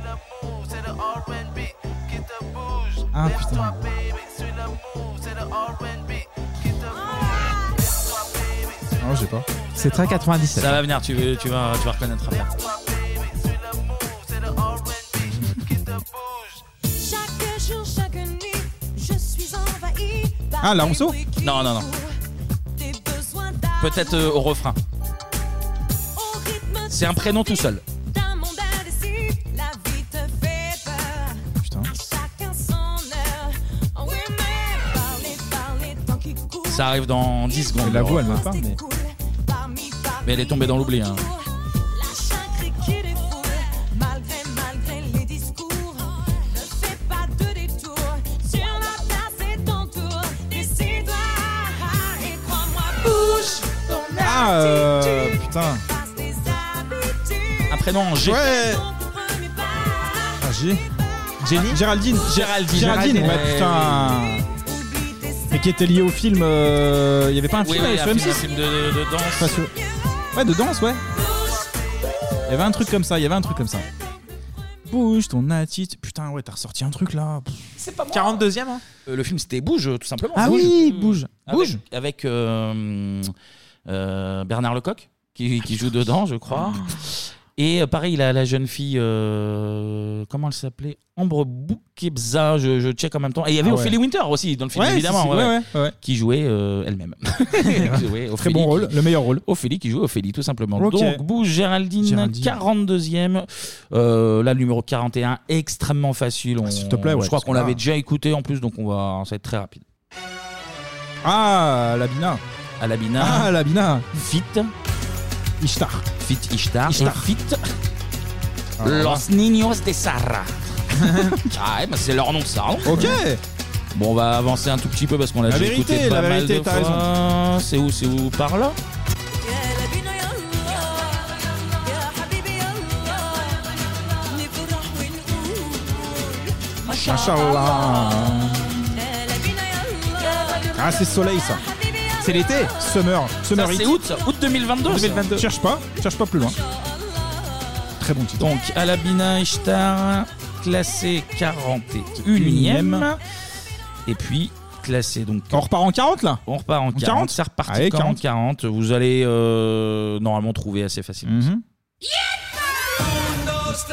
S8: Ah putain. Ah, je sais pas.
S9: C'est très 97.
S1: Ça va venir, tu, veux- tu, vas, tu vas reconnaître après.
S7: Chaque jour, chaque nuit, je suis envahie par
S1: Ah, Larousseau Non, non, non.
S7: tes besoins d'un
S1: Peut-être euh, au refrain. C'est un prénom tout seul.
S7: d'un monde indécis. La vie te fait peur.
S8: Putain.
S7: À chacun son heure. Oh, oui, mais par les, par les temps qui courent.
S1: Ça arrive dans 10 secondes.
S8: La
S1: le
S8: voix, elle
S1: refrain.
S8: m'a pas, mais.
S7: Parmi, parmi
S1: Mais elle est tombée dans l'oubli. hein.
S7: la chacrée qui défoule. Malgré, malgré les discours. Ne fais pas de détour. Sur la place et ton tour. Décide-toi et crois-moi. Bouge ton
S8: Ah euh, putain.
S1: Un prénom en G.
S8: Ouais. Ah, G.
S9: Jenny
S8: Géraldine.
S1: Géraldine.
S8: Géraldine, ouais,
S1: Ouais.
S8: putain. Et qui était lié au film. euh, Il y avait pas un
S1: Oui,
S8: film
S1: oui,
S8: euh,
S1: un
S8: sur
S1: film,
S8: M6
S1: un film de, de- de danse.
S8: Pas sûr. Ouais, de danse, ouais. Il y avait un truc comme ça, il y avait un truc comme ça. Bouge ton attitude. Putain, ouais, t'as ressorti un truc là. Pff.
S9: 42 e hein
S1: Euh, le film c'était Bouge, tout simplement.
S9: Ah
S1: Bouge.
S9: oui, bouge.
S1: Avec- Avec euh, euh, Bernard Lecoq, qui, qui joue dedans, je crois. Et euh, pareil, la, la jeune fille, euh, comment elle s'appelait Ambre Boukebza, je, je check en même temps. Et il y avait
S8: Ah ouais.
S1: Ophélie Winter aussi dans le film,
S8: Ouais,
S1: évidemment,
S8: si, si,
S1: ouais,
S8: ouais,
S1: ouais, qui jouait euh, elle-même.
S8: Très bon rôle,
S1: le meilleur rôle. Ophélie qui joue Ophélie, tout simplement.
S8: Ok.
S1: Donc, Bouge Géraldine,
S8: Géraldine.
S1: 42e. Euh, là, le numéro 41, extrêmement facile. On-
S8: Ah, s'il te plaît, ouais,
S1: je crois
S8: parce
S1: qu'on
S8: que là-
S1: l'avait déjà écouté en plus, donc on va, ça va être très rapide.
S8: Ah, Labina.
S1: Alabina.
S8: Ah, Labina.
S1: Fit.
S8: Ishtar.
S1: Fit Ishtar.
S8: Ishtar. Ah,
S1: Fit. Los Niños de Sarra. ah ouais, bah c'est leur nom de Sarra.
S8: Ok.
S1: Bon, on va avancer un tout petit peu parce qu'on l'a
S8: La
S1: déjà
S8: vérité,
S1: écouté pas
S8: la
S1: mal
S8: vérité,
S1: de
S8: t'as
S1: fois. C'est où, c'est où Par là
S8: Machallah. Ah, c'est soleil ça.
S1: C'est l'été.
S8: Summer. Summer
S1: Ça,
S8: heat.
S1: c'est août, ça. août 2022. ça.
S8: Cherche pas, cherche pas plus loin. Très bon titre.
S1: Donc, Alabina Ishtar, classé 41e. Et puis, classé donc.
S8: On repart en 40 là
S1: On repart en 40.
S8: 40?
S1: C'est reparti.
S8: Allez,
S1: 40, 40. Vous allez euh, normalement trouver assez facilement.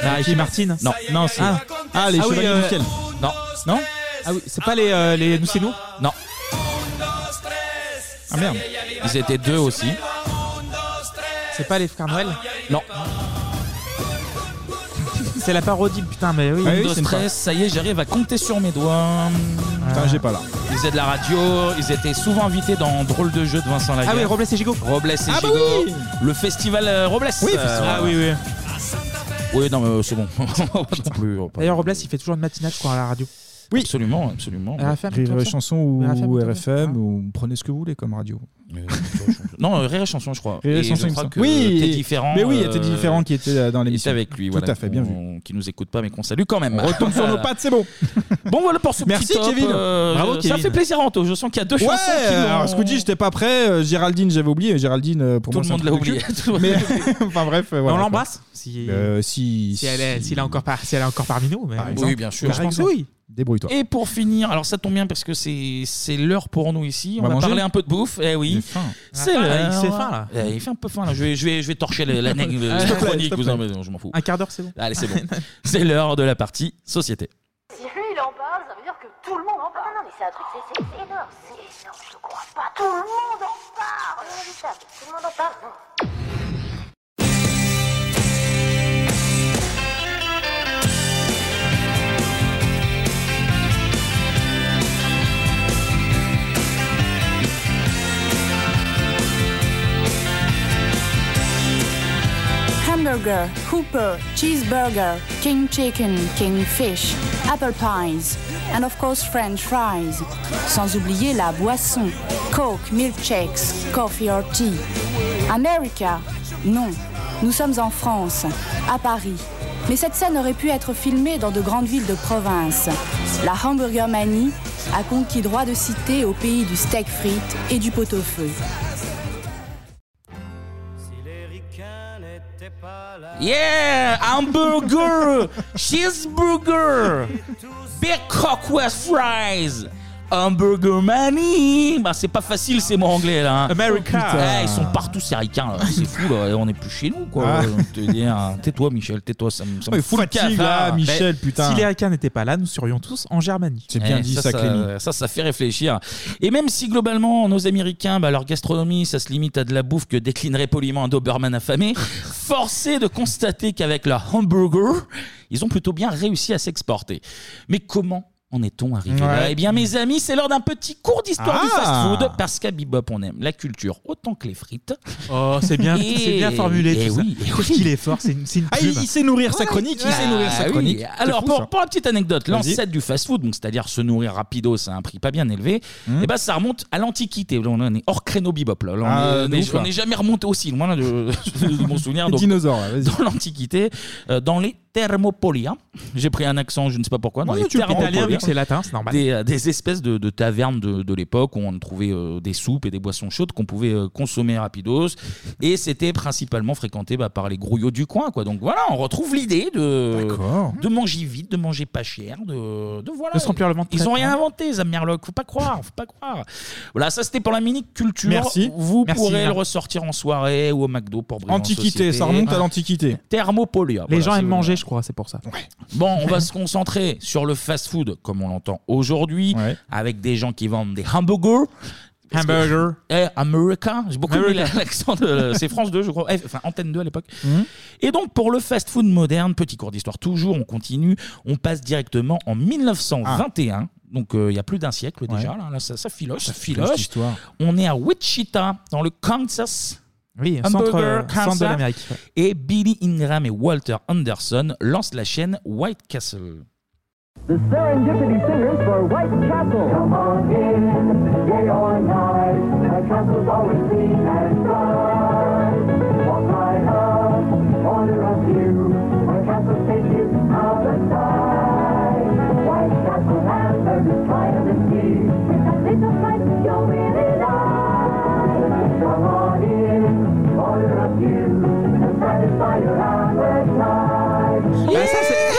S9: Ah, Ricky Martin
S1: Non.
S9: non c'est
S1: Ah. Ah, les Chevaliers du Ciel. Non.
S9: Non Ah oui, c'est pas les, euh, les Nous c'est nous
S1: Non.
S9: Ah merde.
S1: Ils étaient deux aussi.
S9: C'est pas les frères Noël
S1: Non.
S9: C'est la parodie, putain, mais Ah oui.
S1: Windows 13, ça y est, j'arrive à compter sur mes doigts. Ah.
S9: Putain, j'ai pas
S8: là.
S1: Ils faisaient de la radio, ils étaient souvent invités dans Drôle de jeu de Vincent Lagarde.
S9: Ah oui, Robles et Gigot.
S1: Robles et
S9: Ah bah
S1: Gigot.
S9: oui
S1: Le festival euh, Robles.
S9: Oui,
S1: Euh,
S9: festival. Ah oui, oui.
S1: Oui, non, mais euh, c'est bon. Non plus, on va pas-
S9: D'ailleurs, Robles, il fait toujours une matinale, je crois, à la radio.
S1: Oui. Absolument, absolument.
S9: RFM,
S8: Rire
S9: comme
S8: et
S9: ça.
S8: chanson Ah. ou ou
S9: RFM, tout à fait.
S8: RFM, ou prenez ce que vous voulez comme radio.
S1: Non, euh, Rire et Chanson, je crois.
S8: Rire et
S1: je
S8: Chanson, il me
S1: crois
S8: semble.
S1: que
S8: Oui,
S1: Teddy Différent.
S8: mais oui, il y a Teddy Différent qui était, euh, dans l'émission.
S1: avec lui,
S8: Tout
S1: voilà,
S8: à fait, bien
S1: qu'on- Qui nous écoute pas, mais qu'on salue quand même.
S8: On retombe sur nos pattes, c'est bon.
S1: Bon, voilà pour ce
S8: Merci
S1: petit top,
S8: Kevin.
S1: euh,
S8: Bravo,
S1: Ça
S8: Kevin.
S1: fait plaisir, Anto. Je sens qu'il y a deux
S8: ouais,
S1: chansons qui l'ont-
S8: alors Squidgy, j'étais pas prêt. euh, Géraldine, j'avais oublié. Géraldine, euh, pour
S1: Tout
S8: moi,
S1: le
S8: c'est un
S1: monde l'a
S8: truc
S1: oublié.
S8: de cul. Mais enfin bref, euh, voilà.
S9: on
S8: quoi.
S9: l'embrasse si...
S8: Euh, si,
S9: si elle est, s'il est encore par, si elle est encore parmi nous. Mais
S1: Par
S9: par
S1: exemple. Ah,
S9: exemple.
S1: Oui, bien sûr.
S9: Bah, je pense que oui.
S8: Débrouille-toi.
S1: Et pour finir, alors ça tombe bien parce que c'est c'est l'heure pour nous ici. On
S8: On va
S1: va,
S8: manger
S1: parler un peu de bouffe. Eh oui. C'est
S9: Ah,
S1: l'heure.
S9: il s'est faim, là.
S1: Eh, il fait un peu faim là. Je vais je vais je vais torcher la, la, la-
S9: S'il te
S1: la
S9: plaît, s'il
S1: chronique.
S9: te
S1: Vous
S9: plaît.
S1: en- non, je m'en fous.
S9: Un quart d'heure, c'est bon.
S1: Allez, c'est bon. c'est l'heure de la partie société.
S10: Si lui il en parle, ça veut dire que tout le monde en parle. Ah, Non, non, mais c'est un truc, c'est c'est énorme, c'est énorme, je te crois pas. Tout le monde en parle. C'est redoutable, Tout le monde en parle. non.
S13: Hamburger, Hooper, Cheeseburger, King Chicken, King Fish, Apple Pies, and of course French fries. Sans oublier la boisson, Coke, milkshakes, coffee or tea. America Non, nous sommes en France, à Paris. Mais cette scène aurait pu être filmée dans de grandes villes de province. La Hamburger Manie a conquis droit de cité au pays du steak frites et du pot-au-feu.
S1: Yeah, hamburger, cheeseburger, big cock west fries. Hamburger Mani Bah c'est pas facile ces mots anglais là hein.
S9: America.
S1: Oh, putain. Ouais, Ils sont partout ces ricains là. C'est fou là Et on est plus chez nous quoi
S9: Ah. Oh,
S1: Je veux te dire, Tais-toi Michel, tais-toi ça me ça me
S9: Il
S1: fout le cafard. Mais
S9: Michel, putain. Si les Ricains n'étaient pas là, nous serions tous en Germanie.
S1: Eh, Ça, ça fait réfléchir. Et même si globalement, nos Américains, bah, leur gastronomie, ça se limite à de la bouffe que déclinerait poliment un Doberman affamé, forcé de constater qu'avec la hamburger, ils ont plutôt bien réussi à s'exporter. Mais comment en est-on arrivé là
S9: Ouais.
S1: Eh bien, mes amis, c'est l'heure d'un petit cours d'histoire du
S9: Ah.
S1: fast-food, parce qu'à Bebop, on aime la culture autant que les frites.
S9: Oh, c'est bien,
S1: Et-
S9: c'est bien formulé.
S1: et
S9: tout ça.
S1: oui, et
S9: Qu'est-ce qu'il est fort, c'est une, c'est une
S1: Ah,
S9: plume.
S1: il- il sait nourrir sa
S8: chronique,
S1: Ah, oui. Alors, pour, pour la petite anecdote,
S8: Vas-y.
S1: l'ancêtre du fast-food, donc c'est-à-dire se nourrir rapido, c'est un prix pas bien élevé,
S8: Hum.
S1: et ben ça remonte à l'Antiquité. Là, on est hors créneau bebop. Là. Là, on
S8: Ah,
S1: est-
S8: de
S1: on
S8: ouf,
S1: est-
S8: là.
S1: on n'est jamais remonté aussi loin là, de, de mon souvenir.
S8: Les
S1: Donc,
S8: dinosaures, là, vas-y.
S1: Dans l'Antiquité, euh, dans les Thermopolia. J'ai pris un accent, je ne sais pas pourquoi. Dans
S9: Oui,
S1: les
S9: tu le prends
S1: Thermopolia.
S9: italien, vu que c'est latin, c'est normal.
S1: Des, euh, des espèces de, de tavernes de, de l'époque où on trouvait euh, des soupes et des boissons chaudes qu'on pouvait euh, consommer rapidos. Et c'était principalement fréquenté bah, par les grouillots du coin. Quoi. Donc voilà, on retrouve l'idée de, de manger vite, de manger pas cher, de, de voilà.
S9: De se remplir le ventre hein.
S1: Ils
S9: très
S1: ont rien
S9: bien.
S1: inventé, les Merloc. Faut pas croire, faut pas croire. Voilà, ça c'était pour la mini culture.
S8: Merci.
S1: Vous
S8: Merci,
S1: pourrez
S8: Yann.
S1: le ressortir en soirée ou au McDo pour briller en
S8: Antiquité,
S1: société.
S8: ça remonte à
S1: Ah.
S8: l'Antiquité.
S1: Thermopolia.
S9: Les
S1: voilà,
S9: gens
S1: c'est-
S9: aiment manger, je crois, c'est pour ça.
S1: Bon, on va se concentrer sur le fast-food comme on l'entend aujourd'hui, avec des gens qui vendent des hamburgers. Parce que-
S9: Hamburger.
S1: Eh, America. J'ai beaucoup aimé
S9: America.
S1: l'accent de. C'est France 2, je crois. Eh, Enfin, Antenne 2 à l'époque. Et donc, pour le fast-food moderne, petit cours d'histoire toujours, on continue. On passe directement en 1921. Donc, euh, il y a plus d'un siècle déjà.
S8: Ouais.
S1: Là, Là, ça, ça filoche, ça
S8: filoche,
S1: filoche.
S8: l'histoire.
S1: On est à Wichita, dans le Kansas.
S9: Oui,
S1: Hamburger,
S9: centre, euh, centre
S1: Kansas.
S9: de l'Amérique, ouais.
S1: Et Billy Ingram et Walter Anderson lancent la chaîne White Castle.
S15: The Serendipity Singers for White Castle. Come on in, day or night. The castle's always clean and bright. Walk right up, order a few. The castle takes you out of sight. White Castle has a good time in the sea. With a little fight, you'll really like. Come on in, order a few. And satisfy your appetite.
S9: Bah, ça, c'est- ça,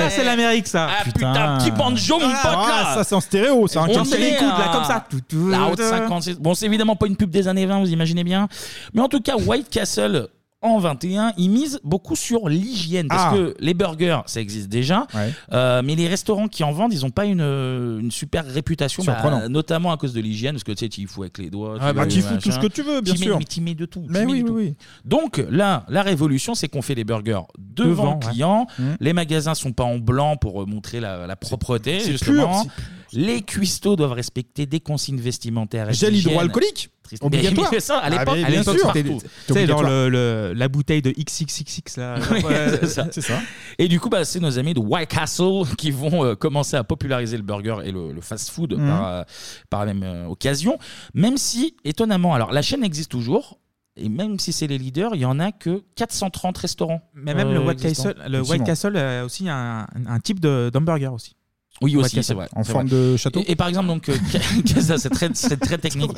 S9: Ah, c'est l'Amérique, ça. Ah,
S1: putain, petit banjo, mon pote, là.
S8: Ah, Ça, c'est en stéréo, ça.
S1: On
S8: Quinze
S1: est
S8: écoutes,
S1: à
S8: là, comme ça. Tout, tout,
S1: la haute
S8: tout.
S1: 56. Bon, c'est évidemment pas une pub des années 20, vous imaginez bien. Mais en tout cas, White Castle. En 21, ils misent beaucoup sur l'hygiène parce
S8: Ah.
S1: que les burgers, ça existe déjà, Euh, mais les restaurants qui en vendent, ils n'ont pas une, une super réputation, bah,
S8: Surprenant.
S1: notamment à cause de l'hygiène, parce que tu sais, tu y fous avec les doigts,
S8: Ah, bah, tu
S1: y
S8: fous tout ce que tu veux, bien
S1: hein, Tu mets-
S8: sûr.
S1: mais tu mets de tout. tu
S8: Mais
S1: mets
S8: oui,
S1: de
S8: oui,
S1: tout.
S8: oui.
S1: Donc là, la révolution, c'est qu'on fait des burgers devant,
S8: Devant,
S1: le
S8: ouais.
S1: client.
S8: Mm.
S1: Les magasins sont pas en blanc pour euh, montrer la, la propreté,
S8: c'est
S1: justement.
S8: pur,
S1: les cuistots doivent respecter des consignes vestimentaires. et
S8: Gel
S1: d'hygiène.
S8: hydroalcoolique,
S1: Triste-
S8: obligatoire.
S1: Mais- mais ça, à
S8: Ah,
S1: l'époque,
S8: mais
S1: à
S8: bien
S1: l'époque,
S8: sûr.
S1: partout.
S8: T'es- t'es
S1: Tu sais,
S9: dans
S1: dans le-
S9: le, le- la bouteille de XXXX, là.
S1: c'est ça. Et du coup, bah, c'est nos amis de White Castle qui vont euh, commencer à populariser le burger et le, le fast-food
S9: Mhm.
S1: par, euh, par la même euh, occasion. Même si, étonnamment, alors la chaîne existe toujours. Et même si c'est les leaders, il y en a que 430 restaurants.
S9: Mais même le
S1: euh,
S9: White
S1: existants.
S9: Castle, le White Castle a aussi un, un type de- d'hamburger aussi.
S1: Oui,
S9: White
S1: aussi,
S9: Castle.
S1: c'est vrai.
S8: En
S1: c'est
S8: forme
S1: vrai.
S8: de château.
S1: Et, et par exemple, donc, euh, que- ça, c'est très, c'est très technique. Donc,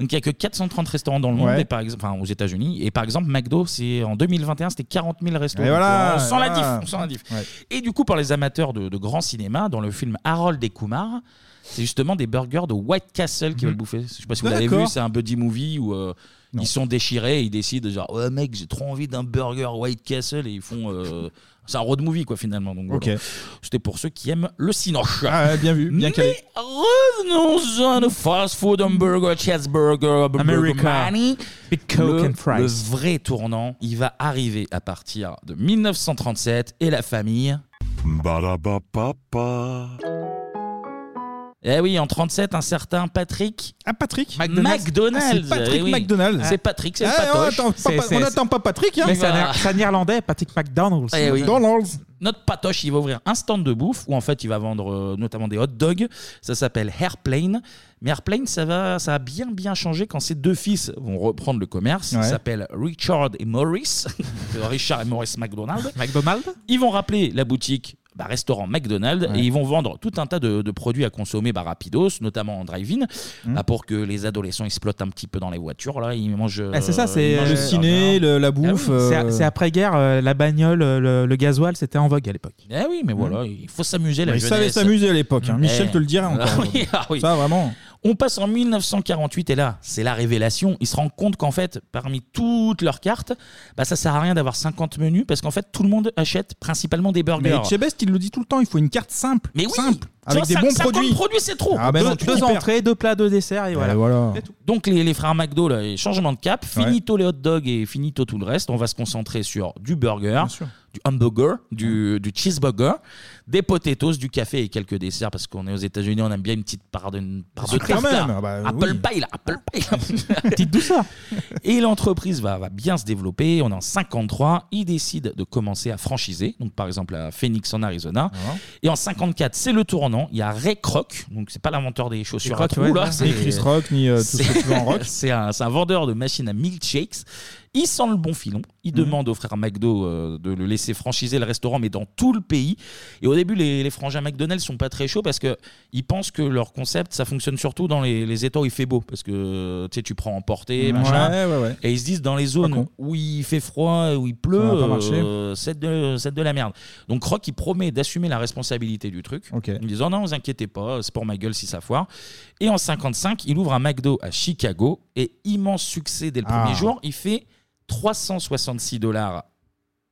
S1: il n'y a que 430 restaurants dans le monde,
S8: Ouais.
S1: et par exemple, enfin, aux États-Unis. Et par exemple, McDo, c'est en 2021, c'était 40 000 restaurants.
S8: Et voilà,
S1: on sent la diff.
S8: voilà.
S1: on sent la diff.
S8: Ouais.
S1: Et du coup, pour les amateurs de, de grand cinéma, dans le film Harold et Kumar, c'est justement des burgers de White Castle qui veulent bouffer. Je sais pas si vous l'avez vu,
S8: Mhm. D'accord.
S1: c'est un buddy movie où euh, ils sont déchirés et ils décident genre ouais mec j'ai trop envie d'un burger White Castle et ils font euh, c'est un road movie quoi finalement. Donc voilà.
S8: Ok. Ah,
S1: c'était pour ceux qui aiment le cinoche.
S8: bien vu, bien calé.
S1: Revenons-en au fast-food hamburger, cheeseburger, hamburger
S9: America.
S1: money.
S9: Big Coke
S1: le,
S9: and fries.
S1: le vrai tournant, il va arriver à partir de 1937 et la famille.
S2: Barabapapa.
S1: Eh oui, en 37, un certain Patrick.
S8: Ah, Patrick
S1: McDonald's.
S8: Ah, c'est Patrick
S1: eh oui.
S8: McDonald's.
S1: C'est Patrick, c'est le
S8: Ah, on
S1: patoche.
S8: attend pas-
S1: C'est-
S8: on
S1: c'est-
S8: n'attend pas Patrick. Hein.
S1: Mais ça a l'air-
S9: C'est un Irlandais, Patrick McDonald's.
S1: Eh oui.
S8: McDonald's.
S1: Notre patoche, il va ouvrir un stand de bouffe où en fait il va vendre euh, notamment des hot dogs. Ça s'appelle Airplane. Mais Airplane, ça, va, ça a bien bien changé quand ses deux fils vont reprendre le commerce.
S9: Ouais.
S1: Ils s'appellent Richard et Maurice. Richard et Maurice McDonald.
S9: McDonald
S1: Ils vont rappeler la boutique. bah, restaurant McDonald's et ils vont vendre tout un tas de, de produits à consommer bah, rapidos notamment en drive-in bah, pour que les adolescents ils se plottent un petit peu dans les voitures là ils mangent
S9: Ah, c'est
S1: euh,
S9: ça,
S1: ils
S9: c'est
S1: mangent
S9: euh,
S1: des
S8: le- la bouffe.
S9: C'est-
S8: euh,
S9: C'est après-guerre, euh, la bagnole, euh, le, le gasoil, c'était en vogue à l'époque.
S1: Eh oui,
S8: Hmm.
S1: mais voilà, il faut s'amuser la
S8: Ils
S1: jeunesse.
S8: savaient s'amuser à l'époque. hein. Michel
S1: Eh.
S8: te le dirait encore.
S1: Ah oui, ah oui.
S8: Ça, vraiment.
S1: On passe en 1948 et là, c'est la révélation. Ils se rendent compte qu'en fait, parmi toutes leurs cartes, bah, ça sert à rien d'avoir 50 menus parce qu'en fait, tout le monde achète principalement des
S8: Mais
S1: burgers.
S8: Chebest, il le dit tout le temps, il faut une carte simple.
S1: Mais oui,
S8: simple,
S1: Tu
S8: avec
S1: vois,
S8: des
S1: ça-
S8: bons
S1: 50
S8: produits.
S1: c'est trop.
S8: Ah, bah non, tu t'y perds.
S9: deux plats, deux desserts et
S8: voilà.
S9: C'est tout.
S1: Donc les, les frères McDo, là, et changement de cap, finito les hot dogs et finito tout le reste. On va se concentrer sur du burger, du hamburger, du, du cheeseburger, des potatoes, du café et quelques desserts parce qu'on est aux États-Unis, on aime bien une petite part de, une part de tarte,
S8: Quand
S1: là.
S8: même, ah bah
S1: Apple
S8: oui.
S1: pie là, Apple pie. petite
S9: douceur.
S1: Et l'entreprise va, va bien se développer. On est en 53. Ils décident de commencer à franchiser. Donc, par exemple, à Phoenix en Arizona. Et en 54, c'est le tournant. Il y a Ray Kroc. Donc, c'est pas l'inventeur des chaussures
S8: Ray
S1: à
S8: Kroc,
S1: trous,
S8: ouais,
S1: là.
S8: ouais.
S1: c'est-
S8: Ni Chris Rock, ni, euh, tout ce
S1: c'est-
S8: que tu veux en rock.
S1: c'est un, c'est un vendeur de machines à milkshakes. Il sent le bon filon. Il
S8: Mhm.
S1: demande aux frères McDo euh, de le laisser franchiser le restaurant, mais dans tout le pays. Et au début, les, les frangins McDonald's sont pas très chauds parce que ils pensent que leur concept, ça fonctionne surtout dans les, les états où il fait beau. Parce que tu sais, tu prends emporter,
S8: Ouais,
S1: machin.
S8: ouais, ouais.
S1: Et ils se disent, dans les zones où il fait froid, où il pleut,
S8: Ça va pas marcher.
S1: euh, c'est de, c'est de la merde. Donc Rock, il promet d'assumer la responsabilité du truc. Il dit non, vous inquiétez pas, c'est pour ma gueule si ça foire. Et en 55, il ouvre un McDo à Chicago et immense succès dès le
S8: Ah.
S1: premier jour. Il fait 366 dollars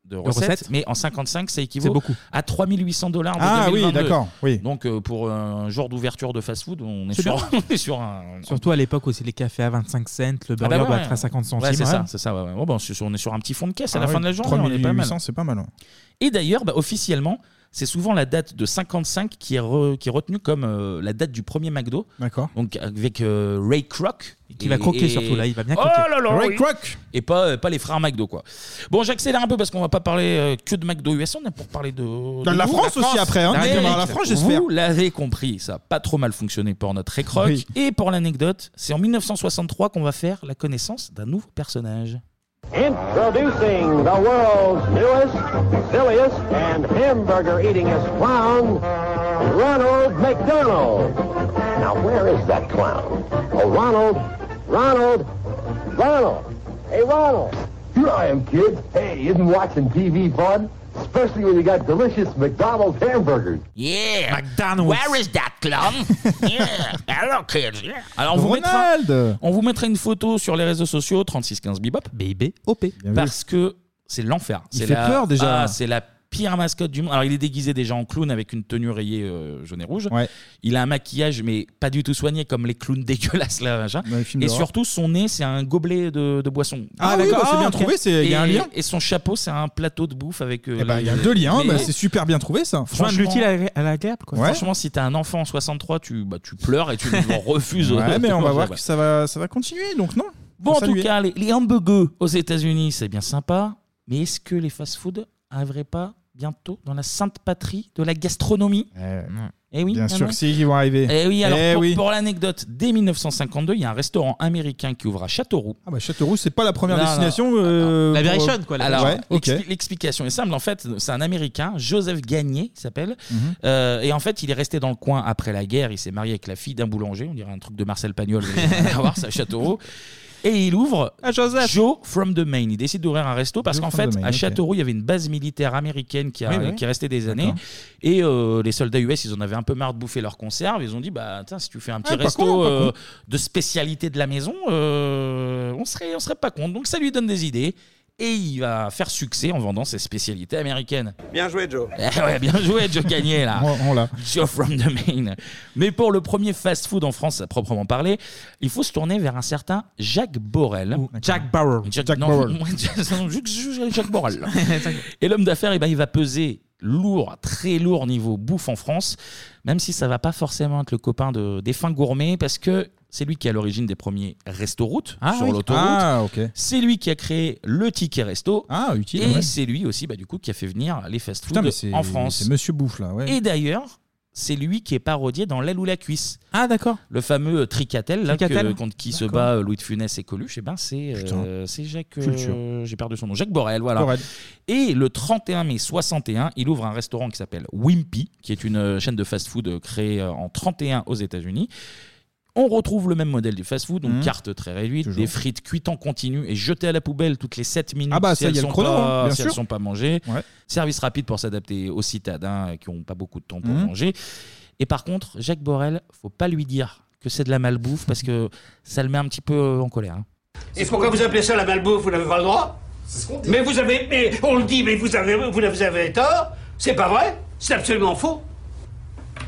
S1: de recettes,
S8: recettes.
S1: mais en 55, ça
S8: C'est
S1: équivaut
S8: beaucoup.
S1: à 3800 dollars de
S8: Ah oui,
S1: 2022.
S8: d'accord, oui.
S1: Donc euh, pour un jour d'ouverture de fast-food, on est,
S9: C'est
S1: sur,
S9: bien.
S1: on est sur un,
S9: Surtout à l'époque où c'est les cafés à 25 cents, le
S1: Ah
S9: burger
S1: bah ouais,
S9: doit être
S1: ouais.
S9: à 50 centimes.
S1: Ouais, c'est ça,
S9: ouais.
S1: c'est ça. ouais, ouais. Oh, bah, on est sur- on est sur un petit fond de caisse à
S9: Ah
S1: la fin
S9: oui,
S1: de la journée, on est pas mal. hein.
S8: 3800, c'est pas mal. hein. ouais.
S1: Et d'ailleurs, bah, officiellement, c'est souvent la date de 55 qui est, re- qui est retenue comme euh, la date du premier McDo.
S8: D'accord.
S1: Donc avec euh, Ray Kroc.
S9: Qui va croquer surtout, là, il va bien croquer.
S1: Oh là là,
S9: Ray
S1: oui.
S9: Kroc
S1: Et pas, euh, pas les frères McDo, quoi. Bon, j'accélère un peu parce qu'on va pas parler euh, que de McDo US, on est pour parler de.
S8: De la
S1: vous,
S8: France aussi après, hein.
S1: Mais
S8: On va à la France, j'espère.
S1: Vous l'avez compris, ça a pas trop mal fonctionné pour notre Ray Kroc.
S8: Oui.
S1: Et pour l'anecdote, c'est en 1963 qu'on va faire la connaissance d'un nouveau personnage.
S2: Introducing the world's newest, silliest, and hamburger eatingest clown, Ronald McDonald. Now, where is that clown? Oh, Ronald, Ronald, Ronald. Hey, Ronald. Here I am, kid. Hey, isn't watching TV fun? Especially when you got delicious McDonald's hamburgers.
S1: Yeah.
S9: McDonald's.
S2: Where
S1: is that clown? yeah. Hello, kids. Yeah. Alors, on vous, mettra,
S8: Ronald
S1: on vous mettra une photo sur les réseaux sociaux 3615 Bebop.
S9: OP.
S1: Parce que c'est l'enfer.
S8: Il
S1: C'est
S8: fait
S1: la-
S8: peur, déjà.
S1: Ah, c'est la pire mascotte du monde. Alors, il est déguisé déjà en clown avec une tenue rayée euh, jaune et rouge. Il a un maquillage, mais pas du tout soigné comme les clowns dégueulasses là. machin.
S8: film
S1: Et
S8: d'horreur.
S1: surtout, son nez, c'est un gobelet de, de boisson.
S8: Ah, Ah oui, d'accord. bah, c'est bien
S1: ok.
S8: trouvé, c'est- il y a un
S1: Et-
S8: lien.
S1: Et son chapeau, c'est un plateau de bouffe avec. euh,
S8: Eh ben, il y a
S1: les-
S8: deux liens,
S1: mais-
S8: bah, c'est super bien trouvé ça.
S1: Franchement, l'utile
S9: à l'agréable.
S1: Quoi. Franchement, si t'as un enfant en 63, tu, bah, tu pleures et tu
S8: Ouais.
S1: le refuses.
S8: Ouais, Ah, mais on va voir
S1: Ouais. bah.
S8: que ça va, ça va continuer, donc non
S1: Bon,
S8: Faut
S1: en tout
S8: saluer.
S1: cas, les, les hamburgers aux États-Unis, c'est bien sympa. Mais est-ce que les fast-food arriveraient pas bientôt dans la sainte patrie de la gastronomie Eh oui,
S8: Bien
S1: ah
S8: sûr
S1: non
S8: que si, ils vont arriver.
S1: Eh oui, alors
S8: Eh
S1: pour,
S8: oui.
S1: pour l'anecdote, dès 1952, il y a un restaurant américain qui ouvre à Châteauroux.
S8: Ah bah Châteauroux, c'est pas la première
S1: Non, non.
S9: Ah,
S8: destination. euh, pour-
S1: Alors,
S8: Ouais, ok.
S1: l'expli- l'explication est simple. En fait, c'est un Américain, Joseph Gagné, il s'appelle.
S8: Mhm.
S1: Euh, et en fait, il est resté dans le coin après la guerre. Il s'est marié avec la fille d'un boulanger. On dirait un truc de Marcel Pagnol. mais rien à voir, c'est à Châteauroux. Et il ouvre Joe from the Maine. Il décide d'ouvrir un resto parce
S8: Ah, Joe
S1: qu'en
S8: from
S1: fait,
S8: the Maine,
S1: à
S8: ok.
S1: Châteauroux, il y avait une base militaire américaine qui, a,
S8: Oui, oui.
S1: qui est restée des années. Et euh, les soldats US, ils en avaient un peu marre de bouffer leurs conserves. Ils ont dit, bah, tiens, si tu fais un petit
S8: Ah, pas
S1: resto
S8: con, pas
S1: euh,
S8: con.
S1: de spécialité de la maison, euh, on serait, on serait pas contre. Donc ça lui donne des idées. Et il va faire succès en vendant ses spécialités américaines.
S4: Bien joué, Joe.
S1: Eh ouais, bien joué, Joe Gagné, là.
S8: On- on l'a.
S1: Joe from the Maine. Mais pour le premier fast-food en France, à proprement parler, il faut se tourner vers un certain Jacques Borel.
S9: Jack Barrel.
S1: Jack,
S9: Jack
S1: non,
S9: Borel.
S1: non, Jacques- Jacques- Jacques Borel. Et l'homme d'affaires, eh ben, il va peser lourd, très lourd niveau bouffe en France, même si ça va pas forcément être le copain de, des fins gourmets, parce que c'est lui qui est à l'origine des premiers restos-routes
S8: Ah
S1: sur
S8: oui.
S1: l'autoroute.
S8: Ah, ok. Ah,
S1: C'est lui qui a créé le ticket resto. et
S8: ouais.
S1: c'est lui aussi, bah, du coup, qui a fait venir les
S8: Putain,
S1: fast-food
S8: mais c'est
S1: en France.
S8: C'est Monsieur Bouffe là, ouais.
S1: Et d'ailleurs, c'est lui qui est parodié dans L'aile ou la cuisse.
S9: Ah, d'accord.
S1: Le fameux euh, tricatel, là,
S9: Tricatel.
S1: que- contre qui se bat euh, Louis de Funès et Coluche, et ben c'est euh, c'est Jacques. euh,
S8: Culture.
S1: J'ai perdu son nom. Jacques Borel, voilà.
S8: Borel.
S1: Et le 31 mai 61, il ouvre un restaurant qui s'appelle Wimpy, qui est une euh, chaîne de fast-food euh, créée euh, en 31 aux États-Unis. On retrouve le même modèle du fast-food, donc
S8: Mhm.
S1: carte très réduite, des frites cuites en continu et jetées à la poubelle toutes les 7 minutes
S8: Ah bah,
S1: si
S8: ça,
S1: elles
S8: y a le
S1: sont
S8: chrono,
S1: pas-
S8: hein, bien
S1: si elles
S8: sûr.
S1: sont pas mangées. Service rapide pour s'adapter aux citadins qui n'ont pas beaucoup de temps pour
S8: Mhm.
S1: manger. Et par contre, Jacques Borel, faut pas lui dire que c'est de la malbouffe parce que ça le met un petit peu en colère. hein.
S4: Et pourquoi vous appelez ça la malbouffe Vous n'avez pas le droit C'est ce qu'on dit. Mais vous avez. Mais on le dit, mais vous avez, vous avez, vous avez tort. C'est pas vrai. C'est absolument faux.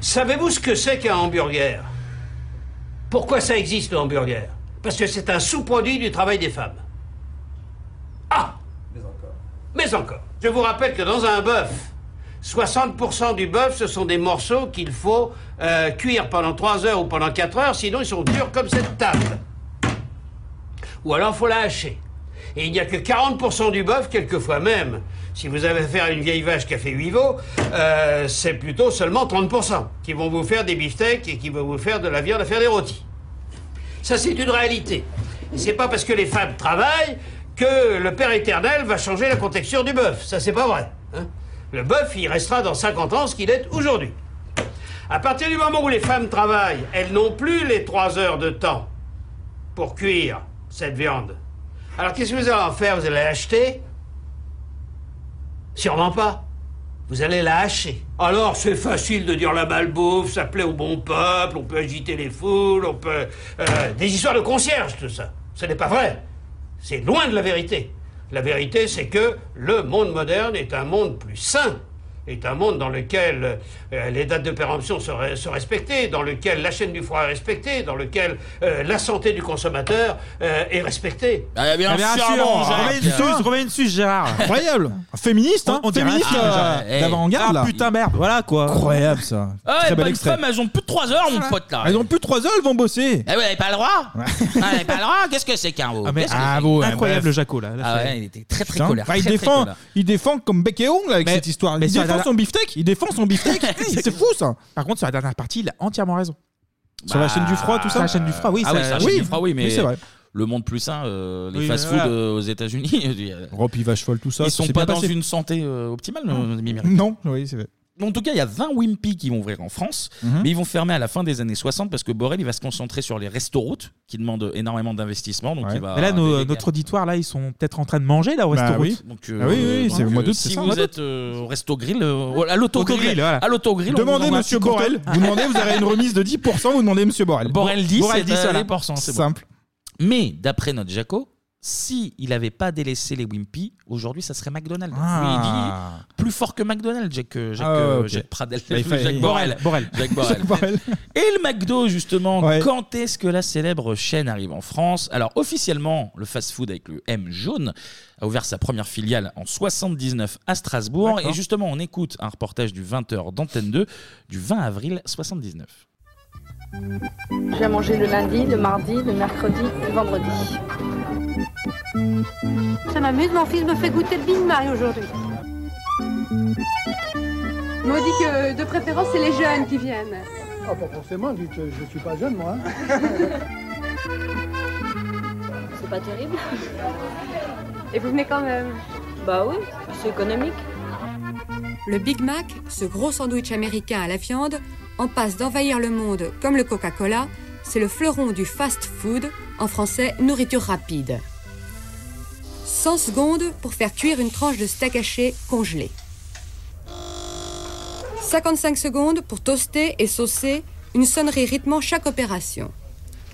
S4: Savez-vous ce que c'est qu'un hamburger Pourquoi ça existe le hamburger Parce que c'est un sous-produit du travail des femmes. Ah Mais encore. Je vous rappelle que dans un bœuf, 60% du bœuf, ce sont des morceaux qu'il faut euh, cuire pendant 3 heures ou pendant 4 heures, sinon ils sont durs comme cette table ou alors faut la hacher. Et il n'y a que 40% du bœuf, quelquefois même. Si vous avez affaire à une vieille vache qui a fait 8 veaux, euh, c'est plutôt seulement 30% qui vont vous faire des beefsteaks et qui vont vous faire de la viande à faire des rôtis. Ça, c'est une réalité. Et c'est pas parce que les femmes travaillent que le Père éternel va changer la contexture du bœuf. Ça, c'est pas vrai. hein. le bœuf, il restera dans 50 ans ce qu'il est aujourd'hui. À partir du moment où les femmes travaillent, elles n'ont plus les 3 heures de temps pour cuire cette viande. Alors qu'est-ce que vous allez en faire Vous allez l'acheter Sûrement pas. Vous allez la hacher. Alors, c'est facile de dire la malbouffe, ça plaît au bon peuple, on peut agiter les foules, on peut. euh, des histoires de concierge, tout ça. Ce n'est pas vrai. C'est loin de la vérité. La vérité, c'est que le monde moderne est un monde plus sain, est un monde dans lequel euh, les dates de péremption sont, re- sont respectées, dans lequel la chaîne du froid est respectée, dans lequel euh, la santé du consommateur euh, est respectée.
S1: Ah,
S8: Eh
S9: Ah, bien sûr, remets une suce, remets une suce, Gérard.
S8: Incroyable. Féministe, hein
S9: On dirait un
S8: Féministe
S9: film,
S8: euh,
S1: eh.
S9: genre, hey.
S8: d'avant-garde,
S9: Ah,
S8: là.
S9: putain, merde, voilà quoi.
S8: Incroyable, ça.
S1: Ah
S8: Très
S1: ouais,
S8: bel
S1: bonnes
S8: extrait.
S1: femmes, elles ont plus de 3 heures, mon pote, là.
S8: Elles ont plus 3 heures, elles vont bosser.
S1: Eh ouais, elle est pas le roi Ah, Elle est pas le roi Qu'est-ce que c'est qu'un haut
S8: Ah, mais-
S1: Qu'est-ce que
S8: ah,
S1: c'est
S8: bon, ouais, bref.
S9: le Jaco là.
S1: Ah ouais, bah, il était très très
S8: Putain.
S1: colère.
S8: Enfin, il,
S1: très, très
S8: défend,
S1: colère.
S8: il défend comme bec et ongle avec cette histoire. Il
S9: mais sur la
S8: défend
S9: dernière-
S8: son beefsteak. Il défend son beefsteak. Hey, c'est fou ça.
S9: Par contre, sur la dernière partie, il a entièrement raison.
S8: Sur
S1: Bah,
S8: la chaîne du froid, tout ça
S9: Sur la chaîne du froid, oui.
S1: Ah
S9: ça-
S1: oui, c'est la chaîne du froid, oui, mais
S8: oui, c'est vrai.
S1: le monde plus sain, euh, les
S9: Oui,
S1: fast-food
S9: voilà.
S1: euh, aux États-Unis, je veux dire,
S8: Rob, il va cheval, tout ça.
S1: ils
S8: ça
S1: sont
S8: s'est
S1: pas
S8: bien
S1: dans
S8: passé.
S1: une santé euh, optimale,
S8: Non.
S1: nos amis américains.
S8: Non, oui, c'est vrai.
S1: En tout cas, il y a 20 Wimpy qui vont ouvrir en France, mais ils vont fermer à la fin des années 60 parce que Borel il va se concentrer sur les restaurants qui demandent énormément d'investissement. Donc il va
S9: Mais là, nos-
S1: déléguer.
S9: notre auditoire, là, ils sont peut-être en train de manger, là, au
S1: Bah
S9: restaurant. Ah
S1: oui. Donc, euh, donc, euh, Si vous êtes euh, au resto grill, euh, à l'autogrill,
S9: Autogrill, voilà.
S1: à l'autogrill, on vous
S8: Demandez
S1: envoie un
S8: Monsieur
S1: petit cocktail.
S8: Borel. Vous demandez, vous aurez une remise de 10%. Vous demandez Monsieur Borel.
S1: Borel 10,
S8: Borel
S1: c'est
S8: voilà.
S1: les pourcents, c'est bon.
S8: Simple.
S1: Mais d'après notre Jaco, si il avait pas délaissé les Wimpy, aujourd'hui ça serait McDonald's.
S8: Ah.
S1: Lui, il dit plus fort que McDonald's, Jack, euh, Jack,
S8: Ah,
S1: euh,
S8: ok.
S1: Jack Pradel,
S8: Bah, il fallait-
S1: Jack Borel,
S8: Borel.
S1: Jack Borel.
S8: Jacques Borel.
S1: Et le McDo justement,
S8: Ouais.
S1: quand est-ce que la célèbre chaîne arrive en France Alors officiellement, le fast-food avec le M jaune a ouvert sa première filiale en 79 à Strasbourg.
S9: D'accord.
S1: Et justement, on écoute un reportage du 20h d'Antenne 2 du 20 avril 79.
S16: J'ai à manger le lundi, le mardi, le mercredi, le vendredi. Ça m'amuse, mon fils me fait goûter le Big Marie aujourd'hui. On dit que de préférence, c'est les jeunes qui viennent.
S20: Ah, pas forcément, dites, euh, je suis pas jeune, moi.
S16: C'est pas terrible. Et vous venez quand même Bah oui, c'est économique.
S22: Le Big Mac, ce gros sandwich américain à la viande, en passe d'envahir le monde comme le Coca-Cola. C'est le fleuron du fast food, en français nourriture rapide. 100 secondes pour faire cuire une tranche de steak haché congelé. 55 secondes pour toaster et saucer, une sonnerie rythmant chaque opération.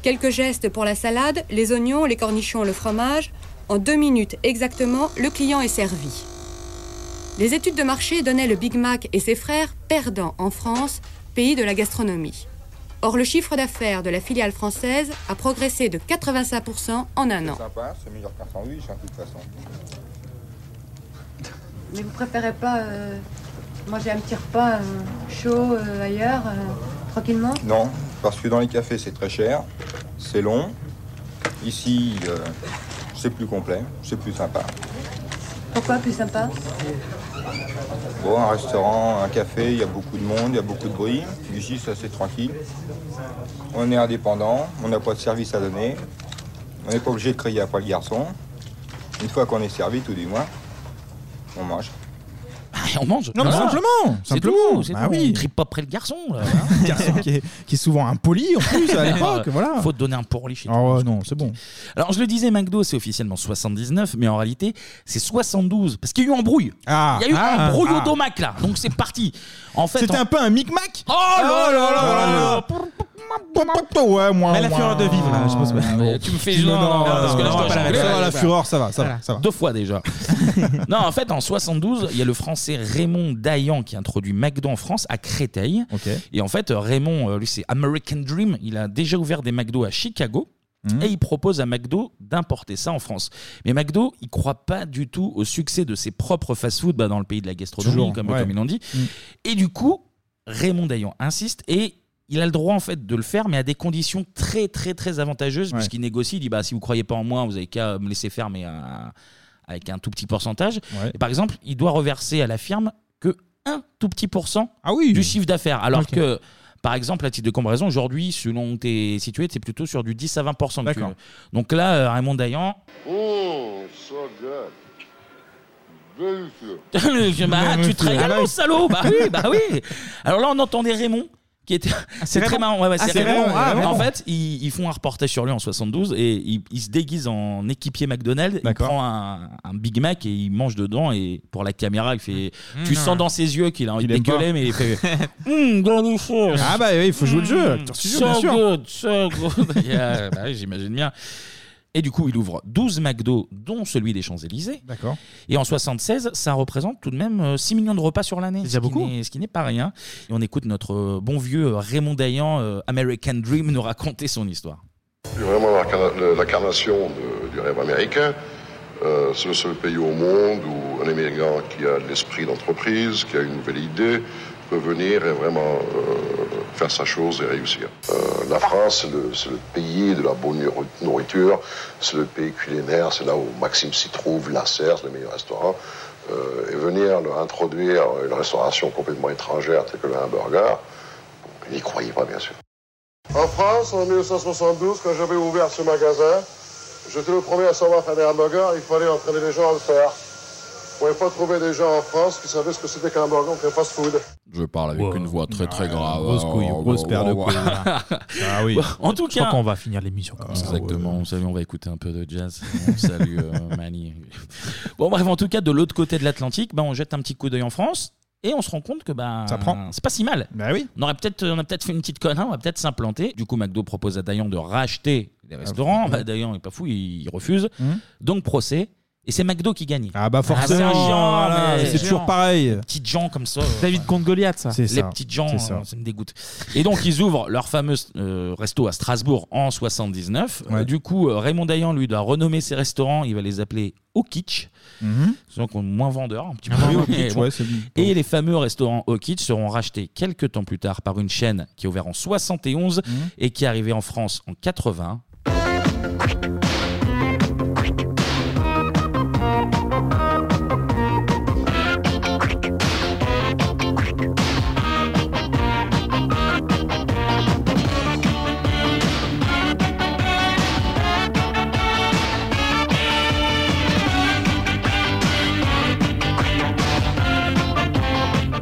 S22: Quelques gestes pour la salade, les oignons, les cornichons, le fromage. En deux minutes exactement, le client est servi. Les études de marché donnaient le Big Mac et ses frères perdants en France, pays de la gastronomie. Or, le chiffre d'affaires de la filiale française a progressé de 85% en un an.
S23: sympa, c'est meilleur qu'un sandwich, hein, de toute façon.
S22: Mais vous préférez pas euh, manger un petit repas euh, chaud euh, ailleurs, euh, tranquillement
S23: Non, parce que dans les cafés, c'est très cher, c'est long. Ici, euh, c'est plus complet, c'est plus sympa.
S22: Pourquoi plus sympa
S23: Bon, un restaurant, un café, il y a beaucoup de monde, il y a beaucoup de bruit. Ici, ça, c'est tranquille. On est indépendant, on n'a pas de service à donner. On n'est pas obligé de crier après le garçon. Une fois qu'on est servi, tout du moins, on mange.
S1: Bah, on mange
S8: Non, mais
S1: Voilà.
S8: simplement.
S1: C'est
S8: Simplement.
S1: tout, c'est
S8: Bah
S1: tout.
S8: oui.
S1: On tripe pas après le garçon. Là,
S8: Garçon qui est- qui est souvent impoli en plus à l'époque. Voilà.
S1: Faut te donner un pourri chez toi.
S8: Ah ouais, non, c'est bon.
S1: Alors, je le disais, McDo, c'est officiellement 79, mais en réalité, c'est 72. Parce qu'il y a eu embrouille. Il y a eu
S8: ah,
S1: un brouille
S8: ah.
S1: au domac, là. Donc, c'est parti. En fait,
S8: C'était
S1: en-
S8: un peu un micmac. Ah.
S1: Oh là là là
S8: Ouais, moi.
S1: Mais la
S8: moi.
S1: fureur de vivre, là, je pense pas.
S8: Ouais,
S1: Tu me fais
S8: Non,
S1: genre.
S8: non, non,
S1: parce que là,
S8: non,
S1: je te
S8: pas la
S1: jure.
S8: même. Ça va, Ah, la fureur, ça va, ça va, ça va.
S1: Deux fois déjà. non, en fait, en 72, il y a le français Raymond Dayan qui introduit McDo en France à Créteil. Et en fait, Raymond, euh, lui, c'est American Dream. Il a déjà ouvert des McDo à Chicago.
S8: Mhm.
S1: Et il propose à McDo d'importer ça en France. Mais McDo, il croit pas du tout au succès de ses propres fast-food bah, dans le pays de la gastronomie,
S8: Toujours,
S1: comme,
S8: ouais.
S1: comme ils l'ont dit. Et du coup, Raymond Dayan insiste et il a le droit en fait de le faire, mais à des conditions très très très avantageuses
S8: Ouais.
S1: puisqu'il négocie. Il dit bah si vous croyez pas en moi, vous avez qu'à me laisser faire, mais euh, avec un tout petit pourcentage.
S8: Ouais.
S1: Et par exemple, il doit reverser à la firme que un tout petit pourcent du chiffre d'affaires, alors
S8: Ah Ok.
S1: que Par exemple, à titre de comparaison, aujourd'hui, selon où tu es situé, tu es plutôt sur du 10 à 20% de
S8: D'accord.
S1: cul. Donc là, euh, Raymond Dayan,
S5: Oh, so good. Délicieux.
S1: Je- bah,
S5: Mais
S1: tu te
S5: monsieur,
S1: régales,
S5: ah
S1: mon
S5: oui.
S1: salaud Bah oui, bah oui Alors là, on entendait Raymond. Qui était... C'est très
S8: Raymond.
S1: marrant. Ouais, ouais,
S8: Ah,
S1: c'est
S8: c'est
S1: Raymond.
S8: Raymond. Ah,
S1: En
S8: Raymond.
S1: fait, ils, ils font un reportage sur lui en 72 et il, il se déguise en équipier McDonald's. Il prend un, un Big Mac et il mange dedans. Et pour la caméra, il fait. Tu
S8: Mmh.
S1: sens dans ses yeux qu'il a envie de
S8: aime pas.
S1: dégueuler, mais il fait.
S8: Ah bah oui, il faut jouer le jeu. Acteur studio,
S1: Mmm, So
S8: bien sûr.
S1: good, so good. Yeah, bah oui, J'imagine bien. Et du coup, il ouvre 12 McDo, dont celui des Champs-Élysées.
S8: D'accord.
S1: Et en 76, ça représente tout de même euh, 6 millions de repas sur l'année. ce qui
S9: beaucoup.
S1: n'est- Ce qui n'est pas rien. Et on écoute notre euh, bon vieux euh, Raymond Dayan, euh, American Dream, nous raconter son histoire.
S5: C'est vraiment l'incarna- le- l'incarnation de- du rêve américain. Euh, c'est le seul pays au monde où un immigrant qui a de l'esprit d'entreprise, qui a une nouvelle idée, peut venir et vraiment euh, faire sa chose et réussir. Euh, la France, c'est le, c'est le pays de la bonne nourri- nourriture, c'est le pays culinaire, c'est là où Maxime s'y trouve, la serre, c'est le meilleur restaurant. Euh, et venir leur introduire une restauration complètement étrangère, telle que le hamburger, il n'y croyait pas, bien sûr. En France, en 1972, quand j'avais ouvert ce magasin, j'étais le premier à savoir faire des hamburgers, il fallait entraîner les gens à le faire. On ne pouvait pas trouver des gens en France qui savaient ce que c'était qu'un hamburger, on fait fast-food.
S6: Je parle avec une voix très très grave.
S8: Ah, grosse couille, grosse paire de couilles.
S1: Ah oui. En tout
S9: Je crois
S1: cas-
S9: qu'on va finir l'émission comme ça.
S1: Exactement, on salue, on va écouter un peu de jazz. On salue euh, Mani. Bon, bref, en tout cas, de l'autre côté de l'Atlantique, bah, on jette un petit coup d'œil en France et on se rend compte que bah,
S8: Ça prend. Ben
S1: c'est pas si mal.
S8: oui.
S1: On aurait peut-être on a peut-être fait une petite connerie, on va peut-être s'implanter. Du coup, McDo propose à Dayan de racheter des
S8: Ah
S1: restaurants. Bah, Dayan n'est pas fou, il, il refuse. Donc, procès. Et c'est McDo qui gagne.
S8: Hum. Ah bah forcément,
S1: c'est un géant,
S8: voilà,
S1: mais-
S8: c'est toujours pareil.
S1: Les petites gens comme ça. euh,
S9: David contre Goliath, ça.
S1: Les petites gens, euh, ça. me dégoûte. Et donc, ils ouvrent leur fameux euh, resto à Strasbourg en 79.
S8: Ouais.
S1: Euh, Du coup, euh, Raymond Dayan, lui, doit renommer ses restaurants. Il va les appeler Au Kitsch. Sachant qu'on est moins vendeur, un petit peu.
S8: Oui, Au
S1: Mais
S8: Kitsch,
S1: bon.
S8: Ah ouais, c'est-
S1: Et les fameux restaurants Au Kitsch seront rachetés quelques temps plus tard par une chaîne qui est ouverte en 71
S8: Mmh.
S1: et qui est arrivée en France en 80.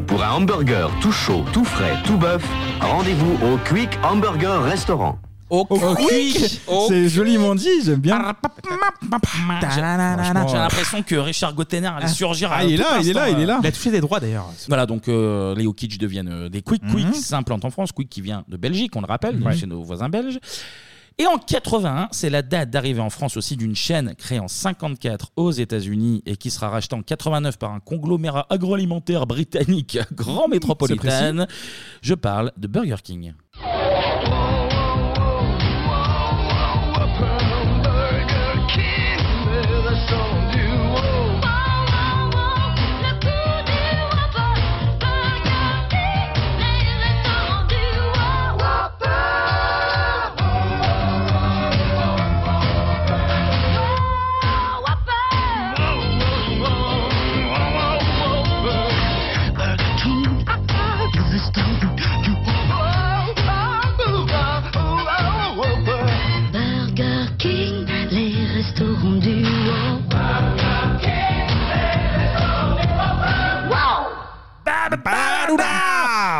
S18: Pour un hamburger tout chaud, tout frais, tout bœuf, rendez-vous au Quick Hamburger Restaurant.
S1: Au,
S8: quick. C'est joliment dit, j'aime bien.
S1: J'ai l'impression que Richard Gottener allait surgir. à
S8: Ah, il est
S1: tout
S8: là, il est
S1: instant,
S8: là, il est
S1: euh,
S8: là.
S9: Il a touché des droits d'ailleurs.
S1: Voilà, donc euh, les Hawkins deviennent euh, des Quick. Quick s'implante en France. Quick qui vient de Belgique, on le rappelle, donc
S9: Ouais.
S1: chez nos voisins belges. Et en 81, c'est la date d'arrivée en France aussi d'une chaîne créée en 54 aux États-Unis et qui sera rachetée en 89 par un conglomérat agroalimentaire britannique grand métropolitaine. Je parle de Burger King.
S7: Burger King, les restaurants du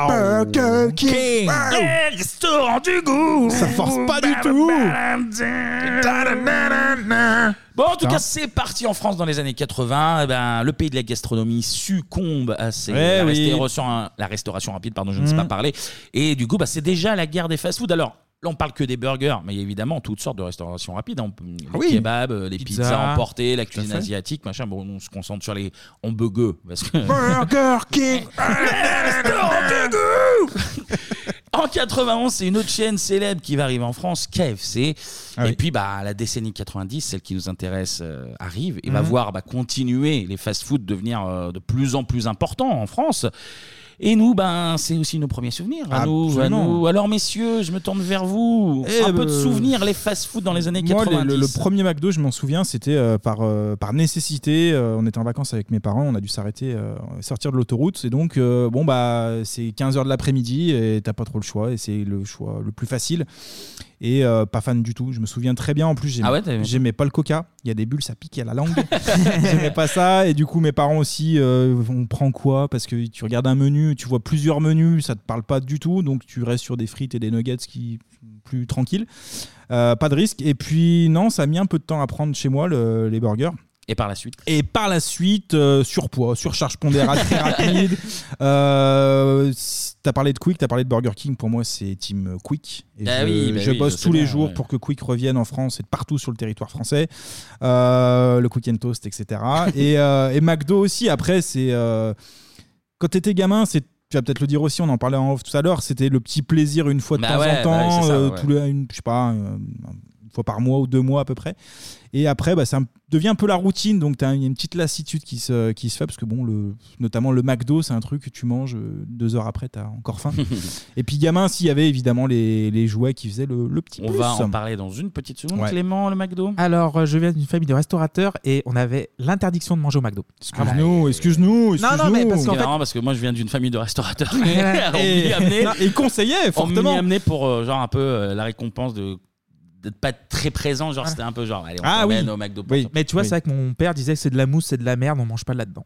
S8: Burger King.
S1: Les restaurants du goût.
S8: Ça force pas du tout.
S1: Bon, en tout
S8: Putain.
S1: cas, c'est parti en France dans les années 80. Eh ben, le pays de la gastronomie succombe à ses-
S8: Eh
S1: la,
S8: oui.
S1: restauration, la restauration rapide, pardon, je ne sais
S8: Mm.
S1: pas parler. Et du coup, bah, c'est déjà la guerre des fast-foods. Alors, là, on parle que des burgers, mais il y a évidemment toutes sortes de restaurations rapides. hein. On peut- Les
S8: Ah oui.
S1: kebabs, euh, les
S8: Pizza.
S1: pizzas emportées, la
S8: Tout à
S1: cuisine
S8: fait.
S1: asiatique, machin. Bon, on se concentre sur les hamburgers. Parce que...
S8: Burger King.
S1: En 91, c'est une autre chaîne célèbre qui va arriver en France, KFC.
S8: Ah
S1: et puis, bah, la décennie 90, celle qui nous intéresse, euh, arrive et va
S9: Mhm.
S1: voir bah, continuer les fast-food devenir euh, de plus en plus importants en France. Et nous, ben, c'est aussi nos premiers souvenirs. à nous, à
S8: Absolument.
S1: nous. Alors, messieurs, je me tourne vers vous.
S8: Eh
S1: un peu
S8: ben,
S1: de souvenirs, les fast-food dans les années
S8: Moi,
S1: 90.
S8: le- le, le premier McDo, je m'en souviens, c'était euh, par, euh, par nécessité. Euh, on était en vacances avec mes parents, on a dû s'arrêter, euh, sortir de l'autoroute. Et donc, euh, bon, bah, c'est 15h de l'après-midi et t'as pas trop le choix. Et c'est le choix le plus facile. Et euh, pas fan du tout. Je me souviens très bien. En plus, j'aimais
S1: Ah ouais, t'as-
S8: j'aimais pas le coca. Il y a des bulles, ça pique à la langue. j'aimais pas ça. Et du coup, mes parents aussi, euh, on prend quoi Parce que tu regardes un menu, tu vois plusieurs menus, ça te parle pas du tout. Donc, tu restes sur des frites et des nuggets qui plus tranquille. Euh, pas de risque. Et puis, non, ça a mis un peu de temps à prendre chez moi le- les burgers.
S1: Et par la suite
S8: Et par la suite, euh, surpoids, surcharge pondérale très rapide. Euh, si t'as parlé de Quick, t'as parlé de Burger King. Pour moi, c'est Team Quick. Et
S1: Ah
S8: je
S1: oui, bah
S8: je
S1: oui,
S8: bosse
S1: je sais
S8: tous les
S1: bien,
S8: jours
S1: ouais.
S8: pour que Quick revienne en France et partout sur le territoire français. Euh, le Quick and Toast, etc. et, euh, et McDo aussi. Après, c'est. euh, quand t'étais gamin, c'est. Tu vas peut-être le dire aussi, on en parlait en off tout à l'heure, c'était le petit plaisir une fois de
S1: Bah
S8: temps
S1: ouais,
S8: en
S1: bah
S8: temps,
S1: oui, c'est ça,
S8: euh,
S1: ouais.
S8: tous les- une, je sais pas, euh, une fois par mois ou deux mois à peu près. Et après, bah, ça devient un peu la routine, donc tu as une petite lassitude qui se, qui se fait, parce que bon, le, notamment le McDo, c'est un truc que tu manges euh, deux heures après, tu as encore faim. Et puis gamin, s'il y avait évidemment les, les jouets qui faisaient le, le petit
S1: On
S8: plus.
S1: va en parler dans une petite seconde,
S8: Ouais.
S1: Clément, le McDo.
S9: Alors, euh, je viens d'une famille de restaurateurs et on avait l'interdiction de manger au McDo.
S1: Ah
S8: Excuse-nous, excuse-nous,
S9: Non, non, mais parce qu'en
S1: C'est
S9: fait-
S1: marrant parce que moi je viens d'une famille de restaurateurs.
S9: Et-
S8: et conseillait
S1: On
S8: fortement.
S1: m'y amenait pour euh, genre un peu euh, la récompense de d'être pas très présent, genre c'était un peu genre allez on
S8: Ah
S1: t'emmène au McDo. pour toi.
S9: Mais tu vois, c'est vrai que mon père disait que c'est de la mousse, c'est de la merde, on mange pas là-dedans.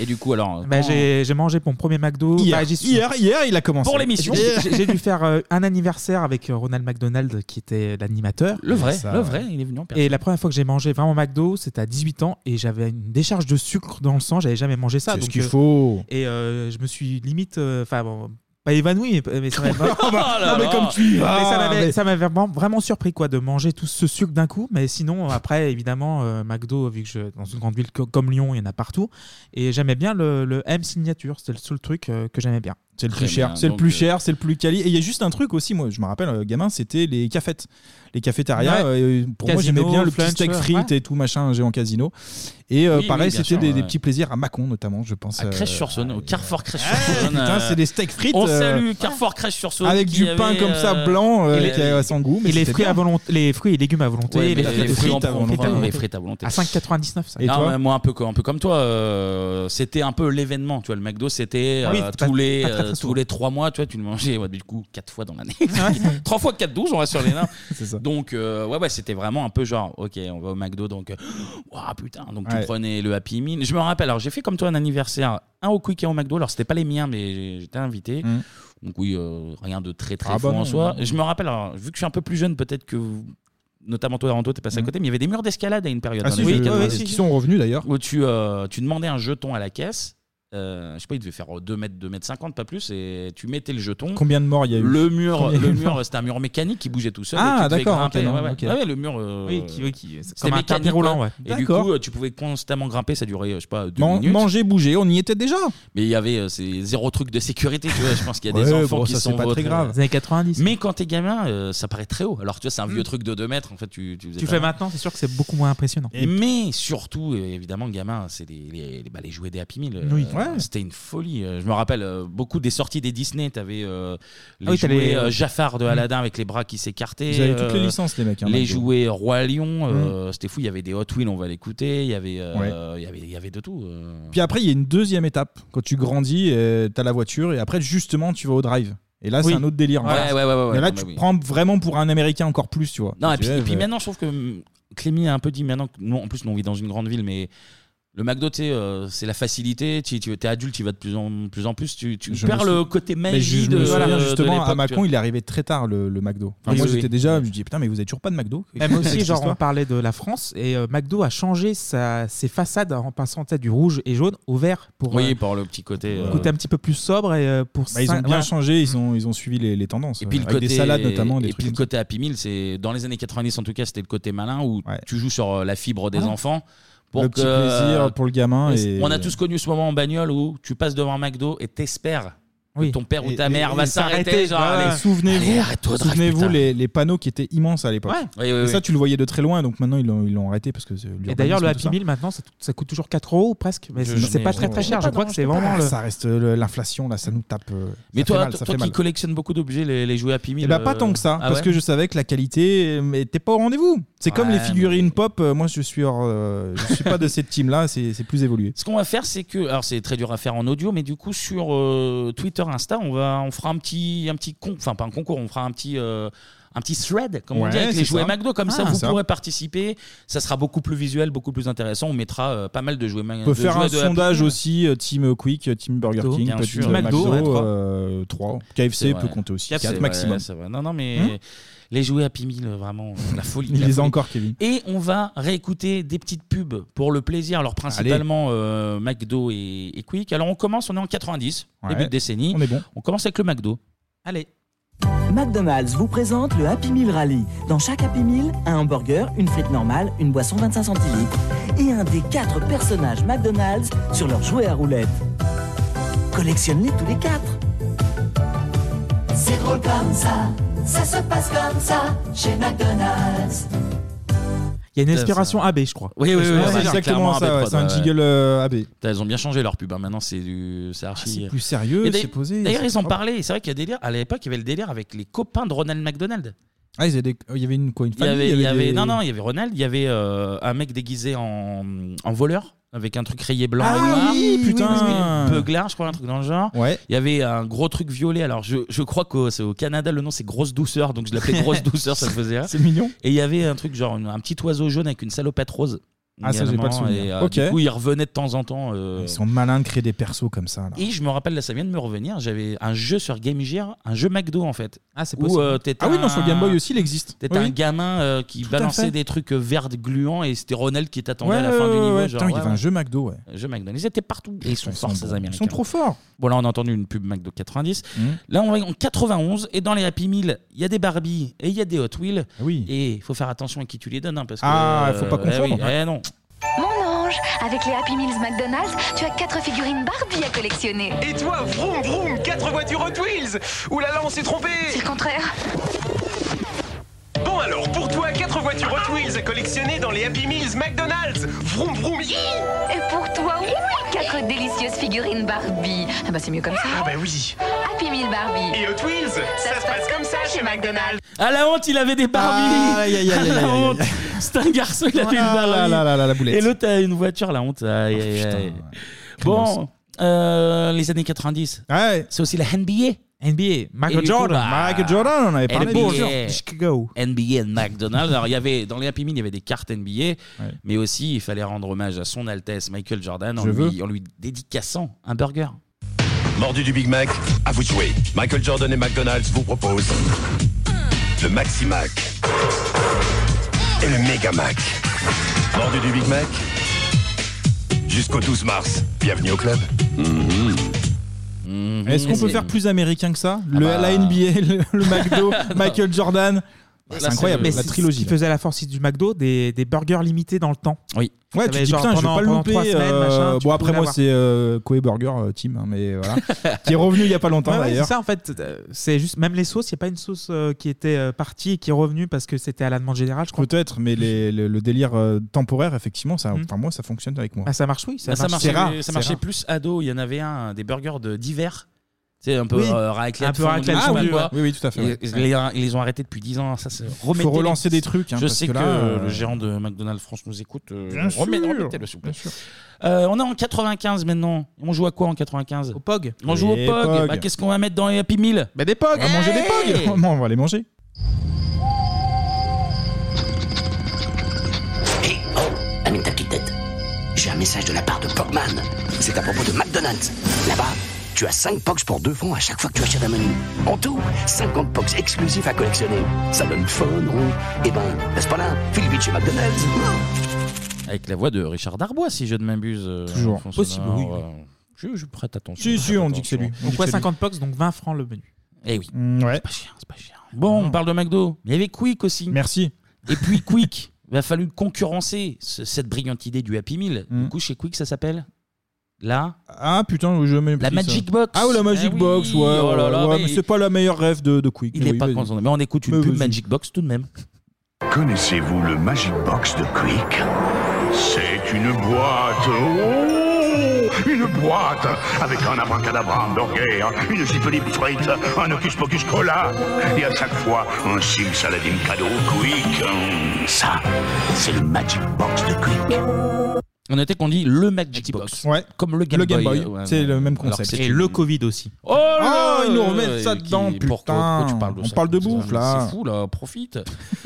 S1: Et du coup alors
S9: Bah,
S1: quand-
S9: j'ai j'ai mangé mon premier McDo.
S1: Hier.
S9: Bah, j'y suis-
S1: Hier, hier, il a commencé. Pour l'émission.
S9: J'ai- J'ai j'ai dû faire euh, un anniversaire avec euh, Ronald McDonald, qui était l'animateur.
S1: Le vrai,
S9: Ça,
S1: le
S9: ouais.
S1: vrai, il est venu en personne.
S9: Et la première fois que j'ai mangé vraiment McDo, c'était à 18 ans et j'avais une décharge de sucre dans le sang, j'avais jamais mangé ça.
S8: C'est ce
S9: donc,
S8: qu'il
S9: euh,
S8: faut.
S9: Et euh, je me suis limite. euh, Enfin, bon, pas évanoui, mais, mais ça m'avait
S8: Oh bah, non, mais comme tu y vas,
S9: Ah, Mais ça m'avait-
S8: mais-
S9: ça m'avait vraiment, vraiment surpris quoi, de manger tout ce sucre d'un coup. Mais sinon, après, évidemment, euh, McDo, vu que je dans une grande ville co- comme Lyon, il y en a partout. Et j'aimais bien le, le M signature, c'était le seul truc euh, que j'aimais bien.
S8: C'est le plus cher, c'est le
S1: euh,
S8: plus cher, c'est le plus quali. Et il y a juste un truc aussi, moi, je me rappelle, euh, gamin, c'était les cafettes, les cafétérias.
S9: Ouais.
S8: euh, pour moi,
S9: Casino,
S8: j'aimais bien le
S9: Flunch,
S8: petit steak
S9: ouais.
S8: frites et tout machin géant casino. Et euh,
S1: Oui, oui, bien
S8: pareil, c'était
S1: sûr,
S8: des, des
S1: ouais.
S8: petits plaisirs à Mâcon notamment, je pense.
S1: à
S8: euh, Ah,
S1: Crèche-sur-Saône, au Carrefour Crèche-sur-Saône.
S8: putain,
S1: euh,
S8: c'est des steaks frites,
S1: On
S8: euh,
S1: salue Carrefour Crèche-sur-Saône.
S8: avec
S1: qui
S8: du pain
S1: avait,
S8: comme ça
S1: euh,
S8: blanc, euh,
S1: il
S8: qui
S1: est-
S8: a son goût. Mais
S9: Et les
S8: c'était
S9: fruits, à
S8: bien.
S9: volonté, les fruits et légumes à volonté,
S1: Ouais, mais
S9: les, frites, aussi.
S1: en prend-
S9: frites à volonté.
S1: les frites à volonté.
S9: À 5,99. ça.
S1: Non, mais moi un peu, co- un peu comme toi, euh, c'était un peu l'événement, tu vois, le McDo c'était
S9: Ah oui,
S1: euh,
S9: c'est
S1: tous,
S9: pas-
S1: les,
S9: pas très,
S1: euh,
S9: très
S1: tous les trois mois, tu vois, tu le mangeais ouais, du coup quatre fois dans l'année. Trois fois 4, 12, on va sur les nains. donc euh, ouais, ouais, c'était vraiment un peu genre, ok, on va au McDo, donc euh, ouah, putain, donc tu
S9: Ouais.
S1: prenais le Happy Meal. Je me rappelle, alors j'ai fait comme toi un anniversaire, un au Quick et un au McDo, alors c'était pas les miens, mais j'étais invité.
S8: Mm.
S1: Donc oui, euh, rien de très très
S8: Ah
S1: fou
S8: bah
S1: en
S8: non,
S1: soi.
S8: non.
S1: Je me rappelle, alors, vu que je suis un peu plus jeune, peut-être que vous- notamment toi, Ranto, t'es passé à
S8: Mm.
S1: côté, mais il y avait des murs d'escalade à une période.
S8: Ah,
S1: dans
S8: si,
S1: les
S8: je-
S1: années
S8: ouais,
S1: 90.
S8: ouais, qui sont revenus d'ailleurs.
S1: Où tu, euh, tu demandais un jeton à la caisse. euh, je sais pas, il devait faire 2 mètres, 2 mètres 50, pas plus, et tu mettais le jeton.
S8: Combien de morts il y a eu
S1: Le mur,
S8: Combien il y a
S1: le
S8: eu de
S1: mur
S8: morts
S1: c'était un mur mécanique qui bougeait tout seul.
S8: Ah,
S1: et tu devais
S8: d'accord,
S1: grimper.
S8: ok,
S1: ouais, ouais.
S8: ok.
S1: Ouais, ouais, le mur. euh,
S9: Oui, qui- oui, qui- c'est
S1: c'était
S9: comme un
S1: mécanique,
S9: tapis roulant, ouais.
S1: Et du
S9: D'accord.
S1: coup, euh, tu pouvais constamment grimper, ça durait, euh, je sais pas, 2
S8: Man-
S1: minutes.
S8: Manger, bouger, on y était déjà.
S1: Mais il y avait euh, ces zéro truc de sécurité, tu vois. Je pense qu'il y a des
S8: Ouais,
S1: enfants
S8: bon,
S1: qui
S8: ça, c'est
S1: sont
S8: pas
S1: votre- euh,
S8: très grave. Les
S9: 90.
S1: Mais quand t'es gamin, euh, ça paraît très haut. Alors tu vois, c'est un vieux truc de 2 mètres. En fait, tu tu faisais
S9: Mm. Tu le
S1: pas
S9: fais
S1: mal.
S9: maintenant, c'est sûr que c'est beaucoup moins impressionnant.
S1: Et mais surtout, euh, évidemment, gamin, c'est les, les, les- bah, les jouets des Happy Meal. euh,
S9: Oui.
S1: C'était une folie. Euh, Je me rappelle euh, beaucoup des sorties des Disney. T'avais euh, les
S9: Ah oui, t'as
S1: jouets
S9: les-
S1: euh, Jafar de Aladdin avec les bras qui s'écartaient.
S8: Ils avaient Mm. toutes
S1: euh,
S8: les licences, les mecs, hein,
S1: les
S8: McDo. Mm.
S1: jouets Roi Lion. euh, C'était fou. Il y avait des Hot Wheels, on va l'écouter. Il y avait, euh, il y avait, il y avait de tout. euh.
S8: Puis après, il y a une deuxième étape. Quand tu grandis, euh, t'as la voiture et après, justement, tu vas au drive. Et là,
S1: Oui.
S8: c'est un autre délire.
S1: Ouais,
S8: Voilà.
S1: ouais, ouais, ouais, ouais.
S8: Mais là,
S1: Non,
S8: tu
S1: mais oui.
S8: prends vraiment pour un Américain encore plus, tu vois.
S1: Non, et
S8: Tu
S1: puis,
S8: vois,
S1: et puis
S8: euh,
S1: maintenant, je trouve que hum, Clémy a un peu dit maintenant que nous, en plus, nous, on vit dans une grande ville, mais le McDo, tu sais, euh, c'est la facilité. Tu, tu es adulte, tu vas de plus en plus, en plus tu, tu
S8: je
S1: perds
S8: me
S1: le
S8: sou-
S1: côté
S8: Mais
S1: magie
S8: je
S1: de.
S8: me souviens
S1: de
S8: justement
S1: l'époque,
S8: à
S1: tu
S8: Macron,
S1: vois.
S8: il est arrivé très tard le, le McDo. Enfin,
S1: Oui,
S8: moi,
S1: oui,
S8: j'étais
S1: oui.
S8: déjà, je me dis putain, mais vous êtes toujours pas de McDo
S9: Même aussi,
S8: Cette
S9: genre, on
S8: histoire.
S9: parlait de la France et euh, McDo a changé sa, ses façades en passant tu sais, du rouge et jaune au vert pour
S1: Oui,
S9: euh,
S1: par le petit côté. euh,
S9: côté un petit peu plus sobre et euh, pour
S8: Bah, ils
S9: ça-
S8: ont bien
S9: voilà. Mm.
S8: changé, ils ont, ils ont suivi les, les tendances.
S1: Et puis
S8: euh,
S1: le
S8: avec
S1: côté,
S8: des salades notamment,
S1: et
S8: des
S1: puis
S8: trucs.
S1: le côté Happy Meal, c'est dans les années 90 en tout cas, c'était le côté malin où tu joues sur euh, la fibre des
S8: Ouais.
S1: enfants. Pour
S8: Ah. Le
S1: que, euh,
S8: petit plaisir pour le gamin et-
S1: On a tous connu ce moment en bagnole où tu passes devant un McDo et t'espères que ton père ou ta mère va s'arrêter. Genre,
S8: Voilà.
S1: allez, allez, arrête-toi
S8: Souvenez-vous,
S1: de rage,
S8: souvenez-vous
S1: putain.
S8: les, les panneaux qui étaient immenses à l'époque.
S1: Ouais. Oui, oui,
S8: Et
S1: oui.
S8: Ça, tu le voyais de très loin, donc maintenant ils l'ont ils l'ont arrêté parce que. c'est
S9: Et d'ailleurs,
S8: l'urbanisme, tout
S9: le Happy
S8: ça.
S9: Meal maintenant, ça, ça coûte toujours 4 euros presque, mais c'est c'est pas très très cher. Je crois que c'est vraiment le.
S8: Ça reste euh, l'inflation, là, ça nous tape. euh,
S1: Mais
S8: ça fait
S1: toi,
S8: mal,
S1: toi,
S8: ça
S1: toi
S8: fait
S1: qui
S8: mal.
S1: collectionnes beaucoup d'objets, les, les jouets Happy Meal.
S8: Eh ben, pas
S1: euh,
S8: tant que ça,
S1: ah
S8: parce
S1: ouais
S8: que je savais que la qualité euh, était pas au rendez-vous. C'est comme
S1: Ouais,
S8: les figurines pop, euh, moi je suis, hors, euh, je suis pas de cette team-là, c'est c'est plus évolué.
S1: Ce qu'on va faire, c'est que. Alors, c'est très dur à faire en audio, mais du coup, sur euh, Twitter, Insta, on, va, on fera un petit. Un petit con, enfin, pas un concours, on fera un petit. euh, un petit thread, comme on
S8: Ouais,
S1: dit, avec les
S8: c'est
S1: jouets
S8: ça.
S1: McDo, comme ça
S8: Ah,
S1: vous
S8: ça.
S1: pourrez participer. Ça sera beaucoup plus visuel, beaucoup plus intéressant. On mettra euh, pas mal de jouets
S8: On
S1: McDo.
S8: peut faire un sondage aussi, euh, Team Quick, euh, Team Burger
S1: Bien
S8: King, peut-être,
S1: sûr.
S8: euh,
S1: McDo,
S8: McDo,
S1: ouais, trois.
S8: euh, trois. KFC peut compter aussi, 4 maximum.
S1: Non, non, mais
S8: Hein
S1: les jouets Happy Meal, euh, vraiment, euh, la folie.
S8: Il
S1: la
S8: les a
S1: folie.
S8: encore, Kevin.
S1: Et on va réécouter des petites pubs pour le plaisir, alors principalement euh, McDo et, et Quick. Alors on commence, on est en 90, début
S11: Ouais.
S1: de décennie. On
S8: est bon.
S1: On commence avec le McDo.
S11: Allez. McDonald's vous présente le Happy Meal Rally. Dans chaque Happy Meal, un hamburger, une frite normale, une boisson 25 centilitres et un des quatre personnages McDonald's sur leur jouet à roulette. Collectionne-les tous les quatre.
S12: C'est drôle comme ça, ça se passe comme ça chez McDonald's.
S9: Il y a une
S1: Ça,
S9: inspiration AB, je crois.
S1: Oui, oui, oui,
S9: Ouais,
S1: ouais,
S9: c'est
S1: c'est
S9: exactement
S1: clairement
S9: ça,
S1: AB
S9: ouais,
S1: Prod,
S9: c'est un jingle, euh, AB.
S1: Putain, Ils ont bien changé leur pub. hein. Maintenant, c'est du, c'est archi.
S8: Ah,
S1: euh.
S8: c'est plus sérieux,
S1: Et d'ailleurs-
S8: c'est posé,
S1: D'ailleurs,
S8: c'est
S1: ils en
S8: propre.
S1: parlaient. C'est vrai qu'il y a des délire. À l'époque, il y avait le délire avec les copains de Ronald McDonald.
S8: Ah, ils avaient des- il y avait une quoi Une
S1: Il y
S8: famille
S1: avait, il y avait-
S8: des-
S1: non, non, il y avait Ronald. Il y avait euh, un mec déguisé en, en voleur avec un truc rayé blanc et
S8: Ah
S1: noir.
S8: oui, putain.
S1: Beuglar, je crois, un truc dans le genre.
S8: Ouais.
S1: Il y avait un gros truc violet. Alors, je, je crois qu'au c'est au Canada, le nom c'est Grosse Douceur, donc je l'appelais Grosse Douceur, ça me faisait rire.
S8: C'est mignon.
S1: Et il y avait un truc genre une- un petit oiseau jaune avec une salopette rose.
S8: Ah, ça, j'ai pas de
S1: également.
S8: souvenir.
S1: Et, euh,
S8: Ok.
S1: Du coup, il revenait de temps en temps. euh,
S8: Ils sont malins de créer des persos comme ça. là.
S1: et je me rappelle, là, ça vient de me revenir. J'avais un jeu sur Game Gear, un jeu McDo en fait. Ah, c'est
S8: possible. Ah oui, non, sur Game Boy aussi, il existe.
S1: T'étais
S8: Oui,
S1: un
S8: oui.
S1: gamin euh, qui
S8: à
S1: balançait
S8: fait.
S1: des trucs euh, verts gluants et c'était Ronald qui t'attendait
S8: Ouais,
S1: à la fin
S8: ouais,
S1: du niveau.
S8: ouais,
S1: genre,
S8: putain, il y
S1: ouais,
S8: avait un
S1: ouais.
S8: jeu McDo, ouais.
S1: Un Jeu McDo. Ils étaient partout. Et ils sont forts, ces Américains.
S8: Ils sont trop forts.
S1: Bon, là, on a entendu une pub McDo 90.
S8: Mhm.
S1: Là, on va en 91. Et dans les Happy Meal, il y a des Barbie et il y a des Hot Wheels. Et il faut faire attention à qui tu les donnes. hein, parce que,
S8: Ah, faut pas
S1: eh oui,
S8: confondre.
S1: eh non.
S14: Mon ange, avec les Happy Meals McDonald's, tu as quatre figurines Barbie à collectionner.
S25: Et toi, vroom vroom, quatre voitures Hot Wheels Ouh là là, on s'est trompé
S14: C'est le contraire.
S25: Bon alors, pour toi, quatre voitures Hot Wheels à collectionner dans les Happy Meals McDonald's Vroom vroom, hi
S14: Et pour toi, oui, quatre délicieuses figurines Barbie. Ah bah c'est mieux comme ça. Ah bah oui. Happy Meal Barbie.
S25: Et Hot Wheels, ça se passe comme ça chez McDonald's
S1: À la honte, il avait des Barbie.
S25: aïe, aïe, aïe,
S1: À la
S25: aïe, aïe, aïe.
S1: honte. C'est un garçon, il avait une
S25: Ah,
S1: Barbie.
S8: là, là, là, là, la boulette.
S1: Et l'autre a une voiture, la honte. Aïe, aïe, aïe. Bon, euh, les années 90. C'est aussi la NBA.
S9: NBA. Michael Jordan.
S1: bah,
S9: Michael Jordan, on avait parlé de
S1: NBA,
S9: Jordan. Chicago.
S1: NBA de McDonald's. Alors, il y avait, dans les Happy Meal, il y avait des cartes NBA, mais aussi, il fallait rendre hommage à son Altesse Michael Jordan en,
S19: Je
S1: lui,
S19: veux.
S1: en lui dédicaçant un burger.
S19: Mordu du Big Mac, à vous de jouer. Michael Jordan et McDonald's vous proposent le Maxi Mac et le Mega Mac. Mordu du Big Mac jusqu'au 12 mars. Bienvenue au club.
S1: Mm-hmm. Mhm.
S8: Est-ce qu'on peut
S19: C'est-
S8: faire plus américain que ça
S1: Ah
S8: le,
S19: bah.
S8: La NBA, le, le McDo, Michael Jordan.
S9: Là,
S8: C'est incroyable,
S9: mais
S8: la
S9: c'est Ce
S8: trilogie.
S9: qui faisait la force du McDo, des, des burgers limités dans le temps.
S1: Oui.
S8: Ouais, tu te dis putain, je vais pas le louper. euh, bon, après, moi, c'est euh, Koei Burger euh, Team, hein, mais voilà. qui est revenu il y a pas longtemps
S9: Ouais, ouais,
S8: d'ailleurs.
S9: c'est ça en fait. Euh, C'est juste même les sauces. Il y a pas une sauce euh, qui était euh, partie et qui est revenue parce que c'était à la demande générale. Je crois.
S8: Peut-être, mais les- le, le délire euh, temporaire, effectivement, ça, enfin, moi, ça fonctionne avec moi.
S9: Ah, ça marche, oui, ça
S8: Bah,
S9: marche.
S8: C'est rare.
S1: Hmm. ça
S8: c'est
S1: marchait
S8: rare.
S1: plus ado. Il y en avait un, des burgers de d'hiver. C'est un peu
S8: Oui.
S1: euh, raclette,
S8: Un peu
S1: fondue,
S8: raclette
S1: je sais
S8: fondue,
S1: pas quoi.
S8: ouais. Oui, oui, tout à fait,
S1: Et-
S8: ouais.
S1: Ils, les, ils les ont arrêtés depuis 10 ans. Ça, c'est- remettez-les.
S8: relancer des trucs, hein,
S1: je
S8: parce
S1: sais que,
S8: que là,
S1: euh,
S8: euh,
S1: le gérant de McDonald's France nous écoute. euh,
S8: Bien
S1: remet-
S8: sûr,
S1: remettez-le, s'il vous plaît. Euh, on est en 95 maintenant. On joue à quoi en 95 Au
S9: POG.
S1: On joue au
S8: Les
S1: POG.
S8: POG.
S1: Bah, Qu'est-ce qu'on va mettre dans les Happy Meal
S9: Des POG
S8: On va manger des pogs. on va les manger.
S24: oh, Amène ta petite tête. J'ai un message de la part de Pogman. C'est à propos de McDonald's. Là-bas, tu as 5 Pogs pour 2 francs à chaque fois que tu achètes un menu. En tout, 50 Pogs exclusifs à collectionner. Ça donne faim, non Eh ben, n'est-ce pas là File vite chez McDonald's.
S1: Avec la voix de Richard Darbois, si je ne m'abuse. euh,
S8: Toujours.
S1: Alphonse
S8: Possible,
S1: Honor,
S8: oui,
S1: euh, Je, je prête attention.
S8: Si, si, on dit que c'est lui. On dit
S9: Donc, ouais,
S8: que c'est lui.
S9: 50 pox, donc 20 francs le menu.
S1: Eh oui.
S8: Mm, Ouais.
S1: Bon, on parle de McDo. Mais il y avait Quick aussi.
S8: Merci.
S1: Et puis Quick, il a fallu concurrencer ce- cette brillante idée du Happy Meal. Du coup, chez Quick, ça s'appelle Là
S8: Mm. Ah putain, je mets
S1: La Magic Box.
S8: Ah, ou la Magic
S1: Eh oui,
S8: Box, ouais.
S1: oh là
S8: ouais,
S1: là,
S8: ouais,
S1: mais
S8: mais c'est pas la meilleure rêve de, de Quick.
S1: Il est pas content. Mais on écoute une pub Magic Box tout de même.
S3: Connaissez-vous le Magic Box de Quick C'est une boîte. oh, une boîte avec un abracadabra, un burger, une syphilis frite, un hocus pocus cola. Et à chaque fois, un simsaladim cadeau Quick. hum, Ça, c'est le Magic Box de Quick.
S1: On était qu'on dit le Magic, Box. Comme le Game,
S8: Le Game Boy,
S1: euh, ouais,
S8: c'est
S1: ouais.
S8: le même
S1: Alors que
S8: concept.
S1: c'est
S8: Et
S1: une-
S8: le
S9: Covid aussi.
S1: Oh là
S8: Ah, ils nous
S1: là,
S8: remettent ça
S1: qui-
S8: dedans,
S1: pourquoi- pourquoi
S8: putain.
S1: tu parles de
S8: On
S1: ça
S8: parle de
S1: Putain,
S8: bouffe,
S1: mais
S8: là.
S1: C'est fou là, profite.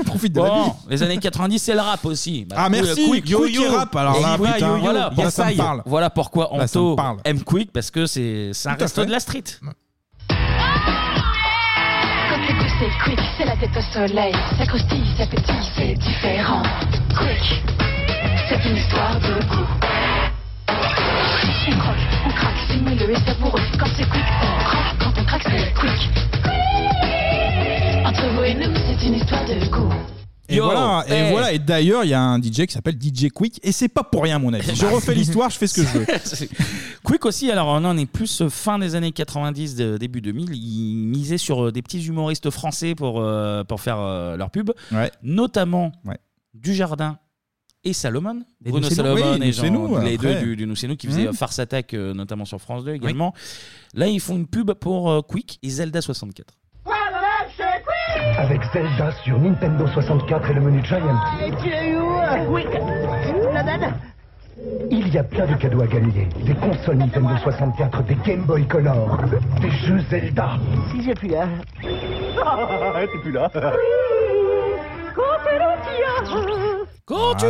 S8: Profite
S1: bon,
S8: de la vie.
S1: les années 90, c'est le rap aussi. Bah,
S8: Ah,
S1: Quick,
S8: merci,
S1: Quick,
S8: Quick et rap, alors là,
S1: Et Quick,
S8: putain,
S1: voilà,
S8: là, ça me
S1: pourquoi-
S8: parle.
S1: Voilà pourquoi
S8: Là, ça me
S1: Anto
S8: parle.
S1: aime Quick parce que c'est c'est un
S8: Tout à
S1: resto
S8: fait.
S1: de la street.
S14: Quand c'est poussé, quick, c'est la tête au soleil. Ça croustille, ça pétille, c'est différent. Quick, c'est une histoire de goût. On croque, on craque, c'est moelleux et savoureux. Quand c'est quick, on croque, quand on craque, c'est quick. Entre vous et nous, c'est une histoire de goût.
S8: Et
S1: Yo,
S8: voilà, et
S1: hey.
S8: voilà. Et d'ailleurs, il y a un DJ qui s'appelle DJ Quick, et c'est pas pour rien, à mon avis. Je refais l'histoire, je fais ce que je veux.
S1: C'est- Quick aussi, alors on en est plus euh, fin des années 90, de- début 2000, il misait sur euh, des petits humoristes français pour, euh, pour faire euh, leur pub, notamment Dujardin et Salomon.
S9: Et
S1: Bruno
S9: Nous, c'est nous.
S1: Salomon
S9: Oui,
S1: et
S9: Nous,
S1: Jean-
S9: c'est
S1: les
S9: nous, après.
S1: deux du, du Nous c'est nous qui
S8: Mmh.
S1: faisaient
S9: Mhm.
S1: euh, Farce Attack euh, notamment sur France 2 également. Là, ils font une pub pour euh, Quick et Zelda 64.
S10: Avec Zelda sur Nintendo 64 et le menu Giant, il y a plein de cadeaux à gagner. Des consoles Nintendo 64, des Game Boy Color, des jeux Zelda.
S13: Si j'ai plus là.
S10: t'es Ah, plus là
S1: Quand Oh,
S8: Voilà,
S1: tu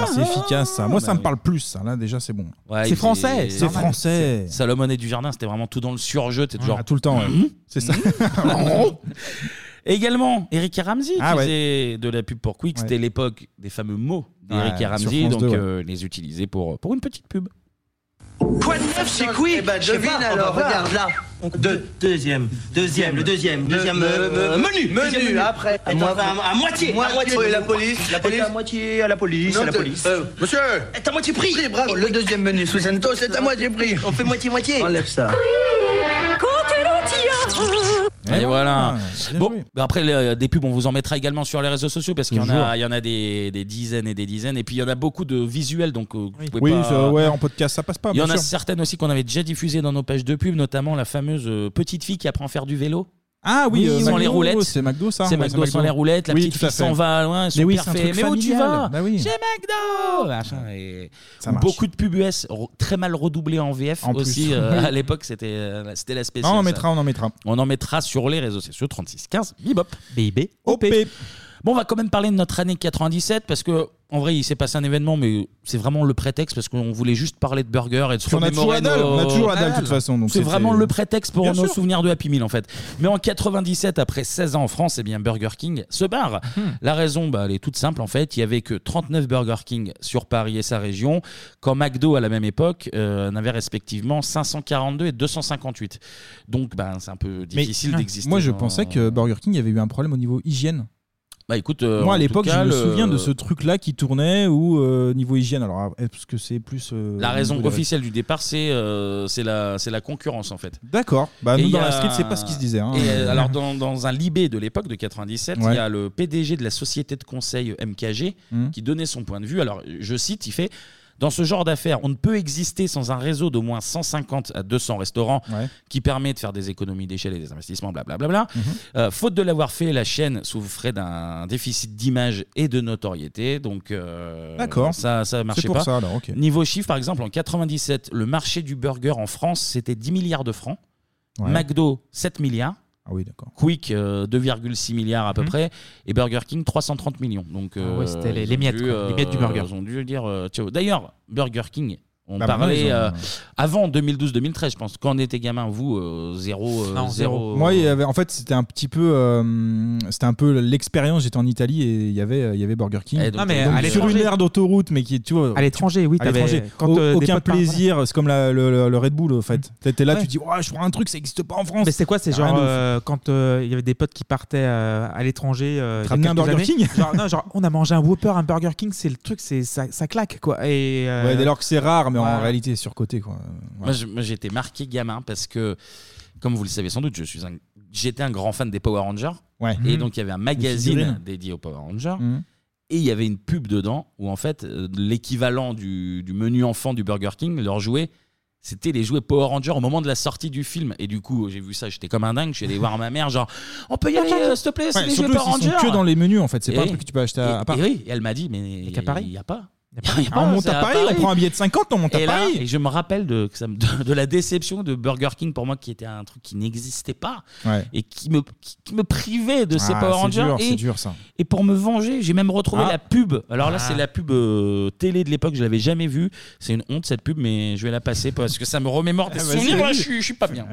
S1: Bah
S8: c'est efficace ça. Moi, ça me parle plus, ça. Là, déjà, c'est bon.
S1: Ouais,
S8: c'est
S1: il
S8: français.
S1: faisait-
S8: C'est français.
S1: Salomon et Dujardin, c'était vraiment tout dans le surjeu. T'es toujours.
S8: Ah, tout le temps, ouais.
S1: Mhm.
S8: C'est ça.
S1: Mhm. Également, Eric Ramsey qui
S8: Ah ouais.
S1: faisait de la pub pour Quick. C'était
S8: Ouais.
S1: l'époque des fameux mots d'Eric
S8: Ouais, sur
S1: Ramsey,
S8: France
S1: donc
S8: 2, ouais.
S1: euh, les utiliser pour, pour une petite pub.
S13: Quoi de neuf, c'est quick Eh ben, devine alors, regarde là. Deux, deuxième, deuxième, le deuxième, deuxième euh, euh, menu,
S17: menu,
S13: deuxième
S17: après.
S13: Attends,
S17: Moi-
S13: enfin, à, à moitié, à moitié.
S17: Oui, la police, la
S13: Et
S17: police.
S13: À moitié, à la police,
S17: Non,
S13: à la
S17: t'es-
S13: police.
S17: euh, monsieur
S13: T'as moitié pris.
S17: Pris, bravo. Le deuxième menu sous Santos, c'est à moitié pris.
S13: On fait moitié, moitié.
S17: Enlève ça.
S1: Et
S17: Eh
S1: voilà.
S17: bien
S1: Bon, bah après le- des pubs, on vous en mettra également sur les réseaux sociaux parce qu'il y en
S8: Toujours.
S1: a, il y en a des, des dizaines et des dizaines, et puis il y en a beaucoup de visuels, donc euh, vous pouvez
S8: Oui,
S1: pas-
S8: ça- ouais, en podcast, ça passe pas.
S1: Il y
S8: bien
S1: en a
S8: sûr.
S1: certaines aussi qu'on avait déjà diffusées dans nos pages de pub, notamment la fameuse euh, petite fille qui apprend à faire du vélo.
S8: Ah oui, euh,
S1: sans les
S8: McDo,
S1: roulettes.
S8: c'est McDo, ça
S1: C'est
S8: Ouais,
S1: McDo
S8: c'est
S1: sans
S8: McDo.
S1: les roulettes. La
S8: Oui,
S1: petite
S8: tout à
S1: fille s'en
S8: fait.
S1: va loin.
S8: Mais oui,
S1: super
S8: c'est un
S1: fait.
S8: truc
S1: Mais où tu
S8: familial.
S1: vas
S8: Bah oui.
S1: Chez McDo Machin, et-
S8: Ça marche.
S1: Beaucoup de pubs US re- très mal redoublées en VF
S8: En plus.
S1: aussi. euh, à l'époque, c'était euh, c'était la spéciale.
S8: Ah, on en
S1: ça.
S8: mettra, on en mettra.
S1: On en mettra sur les réseaux sociaux 3615 Bibop BIB OP. Bon, on va quand même parler de notre année 97 parce que en vrai, il s'est passé un événement, mais c'est vraiment le prétexte parce qu'on voulait juste parler de burgers et de se
S8: Puis on a toujours
S1: remémorer
S8: la dalle,
S1: nos-
S8: on a toujours la dalle, de toute façon, donc
S1: C'est
S8: c'était-
S1: vraiment le prétexte pour
S8: Bien
S1: nos
S8: sûr.
S1: souvenirs de Happy Meal en fait. Mais en 97, après 16 ans en France, eh bien Burger King se barre.
S8: Hmm.
S1: La raison, bah, elle est toute simple en fait. Il y avait que 39 Burger King sur Paris et sa région, quand McDo à la même époque euh, n'avait respectivement 542 et 258. Donc, bah, c'est un peu difficile d'exister.
S8: ah,
S1: hein.
S8: Moi, je
S1: dans-
S8: pensais que Burger King avait eu un problème au niveau hygiène.
S1: Bah écoute, euh,
S8: Moi,
S1: en
S8: à l'époque,
S1: tout
S8: je
S1: cas,
S8: me
S1: le-
S8: souviens de ce truc-là qui tournait ou niveau hygiène. Alors, ah, est-ce que c'est plus. euh,
S1: La
S8: au
S1: raison
S8: niveau des-
S1: officielle du départ, c'est euh, c'est la, c'est la concurrence en fait.
S8: D'accord. Bah,
S1: Et
S8: nous,
S1: il y
S8: dans
S1: a-
S8: la street, c'est pas ce qui se disait. hein.
S1: Et, euh, alors, dans, dans un Libé de l'époque de 97,
S8: Ouais.
S1: il y a le PDG de la société de conseil MKG
S8: Mhm.
S1: qui donnait son point de vue. Alors, je cite, il fait. Dans ce genre d'affaires, on ne peut exister sans un réseau d'au moins 150 à 200 restaurants
S8: Ouais.
S1: qui permet de faire des économies d'échelle et des investissements, blablabla. Euh, faute de l'avoir fait, la chaîne souffrait d'un déficit d'image et de notoriété. Donc, euh,
S8: D'accord.
S1: ça, ça
S8: C'est
S1: marchait
S8: pour
S1: pas.
S8: ça, alors, ok.
S1: Niveau chiffre, par exemple, en 97, le marché du burger en France, c'était 10 milliards de francs.
S8: Ouais.
S1: McDo, 7 milliards.
S8: Ah oui, d'accord.
S1: Quick, euh, 2,6 milliards à peu
S8: Mhm.
S1: près. Et Burger King, 330 millions. Donc, euh,
S9: Ah ouais, c'était les-
S1: ils
S9: les
S1: ont
S9: miettes,
S1: dû,
S9: quoi. Les miettes du burger.
S1: Ils ont dû dire euh, ciao. D'ailleurs, Burger King. On
S9: Bah, maintenant,
S1: parlait
S9: ils ont-
S1: euh, avant 2012-2013, je pense. Quand on était gamin, vous, euh, zéro, euh,
S9: Non,
S1: zéro.
S8: Moi, il y avait, en fait, c'était un petit peu, euh, c'était un peu l'expérience. J'étais en Italie et il y avait, il y avait Burger King.
S9: Eh, donc, Non,
S1: euh,
S9: mais
S8: Donc,
S9: à
S8: sur une
S9: l'étranger.
S8: aire d'autoroute, mais qui, est, tu vois,
S9: À l'étranger, oui,
S8: à
S9: t'avais-
S8: l'étranger,
S9: quand,
S8: au-
S9: euh, des
S8: aucun
S9: potes parlent,
S8: plaisir. C'est comme la- le, le- le Red Bull, en fait. T'étais là,
S9: Ouais.
S8: tu dis, ouais, je prends un truc, ça existe pas en France.
S9: Mais c'est quoi C'est
S8: T'as rien
S9: genre
S8: de ouf.
S9: euh, quand euh, il y avait des potes qui partaient euh, à l'étranger. euh, il y a
S8: Ramener un
S9: quelques
S8: Burger
S9: années.
S8: King
S9: genre, non, genre, on a mangé un Whopper, un Burger King, c'est le truc, c'est ça, ça claque quoi. Et, euh,
S8: Ouais, dès lors que c'est rare, mais mais en
S1: Ouais.
S8: réalité, surcoté quoi.
S1: Moi, je- moi, j'étais marqué gamin parce que, comme vous le savez sans doute, je suis un, j'étais un grand fan des Power Rangers.
S8: Ouais.
S1: Et
S8: Mhm.
S1: donc, il y avait un
S8: Les
S1: magazine
S8: figurines.
S1: dédié aux Power Rangers.
S8: Mhm.
S1: Et il y avait une pub dedans où, en fait, euh, l'équivalent du, du menu enfant du Burger King, leur jouet, c'était les jouets Power Rangers au moment de la sortie du film. Et du coup, j'ai vu ça, j'étais comme un dingue. Je suis allé voir ma mère, genre, on peut y aller, euh, s'il te plaît, c'est
S8: Ouais,
S1: les jouets
S8: surtout
S1: Power
S8: s'ils sont
S1: Rangers.
S8: que dans les menus en fait, c'est
S1: Et
S8: pas un
S1: oui.
S8: truc que tu peux acheter
S1: Et-
S8: à, à Paris.
S1: Et oui, et elle m'a dit, mais il n'y
S8: qu'à Paris.
S1: a pas. Il y a
S8: Ah, on monte
S1: c'est
S8: à Paris, on prend un billet de 50, on monte à
S1: Et là,
S8: Paris.
S1: Et je me rappelle de, que ça me- de, de la déception de Burger King pour moi, qui était un truc qui n'existait pas
S8: Ouais.
S1: et qui me, qui, qui me privait de ces
S8: Ah,
S1: Power
S8: c'est
S1: Rangers.
S8: dur,
S1: et,
S8: c'est dur, ça.
S1: et pour me venger, j'ai même retrouvé
S8: Ah.
S1: la pub. Alors là,
S8: Ah.
S1: c'est la pub euh, télé de l'époque, je l'avais jamais vue. C'est une honte cette pub, mais je vais la passer parce que ça me remémore des
S2: Ah, vas-y,
S1: souvenirs. Là,
S2: vas-y.
S1: je, suis- je suis pas bien.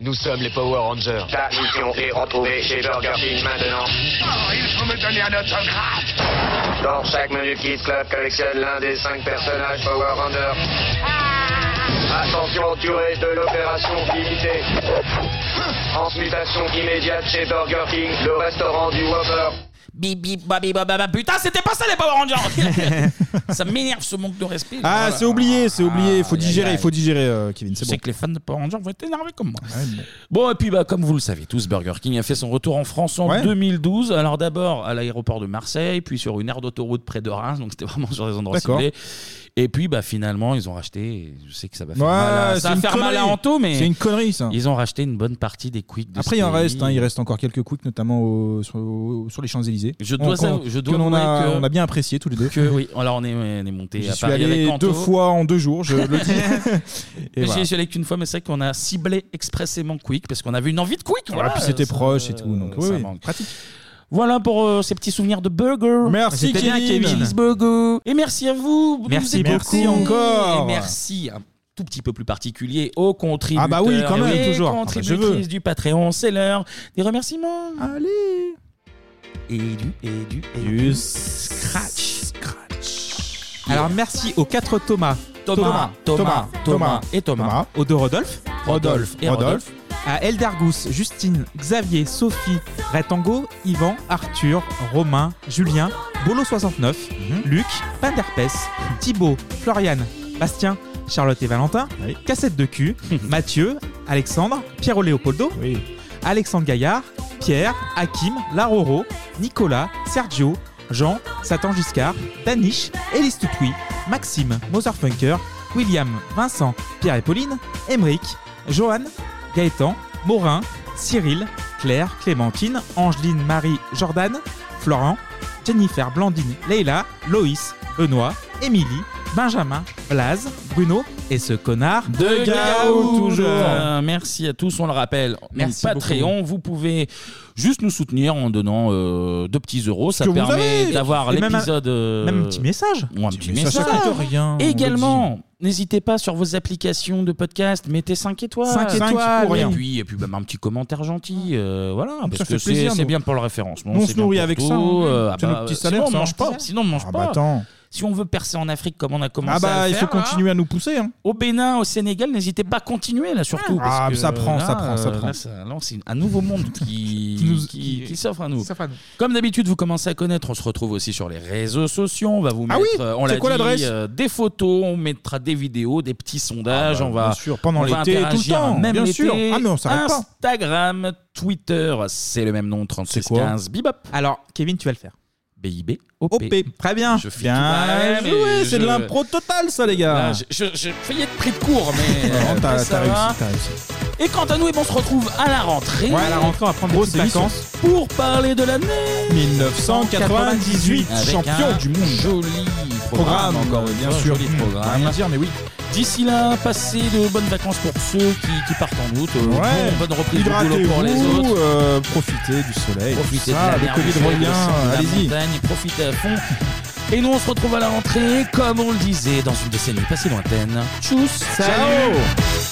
S2: Nous sommes les Power Rangers. La mission est retrouvée chez Burger King maintenant.
S3: Oh, Il faut me donner un autographe
S2: Dans chaque menu Kids Club collectionne l'un des cinq personnages Power Rangers.
S3: Ah.
S2: Attention, durée de l'opération limitée.
S3: Hein?
S2: Transmutation immédiate chez Burger King, le restaurant du Whopper.
S1: Bip, bip, ba, bip, ba, ba, ba. Putain, c'était pas ça les Power Rangers! ça m'énerve ce manque de respect.
S8: Ah,
S1: Voilà.
S8: c'est oublié, c'est oublié, il faut
S1: aïe, aïe,
S8: digérer,
S1: aïe.
S8: il faut digérer euh, Kevin,
S1: Je
S8: c'est
S1: sais
S8: bon.
S1: que les fans de Power Rangers vont être énervés comme moi. bon. et puis bah, comme vous le savez tous, Burger King a fait son retour en France en
S8: Ouais.
S1: 2012. Alors d'abord à l'aéroport de Marseille, puis sur une aire d'autoroute près de Reims, donc c'était vraiment sur des endroits
S8: D'accord.
S1: ciblés. Et puis bah, finalement, ils ont racheté, je sais que ça va faire
S8: Ouais,
S1: mal à,
S8: c'est
S1: ça va
S8: une
S1: faire mal à
S8: connerie.
S1: Anto, mais
S8: C'est une connerie, ça.
S1: Ils ont racheté une bonne partie des quicks de
S8: Après, il en
S1: Stérie.
S8: reste, hein, il reste encore quelques quicks, notamment au- sur, au- sur les Champs-Élysées.
S1: Je dois
S8: On-
S1: ça-
S8: qu'on-
S1: je dois
S8: que l'on a-
S1: avouer que-
S8: on a bien apprécié tous les deux.
S1: Que oui, alors on est, on est monté
S8: J'y
S1: à
S8: suis
S1: Paris avec
S8: allé
S1: Anto.
S8: deux fois en deux jours, je euh, le dis. Et
S1: J'y
S8: voilà.
S1: suis allé qu'une fois, mais c'est vrai qu'on a ciblé expressément Quick parce qu'on avait une envie de Quick.
S8: Voilà,
S1: Voilà,
S8: Ah, puis c'était
S1: ça-
S8: proche et tout, donc
S1: ça
S8: oui,
S1: manque.
S8: pratique.
S1: Voilà pour euh, ces petits souvenirs de burger.
S8: Merci,
S1: C'était bien,
S8: Kevin.
S1: Cheeseburger. Et merci à vous.
S8: Merci
S1: Vous êtes
S8: beaucoup.
S1: beaucoup.
S8: encore.
S1: Et merci un tout petit peu plus particulier aux contributeurs.
S8: Ah bah oui, quand
S1: et
S8: même,
S1: aux
S8: toujours. Ah bah,
S1: contributrices
S8: je veux.
S1: du Patreon, c'est l'heure des remerciements. Allez. Et du, et du, et du. Scratch.
S9: Alors merci aux quatre Thomas.
S1: Thomas, Thomas, Thomas
S9: et Thomas. Aux deux Rodolphe.
S1: Rodolphe et Rodolphe.
S9: À Eldargus, Justine, Xavier, Sophie, Retango, Yvan, Arthur, Romain, Julien, Bolo69, Luc, Panderpes, Thibaut, Florian, Bastien, Charlotte et Valentin, Cassette de cul, Mathieu, Alexandre, Piero Leopoldo, Alexandre Gaillard, Pierre, Hakim, Laroro, Nicolas, Sergio, Jean, Satan Giscard, Danish, Elise Toutoui, Maxime, Motherfunker, William, Vincent, Pierre et Pauline, Emeric, Johan, Gaëtan, Morin, Cyril, Claire, Clémentine, Angeline, Marie, Jordan, Florent, Jennifer, Blandine, Leila, Loïs, Benoît, Émilie, Benjamin, Blaze, Bruno et ce connard
S1: de Gaou
S9: Gaou,
S1: toujours. Euh, merci à tous, on le rappelle. Merci
S9: Merci
S1: Patreon, vous pouvez juste nous soutenir en donnant euh, deux petits euros, ça
S9: Que vous
S1: permet
S9: avez.
S1: d'avoir
S9: Et même un-
S1: l'épisode euh,
S9: même un petit message.
S1: ou un petit, message.
S9: ça coûte rien, on le
S1: Également, n'hésitez pas sur vos applications de podcast, mettez 5 étoiles.
S9: Cinq Cinq étoiles. pour rien.
S1: Et puis et puis même un petit commentaire gentil euh, voilà
S9: Ça
S1: parce
S9: fait
S1: que c'est
S9: plaisir,
S1: c'est
S9: nous.
S1: bien pour le référencement,
S9: Nous, on
S1: c'est
S9: se
S1: bien
S9: nourrit
S1: pour
S9: avec
S1: tout,
S9: ça, hein.
S1: euh, ah
S9: C'est notre
S1: bah,
S9: petit
S1: sinon
S9: salaire,
S1: on
S9: ça.
S1: mange pas, sinon on mange
S9: Ah
S1: pas.
S9: bah, attends.
S1: Si on veut percer en Afrique comme on a commencé
S8: Ah bah,
S1: à le
S8: il faut
S1: faire, là,
S8: continuer à nous pousser. hein.
S1: au Bénin, au Sénégal, n'hésitez pas à continuer là surtout.
S8: Ah,
S1: parce que,
S8: ça prend,
S1: là,
S8: ça prend, ça
S1: euh,
S8: prend.
S1: là, là, c'est un nouveau monde qui,
S8: Qui nous-
S1: qui- qui s'offre à nous.
S9: s'offre à nous.
S1: Comme d'habitude, vous commencez à connaître. On se retrouve aussi sur les réseaux sociaux. On va vous
S8: Ah
S1: mettre,
S8: oui,
S1: euh, on
S8: c'est
S1: l'a
S8: quoi
S1: dit,
S8: l'adresse
S1: euh, des photos, on mettra des vidéos, des petits sondages.
S8: Ah bah,
S1: on va
S8: bien sûr, pendant
S1: on va
S8: l'été, tout le
S1: interagir,
S8: temps,
S1: même
S8: bien
S1: l'été.
S8: sûr. Ah non, on s'arrête pas.
S1: Instagram, Twitter, c'est le même nom. 3615 Bibop.
S9: Alors Kevin, tu vas le faire.
S1: BIB.
S9: Très bien.
S1: Je fais Bien
S8: Eh,
S1: tout pareil, joué, mais c'est de je- l'impro
S8: totale, ça, les
S1: Là, je- je- J'ai failli être pris de court, mais euh,
S8: Non,
S1: après,
S8: t'as
S1: ça
S8: t'as
S1: va.
S8: réussi, t'as réussi.
S1: Et quant à nous, eh ben, on se retrouve à la rentrée.
S8: Ouais, à la rentrée, on va prendre des
S1: Grosse
S8: petites
S1: émission.
S8: vacances.
S1: Pour parler de l'année
S8: 1998,
S1: Avec
S8: champion
S1: un
S8: du monde.
S1: Joli programme,
S8: Programme,
S1: encore une
S8: bien
S1: fois,
S8: sûr.
S1: Joli
S8: Mmh,
S1: programme.
S8: rien à dire, mais oui.
S1: D'ici là, passez de bonnes vacances pour ceux qui, qui partent en août. Euh,
S8: Ouais.
S1: bon- bonne reprise de boulot
S8: Hydratez-vous,
S1: pour les autres.
S8: euh, profitez du soleil.
S1: Profitez
S8: tout ça,
S1: de la
S8: le
S1: mer,
S8: Covid
S1: du soleil,
S8: revient,
S1: du sang, de la
S8: allez-y.
S1: montagne, profitez à fond. Et nous, on se retrouve à la rentrée, comme on le disait, dans une décennie pas si lointaine. Tchuss
S8: Ciao.